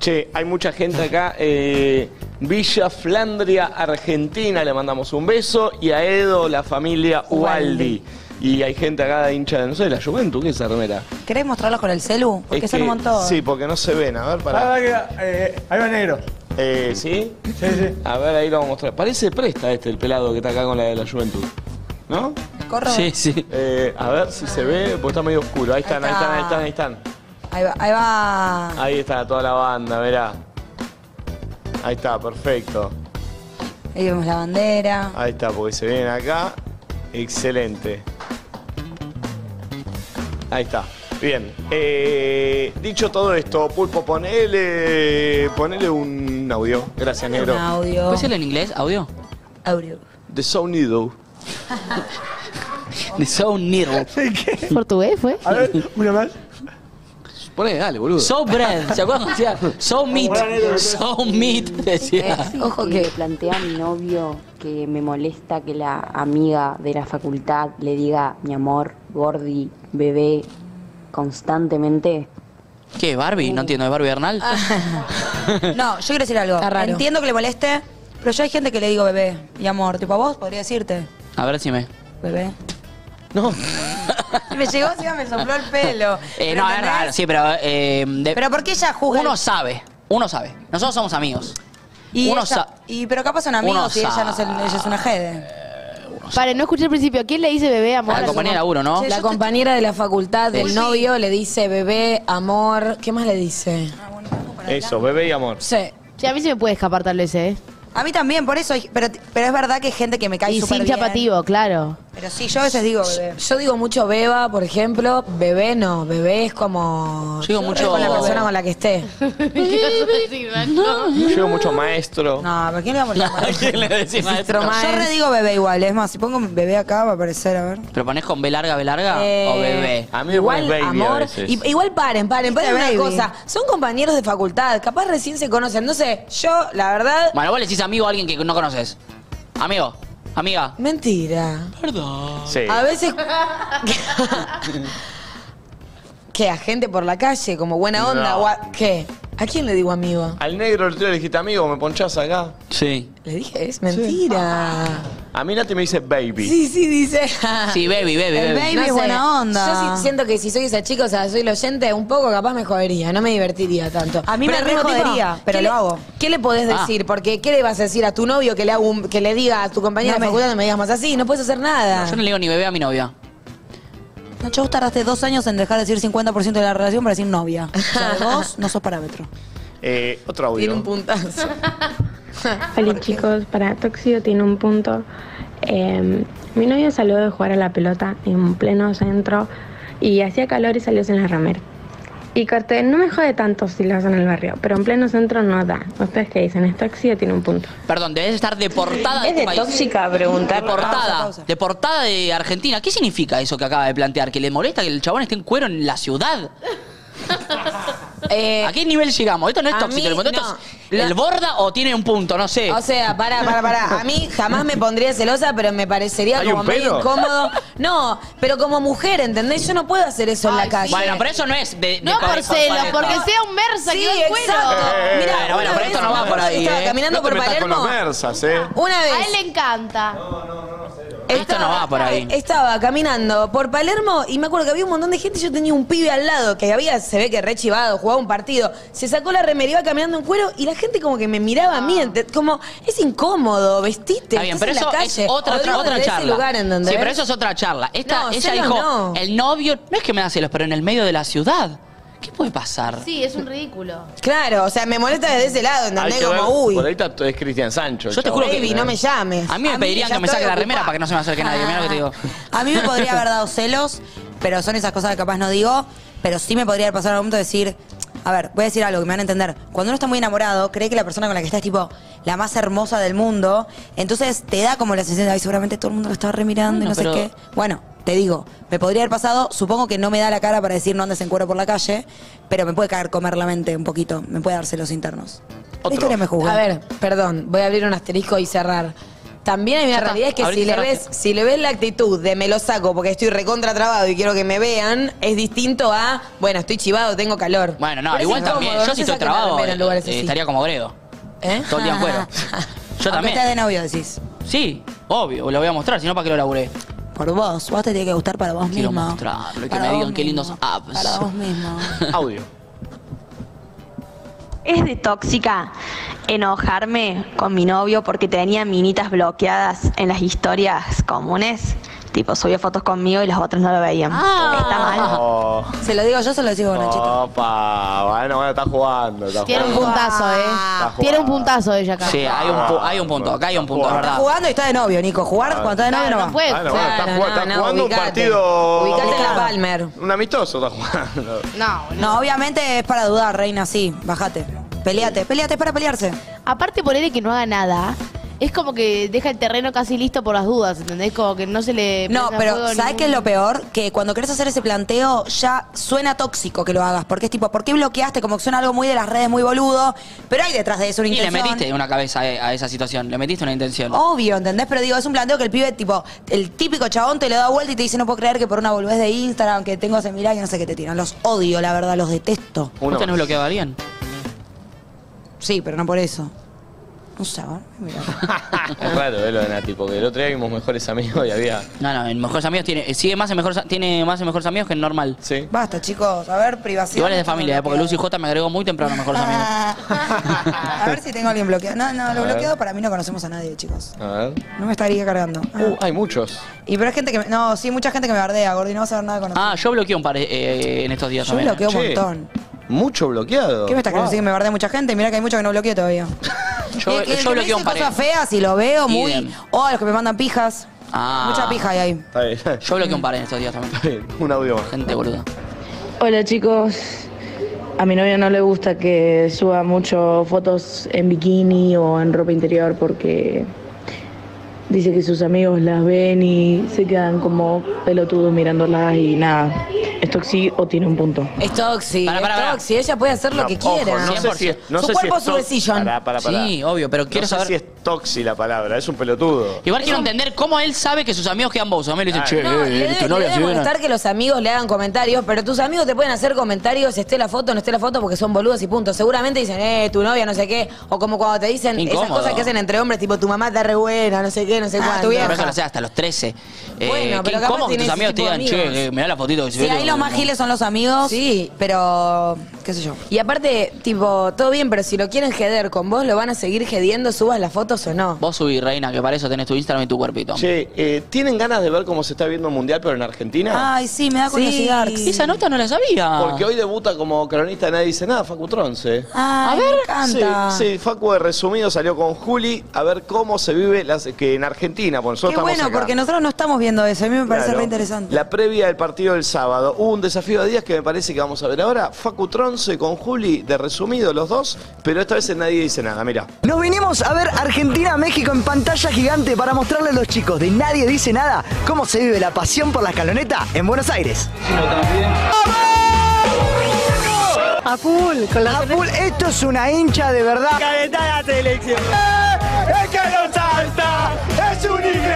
Speaker 1: Che, hay mucha gente acá. eh, Villa Flandria, Argentina, le mandamos un beso. Y a Edo, la familia Ubaldi. Y hay gente acá hincha de, no sé, la Juventus, ¿qué es esa remera?
Speaker 2: ¿Querés mostrarlos con el celu? Porque
Speaker 1: Es
Speaker 2: son un
Speaker 1: que-
Speaker 2: montón.
Speaker 1: Sí, porque no se ven. A ver,
Speaker 2: Ah,
Speaker 1: pará.
Speaker 2: ahí
Speaker 1: ahí va negro. Eh, ¿Sí? Sí, sí. A ver, ahí lo vamos a mostrar. Parece presta este, el pelado que está acá con la de la Juventud. ¿No? Eh,
Speaker 2: Corro.
Speaker 6: sí.
Speaker 1: a ver si se ve, porque está medio oscuro. Ahí están, ahí están, ahí están, ahí están.
Speaker 2: Ahí va. Ahí va.
Speaker 1: Ahí está toda la banda, verá. Ahí está, perfecto.
Speaker 2: Ahí vemos la bandera.
Speaker 1: Ahí está, porque se vienen acá. Excelente. Ahí está. Bien. Eh, dicho todo esto, Pulpo, ponele, ponele un audio. Gracias, negro.
Speaker 6: ¿Puedes decirlo en inglés? ¿Audio?
Speaker 2: Audio.
Speaker 1: The Sonido.
Speaker 3: *laughs*
Speaker 6: The Sonido.
Speaker 32: ¿Portugués fue?
Speaker 3: A ver, una
Speaker 15: *laughs*
Speaker 3: más.
Speaker 6: Poné, dale, boludo. So bread. ¿Se acuerdan? Decía, so meat. So meat.
Speaker 8: Eh,
Speaker 6: Decía.
Speaker 30: Ojo que le planteé a mi novio que me molesta que la amiga de la facultad le diga mi amor, gordi, bebé, constantemente.
Speaker 6: ¿Qué? ¿Barbie? No entiendo. ¿Es Barbie Bernal? *laughs*
Speaker 2: No, yo quiero decir algo.
Speaker 30: raro.
Speaker 2: Entiendo que le moleste, pero yo hay gente que le digo bebé y amor. Tipo, a vos podría decirte
Speaker 6: A ver si me.
Speaker 2: bebé.
Speaker 6: No.
Speaker 2: Y me llegó, encima me sopló el *laughs* pelo.
Speaker 6: Eh, no, es raro, sí, pero. eh, de-
Speaker 2: Pero ¿por qué ella juzga?
Speaker 6: Uno sabe, uno sabe. Nosotros somos amigos.
Speaker 2: Y
Speaker 6: uno
Speaker 2: ella-
Speaker 6: sabe.
Speaker 2: y, pero capaz son
Speaker 6: Uno
Speaker 2: amigos y ella, no es, el-
Speaker 6: sabe.
Speaker 2: ella es una jede.
Speaker 32: Vale, no escuché al principio. ¿Quién le dice bebé amor?
Speaker 6: Ah, La compañera de laburo, ¿no?
Speaker 8: La compañera de la facultad del
Speaker 6: Sí.
Speaker 8: novio le dice bebé, amor. ¿Qué más le dice?
Speaker 2: Ah.
Speaker 1: Eso, bebé y amor.
Speaker 8: Sí.
Speaker 32: Sí, a mí se me puede escapar tal vez, ¿eh?
Speaker 2: A mí también, por eso, hay- pero, pero es verdad que hay gente que me cae
Speaker 32: Y
Speaker 2: súper
Speaker 32: sin
Speaker 2: bien.
Speaker 32: chapativo, claro.
Speaker 2: Pero sí, yo a veces digo bebé.
Speaker 8: Yo digo mucho beba, por ejemplo. Bebé no, bebé es como...
Speaker 6: Yo digo mucho-
Speaker 8: Con la persona con la que esté.
Speaker 1: Llevo mucho maestro.
Speaker 2: No, ¿pero quién le vamos a llamar? *laughs*
Speaker 6: ¿Quién le decís maestro?
Speaker 2: Yo re digo bebé igual, es más, si pongo bebé acá va a aparecer, a ver.
Speaker 6: ¿Pero ponés con B larga, B larga o
Speaker 8: Eh,
Speaker 6: bebé?
Speaker 1: A mí
Speaker 8: Igual, amor. y- igual paren, paren, paren
Speaker 2: Viste,
Speaker 8: una
Speaker 2: baby.
Speaker 8: cosa. Son compañeros de facultad, capaz recién se conocen. No sé, yo, la verdad.
Speaker 6: Bueno, vos le decís amigo a alguien que no conoces. Amigo, amiga.
Speaker 8: Mentira.
Speaker 6: Perdón.
Speaker 1: Sí.
Speaker 8: A veces. ¿Qué? ¿A gente por la calle? ¿Como buena onda?
Speaker 1: No.
Speaker 8: o a- ¿Qué? ¿A quién le digo amigo?
Speaker 1: Al negro el tío le dijiste, amigo, ¿me ponchás acá?
Speaker 6: Sí.
Speaker 8: Le dije, es mentira.
Speaker 1: A mí Nati me dice baby.
Speaker 8: Sí, sí, dice.
Speaker 6: Sí, baby, baby,
Speaker 8: El
Speaker 6: baby.
Speaker 8: baby
Speaker 6: No
Speaker 8: es
Speaker 6: sé.
Speaker 8: buena onda.
Speaker 6: Yo
Speaker 8: Yo
Speaker 6: sí
Speaker 8: siento que si soy esa chica, o sea, soy el oyente, un poco capaz me jodería, no me divertiría tanto. A
Speaker 2: mí me re jodería, pero lo hago.
Speaker 8: ¿Qué le podés
Speaker 2: Ah.
Speaker 8: decir? Porque ¿qué le vas a decir a tu novio que le, haga un- que le diga a tu compañero
Speaker 2: No
Speaker 8: de
Speaker 2: me-
Speaker 8: facultad no me digas más así? No puedes hacer nada. *laughs*
Speaker 6: Yo no le digo ni bebé a mi novia.
Speaker 2: Nacho, vos tardaste dos años en dejar de decir 50% de la relación para decir novia. O *laughs* sea, vos no sos parámetro.
Speaker 1: Eh, otro audio. *laughs*
Speaker 8: puntazo.
Speaker 33: Hola chicos, para Toxio tiene un punto. Eh, mi novio salió de jugar a la pelota en pleno centro y hacía calor y salió sin la ramera. Y corté, no me jode tanto si lo hacen en el barrio, pero en pleno centro no da. ¿Ustedes qué dicen? Es Toxio tiene un punto.
Speaker 6: Perdón, debes estar deportada de
Speaker 34: Es
Speaker 6: este
Speaker 34: de
Speaker 6: país.
Speaker 34: tóxica preguntar.
Speaker 8: Ah,
Speaker 6: Deportada.
Speaker 34: Pausa, pausa.
Speaker 6: Deportada de Argentina.
Speaker 8: *laughs*
Speaker 6: ¿Qué significa eso que acaba de plantear? ¿Que le molesta que el chabón esté en cuero en la ciudad? Eh, ¿A qué nivel llegamos? Esto no es
Speaker 8: a
Speaker 6: tóxico.
Speaker 8: mí,
Speaker 6: el contrato
Speaker 8: no.
Speaker 6: es- ¿El borda o tiene un punto? No sé.
Speaker 8: O sea, pará, pará, pará. A mí jamás me pondría celosa, pero me parecería
Speaker 6: ¿Hay
Speaker 8: como
Speaker 6: un
Speaker 8: medio
Speaker 6: pero?
Speaker 8: incómodo. No, pero como mujer, ¿entendés? Yo no puedo hacer eso en la calle.
Speaker 6: Bueno, pero eso no es de, de
Speaker 8: No por celo, porque sea
Speaker 3: un mersa
Speaker 8: Sí,
Speaker 3: que va en cuero.
Speaker 8: exacto.
Speaker 35: Eh,
Speaker 8: Mirá,
Speaker 35: bueno,
Speaker 8: una
Speaker 35: bueno, pero
Speaker 8: vez
Speaker 35: esto no va por ahí.
Speaker 8: estaba
Speaker 35: eh.
Speaker 8: caminando
Speaker 35: no te
Speaker 8: por
Speaker 35: metas
Speaker 8: Palermo.
Speaker 35: con los persas, eh.
Speaker 8: Una vez.
Speaker 3: A él le encanta.
Speaker 6: Esto no va por ahí.
Speaker 8: Estaba caminando por Palermo y me acuerdo que había un montón de gente y yo tenía un pibe al lado que había, se ve que re chivado, jugaba un partido. Se sacó la remera, iba caminando en cuero y la gente como que me miraba a mí,
Speaker 3: Ah.
Speaker 8: ente- como, es incómodo, vestite,
Speaker 6: Está bien,
Speaker 8: estás
Speaker 6: pero
Speaker 8: en la
Speaker 6: eso
Speaker 8: calle.
Speaker 6: es otra,
Speaker 8: Olvídate
Speaker 6: otra
Speaker 8: de ese
Speaker 6: charla.
Speaker 8: lugar, ¿entendés?
Speaker 6: sí, pero eso es otra charla. Esta,
Speaker 8: No,
Speaker 6: ella
Speaker 8: celos
Speaker 6: dijo,
Speaker 8: no.
Speaker 6: el novio, no es que me da celos, pero en el medio de la ciudad. ¿Qué puede pasar?
Speaker 3: Sí, es un ridículo.
Speaker 8: Claro, o sea, me molesta desde ese lado,
Speaker 1: Hay
Speaker 8: ¿entendés?
Speaker 1: que ver,
Speaker 8: Como, uy,
Speaker 1: Por ahí está, es Cristian Sancho. el
Speaker 6: Yo te juro
Speaker 1: chabón,
Speaker 6: que-
Speaker 1: ¿eh?
Speaker 8: baby, no me llames.
Speaker 6: A mí me pedirían
Speaker 8: ya
Speaker 6: que me
Speaker 8: estoy
Speaker 6: saque la
Speaker 8: ocupada.
Speaker 6: remera para que no se me acerque nadie. Mirá lo que te digo.
Speaker 2: A mí me podría haber dado celos, pero son esas cosas que capaz no digo, pero sí me podría haber pasado en algún momento decir, a ver, voy a decir algo que me van a entender. Cuando uno está muy enamorado, cree que la persona con la que está es tipo la más hermosa del mundo, entonces te da como la sensación de, ay, seguramente todo el mundo lo estaba remirando y
Speaker 6: Bueno,
Speaker 2: no
Speaker 6: pero-
Speaker 2: sé qué. Bueno, te digo, me podría haber pasado, supongo que no me da la cara para decir no andes en cuero por la calle, pero me puede caer comer la mente un poquito, me puede dar celos internos. La historia me juzga.
Speaker 8: A ver, perdón, voy a abrir un asterisco y cerrar. También hay una realidad es que
Speaker 2: abriste
Speaker 8: si
Speaker 2: y
Speaker 8: le, ves,
Speaker 2: cerraste.
Speaker 8: si le ves la actitud de me lo saco porque estoy recontra trabado y quiero que me vean, es distinto a, bueno, estoy chivado, tengo calor.
Speaker 6: Bueno, no,
Speaker 8: Pero es
Speaker 6: igual también.
Speaker 8: incómodo,
Speaker 6: Yo
Speaker 8: no
Speaker 6: si
Speaker 8: se
Speaker 6: estoy
Speaker 8: saquen la
Speaker 6: trabado,
Speaker 8: remera en lugares
Speaker 6: eh,
Speaker 8: así.
Speaker 6: estaría como Gredo. Todo el día en cuero. Yo
Speaker 2: Aunque
Speaker 6: también.
Speaker 2: estés de novio, decís.
Speaker 6: Sí, obvio, lo voy a mostrar, si no, ¿para qué lo laburé?
Speaker 2: Por vos, vos te tiene que gustar para vos
Speaker 6: Quiero
Speaker 2: mismo.
Speaker 6: mostrarlo y que
Speaker 2: Para
Speaker 6: me
Speaker 2: vos
Speaker 6: digan qué lindos apps.
Speaker 2: Para vos
Speaker 6: *laughs*
Speaker 2: mismo.
Speaker 6: Audio.
Speaker 30: Es de tóxica enojarme con mi novio porque tenía minitas bloqueadas en las historias comunes. Tipo, subió fotos conmigo y las otras no lo veían. Está
Speaker 8: Ah,
Speaker 30: mal.
Speaker 1: Oh.
Speaker 2: Ah. Se lo digo yo, se lo digo
Speaker 26: Oh.
Speaker 1: Opa, bueno, bueno, está jugando. Está
Speaker 3: Tiene un
Speaker 1: jugando.
Speaker 3: puntazo, ¿eh?
Speaker 1: jugando.
Speaker 3: Tiene un puntazo ella acá.
Speaker 6: *laughs* Sí, hay un, pu-
Speaker 3: Ah.
Speaker 6: hay un punto, acá hay un punto, es
Speaker 2: Está
Speaker 6: verdad.
Speaker 2: jugando y está de novio, Nico. Jugar
Speaker 1: Claro.
Speaker 2: cuando está de novio
Speaker 1: Claro,
Speaker 2: no
Speaker 1: Ah,
Speaker 2: va.
Speaker 1: no puede. Bueno, bueno, está
Speaker 8: Claro,
Speaker 1: jugando-
Speaker 8: no,
Speaker 1: está
Speaker 8: no,
Speaker 1: jugando un
Speaker 8: ubicate.
Speaker 1: partido-
Speaker 8: Ubicate en la
Speaker 1: Claro.
Speaker 8: Palmer.
Speaker 1: Un amistoso está jugando.
Speaker 3: No,
Speaker 2: No, obviamente es para dudar, reina, sí. Bájate. Peleate, peleate, es para pelearse.
Speaker 15: Ah,
Speaker 3: Aparte ponerle que no haga nada, es como que deja el terreno casi listo por las dudas, ¿entendés? Como que no se le...
Speaker 15: eh,
Speaker 2: No,
Speaker 3: prende
Speaker 2: pero
Speaker 3: fuego
Speaker 2: ¿sabes
Speaker 3: ningún-
Speaker 2: qué es lo peor? Que cuando querés hacer ese planteo ya suena tóxico que lo hagas. Porque es tipo, ¿por qué bloqueaste? Como que suena algo muy de las redes, muy boludo. Pero hay detrás de eso una
Speaker 6: Y le
Speaker 2: intención. Oh.
Speaker 6: metiste una cabeza eh, a esa situación, le metiste una intención.
Speaker 2: Obvio, ¿entendés? Pero digo, es un planteo que el pibe, tipo, el típico chabón te le da vuelta y te dice, no puedo creer que por una boludez de Instagram que tengo hace mil años, no sé qué te tiran. Los odio, la verdad, los detesto.
Speaker 6: ¿Vos tenés bloqueado a alguien?
Speaker 2: Sí, pero no por eso. No sé, a ver, mira.
Speaker 1: Es raro verlo de Nati, porque el otro día vimos mejores amigos y había.
Speaker 6: No, no, en Mejores Amigos tiene, sigue más en Mejores, tiene más en Mejores Amigos que en normal.
Speaker 1: Sí.
Speaker 2: Basta, chicos, a ver, Ah. privacidad.
Speaker 6: Igual es de familia, eh, porque Lucy J me agregó muy temprano a Mejores Amigos.
Speaker 2: A ver si tengo a alguien bloqueado. No, no,
Speaker 6: A
Speaker 2: lo
Speaker 6: ver.
Speaker 2: bloqueado para mí no conocemos a nadie, chicos.
Speaker 1: A ver.
Speaker 2: No me estaría cargando. Ah.
Speaker 1: Uh, hay muchos.
Speaker 2: Y pero hay gente que me- No, sí, mucha gente que me bardea, Gordi, no vas a ver nada con
Speaker 6: Ah, yo bloqueé un par eh, en estos días
Speaker 2: Yo
Speaker 6: también.
Speaker 2: bloqueo un Che, montón.
Speaker 1: Mucho bloqueado.
Speaker 2: ¿Qué me estás
Speaker 6: Wow.
Speaker 2: queriendo decir que me bardea mucha gente? Mirá que hay muchos que no bloqueo todavía.
Speaker 6: Yo,
Speaker 2: El que- el
Speaker 6: yo
Speaker 2: que me
Speaker 6: bloqueo
Speaker 2: dice
Speaker 6: un par. eh.
Speaker 2: cosas feas y lo veo muy...
Speaker 6: Idem.
Speaker 2: Oh, los que me mandan pijas.
Speaker 6: Ah.
Speaker 2: Mucha pija hay ahí.
Speaker 1: Está bien.
Speaker 6: Yo bloqueé un par en estos días también.
Speaker 1: Un audio más.
Speaker 6: Gente boluda.
Speaker 15: Hola chicos, a mi novio no le gusta que suba mucho fotos en bikini o en ropa interior porque dice que sus amigos las ven y se quedan como pelotudos mirándolas y nada. Esto sí o tiene un punto.
Speaker 8: Es toxi,
Speaker 15: pará,
Speaker 8: es
Speaker 15: pará.
Speaker 8: toxi, ella puede hacer lo
Speaker 1: No,
Speaker 8: que
Speaker 1: ojo,
Speaker 8: quiera.
Speaker 1: no sé si es- no
Speaker 8: Su
Speaker 1: sé si
Speaker 8: cuerpo
Speaker 1: es
Speaker 8: sube
Speaker 1: tox-
Speaker 8: sillón.
Speaker 1: Pará, pará, pará.
Speaker 6: Sí, obvio, pero
Speaker 1: No
Speaker 6: quiero
Speaker 1: sé
Speaker 6: saber-
Speaker 1: si es toxi la palabra, es un pelotudo.
Speaker 6: Igual quiero entender cómo él sabe que sus amigos quedan bozos. A mí le
Speaker 1: Ah,
Speaker 6: dicen, che,
Speaker 8: No,
Speaker 6: eh,
Speaker 8: le debe,
Speaker 6: tu
Speaker 8: le
Speaker 6: novia
Speaker 8: debe
Speaker 6: se viene.
Speaker 8: molestar que los amigos le hagan comentarios, pero tus amigos te pueden hacer comentarios, esté la foto o no esté la foto, porque son boludos y punto. Seguramente dicen, eh, tu novia, no sé qué. O como cuando te dicen esas
Speaker 6: Incómodo.
Speaker 8: cosas que hacen entre hombres, tipo, tu mamá está re buena, no sé qué, no sé
Speaker 2: Ah,
Speaker 8: cuánto.
Speaker 6: Pero eso lo hacía hasta los 13. Eh,
Speaker 8: Bueno,
Speaker 6: qué
Speaker 8: pero capaz
Speaker 6: incómodo que
Speaker 8: tiene
Speaker 6: tus
Speaker 8: ese
Speaker 6: amigos te
Speaker 8: tipo de
Speaker 6: digan,
Speaker 8: amigos.
Speaker 6: che, eh, mirá la fotito que se
Speaker 2: Sí, ahí los más giles son los amigos. Sí. Pero, qué sé yo.
Speaker 8: Y aparte, tipo, todo bien, pero si lo quieren jeder con vos, ¿lo van a seguir jediendo? ¿Subas las fotos o no?
Speaker 6: Vos subí, reina, que para eso tenés tu Instagram y tu cuerpito.
Speaker 1: Che, eh, ¿tienen ganas de ver cómo se está viendo el mundial, pero en Argentina?
Speaker 2: Ay, sí, me da
Speaker 6: Sí.
Speaker 2: curiosidad. Arx.
Speaker 6: Esa nota no la sabía.
Speaker 1: Porque hoy debuta como cronista Nadie Dice Nada, Facu Tronce.
Speaker 6: A
Speaker 2: Ay,
Speaker 6: ver.
Speaker 2: me encanta.
Speaker 1: Sí, sí, Facu de resumido salió con Juli a ver cómo se vive las, que en Argentina, porque nosotros
Speaker 2: Qué
Speaker 1: estamos
Speaker 2: bueno,
Speaker 1: acá.
Speaker 2: porque nosotros no estamos viendo eso. A mí me parece
Speaker 1: Claro.
Speaker 2: re interesante.
Speaker 1: La previa del partido del sábado. Hubo un desafío de días que me parece que vamos a ver ahora. Facu Tronce con Juli, de resumido los dos, pero esta vez en Nadie Dice Nada, mirá.
Speaker 23: Nos vinimos a ver Argentina-México en pantalla gigante para mostrarle a los chicos de Nadie Dice Nada cómo se vive la pasión por la escaloneta en Buenos Aires.
Speaker 36: A
Speaker 23: A full, con la A full, esto es una hincha de verdad. ¡Eh! Calentá la selección.
Speaker 7: ¡Es que no salta! ¡Es un inglés!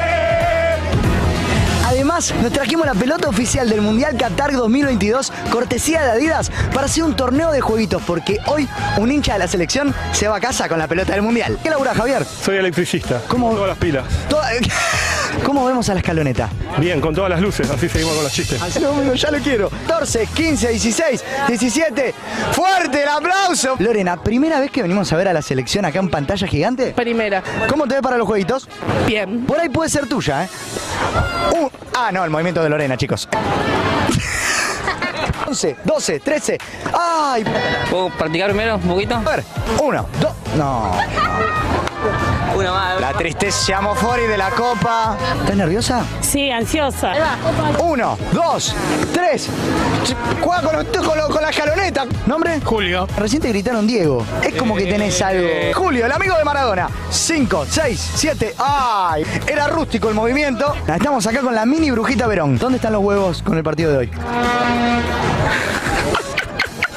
Speaker 23: Además, nos trajimos la pelota oficial del Mundial Qatar 2022, cortesía de Adidas, para hacer un torneo de jueguitos, porque hoy un hincha de la selección se va a casa con la pelota del Mundial. ¿Qué labura, Javier?
Speaker 3: Soy electricista. ¿Cómo? Con todas las pilas.
Speaker 23: Toda- *laughs* ¿Cómo vemos a la escaloneta?
Speaker 3: Bien, con todas las luces, así seguimos con los chistes.
Speaker 23: No, amigo, ya lo quiero. 14, 15, 16, 17. ¡Fuerte el aplauso! Lorena, ¿primera vez que venimos a ver a la selección acá en pantalla gigante? Primera. ¿Cómo te ve para los jueguitos? Bien. Por ahí puede ser tuya, ¿eh? Un- ah, no, el movimiento de Lorena, *laughs* chicos. 11, 12, 13. ¡Ay!
Speaker 11: ¿Puedo practicar primero un poquito? A
Speaker 23: ver, uno, dos. No.
Speaker 11: Una más.
Speaker 23: La tristeza amofori de la copa. ¿Estás nerviosa?
Speaker 8: Sí, ansiosa.
Speaker 23: Uno, dos, tres. Ch- Juega con, los- con los- con la escaloneta. ¿Nombre? Julio. Recién te gritaron Diego. Es como que tenés algo. Julio, el amigo de Maradona. Cinco, seis, siete. ¡Ay! Era rústico el movimiento. Estamos acá con la mini brujita Verón. ¿Dónde están los huevos con el partido de hoy?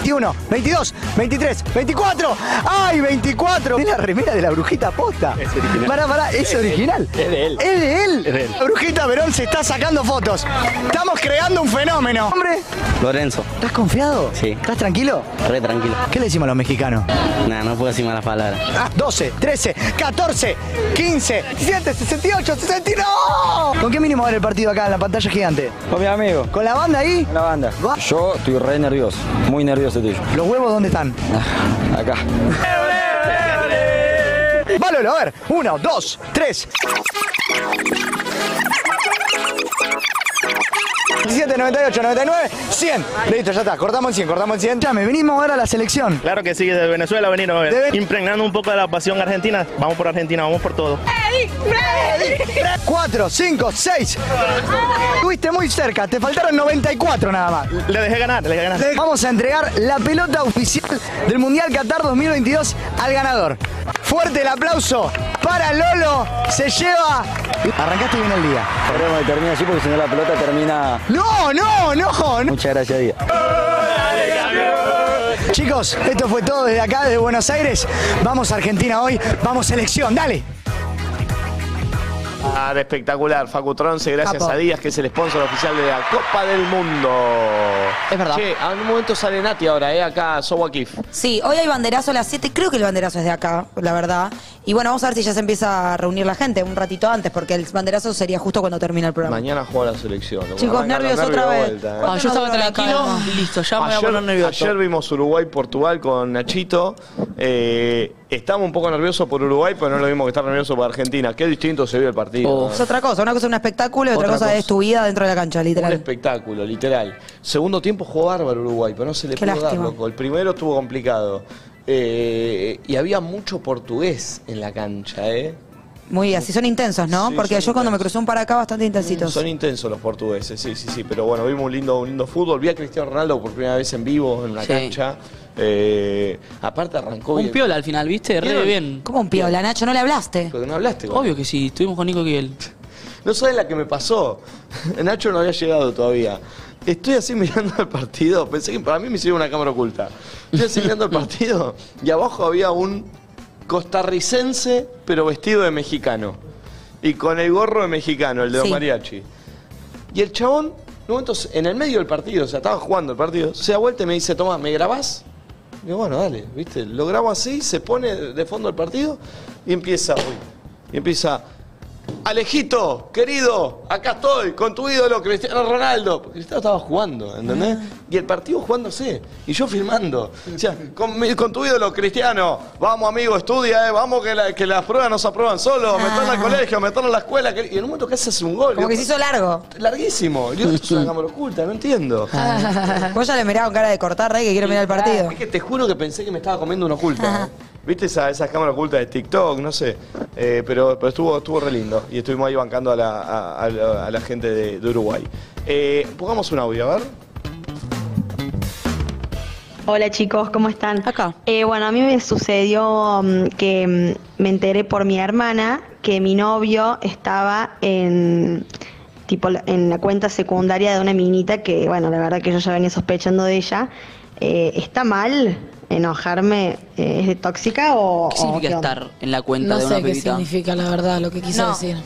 Speaker 23: 21, 22, 23, 24. ¡Ay, 24! Es la remera de la brujita posta. Es
Speaker 7: original.
Speaker 23: Pará, pará,
Speaker 7: Es
Speaker 23: es,
Speaker 7: de él,
Speaker 23: original.
Speaker 7: es de él.
Speaker 23: Es de él.
Speaker 7: Es de él.
Speaker 23: La brujita Verón se está sacando fotos. Estamos creando un fenómeno. Hombre,
Speaker 11: Lorenzo.
Speaker 23: ¿estás confiado?
Speaker 11: Sí.
Speaker 23: ¿Estás tranquilo?
Speaker 11: Re tranquilo.
Speaker 23: ¿Qué le decimos a los mexicanos?
Speaker 11: Nah, no puedo decir malas palabras.
Speaker 23: Ah, 12, 13, 14, 15, 17, 68, 69. ¿Con qué mínimo va a ver el partido acá en la pantalla gigante?
Speaker 37: Con mi amigo.
Speaker 23: ¿Con la banda ahí?
Speaker 37: Con la banda. Yo estoy re nervioso. Muy nervioso estoy yo.
Speaker 23: ¿Los huevos dónde están?
Speaker 37: Acá.
Speaker 23: Valolo, a ver. Uno, dos, tres. 17, 98, 99, 100. Listo, ya está. Cortamos en 100, cortamos en 100. Ya, me venimos ahora a la selección.
Speaker 9: Claro que sí, desde Venezuela venimos eh, impregnando un poco de la pasión argentina. Vamos por Argentina, vamos por todo.
Speaker 23: 4, 5, 6. Estuviste muy cerca, te faltaron 94 nada más.
Speaker 9: Le dejé ganar, le dejé ganar.
Speaker 23: Le Vamos a entregar la pelota oficial del Mundial Qatar 2022 al ganador. Fuerte el aplauso para Lolo. Se lleva. Arrancaste bien el día.
Speaker 37: Esperemos que termine así porque si no la pelota termina.
Speaker 23: No, no, no.
Speaker 37: Muchas gracias, Díaz.
Speaker 23: Chicos, esto fue todo desde acá, desde Buenos Aires. Vamos a Argentina hoy, vamos selección, dale.
Speaker 1: Ah, de espectacular, Facu Tronce, gracias
Speaker 7: Capo.
Speaker 1: a Díaz, que es el sponsor oficial de la Copa del Mundo. Es verdad. Che, a un momento sale Nati ahora, ¿eh? Acá, Sowakif.
Speaker 2: Sí, hoy hay banderazo a las 7. Creo que el banderazo es de acá, la verdad. Y bueno, vamos a ver si ya se empieza a reunir la gente un ratito antes, porque el banderazo sería justo cuando termina el programa.
Speaker 1: Mañana juega la selección. loco.
Speaker 2: Chicos,
Speaker 1: Arrancan
Speaker 2: nervios
Speaker 1: los
Speaker 2: otra
Speaker 1: de
Speaker 2: vez.
Speaker 1: vuelta, ¿eh?
Speaker 6: Ah, yo estaba tranquilo, listo, ya me voy a poner nervioso.
Speaker 1: ayer vimos Uruguay-Portugal con Nachito. Eh, estamos un poco nerviosos por Uruguay, pero no lo mismo que estar nervioso por Argentina. Qué distinto se vio el partido.
Speaker 2: Es otra cosa, una cosa es un espectáculo y otra,
Speaker 1: Otra
Speaker 2: cosa, es tu vida dentro de la cancha,
Speaker 1: Un
Speaker 2: literal.
Speaker 1: espectáculo, literal. Segundo tiempo jugó bárbaro Uruguay, pero no se le
Speaker 2: Qué
Speaker 1: pudo dar,
Speaker 2: lástima.
Speaker 1: loco. El primero estuvo complicado. Eh, y había mucho portugués en la cancha, ¿eh?
Speaker 2: Muy así, son intensos, ¿no?
Speaker 1: Sí,
Speaker 2: porque yo
Speaker 1: son
Speaker 2: cuando me crucé un para acá,
Speaker 15: *laughs*
Speaker 2: bastante intensitos.
Speaker 1: Son intensos los portugueses, sí, sí, sí. Pero bueno, vimos un lindo, un lindo fútbol. Vi a Cristiano Ronaldo por primera vez en vivo en una
Speaker 6: Sí.
Speaker 1: cancha. Eh, aparte arrancó
Speaker 6: Un
Speaker 1: bien.
Speaker 6: piola al final, ¿viste? Re
Speaker 1: ¿Vieron?
Speaker 6: bien.
Speaker 2: ¿Cómo un piola, Nacho? ¿No le hablaste?
Speaker 1: Porque no hablaste. con
Speaker 6: Obvio que sí, estuvimos con Nico Kiel.
Speaker 1: *laughs* No sabes la que me pasó. *laughs* Nacho no había llegado todavía. Estoy así mirando el partido. Pensé que para mí me hicieron una cámara oculta. Estoy así mirando el partido y abajo había un costarricense, pero vestido de mexicano. Y con el gorro de mexicano, el de los
Speaker 7: Sí.
Speaker 1: mariachi. Y el chabón, en un momento, en el medio del partido, o sea, estaba jugando el partido, se da vuelta y me dice, Tomás, ¿me grabás? Y digo, bueno, dale, ¿viste? Lo grabo así, se pone de fondo el partido y empieza, uy, y empieza, Alejito, querido, acá estoy con tu ídolo Cristiano Ronaldo. Porque Cristiano estaba jugando, ¿entendés?
Speaker 2: Ah.
Speaker 1: Y el partido jugándose, y yo filmando. O sea, con, mi- con tu ídolo Cristiano, vamos amigo, estudia, eh, vamos que, la- que las pruebas no se aprueban solo, meterla al colegio, meterla a la escuela. que- Y en un momento que haces un gol.
Speaker 2: Ah. Como
Speaker 1: digo,
Speaker 2: que se hizo largo. Ah.
Speaker 1: Larguísimo. Y digo,
Speaker 2: *laughs*
Speaker 1: esto es una cámara oculta, no entiendo.
Speaker 2: Vos ya le mirás con cara de cortar, Rey, que quiero mirar el partido.
Speaker 1: Es que te juro que pensé que me estaba comiendo una oculta. ¿eh? ¿Viste esa, esas cámaras ocultas de TikTok? No sé. Eh, pero pero estuvo, estuvo re lindo. Y estuvimos ahí bancando a la, a- a la- a la gente de, de Uruguay. Eh, pongamos un audio, a ver.
Speaker 15: Hola chicos, ¿cómo están? Acá. Eh, bueno, a mí me sucedió mm, que mm, me enteré por mi hermana que mi novio estaba en tipo la- en la cuenta secundaria de una minita que, bueno, la verdad que yo ya venía sospechando de ella.
Speaker 38: eh, ¿está mal enojarme? Eh, ¿Es de tóxica o.?
Speaker 15: Oh,
Speaker 6: ¿Qué
Speaker 38: o
Speaker 6: significa
Speaker 38: qué onda?
Speaker 6: estar en la cuenta
Speaker 38: No
Speaker 6: de
Speaker 38: sé
Speaker 6: una
Speaker 38: qué
Speaker 6: pibita?
Speaker 8: Significa la verdad lo que quiso
Speaker 15: No.
Speaker 8: decir.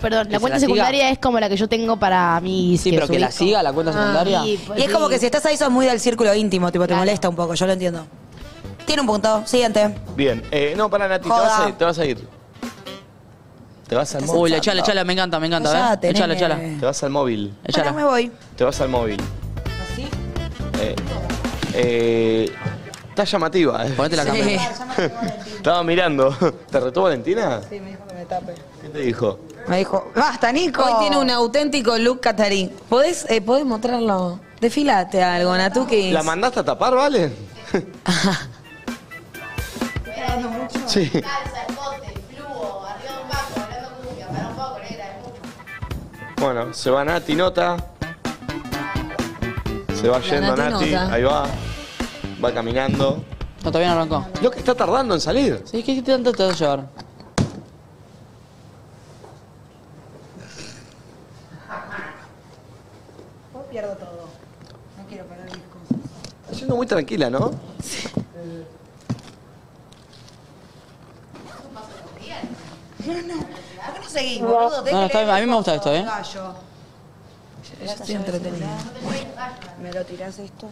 Speaker 15: Perdón,
Speaker 6: Que
Speaker 15: la
Speaker 6: se
Speaker 15: cuenta
Speaker 6: la siga.
Speaker 15: secundaria es como la que yo tengo para mí.
Speaker 6: Sí, pero que la siga la
Speaker 15: Ah,
Speaker 6: cuenta secundaria.
Speaker 2: y, es como que si estás ahí sos muy del círculo íntimo, tipo, te molesta un poco, yo lo entiendo. Tiene un punto. Siguiente.
Speaker 1: Bien. Eh, no, para Nati, te
Speaker 2: Joda.
Speaker 1: vas, a ir, te vas a ir. Te vas al móvil.
Speaker 6: Uy, la chala, la chala, me encanta, me encanta. a
Speaker 2: Cállate,
Speaker 6: ver. Echala,
Speaker 2: nene.
Speaker 6: echala.
Speaker 1: Te vas al móvil.
Speaker 2: Bueno, me voy.
Speaker 1: Te vas al móvil. ¿Así? Eh, eh, está llamativa. eh.
Speaker 6: Ponete la cámara.
Speaker 8: *laughs*
Speaker 1: Estaba mirando. ¿Te retó Valentina?
Speaker 8: Sí, me dijo que me tape.
Speaker 1: ¿Qué te dijo?
Speaker 8: Me dijo, basta, Nico. Hoy tiene un auténtico look catarí. ¿Podés, eh, podés mostrarlo? Desfilate algo, Natuki.
Speaker 1: ¿La mandaste a tapar, vale? Sí. Bueno, se va Nati Nota. Se va yendo
Speaker 6: Nati
Speaker 1: Nati,
Speaker 6: Nota.
Speaker 1: ahí va. Va caminando.
Speaker 6: No, todavía no arrancó.
Speaker 1: Lo que está tardando en salir.
Speaker 6: Sí, ¿qué tanto te vas a llevar?
Speaker 2: pierdo todo. No quiero perder mis cosas.
Speaker 1: Está yendo muy tranquila, ¿no?
Speaker 2: No, no. ¿Por qué no seguís,
Speaker 6: No,
Speaker 2: boludo?
Speaker 6: no, está bien, a mí me gusta esto, ¿eh?
Speaker 2: Gallo. Yo estoy entretenida. ¿Me lo tirás esto?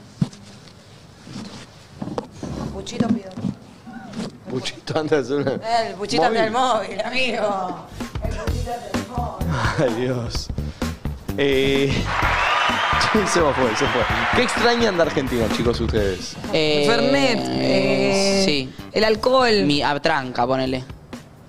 Speaker 2: Puchito pido.
Speaker 1: Puchito anda a hacer una-
Speaker 2: El puchito
Speaker 1: Móvil.
Speaker 2: anda el móvil, amigo. El puchito anda el móvil.
Speaker 1: Ay, Dios. Eh... *laughs* Se me fue, se fue. ¿Qué extrañan de Argentina, chicos, ustedes?
Speaker 6: Eh,
Speaker 8: Fernet, eh,
Speaker 6: sí.
Speaker 8: El alcohol.
Speaker 6: Mi atranca, ponele.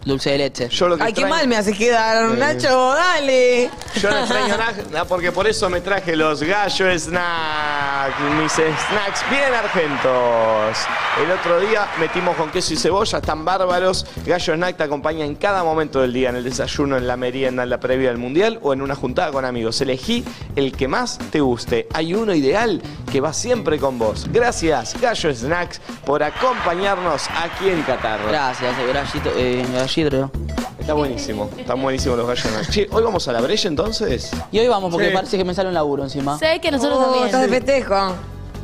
Speaker 6: Dulce de leche.
Speaker 1: Yo lo
Speaker 8: Ay, qué mal *laughs* me hace quedar, Nacho, dale.
Speaker 1: Yo no extraño nada porque por eso me traje los gallo snacks, mis snacks bien argentos. El otro día metimos con queso y cebolla, están bárbaros. Gallo snack te acompaña en cada momento del día, en el desayuno, en la merienda, en la previa del mundial o en una juntada con amigos. Elegí el que más te guste. Hay uno ideal que va siempre con vos. Gracias, Gallo Snacks, por acompañarnos aquí en Qatar.
Speaker 6: Gracias, eh, gallito, eh, gallito.
Speaker 1: Está buenísimo, están buenísimos los gallo snacks. Che, hoy vamos a la brecha entonces.
Speaker 6: Y hoy vamos, porque
Speaker 1: Sí.
Speaker 6: parece que me sale un laburo encima.
Speaker 15: Sé que nosotros
Speaker 8: Oh,
Speaker 15: también.
Speaker 8: estás de festejo.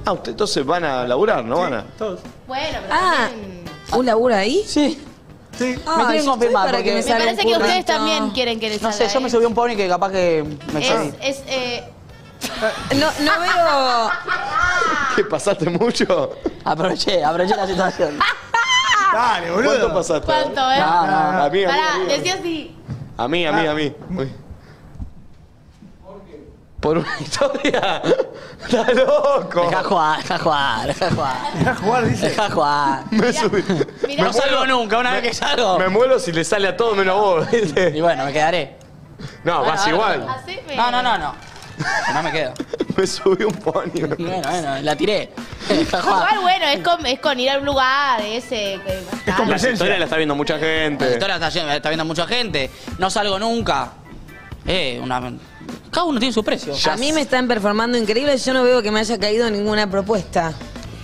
Speaker 1: Ah, ustedes entonces van a laburar, ¿no van a?
Speaker 15: Bueno, pero
Speaker 8: Ah, ¿un laburo ahí?
Speaker 6: Sí.
Speaker 8: Sí.
Speaker 6: me tienen confirmado.
Speaker 8: para que
Speaker 6: porque-
Speaker 8: me salga
Speaker 15: parece que ustedes también quieren que les
Speaker 6: No sé,
Speaker 15: salga,
Speaker 6: yo me subí a un pony que capaz que me
Speaker 15: es,
Speaker 6: excedí.
Speaker 15: es, eh,
Speaker 8: No, no
Speaker 15: *laughs*
Speaker 8: veo.
Speaker 1: ¿Qué pasaste mucho?
Speaker 6: Aproveché, aproveché la situación.
Speaker 1: Dale, boludo. ¿Cuánto pasaste?
Speaker 15: ¿cuánto, eh?
Speaker 1: No, no. A mí, a mí,
Speaker 15: Pará,
Speaker 1: a mí.
Speaker 15: decía así.
Speaker 1: A mí, a mí, a mí. Uy. ¿Por una historia? ¡Está loco!
Speaker 6: Deja jugar, deja jugar, deja jugar. Deja jugar, dice. Deja jugar.
Speaker 1: Me subí.
Speaker 6: No salgo nunca, una vez que salgo.
Speaker 1: Me muero si le sale a todo menos a vos. y
Speaker 6: bueno, me quedaré.
Speaker 1: No,
Speaker 6: Bueno,
Speaker 1: vas
Speaker 6: ahora
Speaker 1: igual.
Speaker 6: me- No, no, no, no. No me quedo.
Speaker 1: *laughs* Me subí un pony.
Speaker 6: Bueno, bueno, la tiré. Deja jugar.
Speaker 15: Igual, bueno, es con, es con ir a un lugar, ese. que-
Speaker 1: Las historias la está viendo mucha
Speaker 6: La
Speaker 1: gente.
Speaker 6: historia está, llena- está viendo mucha gente. No salgo nunca. Eh, una. Cada uno tiene su precio.
Speaker 8: A mí me están performando increíble, yo no veo que me haya caído ninguna propuesta.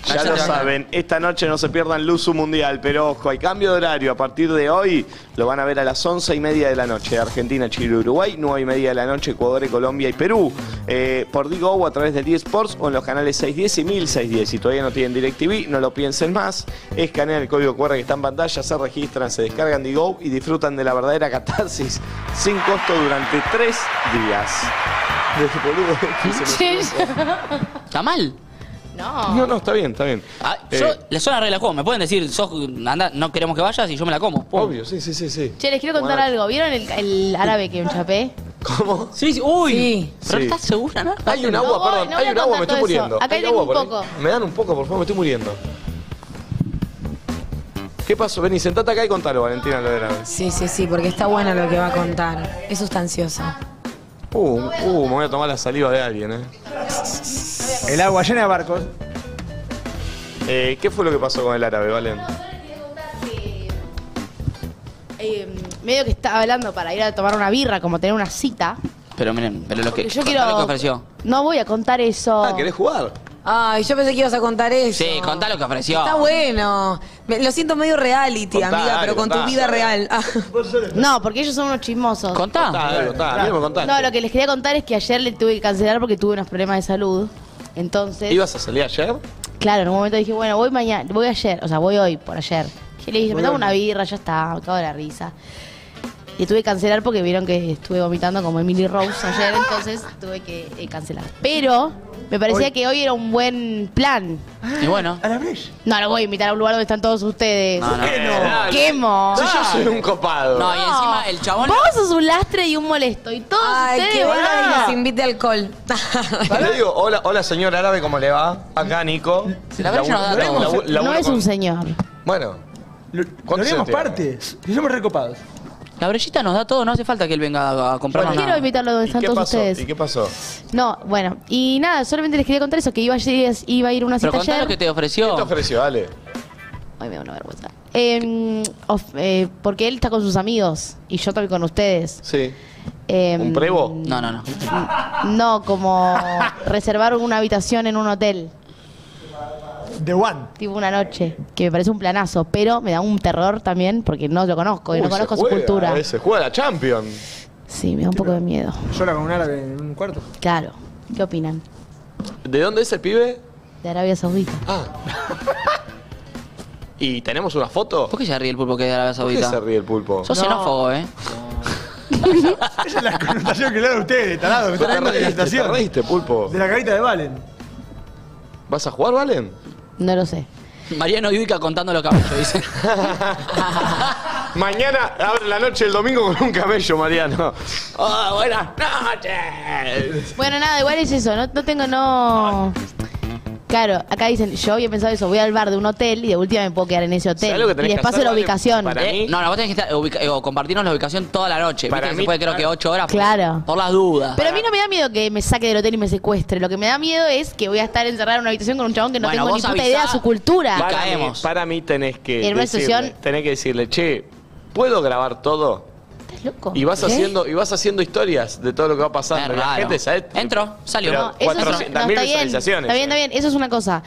Speaker 1: Ya lo saben, esta noche no se pierdan Luzu Mundial, pero ojo, hay cambio de horario. A partir de hoy lo van a ver a las 11 y media de la noche. Argentina, Chile, Uruguay, 9 y media de la noche, Ecuador, Colombia y Perú. Eh, por Digo o a través de 10 Sports o en los canales 610 y 1610. Si todavía no tienen DirecTV, no lo piensen más. Escanean el código QR que está en pantalla, se registran, se descargan Digo y disfrutan de la verdadera catarsis *laughs* sin costo durante tres días. Desde boludo, que se me ocurrió.
Speaker 6: ¿Está mal?
Speaker 1: No, no, está bien, está bien.
Speaker 6: Ah,
Speaker 1: Eh,
Speaker 6: yo les son la regla del juego. Me pueden decir, sos, anda, no queremos que vayas y yo me la como. Pum.
Speaker 1: Obvio, sí, sí, sí, sí.
Speaker 15: Che, les quiero contar
Speaker 6: Bueno.
Speaker 15: algo. ¿Vieron el, el árabe que chapé?
Speaker 1: ¿Cómo?
Speaker 6: Sí, sí. Uy. ¿Pero
Speaker 1: Sí.
Speaker 6: estás segura, no?
Speaker 1: Hay un agua,
Speaker 15: voy,
Speaker 1: perdón,
Speaker 15: no voy
Speaker 1: hay
Speaker 15: a
Speaker 1: un agua, me
Speaker 15: contar
Speaker 1: estoy
Speaker 15: todo eso.
Speaker 1: muriendo.
Speaker 15: Acá
Speaker 1: Hay
Speaker 15: tengo
Speaker 1: agua
Speaker 15: un
Speaker 1: por ahí.
Speaker 15: poco.
Speaker 1: Me dan un poco, por favor, me estoy muriendo. ¿Qué pasó? Vení, sentate acá y contalo, Valentina, lo de la vez.
Speaker 8: Sí, sí, sí, porque está bueno lo que va a contar. Es sustancioso.
Speaker 1: Uh, uh, me voy a tomar la saliva de alguien, eh.
Speaker 39: El agua llena de barcos.
Speaker 1: Eh, ¿Qué fue lo que pasó con el árabe, Valen?
Speaker 15: Eh, medio que estaba hablando para ir a tomar una birra, como tener una cita.
Speaker 6: Pero miren, pero lo que.
Speaker 15: Porque yo
Speaker 6: contá lo
Speaker 15: quiero-
Speaker 6: que ofreció.
Speaker 15: No voy a contar eso.
Speaker 1: Ah, ¿querés jugar?
Speaker 8: Ay, yo pensé que ibas a contar eso.
Speaker 6: Sí, contá lo que ofreció.
Speaker 8: Está bueno. Me- lo siento medio reality,
Speaker 6: Contá,
Speaker 8: amiga,
Speaker 6: dale,
Speaker 8: pero con
Speaker 6: contá.
Speaker 8: tu vida real. Ah.
Speaker 15: No, porque ellos son unos chismosos.
Speaker 6: Contá.
Speaker 1: Contá, dale, contá, mismo contá.
Speaker 15: No, lo que les quería contar es que ayer le tuve que cancelar porque tuve unos problemas de salud. Entonces.
Speaker 1: ¿Ibas a salir ayer?
Speaker 15: Claro, en un momento dije, bueno, voy mañana, voy ayer, o sea, voy hoy, por ayer. Y le dije, me
Speaker 40: Voy
Speaker 15: tomo
Speaker 40: hoy.
Speaker 15: una birra, ya está, me cago de la risa. Y tuve que cancelar porque vieron que estuve vomitando como Emily Rose ayer, entonces tuve que eh, cancelar. Pero me parecía que hoy era un buen plan.
Speaker 1: Ah,
Speaker 6: Y bueno.
Speaker 15: No, no voy a invitar a un lugar donde están todos ustedes.
Speaker 6: No, no.
Speaker 15: no? ¡Quemo!
Speaker 1: Si
Speaker 3: Ah,
Speaker 1: yo soy un copado.
Speaker 6: No, y encima el chabón.
Speaker 15: Vos sos un lastre y un molesto. Y todos
Speaker 8: Ay,
Speaker 15: ustedes. Ah.
Speaker 8: que venga
Speaker 15: boludo.
Speaker 8: y nos invite alcohol.
Speaker 1: Le digo, hola, hola señor árabe, ¿cómo le va? Acá Nico.
Speaker 15: La verdad yo no da
Speaker 1: Laburo-
Speaker 15: todo.
Speaker 1: laburo- laburo
Speaker 15: No es
Speaker 1: con-
Speaker 15: un señor.
Speaker 1: Bueno.
Speaker 6: Lo
Speaker 1: ¿Cuántos años
Speaker 6: haríamos
Speaker 1: tiene?
Speaker 6: Somos recopados. La brellita nos da todo, no hace falta que él venga a, a comprar
Speaker 15: Bueno, quiero invitarlo donde están todos ustedes.
Speaker 1: qué pasó?
Speaker 15: No, bueno, y nada, solamente les quería contar eso, que iba, ayer- iba a ir a una
Speaker 6: Pero
Speaker 15: cita
Speaker 6: contá
Speaker 15: ayer.
Speaker 6: lo que te ofreció. ¿Qué te
Speaker 1: ofreció? Dale.
Speaker 15: Ay, me da una vergüenza. Eh, of- eh, porque él está con sus amigos y yo estoy con ustedes.
Speaker 1: Sí.
Speaker 15: Eh,
Speaker 1: ¿Un prevo?
Speaker 6: No, no, no.
Speaker 15: No, como reservar una habitación en un hotel.
Speaker 3: The One.
Speaker 15: Tipo una noche, que me parece un planazo, pero me da un terror también porque no lo conozco y
Speaker 1: Uy,
Speaker 15: no
Speaker 1: se
Speaker 15: conozco su
Speaker 1: juega, eh.
Speaker 15: cultura.
Speaker 1: Se juega la Champion.
Speaker 15: Sí, me da un poco de miedo.
Speaker 3: Sola con un árabe en un *laughs* cuarto.
Speaker 15: Claro. ¿Qué opinan?
Speaker 1: ¿De dónde es el pibe?
Speaker 15: De Arabia Saudita.
Speaker 3: Ah.
Speaker 1: ¿Y tenemos una foto?
Speaker 6: ¿Por qué se ríe el pulpo que es de Arabia
Speaker 1: ¿Por qué
Speaker 6: Saudita?
Speaker 1: se ríe el pulpo?
Speaker 6: Sos xenófobo, ¿eh?
Speaker 3: Esa es la connotación que le dan a ustedes, tarado. Me están dando la
Speaker 1: ¿Te
Speaker 3: connotación.
Speaker 1: reíste, pulpo?
Speaker 3: De la carita de Valen.
Speaker 1: ¿Vas a jugar, Valen?
Speaker 15: No lo sé.
Speaker 6: Mariano Yuica contando los caballos, *laughs* dice.
Speaker 1: Mañana abre la noche el domingo con un camello, Mariano. Ah, buenas noches!
Speaker 15: Bueno, nada, igual es eso, no, no tengo, no... Claro, acá dicen, yo había pensado eso, voy al bar de un hotel y de última me puedo quedar en ese hotel.
Speaker 6: ¿Sabés lo que tenés
Speaker 15: y les
Speaker 6: que
Speaker 15: paso
Speaker 6: hacer,
Speaker 15: la
Speaker 6: vale?
Speaker 15: ubicación.
Speaker 6: Eh, No, no, vos tenés que estar, eh, ubica- eh, o compartirnos la ubicación toda la noche. Para
Speaker 15: mí-
Speaker 6: se puede creo que 8 horas. por-
Speaker 15: Claro.
Speaker 6: Por, las dudas.
Speaker 15: Pero a mí no me da miedo que me saque del hotel y me secuestre. Lo que me da miedo es que voy a estar encerrada en una habitación con un chabón que no
Speaker 1: Bueno,
Speaker 15: tengo ni
Speaker 1: vos
Speaker 15: puta
Speaker 1: avisá
Speaker 15: idea de su cultura.
Speaker 1: Para mí, para mí tenés que.
Speaker 15: En una
Speaker 1: decirle-
Speaker 15: sesión-
Speaker 1: Tenés que decirle, che, ¿puedo grabar todo?
Speaker 15: ¿Estás loco?
Speaker 1: Y vas
Speaker 15: ¿Qué?
Speaker 1: haciendo, y vas haciendo historias de todo lo que va pasando.
Speaker 6: Es
Speaker 1: La
Speaker 6: raro.
Speaker 1: gente ¿sabes?
Speaker 6: Entró, salió.
Speaker 1: Pero
Speaker 6: No, eso
Speaker 15: Eso es-
Speaker 1: 400.000
Speaker 15: no, está bien,
Speaker 1: visualizaciones. eh.
Speaker 15: Está bien, está bien, eso es una cosa.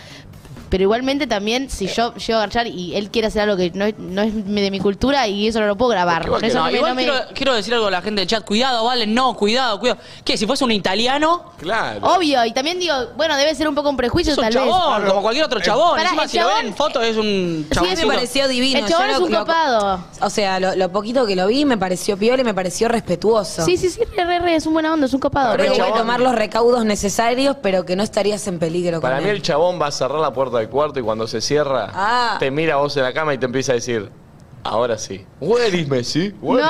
Speaker 15: Pero igualmente también, si yo llego a garchar y él quiere hacer algo que no, es- no es de mi cultura y eso no lo puedo grabar.
Speaker 6: Igual que
Speaker 15: Eso
Speaker 6: no,
Speaker 15: no me-
Speaker 6: igual
Speaker 15: no me-
Speaker 6: Quiero, quiero decir algo a la gente del chat. Cuidado, vale. No, cuidado, cuidado. ¿Qué? Si fuese un italiano.
Speaker 1: Claro.
Speaker 15: Obvio, y también digo, bueno, debe ser un poco un prejuicio
Speaker 6: Es un
Speaker 15: tal
Speaker 6: chabón,
Speaker 15: vez.
Speaker 6: como cualquier
Speaker 8: Eh,
Speaker 6: otro chabón.
Speaker 15: Pará,
Speaker 6: Encima,
Speaker 15: el
Speaker 6: si lo
Speaker 15: chabón-
Speaker 6: ven en foto, es un
Speaker 8: Sí,
Speaker 6: chabón.
Speaker 8: me pareció divino.
Speaker 15: El chabón
Speaker 8: Yo
Speaker 15: es
Speaker 8: lo-
Speaker 15: un
Speaker 8: lo-
Speaker 15: copado.
Speaker 8: O sea, lo, lo poquito que lo vi me pareció piola y me pareció respetuoso.
Speaker 15: Sí, sí, sí, re, re, re, es un buena onda, es un copado.
Speaker 8: Creo que hay que tomar los recaudos necesarios, pero que no estarías en peligro
Speaker 1: Para
Speaker 8: con
Speaker 1: mí
Speaker 8: él.
Speaker 1: el chabón va a cerrar la puerta del cuarto y cuando se cierra,
Speaker 8: Ah.
Speaker 1: te mira a vos en la cama y te empieza a decir, ahora sí. Where is Messi? Where is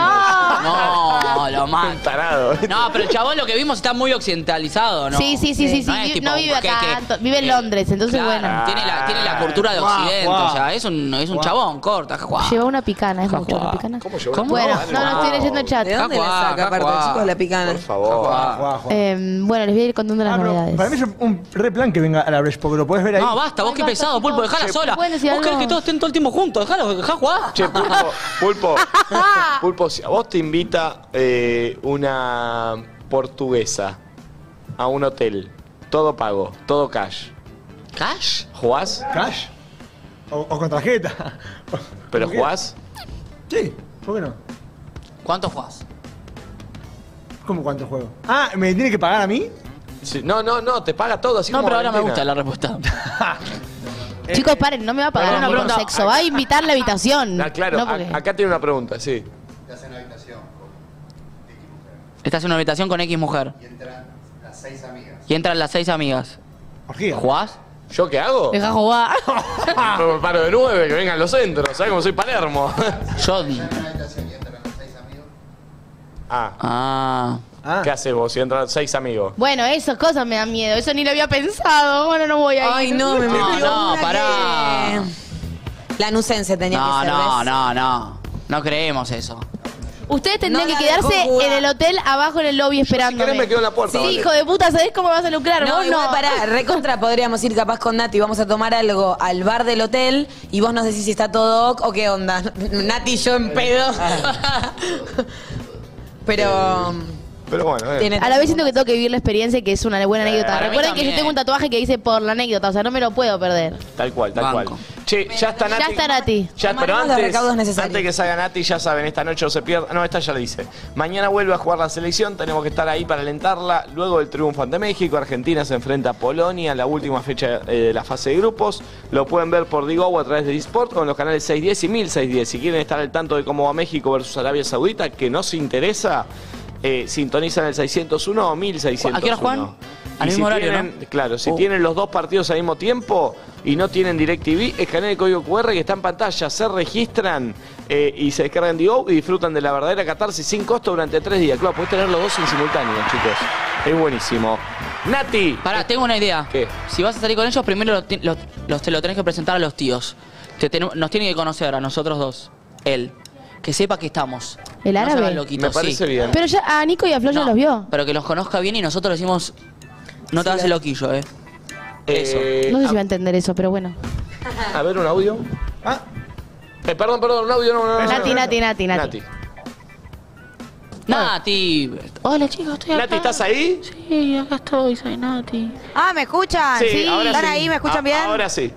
Speaker 6: No, lo mato. *laughs*
Speaker 1: Un tarado.
Speaker 6: No, pero el chabón lo que vimos está muy occidentalizado, ¿no? Eh,
Speaker 15: Sí, sí, sí, sí, sí.
Speaker 6: No
Speaker 15: vi-
Speaker 6: es tipo
Speaker 15: No, vive
Speaker 6: que-
Speaker 15: acá,
Speaker 6: que-
Speaker 15: to- vive en Londres, entonces
Speaker 6: Claro,
Speaker 15: bueno.
Speaker 6: tiene, la, tiene la cultura de
Speaker 15: Guau,
Speaker 6: Occidente,
Speaker 15: guau.
Speaker 6: o sea, es un, es un chabón, corta, guau.
Speaker 15: Lleva una picana, es mucho una picana. ¿Cómo
Speaker 6: lleva una
Speaker 15: Bueno,
Speaker 6: picana?
Speaker 15: no, no, estoy leyendo el chat.
Speaker 8: ¿De dónde la
Speaker 6: Jacuá,
Speaker 8: saca, aparte,
Speaker 6: jacuá.
Speaker 8: chico, de la picana?
Speaker 1: Por favor.
Speaker 15: Eh, bueno, les voy a ir contando
Speaker 6: Ah,
Speaker 15: las novedades.
Speaker 3: Ah, Para mí es un re plan que venga a la Breche, porque lo podés ver ahí.
Speaker 6: No, basta, vos qué pesado, Pulpo, dejala
Speaker 3: Che,
Speaker 6: sola.
Speaker 3: ¿pueden
Speaker 6: Vos
Speaker 3: decir
Speaker 6: querés
Speaker 3: algo?
Speaker 6: que todos estén todo el tiempo juntos, dejala, dejá jugar.
Speaker 1: Che, Pulpo, Pulpo, Pulpo, si a vos te invita eh, una portuguesa a un hotel, todo pago, todo cash.
Speaker 6: ¿Cash?
Speaker 1: ¿Jugás?
Speaker 3: ¿Cash? O, o con tarjeta. *laughs*
Speaker 1: ¿Pero
Speaker 3: ¿Por qué?
Speaker 1: jugás?
Speaker 3: Sí, ¿por qué no?
Speaker 6: ¿Cuánto jugás?
Speaker 3: ¿Cómo cuánto juego? Ah, ¿me tiene que pagar a mí?
Speaker 1: Sí, No, no, no, te paga todo. Así
Speaker 6: No,
Speaker 1: como
Speaker 6: pero ahora me
Speaker 1: Valentina.
Speaker 6: gusta la respuesta.
Speaker 15: Chicos, paren, no me va a pagar
Speaker 1: Perdón,
Speaker 15: a mí por
Speaker 1: perdón.
Speaker 15: sexo, va a invitar la habitación.
Speaker 1: Ah, claro,
Speaker 15: No,
Speaker 1: a-
Speaker 15: porque-
Speaker 1: acá tiene una pregunta, sí.
Speaker 6: Estás en una habitación con X mujer. Y entran las seis amigas. Y entran las seis amigas. ¿Jugás?
Speaker 1: ¿Yo qué hago?
Speaker 6: Dejá
Speaker 15: jugar.
Speaker 6: *laughs*
Speaker 1: *laughs* Me paro de nueve, que vengan los centros, ¿sabes cómo soy Palermo?
Speaker 6: Yo.
Speaker 1: Ah.
Speaker 6: Ah.
Speaker 1: ¿Qué haces vos si entran seis amigos?
Speaker 15: Bueno, esas cosas me dan miedo, eso ni lo había pensado. Bueno, no voy a ir.
Speaker 8: Ay, no, me
Speaker 6: No,
Speaker 8: metió
Speaker 6: no,
Speaker 8: una
Speaker 6: pará.
Speaker 8: que- Lanucense tenía
Speaker 6: No,
Speaker 8: que ser.
Speaker 6: no,
Speaker 8: ¿ves?
Speaker 6: no, no. No creemos eso.
Speaker 15: Ustedes tendrían
Speaker 8: No la
Speaker 15: que quedarse
Speaker 8: dejó jugar.
Speaker 15: en el hotel abajo en el lobby esperando.
Speaker 1: querés me quedo en la puerta,
Speaker 15: Sí,
Speaker 1: vale.
Speaker 15: hijo de puta, ¿sabés cómo vas a lucrar?
Speaker 8: No,
Speaker 15: vos
Speaker 8: igual
Speaker 15: no. *laughs*
Speaker 8: pará, recontra podríamos ir capaz con Nati, vamos a tomar algo al bar del hotel y vos nos decís si está todo ok o qué onda. *laughs* Nati y yo en pedo. Pero
Speaker 1: Ah. Pero bueno, eh.
Speaker 15: A la vez siento que tengo que vivir la experiencia y que es una buena anécdota.
Speaker 1: para mí
Speaker 15: Recuerden que yo
Speaker 1: también.
Speaker 15: tengo un tatuaje que dice por la anécdota, o sea, no me lo puedo perder.
Speaker 1: Tal cual, tal cual. Che, ya está Nati.
Speaker 15: Ya está Nati.
Speaker 1: Ya, pero
Speaker 15: Tomaremos los
Speaker 1: antes,
Speaker 15: recaudos necesarios.
Speaker 1: antes que salga Nati, ya saben, esta noche no se pierda. No, esta ya la dice. Mañana vuelve a jugar la selección, tenemos que estar ahí para alentarla. Luego el triunfo ante México, Argentina se enfrenta a Polonia en la última fecha eh, de la fase de grupos. Lo pueden ver por Digo a través de eSport con los canales 610 y 1610. Si quieren estar al tanto de cómo va México versus Arabia Saudita, que no se interesa, eh, sintonizan el 601 o 1601.
Speaker 6: ¿A qué hora juegan?
Speaker 1: Y
Speaker 6: Al
Speaker 1: si
Speaker 6: mismo horario,
Speaker 1: tienen-
Speaker 6: ¿no? Oh.
Speaker 1: Claro, si tienen los dos partidos al mismo tiempo y no tienen DirecTV, escanean el código QR que está en pantalla, se registran eh, y se descargan DO y disfrutan de la verdadera catarsis sin costo durante tres días. Claro, puedes tener los dos en simultáneo, chicos. Es buenísimo. Nati.
Speaker 6: Pará, tengo una idea.
Speaker 1: ¿Qué?
Speaker 6: Si vas a salir con ellos, primero lo ti- los, los- te lo tenés que presentar a los tíos. Te tenem- nos tienen que conocer a nosotros dos. Él. Que sepa que estamos.
Speaker 15: ¿El
Speaker 6: No se
Speaker 15: árabe?
Speaker 6: hagan loquitos,
Speaker 1: Me parece
Speaker 6: sí.
Speaker 1: bien.
Speaker 15: Pero ya a Nico y a Flo ya los vio.
Speaker 6: Pero que los conozca bien y nosotros le decimos. No te hagas el loquillo, eh.
Speaker 1: Eh,
Speaker 6: Ah.
Speaker 15: No sé si va a entender eso, pero bueno.
Speaker 1: a, a ver un audio. Ah. Eh, perdón, perdón, un audio no, no, no, no,
Speaker 15: Nati,
Speaker 1: no, no.
Speaker 15: Nati, Nati, Nati.
Speaker 1: Nati.
Speaker 6: Nati.
Speaker 15: Hola chicos, estoy acá.
Speaker 1: Nati, ¿estás ahí?
Speaker 15: Sí, acá estoy, soy Nati.
Speaker 2: Ah, ¿me escuchan?
Speaker 1: ahora
Speaker 2: ¿Están
Speaker 1: sí.
Speaker 2: ahí? ¿Me escuchan
Speaker 1: A-
Speaker 2: bien?
Speaker 1: Ahora sí.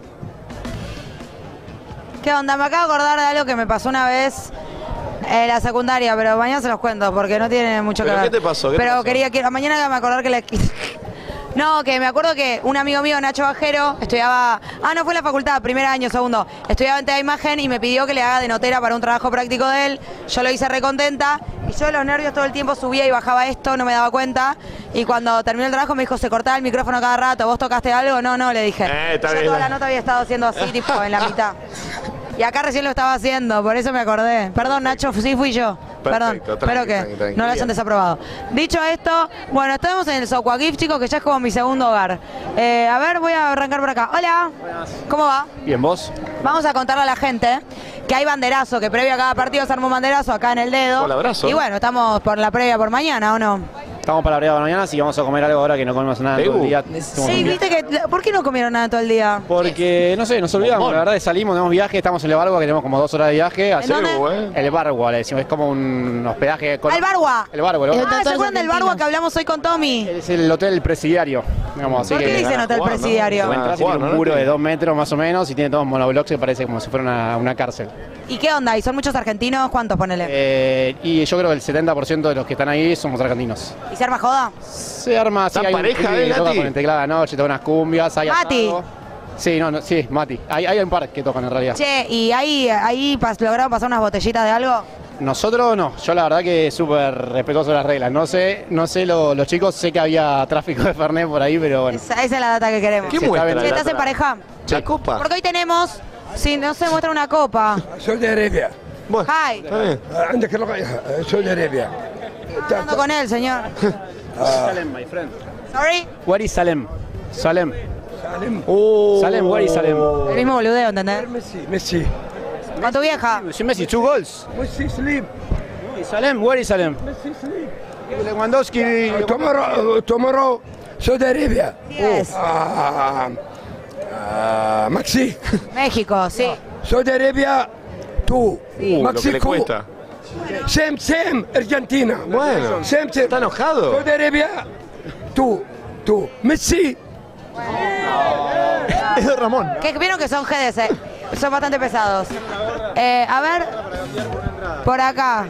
Speaker 2: ¿Qué onda? Me acabo de acordar de algo que me pasó una vez en la secundaria, pero mañana se los cuento porque no tiene mucho que
Speaker 1: ¿Pero
Speaker 2: ver.
Speaker 1: qué te pasó? ¿Qué te
Speaker 2: pero
Speaker 1: pasó?
Speaker 2: quería que mañana me acordar que la *laughs* No, que me acuerdo que un amigo mío, Nacho Bajero, estudiaba, ah, no fue en la facultad, primer año, segundo, estudiaba en Tea Imagen y me pidió que le haga de notera para un trabajo práctico de él. Yo lo hice recontenta y yo de los nervios todo el tiempo subía y bajaba esto, no me daba cuenta. Y cuando terminó el trabajo me dijo, se cortaba el micrófono cada rato, ¿vos tocaste algo? No, no, le dije.
Speaker 1: Eh, está
Speaker 2: yo
Speaker 1: bien,
Speaker 2: toda
Speaker 1: la-
Speaker 2: la nota había estado haciendo así, tipo,
Speaker 1: *laughs*
Speaker 2: en la mitad. Y acá recién lo estaba haciendo, por eso me acordé. Perdón, Nacho, sí fui yo. Perdón,
Speaker 8: Perfecto, tranqui,
Speaker 2: espero que
Speaker 8: tranqui, tranqui.
Speaker 2: no lo
Speaker 8: Bien.
Speaker 2: hayan desaprobado. Dicho esto, bueno, estamos en el Socuaquif, chicos, que ya es como mi segundo hogar. Eh, a ver, voy a arrancar por acá. Hola, ¿cómo va?
Speaker 1: Bien, vos.
Speaker 2: Vamos a contarle a la gente que hay banderazo, que previo a cada partido se arma un banderazo acá en el dedo.
Speaker 11: Hola, abrazo.
Speaker 2: Y bueno, estamos por la previa por mañana, ¿o no?
Speaker 11: Estamos para la breva de la mañana, así que vamos a comer algo ahora que no comemos nada en todo el día. Estamos
Speaker 2: Sí,
Speaker 11: con-
Speaker 2: viste que... ¿Por qué no comieron nada todo el día?
Speaker 11: Porque, no sé, nos olvidamos, la verdad, salimos, tenemos viaje, estamos en el Bargua, que tenemos como dos horas de viaje. así-
Speaker 1: eh.
Speaker 11: El Bargua, le decimos, es como un hospedaje... con-
Speaker 2: ¡Al Bargua!
Speaker 11: El Bargua, el Bargua.
Speaker 2: Ah, ¿se acuerdan del Bargua que hablamos hoy con Tommy?
Speaker 11: Es el hotel presidiario, digamos, así
Speaker 2: ¿Por
Speaker 11: que-
Speaker 2: qué dicen hotel
Speaker 11: Juan, ¿no?
Speaker 2: presidiario?
Speaker 11: Cuando entras y
Speaker 2: Juan,
Speaker 11: tiene un
Speaker 2: ¿no?
Speaker 11: muro de dos metros más o menos y tiene todos monoblocks que parece como si fuera una, una cárcel.
Speaker 2: ¿Y qué onda? ¿Y son muchos argentinos? ¿Cuántos, ponele?
Speaker 11: Eh, y yo creo que el 70% de los que están ahí somos argentinos.
Speaker 2: ¿Y se arma joda?
Speaker 11: Se arma, sí, hay un pibe que toca con el teclado anoche, toca unas cumbias, hay
Speaker 2: Mati.
Speaker 11: asado. Sí, no, no, sí, Mati. Hay, hay un par que tocan en realidad.
Speaker 2: Che, ¿y ahí, ahí pas- lograron pasar unas botellitas de algo?
Speaker 11: Nosotros no, yo la verdad que súper respetuoso de las reglas. No sé, no sé lo- los chicos, sé que había tráfico de Fernet por ahí, pero bueno.
Speaker 2: Esa, esa es la data que queremos.
Speaker 11: ¿Qué Sí, muestra está bien.
Speaker 2: Che, ¿Estás en
Speaker 11: la data?
Speaker 2: pareja?
Speaker 11: ¿La copa?
Speaker 2: Porque hoy tenemos, si no se muestra una copa.
Speaker 16: Soy de Arabia. Ah,
Speaker 2: Hi.
Speaker 16: عندك الرقية soy Eh, de Arabia.
Speaker 2: Hablando con él, señor.
Speaker 11: Ah. Salem, my friend.
Speaker 2: Sorry.
Speaker 11: What is Salem? Salem. Oh.
Speaker 16: Salem. Oh.
Speaker 11: Salem, what is Salem?
Speaker 2: El mismo boludeo, ¿entendés?
Speaker 11: Messi.
Speaker 2: Con tu vieja.
Speaker 11: Sí, Messi, two goals.
Speaker 16: Messi sleep.
Speaker 11: Salem, where is Salem?
Speaker 16: Messi sleep.
Speaker 11: Lewandowski.
Speaker 16: Uh, tomorrow, uh, tomorrow Saudi Arabia. Oh,
Speaker 2: Yes.
Speaker 16: Uh, uh, Maxi.
Speaker 2: México, sí.
Speaker 16: Saudi Arabia, tú.
Speaker 1: Uh, lo que le
Speaker 16: México.
Speaker 1: cuesta.
Speaker 16: Sem, Sem, Argentina. Bueno. Sem, Sem. ¿Está
Speaker 1: enojado?
Speaker 16: Saudi Arabia, tú, tú. Messi.
Speaker 3: Es de Ramón.
Speaker 2: Que vieron que son GDC. Son bastante pesados. Eh, a ver. Por acá.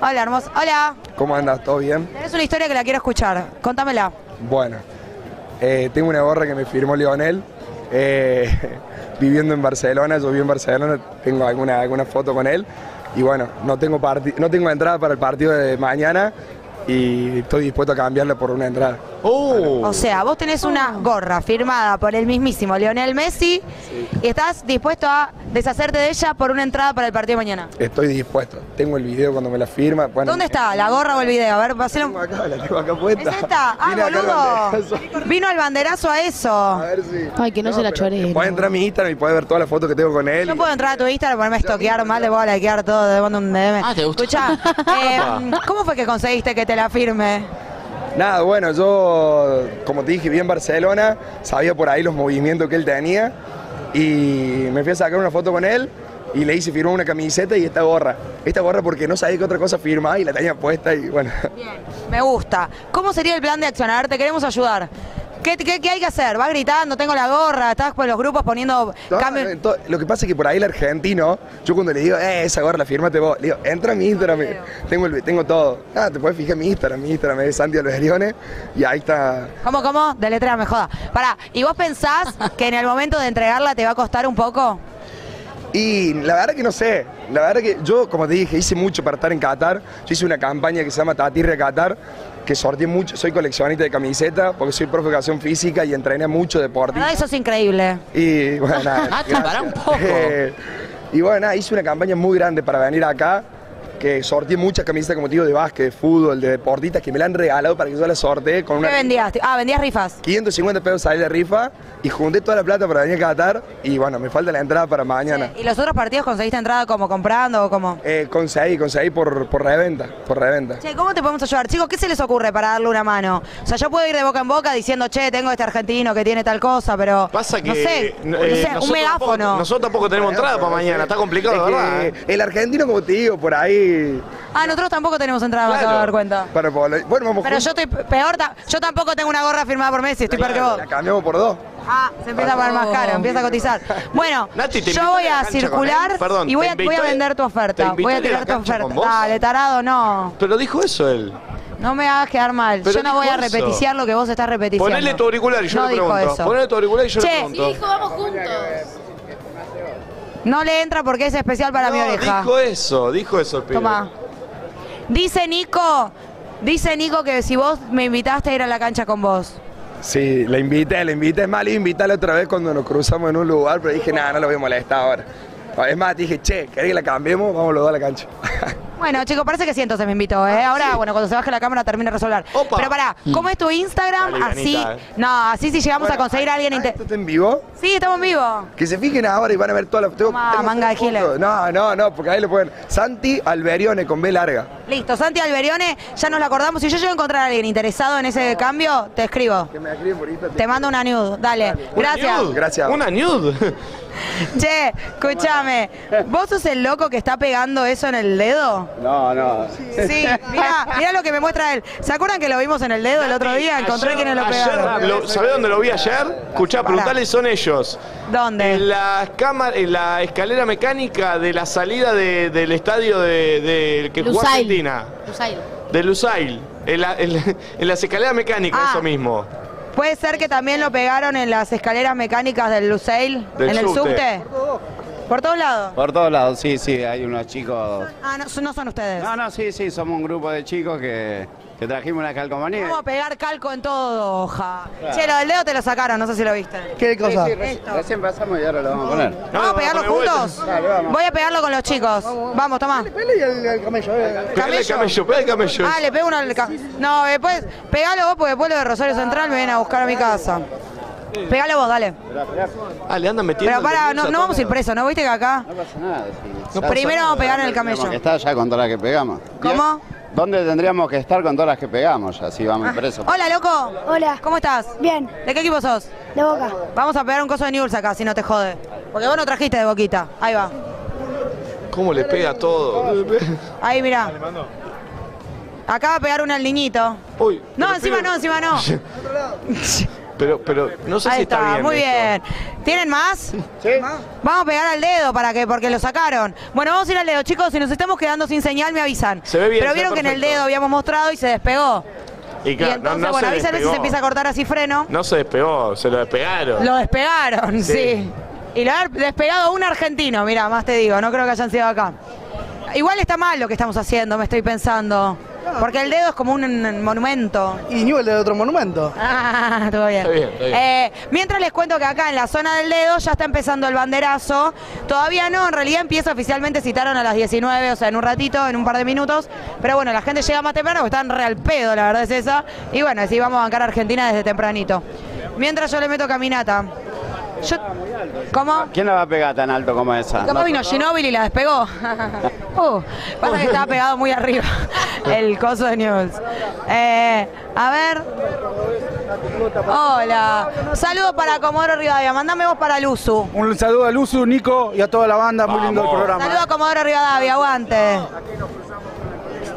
Speaker 2: Hola, hermoso. Hola.
Speaker 16: ¿Cómo andas? ¿Todo bien?
Speaker 2: Tenés una historia que la quiero escuchar. Contámela.
Speaker 16: Bueno, eh, tengo una gorra que me firmó Lionel. eh, *laughs* viviendo en Barcelona, yo vivo en Barcelona, tengo alguna, alguna foto con él. Y bueno, no tengo, parti- no tengo entrada para el partido de mañana y estoy dispuesto a cambiarla por una entrada.
Speaker 2: O sea, vos tenés una gorra firmada por el mismísimo Lionel Messi y estás dispuesto a deshacerte de ella por una entrada para el partido de mañana.
Speaker 16: Estoy dispuesto. Tengo el video cuando me la firma. bueno,
Speaker 2: ¿Dónde está? ¿La gorra o el video? A ver, paselo. un-
Speaker 16: La tengo acá puesta.
Speaker 2: ¿Es esta? ¡Ah,
Speaker 16: Viene acá el banderazo.
Speaker 3: *laughs*
Speaker 2: boludo! Vino el banderazo a eso.
Speaker 15: Ay, que no, se la choree.
Speaker 16: Puedes entrar a mi Instagram y puedes ver todas las fotos que tengo con él.
Speaker 2: No puedo entrar a tu Instagram, ponerme a estoquear mal, te voy a likear todo, te mando un DM. Ah, te gusta. Escuchá, *laughs* eh, ¿cómo fue que conseguiste que te la firme?
Speaker 16: Nada, bueno, yo, como te dije, vi en Barcelona, sabía por ahí los movimientos que él tenía y me fui a sacar una foto con él y le hice firmar una camiseta y esta gorra. Esta gorra porque no sabía qué otra cosa firmaba y la tenía puesta y bueno.
Speaker 2: Me gusta. ¿Cómo sería el plan de accionar? Te queremos ayudar. ¿Qué, qué, qué hay que hacer? Vas gritando, tengo la gorra, estás por los grupos poniendo...
Speaker 16: No, no, en todo- lo que pasa es que por ahí el argentino, yo cuando le digo, eh, esa gorra la firmate vos, le digo, entra a mi Instagram, eh, tengo, el, tengo todo. Ah, te puedes fijar en mi Instagram, mi Instagram es Santi Alberiones y ahí está.
Speaker 2: ¿Cómo, cómo? De letra me joda. Pará, ¿y vos pensás que en el momento de entregarla te va a costar un poco?
Speaker 16: Y la verdad que no sé, la verdad que yo, como te dije, hice mucho para estar en Qatar, yo hice una campaña que se llama Tatirre Qatar, que sorteé mucho, soy coleccionista de camisetas, porque soy profe de educación física y entrené mucho
Speaker 2: La
Speaker 16: deporte.
Speaker 2: verdad eso es increíble.
Speaker 16: Y bueno, nada,
Speaker 2: *laughs* Ah, te
Speaker 16: gracias.
Speaker 2: pará un poco.
Speaker 16: Eh, *laughs* y bueno, nada, hice una campaña muy grande para venir acá, que sorteé muchas camisetas como te digo de básquet, de fútbol, de deportistas que me la han regalado para que yo las sorteé con
Speaker 2: ¿Qué
Speaker 16: una
Speaker 2: vendías? Ah, vendías rifas.
Speaker 16: 550 pesos salí de rifa y junté toda la plata para venir a Qatar y bueno, me falta la entrada para mañana.
Speaker 2: ¿Y los otros partidos conseguiste entrada como comprando o como...?
Speaker 16: Eh, conseguí, conseguí por, por reventa, por reventa.
Speaker 2: Che, ¿cómo te podemos ayudar? Chicos, ¿qué se les ocurre para darle una mano? O sea, yo puedo ir de boca en boca diciendo, che, tengo este argentino que tiene tal cosa, pero...
Speaker 1: Pasa
Speaker 2: no
Speaker 1: que,
Speaker 2: sé,
Speaker 1: eh,
Speaker 2: no sé,
Speaker 1: nosotros
Speaker 2: un megáfono.
Speaker 1: tampoco- nosotros tampoco tenemos entrada para mañana, está complicado,
Speaker 16: Es que
Speaker 1: ¿verdad?
Speaker 16: El argentino, como te digo, por ahí...
Speaker 2: Ah, nosotros tampoco tenemos entrada, me acabo de dar cuenta.
Speaker 16: Para, bueno, vamos
Speaker 2: Pero yo
Speaker 16: juntos.
Speaker 2: estoy peor, ta- yo tampoco tengo una gorra firmada por Messi, estoy peor que vos.
Speaker 16: La cambiamos por dos.
Speaker 2: Ah, se empieza a poner más caro,
Speaker 8: Ah,
Speaker 2: empieza
Speaker 1: *laughs*
Speaker 2: a cotizar. Bueno,
Speaker 16: Nati, te invitó
Speaker 2: yo voy
Speaker 16: a la
Speaker 2: a
Speaker 16: cancha
Speaker 2: circular
Speaker 16: con él. Perdón,
Speaker 2: y voy
Speaker 16: te
Speaker 2: a,
Speaker 16: invitó
Speaker 2: voy a
Speaker 16: él.
Speaker 2: vender tu
Speaker 1: ¿Te
Speaker 2: oferta.
Speaker 1: invitó
Speaker 2: Voy
Speaker 1: él
Speaker 2: a
Speaker 1: a la
Speaker 2: tirar tu
Speaker 1: cancha
Speaker 2: oferta.
Speaker 1: con vos?
Speaker 2: Dale, tarado, no.
Speaker 1: Pero dijo eso él.
Speaker 2: No me hagas quedar mal.
Speaker 1: Pero
Speaker 2: yo no voy a
Speaker 1: dijo eso.
Speaker 2: repeticiar lo que vos estás repeticiando.
Speaker 1: Ponele tu auricular y yo
Speaker 2: no
Speaker 1: le
Speaker 2: dijo
Speaker 1: pregunto.
Speaker 2: Eso.
Speaker 1: Ponele tu auricular y yo le
Speaker 2: Che.
Speaker 1: pregunto.
Speaker 3: vamos juntos.
Speaker 2: No le entra porque es especial para mi oreja.
Speaker 1: Dijo eso, dijo eso el pibe.
Speaker 2: Tomá. Dice Nico, dice Nico que si vos me invitaste a ir a la cancha con vos.
Speaker 16: Sí, la invité, la invité. Es más, la invité la otra vez cuando nos cruzamos en un lugar, pero dije, nada, no lo voy a molestar ahora. Es más, dije, che, ¿querés que la cambiemos? Vamos los dos a la cancha.
Speaker 2: Bueno, chicos, parece que sí, entonces me invitó, ¿eh? Ahora, bueno, cuando se baje la cámara termina de resolver. Pero pará, ¿cómo es tu Instagram?
Speaker 16: Dale,
Speaker 2: así,
Speaker 16: Ivanita, eh.
Speaker 2: no, así si llegamos
Speaker 16: Bueno,
Speaker 2: a conseguir a alguien... inte-
Speaker 16: ¿Esto está en vivo?
Speaker 2: Sí, estamos en vivo.
Speaker 16: Que se fijen ahora y van a ver todas las... Tengo, tengo
Speaker 2: manga
Speaker 16: tres fotos. No, no, no, porque ahí lo pueden... Santi Alberione con B larga.
Speaker 2: Listo, Santi Alberione, ya nos la acordamos. Si yo llego a encontrar a alguien interesado en ese cambio, te escribo.
Speaker 16: Que me escriben por Instagram.
Speaker 2: Te mando una nude, dale. Gracias.
Speaker 16: Gracias.
Speaker 1: Una nude.
Speaker 2: Che, escúchame, ¿vos sos el loco que está pegando eso en el dedo?
Speaker 8: No, no.
Speaker 2: Sí, mirá, mirá lo que me muestra él. ¿Se acuerdan que lo vimos en el dedo el otro día? Encontré quienes lo
Speaker 1: Ayer,
Speaker 2: pegaron.
Speaker 1: lo- ¿Sabés dónde lo vi ayer? Escuchá,
Speaker 2: Pará.
Speaker 1: preguntale, son ellos.
Speaker 2: ¿Dónde?
Speaker 1: En la, cámara, en la escalera mecánica de la salida de- del estadio de, de- que jugó
Speaker 3: Lusail.
Speaker 1: Argentina.
Speaker 3: Lusail.
Speaker 1: De Lusail. En, la- en la- en las escaleras mecánicas,
Speaker 2: Ah.
Speaker 1: eso mismo.
Speaker 2: ¿Puede ser que también lo pegaron en las escaleras mecánicas del Luceil?
Speaker 12: Del
Speaker 2: ¿En el
Speaker 12: subte.
Speaker 2: subte? ¿Por todos lados?
Speaker 12: Por todos lados, sí, sí, hay unos chicos.
Speaker 2: Ah, no, no son ustedes.
Speaker 12: No, no, sí, sí, somos un grupo de chicos que, que trajimos la calcomanía.
Speaker 2: ¿Cómo pegar calco en todo, hoja?
Speaker 12: Claro.
Speaker 2: Che, lo del dedo te lo sacaron, no sé si lo viste.
Speaker 12: ¿Qué cosa? Sí, sí, reci-
Speaker 2: Esto.
Speaker 12: recién pasamos y ahora lo vamos a poner.
Speaker 2: ¿Vamos a pegarlo juntos? Voy a pegarlo con los chicos. Vamos, tomá.
Speaker 12: eh.
Speaker 1: Pegale el camello, pegale el camello.
Speaker 2: Ah, le pego uno al ca- No, después, pegalo vos porque después los de Rosario Central me vienen a buscar a mi casa. Pegalo vos, dale.
Speaker 1: Ah, le andan metiendo.
Speaker 2: Pero
Speaker 1: el
Speaker 2: para,
Speaker 1: dedo
Speaker 2: no,
Speaker 1: a
Speaker 2: no vamos a
Speaker 1: todo.
Speaker 2: ir presos, ¿no viste que acá?
Speaker 12: No
Speaker 2: pasa Primero nada. vamos a pegar en el camello.
Speaker 12: Tendríamos que estar ya con todas las que pegamos.
Speaker 2: ¿Cómo? Ah.
Speaker 12: ¿Dónde tendríamos que estar con todas las que pegamos? Ya, si vamos presos.
Speaker 2: Hola, loco. Hola. ¿Cómo estás? Bien. ¿De qué equipo sos? De Boca. Vamos a pegar un coso de News acá, si no te jode. Porque vos no trajiste de Boquita. Ahí va.
Speaker 1: ¿Cómo le pega todo?
Speaker 2: Ahí, mirá. Acá va a pegar una al niñito.
Speaker 1: Uy.
Speaker 2: No, encima no, encima no.
Speaker 1: *laughs* Pero, pero, no sé
Speaker 2: Ahí
Speaker 1: si está, bien.
Speaker 2: muy
Speaker 1: esto.
Speaker 2: bien. ¿Tienen más? Sí. Vamos a pegar al dedo para que, porque lo sacaron. Bueno, vamos a ir al dedo, chicos. Si nos estamos quedando sin señal, me avisan.
Speaker 1: Se ve bien,
Speaker 2: Pero
Speaker 1: se ve
Speaker 2: vieron que en el
Speaker 1: perfecto.
Speaker 2: dedo habíamos mostrado y se despegó.
Speaker 1: Y claro,
Speaker 2: y entonces,
Speaker 1: no, no
Speaker 2: bueno,
Speaker 1: se
Speaker 2: avísame si
Speaker 1: despegó.
Speaker 2: se empieza a cortar así freno.
Speaker 1: No se despegó, se lo despegaron.
Speaker 2: Lo despegaron, sí.
Speaker 1: Sí.
Speaker 2: Y lo haber despegado un argentino, mira, más te digo, no creo que hayan sido acá. Igual está mal lo que estamos haciendo, me estoy pensando. Porque el dedo es como un, un monumento.
Speaker 8: Y Newell de otro monumento.
Speaker 2: *laughs* Ah, todo bien.
Speaker 8: Está bien, está bien.
Speaker 2: Eh, mientras les cuento que acá en la zona del dedo ya está empezando el banderazo. Todavía no, en realidad empieza oficialmente, citaron a las 19, o sea, en un ratito, en un par de minutos. Pero bueno, la gente llega más temprano porque están re al pedo, la verdad es esa. Y bueno, así vamos a bancar a Argentina desde tempranito. Mientras yo le meto caminata. Yo- ¿Cómo?
Speaker 12: ¿Quién la va a pegar tan alto como esa?
Speaker 2: ¿Cómo vino Ginóbili y la despegó? *laughs* Uh, pasa que estaba pegado muy arriba *laughs* el coso de News. Eh, a ver. Hola. Saludos para Comodoro Rivadavia. Mandame vos para Luzu.
Speaker 23: Un saludo a Luzu, Nico y a toda la banda. Muy lindo el programa. eh.
Speaker 2: Saludos a Comodoro Rivadavia. Aguante.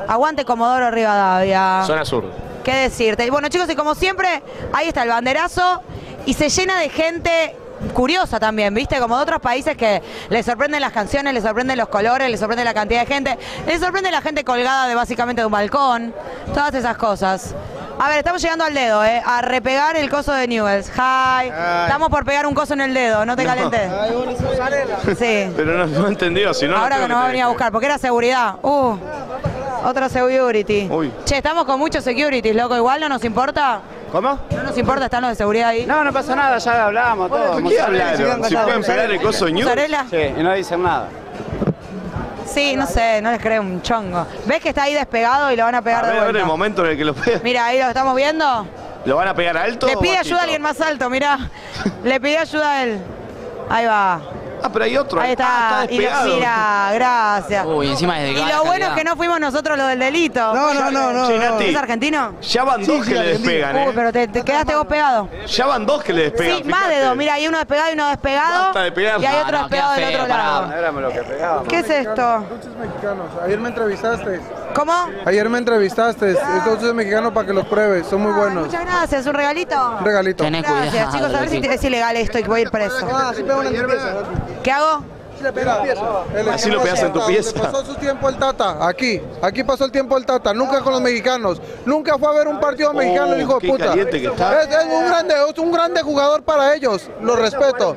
Speaker 2: Aguante Comodoro Rivadavia.
Speaker 1: Zona sur.
Speaker 2: ¿Qué decirte? Y Bueno, chicos, y como siempre, ahí está el banderazo y se llena de gente curiosa también, ¿viste? Como de otros países que les sorprenden las canciones, les sorprenden los colores, les sorprende la cantidad de gente, les sorprende la gente colgada de básicamente de un balcón, todas esas cosas. A ver, estamos llegando al dedo, ¿eh? A repegar el coso de Newells. Hi. Estamos por pegar un coso en el dedo, no te
Speaker 1: No.
Speaker 2: calentes. Sí.
Speaker 1: Pero no, no entendió, si no. no
Speaker 2: Ahora
Speaker 1: creo
Speaker 2: que nos va a
Speaker 1: te-
Speaker 2: venir a buscar, porque era seguridad. Uh, otro security.
Speaker 1: Uy.
Speaker 2: Che, estamos con muchos securities, loco. Igual no nos importa.
Speaker 12: ¿Cómo?
Speaker 2: No nos importa, están los de seguridad ahí.
Speaker 12: No, no pasa nada, ya hablamos todo.
Speaker 2: ¿por qué hablaron?
Speaker 1: Si pueden pegar el coso Newell's.
Speaker 2: ¿Mozzarella?
Speaker 12: Sí, y no dicen nada.
Speaker 2: Sí, no sé, no les creo un chongo. ¿Ves que está ahí despegado y lo van a pegar
Speaker 1: A ver,
Speaker 2: de
Speaker 1: a ver el
Speaker 2: vuelta?
Speaker 1: momento en el que lo pegan.
Speaker 2: Mira, ahí lo estamos viendo.
Speaker 1: ¿Lo van a pegar alto?
Speaker 2: Le
Speaker 1: o
Speaker 2: pide
Speaker 1: bajito?
Speaker 2: ayuda a alguien más alto, mirá. Le pidió ayuda a él. Ahí va.
Speaker 1: Ah, pero hay otro.
Speaker 2: Ahí está.
Speaker 1: Ah,
Speaker 2: y lo-
Speaker 1: despegado.
Speaker 2: mira, gracias.
Speaker 6: Uy, encima es de
Speaker 2: Y
Speaker 6: mala
Speaker 2: lo bueno es
Speaker 6: calidad.
Speaker 2: que no fuimos nosotros los del delito. No,
Speaker 1: no, no, no, Che, no. Nati.
Speaker 2: ¿Es argentino?
Speaker 1: Ya van dos que le despegan,
Speaker 2: Uy,
Speaker 1: ¿eh?
Speaker 2: pero te, te quedaste vos pegado.
Speaker 1: Ya van dos que le despegan.
Speaker 2: sí, más de
Speaker 1: fíjate.
Speaker 2: dos. Mira, hay uno despegado y uno despegado.
Speaker 1: Basta de pegar.
Speaker 2: Y hay otro
Speaker 1: No, no,
Speaker 2: despegado
Speaker 1: queda
Speaker 2: del
Speaker 1: feo,
Speaker 2: otro lado.
Speaker 1: pará.
Speaker 12: Éramos lo que pegábamos.
Speaker 2: ¿Qué es esto?
Speaker 7: Dulces mexicanos. Ayer me entrevistaste.
Speaker 2: ¿Cómo?
Speaker 7: Ayer me entrevistaste. Es dulces mexicanos para que los pruebes. Son muy buenos.
Speaker 2: Muchas gracias, un regalito.
Speaker 7: *laughs* Un regalito.
Speaker 2: Gracias, chicos. A ver si es ilegal esto y voy a ir preso.
Speaker 1: Ah,
Speaker 2: ¿Qué hago?
Speaker 1: Así lo pegas en tu pieza.
Speaker 7: Pasó su tiempo el Tata, aquí, aquí pasó el tiempo el Tata, nunca con los mexicanos, nunca fue a ver un partido mexicano, el hijo
Speaker 1: Oh, qué
Speaker 7: de puta.
Speaker 1: caliente que está.
Speaker 7: Es, es un grande, es un grande jugador para ellos, lo respeto.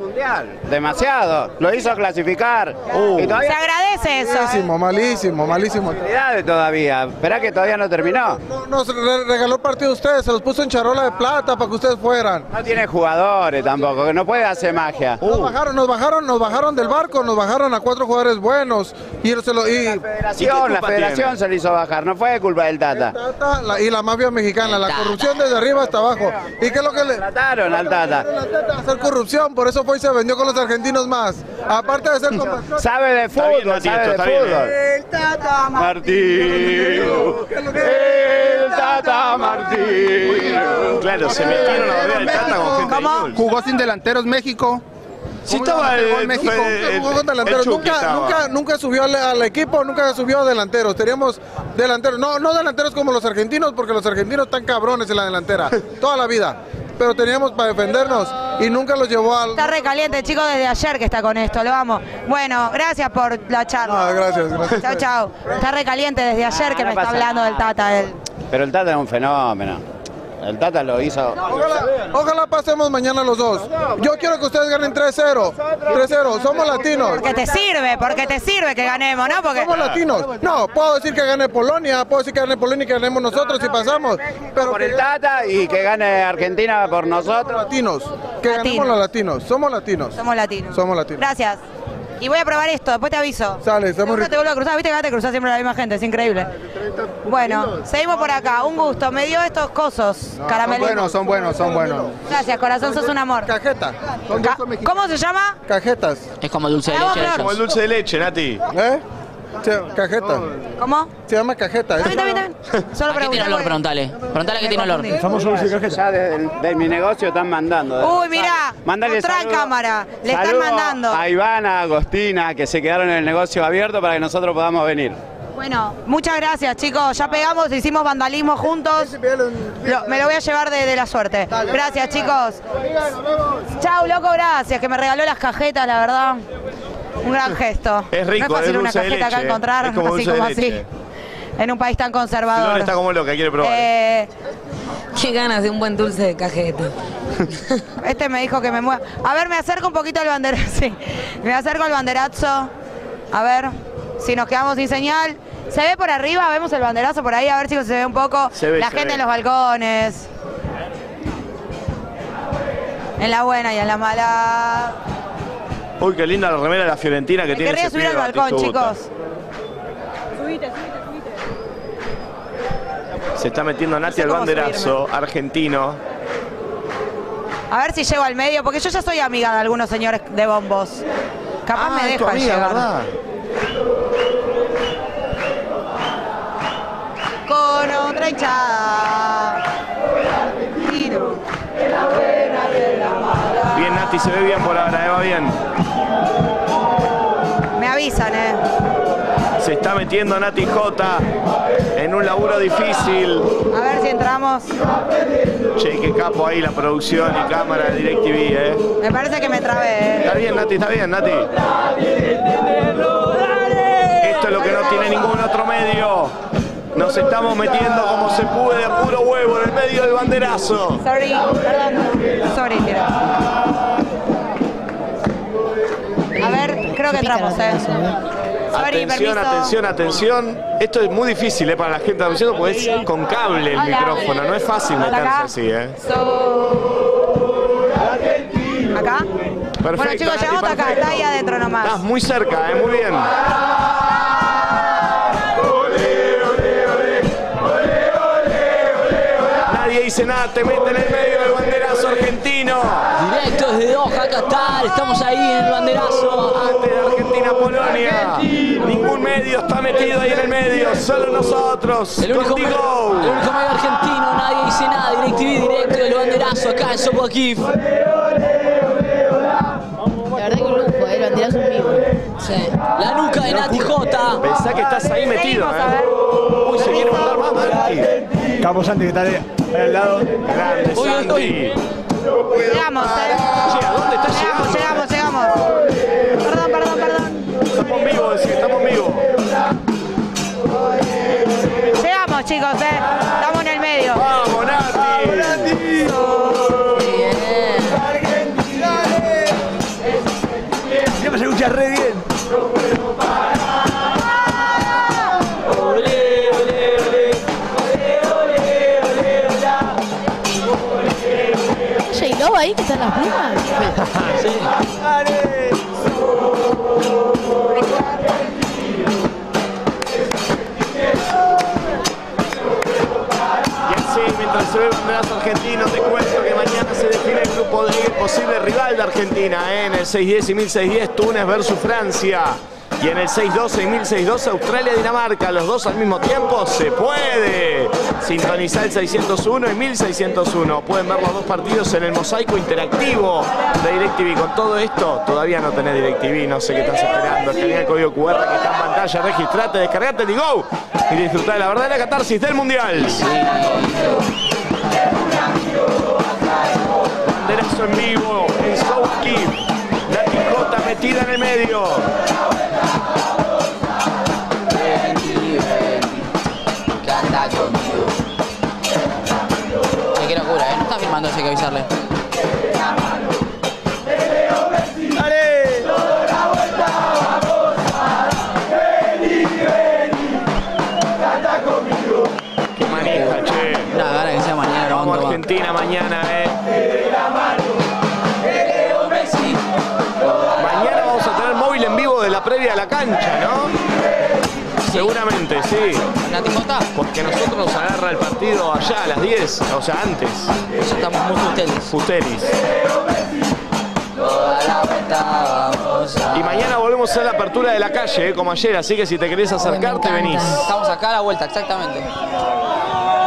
Speaker 12: Demasiado. Lo hizo clasificar. Y todavía-
Speaker 2: agradece eso.
Speaker 7: Uh. Malísimo, malísimo, malísimo.
Speaker 12: Felicidades todavía. Esperá que todavía no terminó.
Speaker 7: Nos re- regaló el partido a ustedes, se los puso en charola de plata para que ustedes fueran. Uh.
Speaker 12: No tiene jugadores tampoco, que no puede hacer magia.
Speaker 7: Nos bajaron, nos bajaron, nos bajaron del barco, nos bajaron a cuatro jugadores buenos y se lo- y-
Speaker 12: La federación, la federación se le hizo bajar, no fue culpa del Tata.
Speaker 7: Tata, la- y la mafia mexicana, la corrupción desde arriba hasta abajo. ¿Y qué es lo que le
Speaker 12: Trataron al Tata.
Speaker 7: hacer corrupción? Por eso fue y se vendió con los argentinos más. Aparte de ser compatriota.
Speaker 12: Sabe de
Speaker 7: fútbol, sabe de
Speaker 3: eh.
Speaker 7: fútbol.
Speaker 1: eh. Martillo. El Tata Martillo. Claro, se metieron a ver al Tata con gente de Newell's.
Speaker 41: Jugó sin delanteros México.
Speaker 1: Sí estaba
Speaker 7: Jugó en
Speaker 1: el-
Speaker 7: México,
Speaker 1: el-
Speaker 7: nunca jugó con
Speaker 1: el-
Speaker 7: delanteros,
Speaker 1: el Chucky
Speaker 7: nunca,
Speaker 1: estaba.
Speaker 7: nunca, nunca subió al, al equipo, nunca subió a delanteros. Teníamos delanteros, no, no delanteros como los argentinos, porque los argentinos están cabrones en la delantera, toda la vida. Pero teníamos para defendernos y nunca los llevó al.
Speaker 2: Está recaliente, chicos, desde ayer que está con esto, lo vamos. Bueno, gracias por la charla.
Speaker 7: No, gracias, gracias.
Speaker 2: Chao, chao. Está recaliente desde ayer que
Speaker 12: no
Speaker 2: me está
Speaker 12: pasa
Speaker 2: hablando del Tata él.
Speaker 12: Pero el Tata es un fenómeno. El Tata lo hizo.
Speaker 7: Ojalá, ojalá pasemos mañana los dos. Yo quiero que ustedes ganen 3-0. 3-0, somos latinos.
Speaker 2: Porque te sirve, porque te sirve que ganemos, ¿no? Porque
Speaker 7: Somos latinos. No, puedo decir que gane Polonia, puedo decir que gane Polonia y que ganemos nosotros si pasamos. Pero
Speaker 12: Por el Tata y que gane Argentina por nosotros.
Speaker 7: latinos, que ganemos los latinos. Somos latinos.
Speaker 2: Somos latinos.
Speaker 7: Somos latinos.
Speaker 2: Gracias. Y voy a probar esto, después te aviso.
Speaker 7: Sale, estamos
Speaker 2: Nunca te vuelvo a cruzar, viste que acá te cruzás siempre la misma gente, es increíble. Bueno, seguimos por acá, un gusto. Me dio estos cosos, caramelitos.
Speaker 7: buenos, son buenos, son buenos.
Speaker 2: Gracias, corazón, sos un amor.
Speaker 7: Cajeta.
Speaker 2: Ca- ¿Cómo se llama?
Speaker 7: Cajetas.
Speaker 6: Es como el dulce de
Speaker 2: Ah,
Speaker 6: leche. de
Speaker 2: claro.
Speaker 6: ellos.
Speaker 1: Como el dulce de leche, Nati.
Speaker 7: ¿Eh? Se- cajeta.
Speaker 2: ¿Cómo?
Speaker 7: Se llama cajeta. ¿eh?
Speaker 6: *laughs*
Speaker 2: Solo
Speaker 6: ¿A qué tiene olor? Preguntale. Preguntale a qué tiene olor.
Speaker 12: Ya de, de mi negocio están mandando.
Speaker 2: Uy, mirá,
Speaker 12: Mándale
Speaker 2: mostrá en
Speaker 12: saludo-
Speaker 2: cámara, le están
Speaker 12: saludo
Speaker 2: mandando.
Speaker 12: A Ivana, a Agostina, que se quedaron en el negocio abierto para que nosotros podamos venir.
Speaker 2: Bueno, muchas gracias chicos, ya pegamos, hicimos vandalismo juntos. Lo- me lo voy a llevar de, de la suerte. Gracias chicos. Chau, loco, gracias, que me regaló las cajetas, la verdad. Un gran gesto.
Speaker 1: Es rico,
Speaker 2: no es
Speaker 1: es
Speaker 2: fácil una
Speaker 1: dulce de
Speaker 2: cajeta acá
Speaker 1: leche,
Speaker 2: encontrar,
Speaker 1: es como
Speaker 2: así
Speaker 1: dulce de
Speaker 2: como así,
Speaker 1: leche.
Speaker 2: en un país tan conservador.
Speaker 1: Flor está como loca, quiere probar.
Speaker 2: Eh,
Speaker 42: Qué ganas de un buen dulce de cajeta.
Speaker 2: *laughs* Este me dijo que me mueva. A ver, me acerco un poquito al banderazo. *laughs* Sí. Me acerco al banderazo. A ver si nos quedamos sin señal. ¿Se ve por arriba? Vemos el banderazo por ahí, a ver si se ve un poco.
Speaker 8: Se ve,
Speaker 2: la
Speaker 8: se
Speaker 2: gente
Speaker 8: ve.
Speaker 2: en los balcones. En la buena y en la mala.
Speaker 1: Uy, qué linda la remera de la Fiorentina Este que
Speaker 2: Me
Speaker 1: tiene.
Speaker 2: querría
Speaker 1: ese
Speaker 2: subir al
Speaker 1: pibe
Speaker 2: balcón,
Speaker 1: Batistuta.
Speaker 2: chicos.
Speaker 1: Se está metiendo Nati
Speaker 2: sé
Speaker 1: al
Speaker 2: cómo
Speaker 1: banderazo argentino.
Speaker 2: A ver si llego al medio, porque yo ya soy amiga de algunos señores de bombos. Capaz Ah, me
Speaker 1: Ah, es tu
Speaker 2: dejan
Speaker 1: amiga,
Speaker 2: llegar.
Speaker 1: ¿verdad?
Speaker 2: Con otra hinchada. Tiro.
Speaker 1: Bien, Nati, se ve bien por ahora, eh, va bien.
Speaker 2: Me avisan, eh.
Speaker 1: Se está metiendo Nati J en un laburo difícil.
Speaker 2: A ver si entramos.
Speaker 1: Che, qué capo ahí la producción y cámara de DirecTV, eh.
Speaker 2: Me parece que me trabé. ¿eh?
Speaker 1: Está bien, Nati, está bien, Nati. Esto es lo que no tiene ningún otro medio. Nos estamos metiendo como se puede a puro huevo en el medio del banderazo.
Speaker 2: Sorry, perdón. Sorry, tira. A ver, creo que entramos, ¿eh? Sorry,
Speaker 1: Atención,
Speaker 2: permiso.
Speaker 1: atención, atención. Esto es muy difícil eh, para la gente de diciendo porque es con cable el
Speaker 2: Hola.
Speaker 1: micrófono. No es fácil
Speaker 2: Hola,
Speaker 1: meterse
Speaker 2: acá.
Speaker 1: así, ¿eh?
Speaker 2: ¿Acá?
Speaker 1: Perfecto.
Speaker 2: bueno, chicos,
Speaker 1: Nati,
Speaker 2: llegamos hasta acá.
Speaker 1: perfecto.
Speaker 2: Está ahí adentro nomás.
Speaker 1: Estás muy cerca, ¿eh? Muy bien. Nadie dice nada, te meten en el medio del banderazo argentino.
Speaker 3: Directo desde Doha, Qatar, estamos ahí en el banderazo.
Speaker 1: Antes de Argentina-Polonia. Ningún medio está metido ahí en el medio, solo nosotros.
Speaker 3: El único,
Speaker 1: Contigo.
Speaker 3: medio, el único medio argentino, nadie dice nada. DirecTV directo del banderazo acá en Sopo Kif.
Speaker 15: La verdad que un lujo, eh, lo andirás un vivo.
Speaker 3: La nuca de Nati J.
Speaker 1: Pensá que estás ahí metido, ¿eh? Uy, se quiere mandar más, Marti.
Speaker 43: Capo Santi que está ahí al lado.
Speaker 1: Grande, Santi.
Speaker 2: Llegamos, ¿eh?
Speaker 1: ¿Dónde estás
Speaker 2: llegamos, llegamos, llegamos. Perdón, perdón, perdón.
Speaker 1: Estamos en vivo, decí, estamos en vivo.
Speaker 2: Llegamos, chicos, ¿eh? Estamos en el medio.
Speaker 1: ¡Vamos, Nati!
Speaker 43: Siempre se escucha re bien.
Speaker 15: J-Lo ahí que está en las plumas.
Speaker 1: Y así, mientras se ve el banderazo argentino, te cuento que mañana se define el grupo de el posible rival de Argentina ¿eh? en el 6-10 y 1610 Túnez versus Francia. Y en el 6-12 y 1612 Australia Dinamarca, los dos al mismo tiempo, se puede. Sintonizar el 601 y 1601. Pueden ver los dos partidos en el mosaico interactivo de DirecTV. Con todo esto, todavía no tenés DirecTV, no sé qué estás esperando. Escanea el código QR que está en pantalla, registrate, descargate el Go y disfrutá de la verdadera catarsis del Mundial. Banderazo en vivo en South Key. La picota metida en el medio.
Speaker 3: Canta conmigo.
Speaker 6: Che, qué locura, ¿eh? No está filmando ese que avisarle.
Speaker 1: Qué manija, che.
Speaker 6: Nada, ahora que sea mañana grabando.
Speaker 1: Vamos a
Speaker 6: va.
Speaker 1: Argentina mañana, eh. Mañana vamos a tener móvil en vivo de la previa de la cancha, ¿no? Seguramente, sí. Porque nosotros nos agarra el partido allá a las 10, o sea, antes.
Speaker 3: estamos muy futelis.
Speaker 1: Futelis.
Speaker 3: Toda la vuelta vamos a-
Speaker 1: Y mañana volvemos a hacer la apertura de la calle, eh, como ayer, así que si te querés acercarte, venís.
Speaker 3: Estamos acá a la vuelta, exactamente.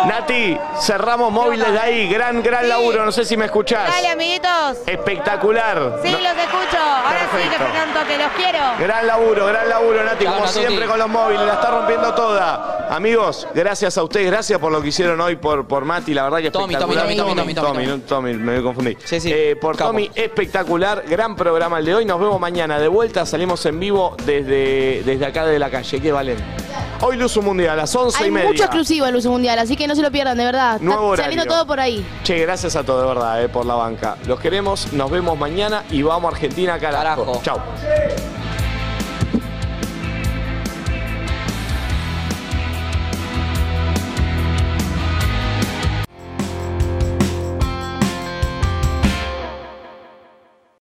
Speaker 1: Nati, cerramos móviles de ahí. Gran, gran laburo. No sé si me escuchás.
Speaker 2: Dale, amiguitos.
Speaker 1: Espectacular.
Speaker 2: Sí,
Speaker 1: No-
Speaker 2: los escucho. Ahora sí que
Speaker 1: Perfecto.
Speaker 2: frené un toque. Los quiero.
Speaker 1: Gran laburo, gran laburo, Nati,
Speaker 2: Chao,
Speaker 1: como
Speaker 2: Natuti.
Speaker 1: siempre con los móviles, la está rompiendo toda. Amigos, gracias a ustedes, gracias por lo que hicieron hoy por, por Mati, la verdad que
Speaker 3: Tommy,
Speaker 1: espectacular.
Speaker 3: Tommy, Tommy, Tommy, Tommy, Tommy,
Speaker 1: Tommy, Tommy, me confundí. Eh, por Tommy, espectacular, gran programa el de hoy, nos vemos mañana de vuelta, salimos en vivo desde, desde acá de la calle, que valen. Hoy Luz Mundial, a las 11
Speaker 15: Hay
Speaker 1: y media.
Speaker 15: mucho exclusivo en Luz Mundial, así que no se lo pierdan, de verdad. Está
Speaker 1: Nuevo horario.
Speaker 15: saliendo todo por ahí.
Speaker 1: Che, gracias a todos, de verdad, eh, por la banca. Los queremos, nos vemos mañana y vamos a Argentina, carajo. Chao.